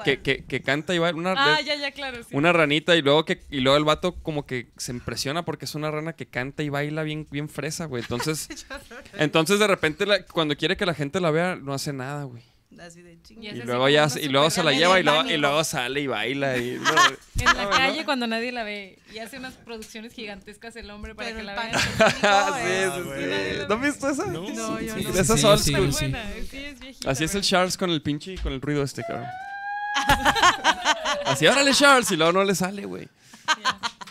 [SPEAKER 2] que, que, que canta y va una...
[SPEAKER 4] Ah, ya, ya, claro, sí.
[SPEAKER 2] Una ranita y luego que y luego el vato como que se impresiona porque es una rana que canta y baila bien bien fresa, güey. Entonces Entonces de repente la- cuando quiere que la gente la vea no hace nada, güey.
[SPEAKER 5] Así de chingo.
[SPEAKER 4] Y
[SPEAKER 2] Y
[SPEAKER 4] es así
[SPEAKER 2] luego
[SPEAKER 4] como
[SPEAKER 2] ya
[SPEAKER 4] una
[SPEAKER 2] y luego se la lleva y luego,
[SPEAKER 5] baño.
[SPEAKER 2] y luego sale y baila y no,
[SPEAKER 4] (laughs) En la calle cuando nadie la ve y hace unas producciones gigantescas el hombre para
[SPEAKER 5] Pero
[SPEAKER 4] que
[SPEAKER 5] el
[SPEAKER 4] la
[SPEAKER 5] pan.
[SPEAKER 2] (laughs)
[SPEAKER 4] vean.
[SPEAKER 2] Ah, sí, sí, sí. ¿No has visto esa?
[SPEAKER 5] No, yo
[SPEAKER 7] Sí,
[SPEAKER 5] no.
[SPEAKER 7] sí,
[SPEAKER 2] De esas
[SPEAKER 7] sí,
[SPEAKER 2] old
[SPEAKER 7] sí,
[SPEAKER 2] school.
[SPEAKER 7] sí.
[SPEAKER 4] Buena, sí, es viejita,
[SPEAKER 2] Así es el
[SPEAKER 4] pero-
[SPEAKER 2] Charles con el pinche con el ruido este, cabrón. Así, órale Charles, y luego no le sale, güey. (laughs)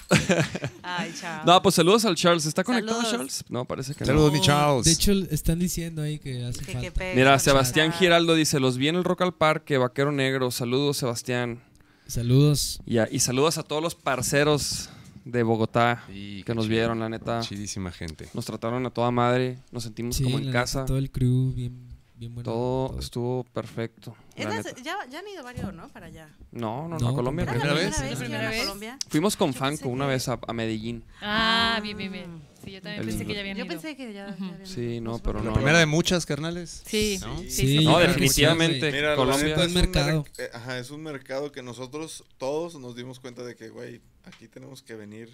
[SPEAKER 5] Ay, Charles.
[SPEAKER 2] No, pues saludos al Charles. ¿Está (laughs) conectado
[SPEAKER 5] Saludos.
[SPEAKER 2] Charles? No, parece que no.
[SPEAKER 3] Saludos, mi
[SPEAKER 7] No,
[SPEAKER 3] Charles.
[SPEAKER 7] De hecho, están diciendo ahí que hace
[SPEAKER 5] Que- que
[SPEAKER 7] falta.
[SPEAKER 5] pedo,
[SPEAKER 2] Mira,
[SPEAKER 5] Charles.
[SPEAKER 2] Sebastián Giraldo dice, los vi en el Rock al Parque, Vaquero Negro. Saludos, Sebastián.
[SPEAKER 7] Saludos.
[SPEAKER 2] Y, a- y saludos a todos los parceros de Bogotá
[SPEAKER 3] Sí,
[SPEAKER 2] que
[SPEAKER 3] qué
[SPEAKER 2] nos
[SPEAKER 3] chido.
[SPEAKER 2] vieron, la neta.
[SPEAKER 3] Chidísima gente.
[SPEAKER 2] Nos trataron a toda madre, nos sentimos
[SPEAKER 7] Sí,
[SPEAKER 2] como
[SPEAKER 7] la
[SPEAKER 2] en
[SPEAKER 7] neta,
[SPEAKER 2] casa.
[SPEAKER 7] Todo el crew, bien, bien bueno.
[SPEAKER 2] Todo, estuvo perfecto. la
[SPEAKER 5] Es (laughs) la-
[SPEAKER 2] neta.
[SPEAKER 5] ya, ya han ido varios, ¿no? Para allá.
[SPEAKER 2] No, no, no,
[SPEAKER 7] No,
[SPEAKER 2] a Colombia.
[SPEAKER 5] ¿Era
[SPEAKER 7] tampoco.
[SPEAKER 5] la primera
[SPEAKER 2] primero.
[SPEAKER 3] ¿Primera vez?
[SPEAKER 5] vez que
[SPEAKER 4] ¿Primera
[SPEAKER 5] iban a
[SPEAKER 4] vez?
[SPEAKER 5] Colombia?
[SPEAKER 2] Fuimos con
[SPEAKER 5] Yo
[SPEAKER 2] Fanco
[SPEAKER 5] pensé
[SPEAKER 2] una
[SPEAKER 5] que-
[SPEAKER 2] vez a, a Medellín.
[SPEAKER 4] Ah, bien, bien, bien. Sí, yo también
[SPEAKER 2] El-
[SPEAKER 4] pensé que ya habían
[SPEAKER 5] Mm. Yo
[SPEAKER 4] ido.
[SPEAKER 5] pensé que ya, ya habían
[SPEAKER 2] Sí, no, pero
[SPEAKER 3] La
[SPEAKER 2] no.
[SPEAKER 3] primera de muchas, carnales.
[SPEAKER 4] Sí,
[SPEAKER 3] ¿No?
[SPEAKER 4] sí,
[SPEAKER 7] Sí,
[SPEAKER 4] sí.
[SPEAKER 7] yo
[SPEAKER 2] No,
[SPEAKER 7] creo que sí,
[SPEAKER 2] definitivamente.
[SPEAKER 7] güey.
[SPEAKER 6] Mira, la
[SPEAKER 2] Colombia.
[SPEAKER 6] neta es
[SPEAKER 7] Buen
[SPEAKER 6] un
[SPEAKER 7] mercado.
[SPEAKER 6] merc- eh, ajá, es un mercado que nosotros todos nos dimos cuenta de que, güey, aquí tenemos que venir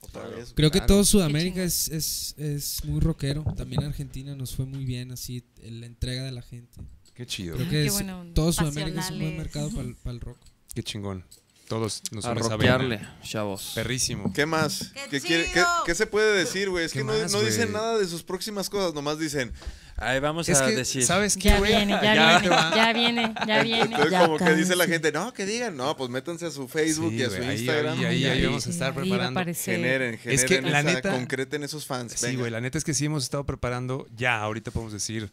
[SPEAKER 6] otra vez.
[SPEAKER 7] Creo que
[SPEAKER 6] Claro.
[SPEAKER 7] todo Sudamérica es, es, es muy rockero. También Argentina nos fue muy bien, así, en la entrega de la gente.
[SPEAKER 3] Qué chido.
[SPEAKER 7] Creo
[SPEAKER 4] qué
[SPEAKER 7] que es-
[SPEAKER 4] buena onda.
[SPEAKER 7] todo Sudamérica es un buen
[SPEAKER 5] Pasionales.
[SPEAKER 7] mercado para el rock.
[SPEAKER 3] Qué chingón. Todos nos
[SPEAKER 2] A
[SPEAKER 3] une esa
[SPEAKER 2] rockearle,
[SPEAKER 3] vena.
[SPEAKER 2] chavos.
[SPEAKER 3] Perrísimo.
[SPEAKER 6] ¿Qué más?
[SPEAKER 5] ¡Qué
[SPEAKER 6] ¿Qué, quiere- qué,
[SPEAKER 5] chido!
[SPEAKER 6] qué se puede decir, güey? Es
[SPEAKER 3] ¿Qué
[SPEAKER 6] que no,
[SPEAKER 3] más,
[SPEAKER 6] no dicen
[SPEAKER 3] güey?
[SPEAKER 6] nada de sus próximas cosas, nomás dicen.
[SPEAKER 2] Ahí vamos
[SPEAKER 3] Es que, ¿sabes qué,
[SPEAKER 4] Ya
[SPEAKER 3] güey?
[SPEAKER 4] viene, ya,
[SPEAKER 3] ahí te
[SPEAKER 4] viene,
[SPEAKER 3] va.
[SPEAKER 4] ya viene, ya viene.
[SPEAKER 6] Entonces,
[SPEAKER 5] ya
[SPEAKER 6] como que dice la
[SPEAKER 5] cálmense.
[SPEAKER 6] gente, no, que digan, no, pues métanse a su Facebook
[SPEAKER 3] Sí,
[SPEAKER 6] y a su
[SPEAKER 3] güey, ahí-
[SPEAKER 6] Instagram.
[SPEAKER 3] ahí- ahí-
[SPEAKER 6] y
[SPEAKER 3] ahí
[SPEAKER 6] ahí
[SPEAKER 3] vamos a estar
[SPEAKER 4] Ahí va a
[SPEAKER 3] preparando.
[SPEAKER 4] aparecer.
[SPEAKER 6] Generen, generen,
[SPEAKER 3] Es que la
[SPEAKER 6] esa-
[SPEAKER 3] neta-
[SPEAKER 6] concreten esos fans.
[SPEAKER 3] Sí,
[SPEAKER 6] venga.
[SPEAKER 3] güey, la neta es que sí hemos estado preparando, ya ahorita podemos decir,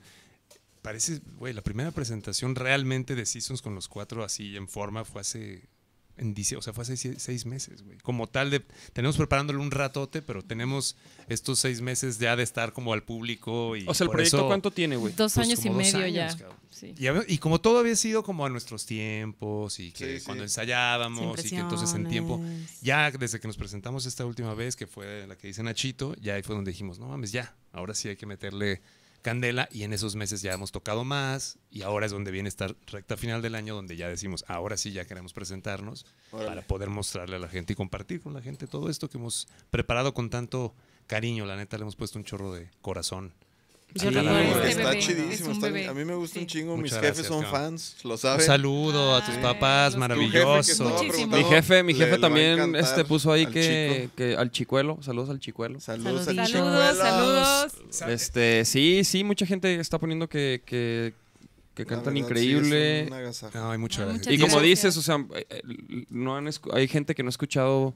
[SPEAKER 3] Parece, güey, la primera presentación realmente de Seasons con los cuatro así en forma fue hace. En dicie- o sea, fue hace sie- seis meses, güey. Como tal, de, tenemos preparándolo un ratote, pero tenemos estos seis meses ya de estar como al público. Y
[SPEAKER 2] O sea, el
[SPEAKER 3] por
[SPEAKER 2] proyecto,
[SPEAKER 3] eso-
[SPEAKER 2] ¿cuánto tiene, güey?
[SPEAKER 4] Dos
[SPEAKER 3] Pues
[SPEAKER 4] años y
[SPEAKER 3] como dos
[SPEAKER 4] medio
[SPEAKER 3] años,
[SPEAKER 4] ya.
[SPEAKER 3] cabrón.
[SPEAKER 4] Sí.
[SPEAKER 3] Y, hab- y como todo había sido como a nuestros tiempos y que
[SPEAKER 6] Sí, sí.
[SPEAKER 3] cuando
[SPEAKER 5] Sin
[SPEAKER 3] ensayábamos y que entonces en tiempo,
[SPEAKER 5] presiones.
[SPEAKER 3] ya desde que nos presentamos esta última vez, que fue la que dice Nachito, ya ahí fue donde dijimos, no mames, ya, ahora sí hay que meterle candela y en esos meses ya hemos tocado más y ahora es donde viene esta recta final del año donde ya decimos, ahora sí ya queremos presentarnos
[SPEAKER 6] Órale.
[SPEAKER 3] para poder mostrarle a la gente y compartir con la gente todo esto que hemos preparado con tanto cariño, la neta le hemos puesto un chorro de corazón.
[SPEAKER 5] Yo
[SPEAKER 3] Sí,
[SPEAKER 5] recuerdo-
[SPEAKER 6] Porque
[SPEAKER 4] Este
[SPEAKER 6] está
[SPEAKER 4] bebé es
[SPEAKER 6] chidísimo.
[SPEAKER 4] un
[SPEAKER 6] está-
[SPEAKER 4] bebé.
[SPEAKER 6] a mí me gusta
[SPEAKER 4] Sí.
[SPEAKER 6] un chingo. Mis
[SPEAKER 3] Muchas
[SPEAKER 6] jefes
[SPEAKER 3] gracias,
[SPEAKER 6] son
[SPEAKER 3] cabrón.
[SPEAKER 6] fans, lo
[SPEAKER 3] Un
[SPEAKER 6] saben.
[SPEAKER 3] saludo a tus
[SPEAKER 4] Ay,
[SPEAKER 3] papás,
[SPEAKER 4] los-
[SPEAKER 6] Tu jefe que estaba
[SPEAKER 3] maravilloso.
[SPEAKER 4] Muchísimo.
[SPEAKER 6] preguntando,
[SPEAKER 2] Mi jefe, mi
[SPEAKER 6] le-
[SPEAKER 2] jefe
[SPEAKER 6] le va a
[SPEAKER 2] también
[SPEAKER 6] encantar
[SPEAKER 2] este puso ahí
[SPEAKER 6] al
[SPEAKER 2] que,
[SPEAKER 6] chico.
[SPEAKER 2] que al chicuelo, saludos al chicuelo.
[SPEAKER 6] Saludos, al
[SPEAKER 5] Saluditos.
[SPEAKER 6] chico.
[SPEAKER 4] Saludos, saludos.
[SPEAKER 2] Este, sí, sí, mucha gente está poniendo que, que, que
[SPEAKER 6] La
[SPEAKER 2] cantan
[SPEAKER 6] verdad, sí,
[SPEAKER 2] increíble.
[SPEAKER 6] es un agasajo.
[SPEAKER 3] Ay, muchas
[SPEAKER 4] Ah,
[SPEAKER 3] gracias.
[SPEAKER 4] muchas
[SPEAKER 2] Y
[SPEAKER 4] Sí,
[SPEAKER 2] como
[SPEAKER 4] sí.
[SPEAKER 2] dices, o sea, eh, eh, no han escu- hay gente que no ha escuchado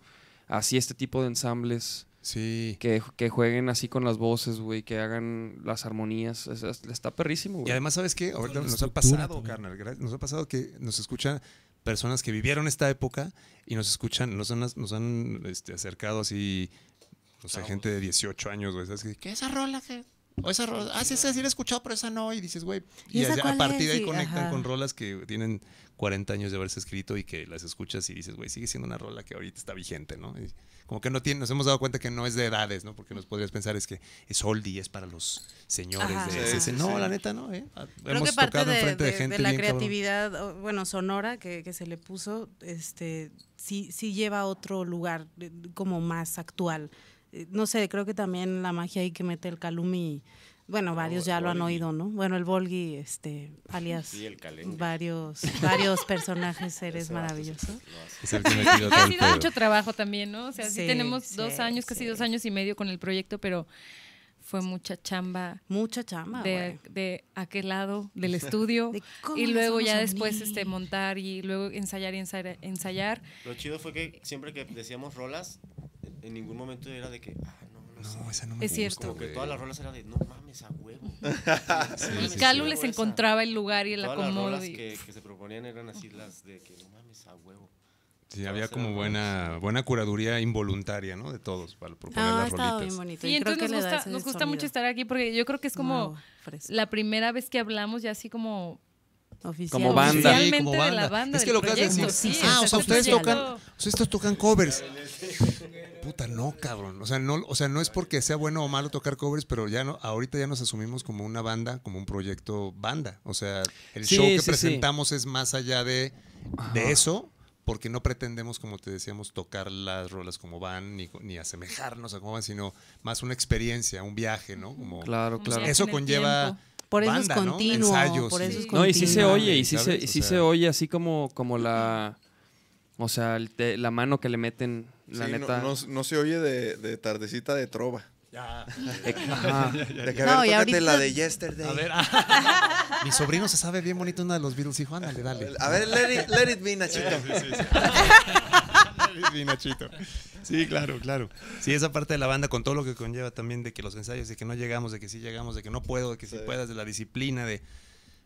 [SPEAKER 2] así este tipo de ensambles,
[SPEAKER 3] Sí.
[SPEAKER 2] que, que jueguen así con las voces, güey, que hagan las armonías. es- es- está perrísimo,
[SPEAKER 3] Y
[SPEAKER 2] güey.
[SPEAKER 3] además, ¿sabes qué? Ahorita
[SPEAKER 7] Con la
[SPEAKER 3] nos ha
[SPEAKER 7] estructura
[SPEAKER 3] pasado,
[SPEAKER 7] también.
[SPEAKER 3] carnal. gra- Nos ha pasado que nos escuchan personas que vivieron esta época y nos escuchan, nos han, nos han este, acercado así, no sé, gente de 18 años, güey. ¿Sabes qué? ¿Qué esa rola? que- O esa rola. Ah, sí, esa sí la he escuchado, pero esa no. Y dices, güey.
[SPEAKER 5] ¿Y
[SPEAKER 3] Y,
[SPEAKER 5] esa
[SPEAKER 3] ya-
[SPEAKER 5] cuál
[SPEAKER 3] a partir de
[SPEAKER 5] es?
[SPEAKER 3] ahí
[SPEAKER 5] Y-
[SPEAKER 3] conectan
[SPEAKER 5] ajá.
[SPEAKER 3] con rolas que tienen 40 años de haberse escrito y que las escuchas y dices, güey, sigue siendo una rola que ahorita está vigente, ¿no? Y como que no tiene, nos hemos dado cuenta que no es de edades, ¿no? Porque nos podrías pensar es que es oldie, es para los señores
[SPEAKER 5] Ajá.
[SPEAKER 3] de
[SPEAKER 6] Sí,
[SPEAKER 3] ese-
[SPEAKER 6] sí,
[SPEAKER 3] No,
[SPEAKER 6] sí.
[SPEAKER 3] la neta no, ¿eh? Ah,
[SPEAKER 5] Creo
[SPEAKER 3] Hemos
[SPEAKER 5] que parte
[SPEAKER 3] tocado
[SPEAKER 5] de,
[SPEAKER 3] enfrente de,
[SPEAKER 5] de-
[SPEAKER 3] gente
[SPEAKER 5] de la
[SPEAKER 3] bien cabrón.
[SPEAKER 5] creatividad, o- bueno, sonora que, que se le puso, este, sí, sí lleva a otro lugar eh, como más actual. Eh, No sé, creo que también la magia ahí que mete el Calumi, bueno, varios ya lo han oído, ¿no? Bueno, el Volgi, este, alias
[SPEAKER 8] Sí, el Calengue.
[SPEAKER 5] varios, varios
[SPEAKER 8] (laughs)
[SPEAKER 5] personajes, eres maravilloso.
[SPEAKER 3] Es el que me tiró todo
[SPEAKER 4] Ha
[SPEAKER 3] el
[SPEAKER 4] sido
[SPEAKER 3] pedo.
[SPEAKER 4] mucho trabajo también, ¿no? O sea, sí,
[SPEAKER 5] Sí,
[SPEAKER 4] tenemos
[SPEAKER 5] sí,
[SPEAKER 4] dos años, casi
[SPEAKER 5] sí.
[SPEAKER 4] dos años y medio con el proyecto, pero fue mucha chamba
[SPEAKER 5] Mucha chamba,
[SPEAKER 4] de,
[SPEAKER 5] güey.
[SPEAKER 4] de aquel lado del estudio.
[SPEAKER 5] (laughs) De cómo
[SPEAKER 4] y luego
[SPEAKER 5] nos
[SPEAKER 4] ya
[SPEAKER 5] vamos a
[SPEAKER 4] después
[SPEAKER 5] unir.
[SPEAKER 4] este montar y luego ensayar y ensayar, ensayar.
[SPEAKER 8] Lo chido fue que siempre que decíamos rolas, en ningún momento era de que, ah, no, no, sé.
[SPEAKER 3] No, esa no me
[SPEAKER 4] Es cierto.
[SPEAKER 3] gusta,
[SPEAKER 8] Como que
[SPEAKER 3] güey.
[SPEAKER 8] todas las rolas eran de, no mames, a
[SPEAKER 3] (laughs)
[SPEAKER 8] huevo.
[SPEAKER 4] y
[SPEAKER 3] sí,
[SPEAKER 4] Calu
[SPEAKER 3] sí.
[SPEAKER 8] Calu
[SPEAKER 4] les encontraba el lugar y el
[SPEAKER 8] Todas las
[SPEAKER 4] acomodo.
[SPEAKER 8] rolas
[SPEAKER 4] y-
[SPEAKER 8] que, que se proponían eran así las de que, no mames, a huevo.
[SPEAKER 3] Sí, había como buena, buena curaduría involuntaria, ¿no? De todos para proponer
[SPEAKER 5] No, ha
[SPEAKER 3] las
[SPEAKER 5] estado
[SPEAKER 3] rolitas.
[SPEAKER 5] bien bonito.
[SPEAKER 4] Sí,
[SPEAKER 5] y creo
[SPEAKER 4] entonces
[SPEAKER 5] que
[SPEAKER 4] nos
[SPEAKER 5] le da
[SPEAKER 4] gusta,
[SPEAKER 5] ese
[SPEAKER 4] nos gusta
[SPEAKER 5] sonido
[SPEAKER 4] mucho estar aquí porque yo creo que es como
[SPEAKER 5] nuevo, fresco,
[SPEAKER 4] la primera vez que hablamos ya así como
[SPEAKER 5] oficial.
[SPEAKER 2] como banda.
[SPEAKER 3] Sí,
[SPEAKER 4] oficialmente
[SPEAKER 3] como
[SPEAKER 4] de la banda
[SPEAKER 3] Es que
[SPEAKER 4] del
[SPEAKER 3] lo que hacen
[SPEAKER 4] proyecto,
[SPEAKER 3] es
[SPEAKER 4] sí,
[SPEAKER 3] ah, o sea,
[SPEAKER 4] exacto,
[SPEAKER 3] ustedes
[SPEAKER 4] sí.
[SPEAKER 3] tocan, o sea, ustedes tocan covers. Puta, no, cabrón. O sea, no, o sea, no es porque sea bueno o malo tocar covers, pero ya no, ahorita ya nos asumimos como una banda, como un proyecto banda. O sea, el
[SPEAKER 2] Sí,
[SPEAKER 3] show
[SPEAKER 2] sí,
[SPEAKER 3] que
[SPEAKER 2] sí.
[SPEAKER 3] presentamos es más allá de, de eso, porque no pretendemos, como te decíamos, tocar las rolas como van, ni, ni asemejarnos a cómo van, sino más una experiencia, un viaje, ¿no? Como,
[SPEAKER 2] Claro,
[SPEAKER 4] Un
[SPEAKER 2] claro.
[SPEAKER 4] viaje.
[SPEAKER 3] Eso
[SPEAKER 4] en el
[SPEAKER 3] conlleva.
[SPEAKER 4] tiempo.
[SPEAKER 5] Por eso es
[SPEAKER 3] banda, ¿no?
[SPEAKER 5] continuo,
[SPEAKER 3] Ensayos
[SPEAKER 5] por eso es
[SPEAKER 4] Sí.
[SPEAKER 2] No, y sí se
[SPEAKER 5] continuo.
[SPEAKER 2] oye, y sí,
[SPEAKER 3] ¿sabes?
[SPEAKER 2] se, y
[SPEAKER 3] O
[SPEAKER 2] sí
[SPEAKER 3] sea-
[SPEAKER 2] se oye así como, como la. O sea, el te- la mano que le meten, la
[SPEAKER 6] Sí, no-
[SPEAKER 2] neta.
[SPEAKER 6] No, no se oye de, de tardecita de trova.
[SPEAKER 2] Eh,
[SPEAKER 3] (laughs)
[SPEAKER 2] ajá.
[SPEAKER 6] De que, a
[SPEAKER 5] No,
[SPEAKER 6] ver,
[SPEAKER 5] y
[SPEAKER 6] tócate
[SPEAKER 5] ahorita-
[SPEAKER 6] la de Yesterday.
[SPEAKER 3] A
[SPEAKER 6] (laughs)
[SPEAKER 3] ver, ah. (laughs) mi sobrino se sabe bien bonito una de los Beatles, hijo, ándale, dale.
[SPEAKER 6] A ver, let it, let it be, Nachito. (laughs)
[SPEAKER 3] Sí, Nachito. Sí, claro, claro. Sí, esa parte de la banda con todo lo que conlleva también de que los ensayos, de que no llegamos, de que sí llegamos, de que no puedo, de que sí,
[SPEAKER 6] Sí.
[SPEAKER 3] puedas, de la disciplina, de...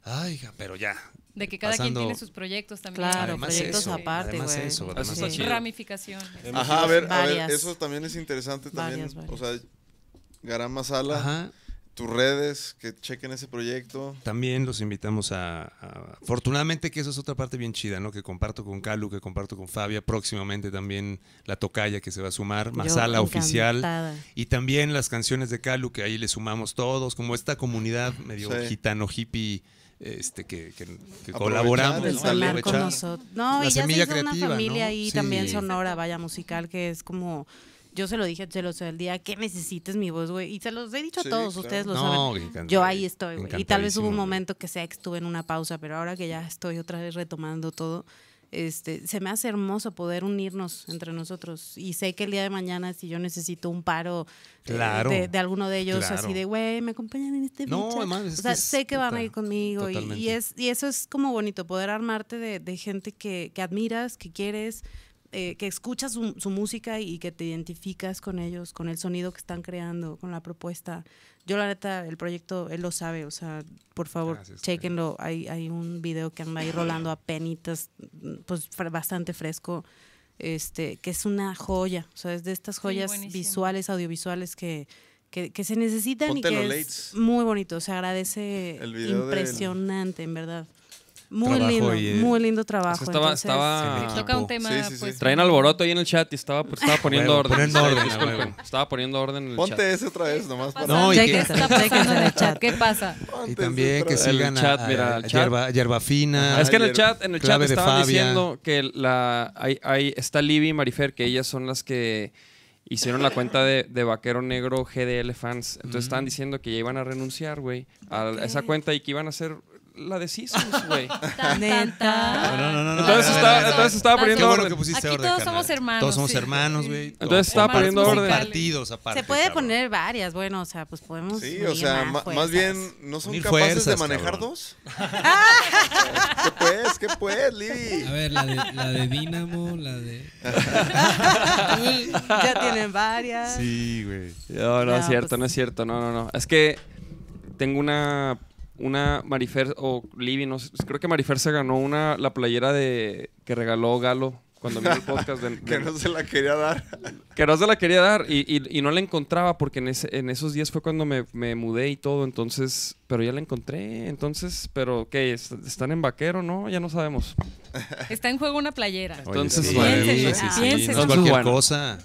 [SPEAKER 3] Ay, hija, pero ya.
[SPEAKER 4] De que cada
[SPEAKER 3] Pasando-
[SPEAKER 4] quien tiene sus proyectos también.
[SPEAKER 5] Claro,
[SPEAKER 3] Además
[SPEAKER 5] proyectos
[SPEAKER 3] eso,
[SPEAKER 5] aparte,
[SPEAKER 3] además
[SPEAKER 5] güey.
[SPEAKER 3] eso,
[SPEAKER 2] además
[SPEAKER 5] Sí.
[SPEAKER 2] eso.
[SPEAKER 4] Ramificaciones.
[SPEAKER 6] Ajá, a ver, a ver,
[SPEAKER 5] Varias.
[SPEAKER 6] eso también es interesante también.
[SPEAKER 5] Varias, varias.
[SPEAKER 6] O sea, Garama Sala,
[SPEAKER 3] Ajá.
[SPEAKER 6] tus redes, que chequen ese proyecto.
[SPEAKER 3] También los invitamos a, a- Afortunadamente que eso es otra parte bien chida, ¿no? Que comparto con Calu, que comparto con Fabia, próximamente también la tocaya que se va a sumar,
[SPEAKER 5] Yo
[SPEAKER 3] Masala oficial.
[SPEAKER 5] encantada.
[SPEAKER 3] Y también las canciones de Calu, que ahí le sumamos todos, como esta comunidad medio
[SPEAKER 6] Sí.
[SPEAKER 3] gitano hippie este, que, que- que
[SPEAKER 6] Aprovechar
[SPEAKER 3] colaboramos.
[SPEAKER 6] el
[SPEAKER 5] Pues
[SPEAKER 3] ¿no?
[SPEAKER 5] sonar
[SPEAKER 6] talento.
[SPEAKER 5] con
[SPEAKER 3] Aprovechar.
[SPEAKER 5] nosotros. No,
[SPEAKER 3] La
[SPEAKER 5] y ya se
[SPEAKER 3] semilla
[SPEAKER 5] hizo una
[SPEAKER 3] creativa,
[SPEAKER 5] familia
[SPEAKER 3] ¿no?
[SPEAKER 5] ahí
[SPEAKER 3] Sí.
[SPEAKER 5] también sonora, vaya musical, que es como. Yo se lo dije a Chelos el día que necesites mi voz, güey. Y se los he dicho a
[SPEAKER 6] Sí,
[SPEAKER 5] todos,
[SPEAKER 6] claro.
[SPEAKER 5] ustedes lo
[SPEAKER 3] No,
[SPEAKER 5] saben.
[SPEAKER 3] encantado-
[SPEAKER 5] Yo ahí estoy, güey. Y tal vez hubo un
[SPEAKER 3] encantadísimo, güey.
[SPEAKER 5] momento que sea que estuve en una pausa, pero ahora que ya estoy otra vez retomando todo, este, se me hace hermoso poder unirnos entre nosotros. Y sé que el día de mañana, si yo necesito un paro eh,
[SPEAKER 3] Claro.
[SPEAKER 5] de, de alguno de ellos,
[SPEAKER 3] Claro.
[SPEAKER 5] así de, güey, me acompañan en este
[SPEAKER 3] No,
[SPEAKER 5] fecha?"
[SPEAKER 3] además, es
[SPEAKER 5] O sea,
[SPEAKER 3] que es-
[SPEAKER 5] sé que van a
[SPEAKER 3] puta,
[SPEAKER 5] ir conmigo. y- Y,
[SPEAKER 3] totalmente.
[SPEAKER 5] es, y eso es como bonito, poder armarte de, de gente que, que admiras, que quieres. eh, que escuchas su, su música y que te identificas con ellos, con el sonido que están creando, con la propuesta. Yo la neta, el proyecto, él lo sabe, o sea, por favor,
[SPEAKER 3] Gracias,
[SPEAKER 5] chequenlo. Hay, hay un video que anda ahí rolando a penitas, pues fre- bastante fresco, este, que es una joya, o sea, es de estas joyas
[SPEAKER 4] buenísimo.
[SPEAKER 5] visuales, audiovisuales que, que, que se necesitan
[SPEAKER 6] Ponte
[SPEAKER 5] y
[SPEAKER 6] los
[SPEAKER 5] que
[SPEAKER 6] lights.
[SPEAKER 5] es muy bonito, se agradece,
[SPEAKER 6] El video del-
[SPEAKER 5] impresionante, en verdad. Muy
[SPEAKER 3] Trabajo
[SPEAKER 5] lindo,
[SPEAKER 3] y, eh,
[SPEAKER 5] muy lindo trabajo.
[SPEAKER 2] O sea, estaba,
[SPEAKER 5] entonces-
[SPEAKER 2] estaba-
[SPEAKER 3] sí,
[SPEAKER 4] Toca un tema,
[SPEAKER 6] Sí, sí, sí.
[SPEAKER 4] pues...
[SPEAKER 2] Traen alboroto ahí en el chat y estaba, pues, estaba poniendo
[SPEAKER 3] Huevo,
[SPEAKER 2] orden. (laughs)
[SPEAKER 3] poniendo
[SPEAKER 2] Sí,
[SPEAKER 3] orden,
[SPEAKER 2] disculpen,
[SPEAKER 3] huevo.
[SPEAKER 2] estaba poniendo orden en el
[SPEAKER 6] Ponte
[SPEAKER 2] chat.
[SPEAKER 6] ese otra vez nomás para.
[SPEAKER 3] No, y
[SPEAKER 4] ¿Qué
[SPEAKER 3] que-
[SPEAKER 4] está pasando en el chat? ¿Qué pasa?
[SPEAKER 6] Ponte
[SPEAKER 3] Y
[SPEAKER 6] ese
[SPEAKER 3] también
[SPEAKER 6] otra
[SPEAKER 3] que
[SPEAKER 6] vez.
[SPEAKER 2] El
[SPEAKER 3] sigan a-
[SPEAKER 2] chat,
[SPEAKER 3] a,
[SPEAKER 2] mira, el
[SPEAKER 3] a
[SPEAKER 2] chat.
[SPEAKER 3] hierba, Hierba fina.
[SPEAKER 2] es que en el
[SPEAKER 6] ayer,
[SPEAKER 2] chat, en el chat
[SPEAKER 3] clave de
[SPEAKER 2] estaban
[SPEAKER 3] Fabia.
[SPEAKER 2] diciendo que la hay, hay- está Libby y Marifer, que ellas son las que hicieron la cuenta de, de Vaquero Negro GDL Fans. Entonces estaban diciendo que ya iban a renunciar, güey, a esa cuenta y que iban a hacer la de Seasons, güey.
[SPEAKER 4] (laughs) Tan, tan, tan.
[SPEAKER 3] No, no, no, no,
[SPEAKER 2] Entonces
[SPEAKER 3] no, no,
[SPEAKER 2] estaba-
[SPEAKER 3] no, no.
[SPEAKER 2] entonces estaba
[SPEAKER 3] Ah, Qué
[SPEAKER 2] poniendo
[SPEAKER 3] bueno
[SPEAKER 2] orden.
[SPEAKER 3] que pusiste
[SPEAKER 4] Aquí
[SPEAKER 3] orden,
[SPEAKER 4] todos
[SPEAKER 3] carnal.
[SPEAKER 4] somos hermanos,
[SPEAKER 3] Todos somos
[SPEAKER 4] sí.
[SPEAKER 3] hermanos, güey.
[SPEAKER 2] Entonces estaba
[SPEAKER 3] Compart-
[SPEAKER 2] poniendo orden.
[SPEAKER 3] Compartidos aparte.
[SPEAKER 5] Se puede
[SPEAKER 3] cabrón.
[SPEAKER 5] poner varias, bueno, o sea, pues podemos.
[SPEAKER 6] Sí,
[SPEAKER 5] unir
[SPEAKER 6] o sea, ma- más,
[SPEAKER 5] fuerzas.
[SPEAKER 6] bien, ¿no son
[SPEAKER 3] Unir
[SPEAKER 6] capaces de
[SPEAKER 3] fuerzas,
[SPEAKER 6] manejar
[SPEAKER 3] cabrón.
[SPEAKER 6] dos? ¿Qué pues? ¿Qué pues, Libby?
[SPEAKER 7] A ver, la de, la de Dynamo, la de.
[SPEAKER 5] (laughs) Ya tienen varias.
[SPEAKER 3] Sí, güey.
[SPEAKER 2] No, no
[SPEAKER 5] No,
[SPEAKER 2] es cierto,
[SPEAKER 5] pues-
[SPEAKER 2] no es cierto, no, no, no. Es que tengo una, una Marifer o Libby, no sé, creo que Marifer se ganó una, la playera de que regaló Galo cuando vino
[SPEAKER 3] (laughs)
[SPEAKER 2] el podcast. de-
[SPEAKER 6] (laughs) Que
[SPEAKER 2] de-
[SPEAKER 6] no se la quería dar.
[SPEAKER 2] que no se la quería dar y, y- y no la encontraba porque en, ese- en esos días fue cuando me, me mudé y todo, entonces, pero ya la encontré, entonces, pero ¿qué? ¿Est- ¿Están en vaquero, no? Ya no sabemos.
[SPEAKER 4] Está en juego una playera.
[SPEAKER 2] Entonces,
[SPEAKER 3] sí,
[SPEAKER 2] bueno.
[SPEAKER 3] sí,
[SPEAKER 4] Piénsenlo,
[SPEAKER 3] sí, sí,
[SPEAKER 4] piénsenlo.
[SPEAKER 3] No es cualquier
[SPEAKER 2] Bueno.
[SPEAKER 3] cosa.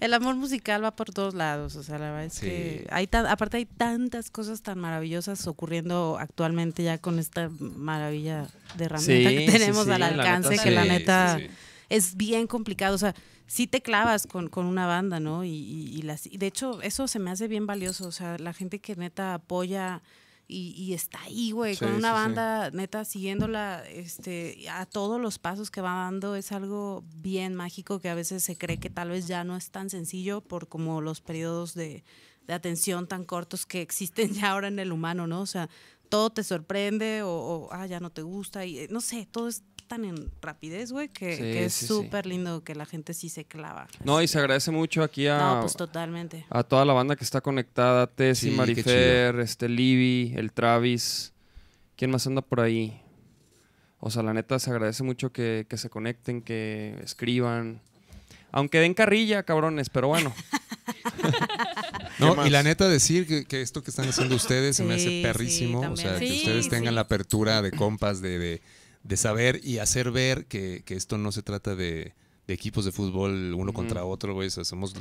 [SPEAKER 5] El amor musical va por todos lados, o sea, la verdad es
[SPEAKER 3] Sí.
[SPEAKER 5] que hay tan- aparte hay tantas cosas tan maravillosas ocurriendo actualmente ya con esta maravilla de herramienta
[SPEAKER 2] Sí,
[SPEAKER 5] que tenemos
[SPEAKER 2] sí, sí,
[SPEAKER 5] al
[SPEAKER 2] la
[SPEAKER 5] alcance,
[SPEAKER 2] neta
[SPEAKER 5] que la
[SPEAKER 2] sí,
[SPEAKER 5] neta
[SPEAKER 3] sí, sí.
[SPEAKER 5] es bien complicado, o sea, sí te clavas con, con una banda, ¿no? Y, y- y las, y de hecho, eso se me hace bien valioso, o sea, la gente que neta apoya y, y está ahí, güey,
[SPEAKER 6] Sí,
[SPEAKER 5] con una
[SPEAKER 6] sí, sí.
[SPEAKER 5] banda neta siguiéndola este, a todos los pasos que va dando, es algo bien mágico que a veces se cree que tal vez ya no es tan sencillo por como los periodos de, de atención tan cortos que existen (laughs) ya ahora en el humano, ¿no? O sea, todo te sorprende o, o, ah, ya no te gusta y eh, no sé, todo es tan en rapidez, güey, que,
[SPEAKER 2] Sí,
[SPEAKER 5] que es
[SPEAKER 2] sí, sí.
[SPEAKER 5] súper lindo que la gente sí se clava.
[SPEAKER 2] No, y se agradece mucho aquí a...
[SPEAKER 5] No, pues totalmente.
[SPEAKER 2] A toda la banda que está conectada, Tessy,
[SPEAKER 3] Sí, qué
[SPEAKER 2] Marifer, este Libby, el Travis. ¿Quién más anda por ahí? O sea, la neta se agradece mucho que, que se conecten, que escriban. Aunque den carrilla, cabrones, pero
[SPEAKER 6] (laughs)
[SPEAKER 2] bueno.
[SPEAKER 6] ¿Qué
[SPEAKER 3] (laughs) No,
[SPEAKER 6] más?
[SPEAKER 3] y la neta decir que, que esto que están haciendo ustedes se me
[SPEAKER 5] Sí,
[SPEAKER 3] hace perrísimo.
[SPEAKER 5] sí,
[SPEAKER 3] o sea,
[SPEAKER 4] también.
[SPEAKER 3] que
[SPEAKER 4] Sí,
[SPEAKER 3] ustedes
[SPEAKER 4] sí.
[SPEAKER 3] tengan la apertura de compas, de, de- de saber y hacer ver que, que esto no se trata de, de equipos de fútbol uno contra otro, güey. O sea, somos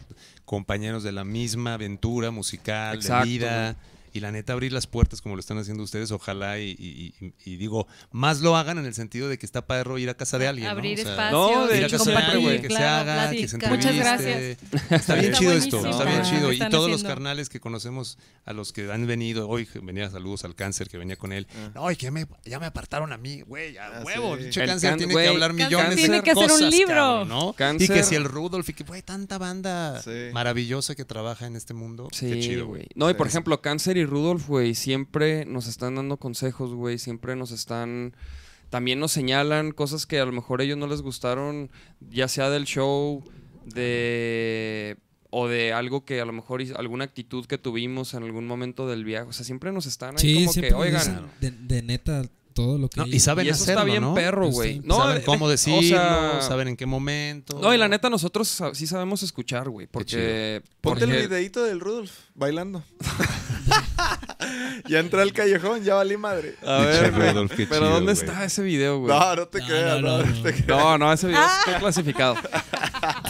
[SPEAKER 3] compañeros de la misma aventura musical,
[SPEAKER 2] Exacto,
[SPEAKER 3] de vida. Y la neta, abrir las puertas como lo están haciendo ustedes, ojalá y, y- y- y digo, más lo hagan en el sentido de que está perro ir a casa de alguien. ¿no?
[SPEAKER 4] Abrir
[SPEAKER 3] O sea,
[SPEAKER 4] espacios,
[SPEAKER 2] no, de
[SPEAKER 3] ir a
[SPEAKER 2] hecho,
[SPEAKER 3] casa de
[SPEAKER 2] siempre,
[SPEAKER 3] alguien,
[SPEAKER 2] güey.
[SPEAKER 3] que se
[SPEAKER 4] claro,
[SPEAKER 3] haga, que se
[SPEAKER 4] platicar.
[SPEAKER 3] entreviste.
[SPEAKER 4] Muchas gracias.
[SPEAKER 3] Está bien
[SPEAKER 4] Está
[SPEAKER 3] chido esto,
[SPEAKER 4] buenísimo
[SPEAKER 3] está bien
[SPEAKER 4] lo
[SPEAKER 3] chido.
[SPEAKER 4] que
[SPEAKER 3] Y
[SPEAKER 4] están
[SPEAKER 3] todos los
[SPEAKER 4] haciendo.
[SPEAKER 3] carnales que conocemos, a los que han venido, hoy venía saludos al cáncer que venía con él. No, y que ya me, ya me apartaron a mí, güey, a
[SPEAKER 6] Ah,
[SPEAKER 3] huevo.
[SPEAKER 6] sí.
[SPEAKER 3] Dicho
[SPEAKER 2] Ah. El
[SPEAKER 3] cáncer
[SPEAKER 2] can-
[SPEAKER 3] tiene
[SPEAKER 2] güey,
[SPEAKER 3] que hablar
[SPEAKER 2] Cáncer
[SPEAKER 3] millones de
[SPEAKER 2] tiene
[SPEAKER 4] que hacer un
[SPEAKER 3] cosas,
[SPEAKER 4] libro.
[SPEAKER 3] cabrón, ¿no?
[SPEAKER 2] Cáncer.
[SPEAKER 3] Y que si el Rudolf, y que, güey, tanta banda
[SPEAKER 6] Sí.
[SPEAKER 3] maravillosa que trabaja en este mundo. Qué
[SPEAKER 2] Sí,
[SPEAKER 3] chido,
[SPEAKER 2] güey.
[SPEAKER 3] güey.
[SPEAKER 2] No, y
[SPEAKER 6] Sí.
[SPEAKER 2] por ejemplo, Cáncer y Rudolf, güey, siempre nos están dando consejos, güey. Siempre nos están. También nos señalan cosas que a lo mejor a ellos no les gustaron, ya sea del show, de. o de algo que a lo mejor hiz- alguna actitud que tuvimos en algún momento del viaje. O sea, siempre nos están ahí
[SPEAKER 7] Sí,
[SPEAKER 2] como
[SPEAKER 7] siempre
[SPEAKER 2] que,
[SPEAKER 7] me dicen
[SPEAKER 2] oigan.
[SPEAKER 7] De, de neta, todo lo que.
[SPEAKER 3] No, y
[SPEAKER 7] yo-
[SPEAKER 3] saben
[SPEAKER 2] Y eso está
[SPEAKER 3] hacerlo,
[SPEAKER 2] bien
[SPEAKER 3] ¿no? Este,
[SPEAKER 2] perro,
[SPEAKER 7] Pues
[SPEAKER 2] güey.
[SPEAKER 7] sí.
[SPEAKER 2] No, eh,
[SPEAKER 3] saben cómo
[SPEAKER 2] o
[SPEAKER 3] decirlo,
[SPEAKER 2] sea,
[SPEAKER 3] saben en qué momento.
[SPEAKER 2] No, y la neta, nosotros sa- sí sabemos escuchar, güey. Porque.
[SPEAKER 6] Ponte el
[SPEAKER 2] porque-
[SPEAKER 6] videito del Rudolf bailando. (laughs) ya entré al callejón, ya valí madre. A ver, güey.
[SPEAKER 3] Rudolf, qué
[SPEAKER 6] Pero
[SPEAKER 3] chido,
[SPEAKER 6] ¿dónde
[SPEAKER 3] güey.
[SPEAKER 6] está?
[SPEAKER 2] está ese video, güey?
[SPEAKER 6] No, no te
[SPEAKER 7] No,
[SPEAKER 6] creas,
[SPEAKER 7] no,
[SPEAKER 6] no, este,
[SPEAKER 7] no,
[SPEAKER 6] no te
[SPEAKER 2] No, no, ese video está clasificado.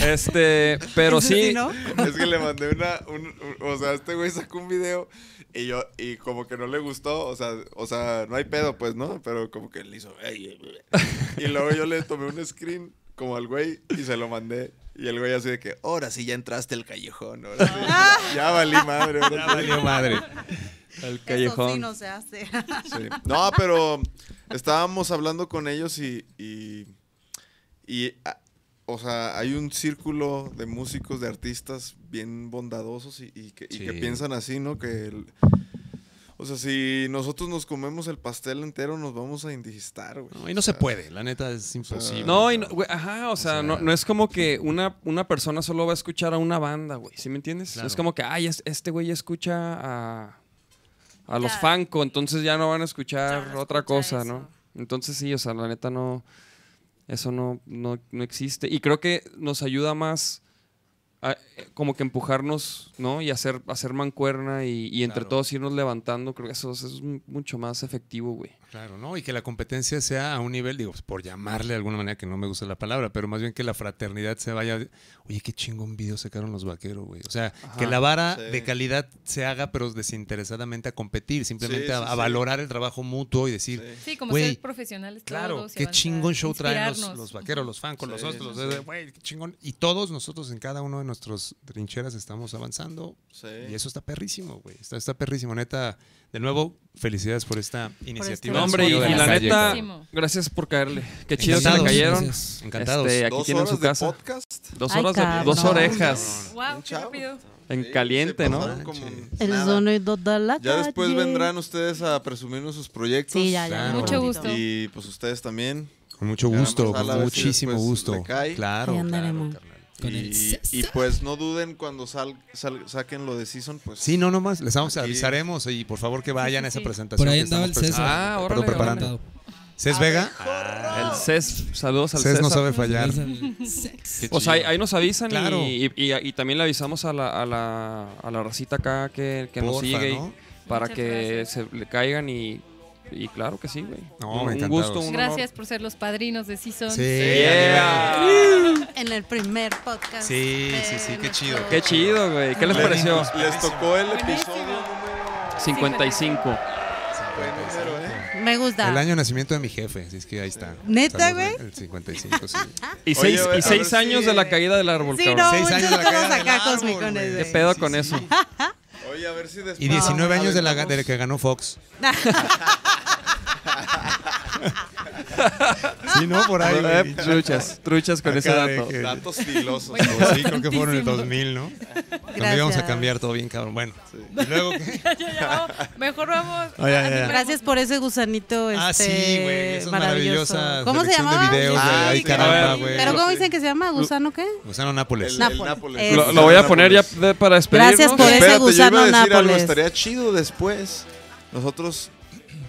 [SPEAKER 2] Este, pero
[SPEAKER 5] ¿Ese sí,
[SPEAKER 2] sí.
[SPEAKER 5] no?
[SPEAKER 6] creas. Es que le mandé una. un- un- o sea, este güey sacó un video y yo. Y como que no le gustó. O sea, o sea no hay pedo, pues, ¿no? Pero como que le hizo. "Ey, eh, eh". Y luego yo le tomé un screen como al güey y se lo mandé. Y el güey así de que, ahora sí ya entraste al callejón. Ahora
[SPEAKER 5] (laughs)
[SPEAKER 6] sí. ya valí madre. ahora sí".
[SPEAKER 3] Valió madre.
[SPEAKER 2] El
[SPEAKER 5] Eso sí no se hace.
[SPEAKER 6] Sí. No, pero estábamos hablando con ellos y. y, y, ah, o sea, hay un círculo de músicos, de artistas bien bondadosos y, y que, y que
[SPEAKER 3] Sí.
[SPEAKER 6] piensan así, ¿no? Que. el- O sea, si nosotros nos comemos el pastel entero, nos vamos a indigestar, güey.
[SPEAKER 3] No, y no se puede, la neta es imposible.
[SPEAKER 2] No, y no- güey, ajá, o sea, no, no es como que una, una persona solo va a escuchar a una banda, güey, ¿sí me entiendes? No es como que, ay, es- este güey escucha a, a los
[SPEAKER 5] Ya.
[SPEAKER 2] Fanco, entonces ya no van a escuchar
[SPEAKER 5] Ya no
[SPEAKER 2] otra
[SPEAKER 5] escucha
[SPEAKER 2] cosa,
[SPEAKER 5] eso.
[SPEAKER 2] ¿no? Entonces sí, o sea, la neta no, eso no, no, no existe. Y creo que nos ayuda más a, eh, como que empujarnos, ¿no? Y hacer, hacer mancuerna y, y entre
[SPEAKER 3] Claro.
[SPEAKER 2] todos irnos levantando, creo que eso, eso es mucho más efectivo, güey.
[SPEAKER 3] Claro, ¿no? Y que la competencia sea a un nivel, digo, pues, por llamarle de alguna manera que no me gusta la palabra, pero más bien que la fraternidad se vaya. de, Oye, qué chingón video sacaron los vaqueros, güey. O sea, que la vara
[SPEAKER 6] sí.
[SPEAKER 3] de calidad se haga, pero desinteresadamente a competir, simplemente
[SPEAKER 6] Sí,
[SPEAKER 3] a,
[SPEAKER 6] sí,
[SPEAKER 3] a
[SPEAKER 6] sí.
[SPEAKER 3] valorar el trabajo mutuo y decir,
[SPEAKER 4] Sí, como
[SPEAKER 3] Güey,
[SPEAKER 4] ser profesionales
[SPEAKER 3] Claro,
[SPEAKER 4] todos. y
[SPEAKER 3] qué
[SPEAKER 4] avanzar,
[SPEAKER 3] chingón show traen los,
[SPEAKER 4] inspirarnos.
[SPEAKER 3] los vaqueros, los fancos, los
[SPEAKER 6] Sí,
[SPEAKER 3] otros,
[SPEAKER 6] sí,
[SPEAKER 3] los-
[SPEAKER 6] sí.
[SPEAKER 3] güey, qué chingón. Y todos nosotros en cada uno de nuestros trincheras estamos avanzando.
[SPEAKER 6] Sí.
[SPEAKER 3] Y eso está perrísimo, güey. Está, está perrísimo, neta. De nuevo, felicidades por esta iniciativa.
[SPEAKER 2] No, este hombre, y,
[SPEAKER 3] Apoyo de
[SPEAKER 2] y la
[SPEAKER 3] calle,
[SPEAKER 2] neta,
[SPEAKER 3] cabrón.
[SPEAKER 4] cabrón.
[SPEAKER 2] gracias por caerle. Qué chido que le
[SPEAKER 3] Encantados,
[SPEAKER 2] cayeron.
[SPEAKER 10] gracias.
[SPEAKER 3] Encantados.
[SPEAKER 2] Este, aquí
[SPEAKER 6] Dos
[SPEAKER 2] tienen
[SPEAKER 6] horas
[SPEAKER 2] su
[SPEAKER 6] de
[SPEAKER 2] casa.
[SPEAKER 6] podcast.
[SPEAKER 2] Dos
[SPEAKER 5] Ay,
[SPEAKER 2] horas, de-
[SPEAKER 5] cabrón.
[SPEAKER 2] dos
[SPEAKER 5] No,
[SPEAKER 2] orejas.
[SPEAKER 4] Wow, qué
[SPEAKER 6] Chavo.
[SPEAKER 4] rápido.
[SPEAKER 2] en
[SPEAKER 6] Sí, se
[SPEAKER 2] caliente, ¿no?
[SPEAKER 6] pasaron como
[SPEAKER 3] Manches.
[SPEAKER 5] El
[SPEAKER 6] nada.
[SPEAKER 5] dono y toda la
[SPEAKER 6] Ya después
[SPEAKER 5] calle.
[SPEAKER 6] vendrán ustedes a presumirnos sus proyectos.
[SPEAKER 5] Sí, ya, ya.
[SPEAKER 3] Claro.
[SPEAKER 4] Mucho gusto.
[SPEAKER 6] Y pues ustedes también.
[SPEAKER 3] Con mucho
[SPEAKER 6] Ya
[SPEAKER 3] gusto,
[SPEAKER 6] vamos a la
[SPEAKER 3] con
[SPEAKER 6] vez y
[SPEAKER 3] muchísimo
[SPEAKER 6] después
[SPEAKER 3] gusto.
[SPEAKER 6] le cae.
[SPEAKER 3] Claro,
[SPEAKER 5] Ahí
[SPEAKER 3] claro,
[SPEAKER 5] andaremos.
[SPEAKER 3] carnal.
[SPEAKER 10] Con el
[SPEAKER 6] Y, y, pues no duden cuando sal, sal- saquen lo de Season, pues.
[SPEAKER 3] Sí, no, nomás les vamos, ¿eh?
[SPEAKER 6] Aquí.
[SPEAKER 3] avisaremos y por favor que vayan a esa
[SPEAKER 4] sí.
[SPEAKER 3] presentación.
[SPEAKER 10] Por ahí
[SPEAKER 3] que
[SPEAKER 10] andaba el
[SPEAKER 3] estamos
[SPEAKER 10] César.
[SPEAKER 2] Ah,
[SPEAKER 3] pero
[SPEAKER 2] órale,
[SPEAKER 3] preparando.
[SPEAKER 10] Encantado.
[SPEAKER 3] ¿Cés Vega?
[SPEAKER 2] El CES, saludos al
[SPEAKER 3] Cés
[SPEAKER 2] CES.
[SPEAKER 3] no sabe fallar.
[SPEAKER 10] Sex.
[SPEAKER 2] O sea, Pues ahí, ahí nos avisan y-
[SPEAKER 3] Claro.
[SPEAKER 2] y, y- y también le avisamos a la, a la, a la racita acá que, que nos
[SPEAKER 3] Porfa,
[SPEAKER 2] sigue y-
[SPEAKER 3] ¿no?
[SPEAKER 2] para
[SPEAKER 4] Muchas
[SPEAKER 2] que
[SPEAKER 4] gracias.
[SPEAKER 2] se le caigan y, y claro que sí, güey.
[SPEAKER 3] No,
[SPEAKER 2] un, un
[SPEAKER 3] encantados.
[SPEAKER 2] gusto, un honor.
[SPEAKER 4] Gracias por ser los padrinos de Season.
[SPEAKER 2] Yeah.
[SPEAKER 5] En el primer podcast.
[SPEAKER 3] Sí,
[SPEAKER 5] de
[SPEAKER 3] sí, sí, qué chido.
[SPEAKER 5] nuestro-
[SPEAKER 2] Qué chido, güey. ¿Qué les pareció?
[SPEAKER 6] Les tocó el
[SPEAKER 4] Buenísimo.
[SPEAKER 6] episodio.
[SPEAKER 2] 55.
[SPEAKER 6] Buen número, ¿eh?
[SPEAKER 5] Me gusta.
[SPEAKER 3] El año de nacimiento de mi jefe, así es que ahí está.
[SPEAKER 5] ¿Neta,
[SPEAKER 3] Saludos,
[SPEAKER 5] güey?
[SPEAKER 3] El 55, sí.
[SPEAKER 2] Y
[SPEAKER 6] Oye,
[SPEAKER 2] seis,
[SPEAKER 6] a ver,
[SPEAKER 2] y seis
[SPEAKER 6] a ver
[SPEAKER 2] años
[SPEAKER 6] si-
[SPEAKER 2] de la caída del árbol,
[SPEAKER 5] Sí, no,
[SPEAKER 2] cabrón.
[SPEAKER 3] Seis años
[SPEAKER 5] muchos
[SPEAKER 3] de la
[SPEAKER 5] estamos
[SPEAKER 3] caída del
[SPEAKER 5] acá
[SPEAKER 3] árbol,
[SPEAKER 5] cosmicones.
[SPEAKER 3] güey.
[SPEAKER 2] ¿Qué
[SPEAKER 5] güey.
[SPEAKER 2] pedo
[SPEAKER 3] Sí,
[SPEAKER 2] con
[SPEAKER 3] sí.
[SPEAKER 2] eso?
[SPEAKER 6] (laughs) Oye, a ver si después.
[SPEAKER 3] Y 19 años de la,
[SPEAKER 6] aventamos-
[SPEAKER 3] del que
[SPEAKER 4] (laughs)
[SPEAKER 3] ganó Fox. sí, ¿no? Por ahí.
[SPEAKER 2] Eh,
[SPEAKER 3] güey.
[SPEAKER 2] Truchas, truchas con
[SPEAKER 3] Acá
[SPEAKER 2] ese
[SPEAKER 3] de
[SPEAKER 2] dato.
[SPEAKER 3] que-
[SPEAKER 6] Datos filosos.
[SPEAKER 3] Pues sí, creo que fueron en el 2000, ¿no? Cuando íbamos a
[SPEAKER 5] Gracias.
[SPEAKER 3] cambiar todo bien, cabrón. Bueno, ¿y luego qué?
[SPEAKER 4] (laughs) Ya, ya, ya, vamos. Mejor vamos.
[SPEAKER 3] Ah, ya, ya, ya.
[SPEAKER 5] Gracias por ese gusanito este,
[SPEAKER 3] Ah, sí, güey, esa es
[SPEAKER 5] maravilloso.
[SPEAKER 3] maravillosa
[SPEAKER 5] ¿Cómo se
[SPEAKER 3] selección de
[SPEAKER 5] llamaba?
[SPEAKER 3] videos de-
[SPEAKER 5] Sí,
[SPEAKER 3] ay,
[SPEAKER 5] sí,
[SPEAKER 3] caramba,
[SPEAKER 5] sí.
[SPEAKER 3] güey.
[SPEAKER 5] Pero ¿cómo dicen que se llama? ¿Gusano qué?
[SPEAKER 3] Gusano Nápoles.
[SPEAKER 6] El- el
[SPEAKER 5] Nápoles.
[SPEAKER 6] Nápoles.
[SPEAKER 2] Lo, lo voy a poner
[SPEAKER 6] pues.
[SPEAKER 2] ya de- para despedirnos.
[SPEAKER 5] Gracias por eso.
[SPEAKER 6] Espérate, yo iba a
[SPEAKER 5] gusano
[SPEAKER 6] decir algo,
[SPEAKER 5] Nápoles.
[SPEAKER 6] estaría chido después. Nosotros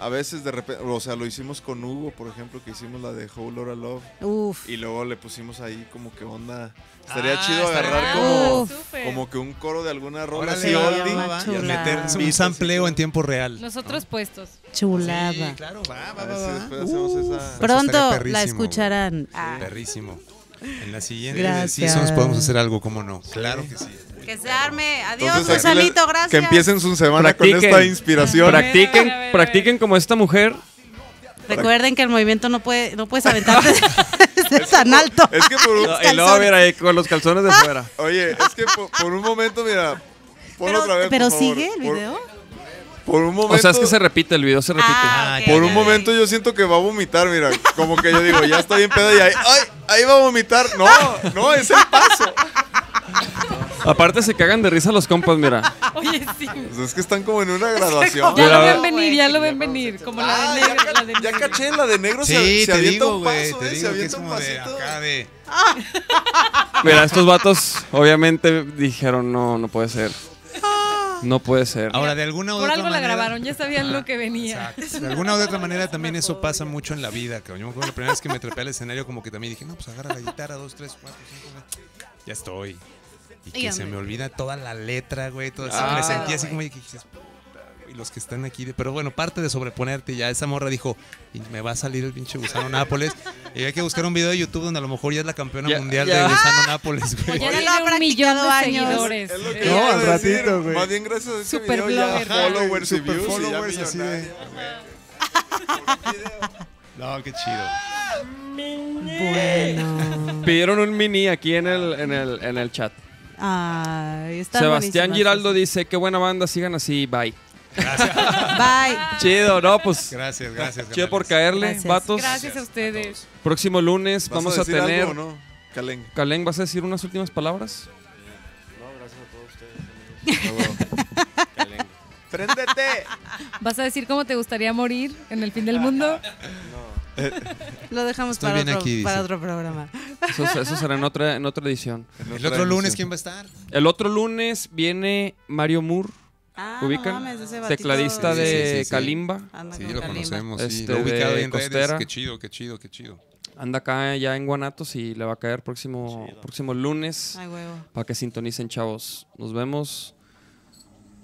[SPEAKER 6] a veces de repente, o sea, lo hicimos con Hugo, por ejemplo, que hicimos la de Whole Lotta Love
[SPEAKER 5] Uf.
[SPEAKER 6] y luego le pusimos ahí como que onda. Estaría
[SPEAKER 3] Ah,
[SPEAKER 6] chido
[SPEAKER 3] estaría
[SPEAKER 6] agarrar
[SPEAKER 5] padre.
[SPEAKER 6] como,
[SPEAKER 5] Uf.
[SPEAKER 4] Súper.
[SPEAKER 6] como que un coro de alguna
[SPEAKER 3] Ahora
[SPEAKER 6] rola así
[SPEAKER 3] sí,
[SPEAKER 6] oldie.
[SPEAKER 5] va, va.
[SPEAKER 3] y meter
[SPEAKER 5] Chulada.
[SPEAKER 3] un sampleo en tiempo real.
[SPEAKER 4] Nosotros puestos.
[SPEAKER 5] Chulada.
[SPEAKER 3] Sí, claro, va, va,
[SPEAKER 6] A
[SPEAKER 3] va,
[SPEAKER 6] ver si
[SPEAKER 3] va. Uh,
[SPEAKER 6] después hacemos esa.
[SPEAKER 3] Pero- estaría
[SPEAKER 5] Pronto
[SPEAKER 3] perrísimo,
[SPEAKER 5] la escucharán. Ah,
[SPEAKER 3] Perrísimo. En la siguiente de
[SPEAKER 5] Gracias.
[SPEAKER 3] Seasons podemos hacer algo, ¿cómo no? Claro que sí.
[SPEAKER 5] que se arme. Adiós,
[SPEAKER 6] Entonces, aquí
[SPEAKER 5] Gusanito,
[SPEAKER 6] les-
[SPEAKER 5] gracias.
[SPEAKER 6] Que empiecen su semana con
[SPEAKER 2] Practiquen.
[SPEAKER 6] esta inspiración.
[SPEAKER 4] A ver,
[SPEAKER 2] Practiquen,
[SPEAKER 4] a ver, a ver.
[SPEAKER 2] practiquen como esta mujer.
[SPEAKER 5] Recuerden que el movimiento no puede, no puedes aventarte (laughs) desde tan alto.
[SPEAKER 6] Es que
[SPEAKER 2] (laughs)
[SPEAKER 6] por un-
[SPEAKER 5] Los
[SPEAKER 2] Y luego,
[SPEAKER 5] calzones.
[SPEAKER 2] mira, ahí con los calzones de fuera.
[SPEAKER 6] Oye, es que por, por un momento, mira. Ponlo
[SPEAKER 5] Pero,
[SPEAKER 6] otra vez, por
[SPEAKER 5] pero
[SPEAKER 6] favor.
[SPEAKER 5] sigue el
[SPEAKER 6] Por-
[SPEAKER 5] video.
[SPEAKER 6] (laughs) Por, un momento.
[SPEAKER 2] O sea, es que se repite, el video se repite.
[SPEAKER 5] Ah, ok,
[SPEAKER 6] Por
[SPEAKER 5] ok.
[SPEAKER 6] un momento yo siento que va a vomitar, mira, como que yo digo, ya está bien pedo y ahí, ay, ahí va a vomitar. No, no, es el paso.
[SPEAKER 2] Aparte se cagan de risa los compas, mira.
[SPEAKER 4] (laughs) Oye, sí.
[SPEAKER 6] Pues es que están como en una graduación.
[SPEAKER 4] Ya
[SPEAKER 2] Mira,
[SPEAKER 4] lo
[SPEAKER 2] a ver.
[SPEAKER 4] ven venir, ya lo ven venir. Como la
[SPEAKER 6] Ah,
[SPEAKER 4] de
[SPEAKER 6] ya,
[SPEAKER 4] negro. la
[SPEAKER 6] ca-
[SPEAKER 4] de
[SPEAKER 6] ya
[SPEAKER 4] negro.
[SPEAKER 6] caché, la de negro se- se,
[SPEAKER 3] Sí, te
[SPEAKER 6] avienta
[SPEAKER 3] digo,
[SPEAKER 6] un
[SPEAKER 3] güey,
[SPEAKER 6] paso,
[SPEAKER 3] te
[SPEAKER 6] eh, se
[SPEAKER 3] digo que es
[SPEAKER 6] avienta un
[SPEAKER 3] como de
[SPEAKER 6] pasito.
[SPEAKER 3] acá de...
[SPEAKER 2] (laughs) Mira, estos vatos obviamente dijeron, no, no puede ser. No puede ser.
[SPEAKER 3] Ahora, de alguna u
[SPEAKER 4] Por
[SPEAKER 3] otra
[SPEAKER 4] algo la
[SPEAKER 3] manera-
[SPEAKER 4] grabaron, ya sabían lo que venía. (laughs)
[SPEAKER 3] Exacto. De alguna u otra manera también eso pasa mucho en la vida, cabrón. Yo me acuerdo la primera vez que me trepé al escenario como que también dije, no, pues agarra la guitarra, dos, tres, cuatro, cinco, güey. ya estoy. Y que
[SPEAKER 5] Dígame.
[SPEAKER 3] se me olvida toda la letra, güey, todo eso.
[SPEAKER 2] Ah,
[SPEAKER 3] me sentí así como de que dices, "Puta, güey", y los que están aquí, de- pero bueno, parte de sobreponerte, ya esa morra dijo, "Y me va a salir el pinche gusano Nápoles. (laughs) Y hay que buscar un video de YouTube donde a lo mejor ya es la campeona
[SPEAKER 2] Ya,
[SPEAKER 3] mundial
[SPEAKER 2] ya.
[SPEAKER 3] de gusano Nápoles,
[SPEAKER 4] O
[SPEAKER 3] güey.
[SPEAKER 4] ya
[SPEAKER 5] Oye,
[SPEAKER 4] tiene
[SPEAKER 5] lo ha
[SPEAKER 4] un millón
[SPEAKER 5] practicado
[SPEAKER 4] de
[SPEAKER 5] años.
[SPEAKER 4] seguidores.
[SPEAKER 6] Es lo que
[SPEAKER 4] Eh,
[SPEAKER 3] No,
[SPEAKER 6] iba a
[SPEAKER 3] al
[SPEAKER 6] decir.
[SPEAKER 3] ratito, güey.
[SPEAKER 6] Más bien gracias a este
[SPEAKER 4] Super
[SPEAKER 6] video ya
[SPEAKER 4] blogger.
[SPEAKER 6] followers y
[SPEAKER 3] Super
[SPEAKER 6] views y ya
[SPEAKER 3] followers, así de-
[SPEAKER 6] millonaria.
[SPEAKER 3] No, qué chido.
[SPEAKER 5] Bueno.
[SPEAKER 2] Pidieron un mini aquí en el, en el, en el chat.
[SPEAKER 5] Ay, está
[SPEAKER 2] Sebastián
[SPEAKER 5] buenísima.
[SPEAKER 2] Giraldo dice, qué buena banda, sigan así, bye.
[SPEAKER 5] (laughs) Bye.
[SPEAKER 2] Chido, no, pues.
[SPEAKER 3] Gracias, gracias.
[SPEAKER 2] Chido por
[SPEAKER 3] carnales.
[SPEAKER 2] caerle,
[SPEAKER 5] Gracias.
[SPEAKER 2] vatos.
[SPEAKER 4] Gracias a ustedes.
[SPEAKER 2] Próximo lunes
[SPEAKER 6] ¿Vas
[SPEAKER 2] vamos a,
[SPEAKER 6] decir
[SPEAKER 2] tener...
[SPEAKER 6] algo o no? Caleng.
[SPEAKER 2] Calén, ¿vas a decir unas últimas palabras?
[SPEAKER 9] No, gracias a todos ustedes.
[SPEAKER 6] Ah, bueno.
[SPEAKER 9] ¡Préndete!
[SPEAKER 4] (laughs) ¿Vas a decir cómo te gustaría morir en el fin del
[SPEAKER 3] (laughs)
[SPEAKER 4] mundo?
[SPEAKER 5] Lo dejamos
[SPEAKER 3] Estoy
[SPEAKER 5] para
[SPEAKER 3] bien
[SPEAKER 5] otro,
[SPEAKER 3] aquí,
[SPEAKER 5] para
[SPEAKER 3] dice.
[SPEAKER 5] otro programa.
[SPEAKER 2] Eso, eso será en otra, en otra edición.
[SPEAKER 3] (laughs) El otro lunes, ¿quién va a estar?
[SPEAKER 2] El otro lunes viene Mario Moore,
[SPEAKER 5] Ah,
[SPEAKER 2] ¿Ubican?
[SPEAKER 5] no mames, ese batito-
[SPEAKER 2] tecladista
[SPEAKER 3] Sí,
[SPEAKER 2] de
[SPEAKER 3] sí, sí, sí.
[SPEAKER 2] Kalimba.
[SPEAKER 5] Anda
[SPEAKER 3] Sí,
[SPEAKER 5] con
[SPEAKER 3] lo
[SPEAKER 5] Kalimba.
[SPEAKER 3] conocemos. sí.
[SPEAKER 2] Este,
[SPEAKER 3] Lo he ubicado
[SPEAKER 2] de
[SPEAKER 3] ahí en redes.
[SPEAKER 2] Costera.
[SPEAKER 3] Qué chido, qué chido, qué chido.
[SPEAKER 2] Anda acá ya en Guanatos y le va a caer próximo, próximo lunes
[SPEAKER 5] Ay, huevo.
[SPEAKER 2] para que sintonicen, chavos. Nos vemos.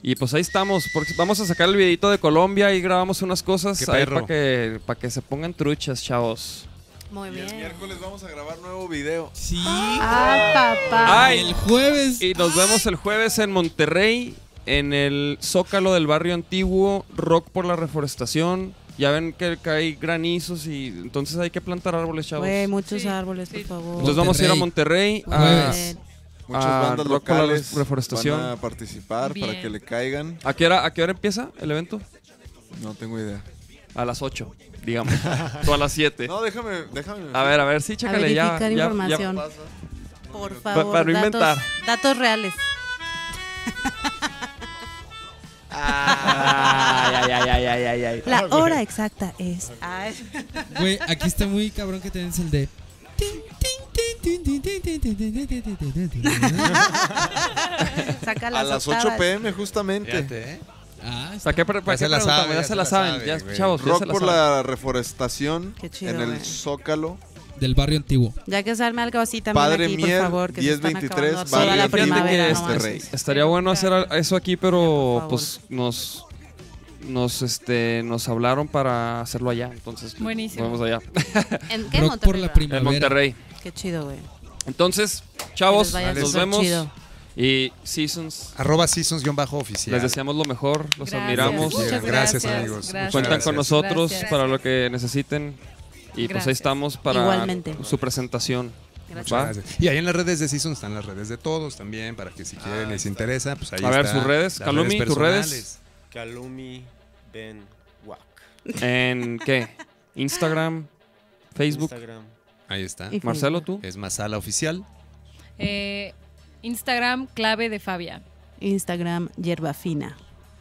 [SPEAKER 2] Y pues ahí estamos. porque Vamos a sacar el videito de Colombia y grabamos unas cosas
[SPEAKER 3] Qué
[SPEAKER 2] ahí
[SPEAKER 3] perro.
[SPEAKER 2] para que, para que se pongan truchas, chavos.
[SPEAKER 5] Muy
[SPEAKER 6] Y el
[SPEAKER 5] bien.
[SPEAKER 6] miércoles vamos a grabar nuevo video.
[SPEAKER 7] Sí.
[SPEAKER 5] Ah, papá.
[SPEAKER 2] Ay.
[SPEAKER 7] el jueves.
[SPEAKER 2] Y nos vemos el jueves en Monterrey, en el Zócalo del Barrio Antiguo, Rock por la Reforestación. Ya ven que cae granizos y entonces hay que plantar árboles, chavos.
[SPEAKER 5] Güey, muchos
[SPEAKER 4] Sí.
[SPEAKER 5] árboles, por favor.
[SPEAKER 2] Entonces vamos a ir a Monterrey
[SPEAKER 5] Muy
[SPEAKER 2] a,
[SPEAKER 5] bien.
[SPEAKER 6] Muchas
[SPEAKER 2] Ah,
[SPEAKER 6] bandas
[SPEAKER 2] Rock por la
[SPEAKER 6] locales
[SPEAKER 2] reforestación.
[SPEAKER 6] van a participar para
[SPEAKER 4] Bien.
[SPEAKER 6] que le caigan.
[SPEAKER 2] ¿A qué, hora, ¿A qué hora empieza el evento?
[SPEAKER 6] No tengo idea.
[SPEAKER 2] A las 8, digamos. (laughs) o a las 7.
[SPEAKER 6] No, déjame, déjame.
[SPEAKER 2] A ver, a ver, sí,
[SPEAKER 5] A
[SPEAKER 2] chécale ya.
[SPEAKER 5] verificar
[SPEAKER 2] ya- ya-
[SPEAKER 5] información.
[SPEAKER 6] Pasa.
[SPEAKER 5] Por
[SPEAKER 2] Pa-
[SPEAKER 5] favor,
[SPEAKER 2] para inventar.
[SPEAKER 5] datos, datos reales.
[SPEAKER 2] Ay, ay, ay, ay, ay, ay, ay.
[SPEAKER 5] La hora exacta es. Ay,
[SPEAKER 7] Ah, (laughs) Güey, aquí está muy cabrón que tenés el de. (laughs)
[SPEAKER 2] (laughs)
[SPEAKER 5] saca
[SPEAKER 6] A
[SPEAKER 5] las
[SPEAKER 6] las 8
[SPEAKER 5] octavas.
[SPEAKER 6] pm justamente.
[SPEAKER 7] Ah,
[SPEAKER 2] ¿Para qué, para, para
[SPEAKER 3] se
[SPEAKER 2] qué
[SPEAKER 3] la
[SPEAKER 2] preguntamos?
[SPEAKER 3] sabe,
[SPEAKER 2] ya se la saben,
[SPEAKER 3] sabe,
[SPEAKER 2] ya,
[SPEAKER 3] güey.
[SPEAKER 2] chavos, ya se
[SPEAKER 6] Rock
[SPEAKER 2] la
[SPEAKER 6] por
[SPEAKER 2] saben.
[SPEAKER 6] la reforestación
[SPEAKER 5] Qué chido,
[SPEAKER 6] en el
[SPEAKER 5] güey.
[SPEAKER 6] Zócalo.
[SPEAKER 7] del barrio antiguo.
[SPEAKER 5] Ya que salme algo así también
[SPEAKER 6] Padre
[SPEAKER 5] aquí,
[SPEAKER 6] Mier,
[SPEAKER 5] por favor. Que
[SPEAKER 6] 1023,
[SPEAKER 5] 1023, toda
[SPEAKER 6] Barrio Este
[SPEAKER 5] la
[SPEAKER 6] Antiguo,
[SPEAKER 5] primavera. no
[SPEAKER 6] Monterrey.
[SPEAKER 5] mames.
[SPEAKER 6] Monterrey.
[SPEAKER 2] Estaría bueno hacer al- eso aquí, pero
[SPEAKER 5] Por favor.
[SPEAKER 2] pues nos nos este nos hablaron para hacerlo allá, entonces
[SPEAKER 4] Buenísimo.
[SPEAKER 2] vamos allá (laughs)
[SPEAKER 5] ¿En qué
[SPEAKER 7] Rock por
[SPEAKER 5] Monterrey?
[SPEAKER 7] la
[SPEAKER 2] en
[SPEAKER 7] primavera.
[SPEAKER 2] Monterrey.
[SPEAKER 5] Qué chido, güey.
[SPEAKER 2] Entonces,
[SPEAKER 5] Que les
[SPEAKER 2] chavos,
[SPEAKER 5] vaya
[SPEAKER 2] nos
[SPEAKER 5] súper
[SPEAKER 2] vemos
[SPEAKER 5] chido.
[SPEAKER 2] y Seasons
[SPEAKER 3] Arroba seasons-oficial.
[SPEAKER 2] les deseamos lo mejor, los
[SPEAKER 4] Gracias.
[SPEAKER 2] admiramos,
[SPEAKER 4] Muchas
[SPEAKER 3] Gracias, amigos.
[SPEAKER 4] gracias.
[SPEAKER 2] cuentan con
[SPEAKER 3] Gracias.
[SPEAKER 2] nosotros
[SPEAKER 4] Gracias.
[SPEAKER 2] para lo que necesiten y pues ahí
[SPEAKER 4] Gracias.
[SPEAKER 2] estamos para
[SPEAKER 5] Igualmente.
[SPEAKER 2] su presentación.
[SPEAKER 5] Gracias.
[SPEAKER 2] ¿va?
[SPEAKER 3] Gracias. Y ahí en las redes de Seasons están las redes de todos también, para que si quieren les interesa, pues ahí
[SPEAKER 2] Ah, A ver,
[SPEAKER 3] está.
[SPEAKER 2] sus redes.
[SPEAKER 3] Las
[SPEAKER 2] Calumi, tus redes.
[SPEAKER 3] personales.
[SPEAKER 8] Kalumi Ben Wak.
[SPEAKER 2] ¿En qué? Instagram, Facebook.
[SPEAKER 8] Instagram.
[SPEAKER 3] Ahí está.
[SPEAKER 5] Y-
[SPEAKER 2] Marcelo, tú.
[SPEAKER 3] Es Masala Oficial.
[SPEAKER 4] Eh, Instagram clave de Fabia.
[SPEAKER 5] Instagram, hierba fina.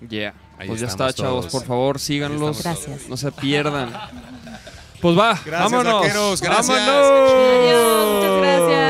[SPEAKER 2] Yeah.
[SPEAKER 3] Ahí
[SPEAKER 2] pues ya está,
[SPEAKER 3] estamos
[SPEAKER 2] chavos.
[SPEAKER 3] todos.
[SPEAKER 2] Por favor, síganlos.
[SPEAKER 5] estamos todos. Gracias.
[SPEAKER 2] No se pierdan. Pues va,
[SPEAKER 3] Gracias,
[SPEAKER 2] vámonos.
[SPEAKER 3] vaqueros, gracias.
[SPEAKER 2] Vámonos.
[SPEAKER 4] Adiós, muchas gracias.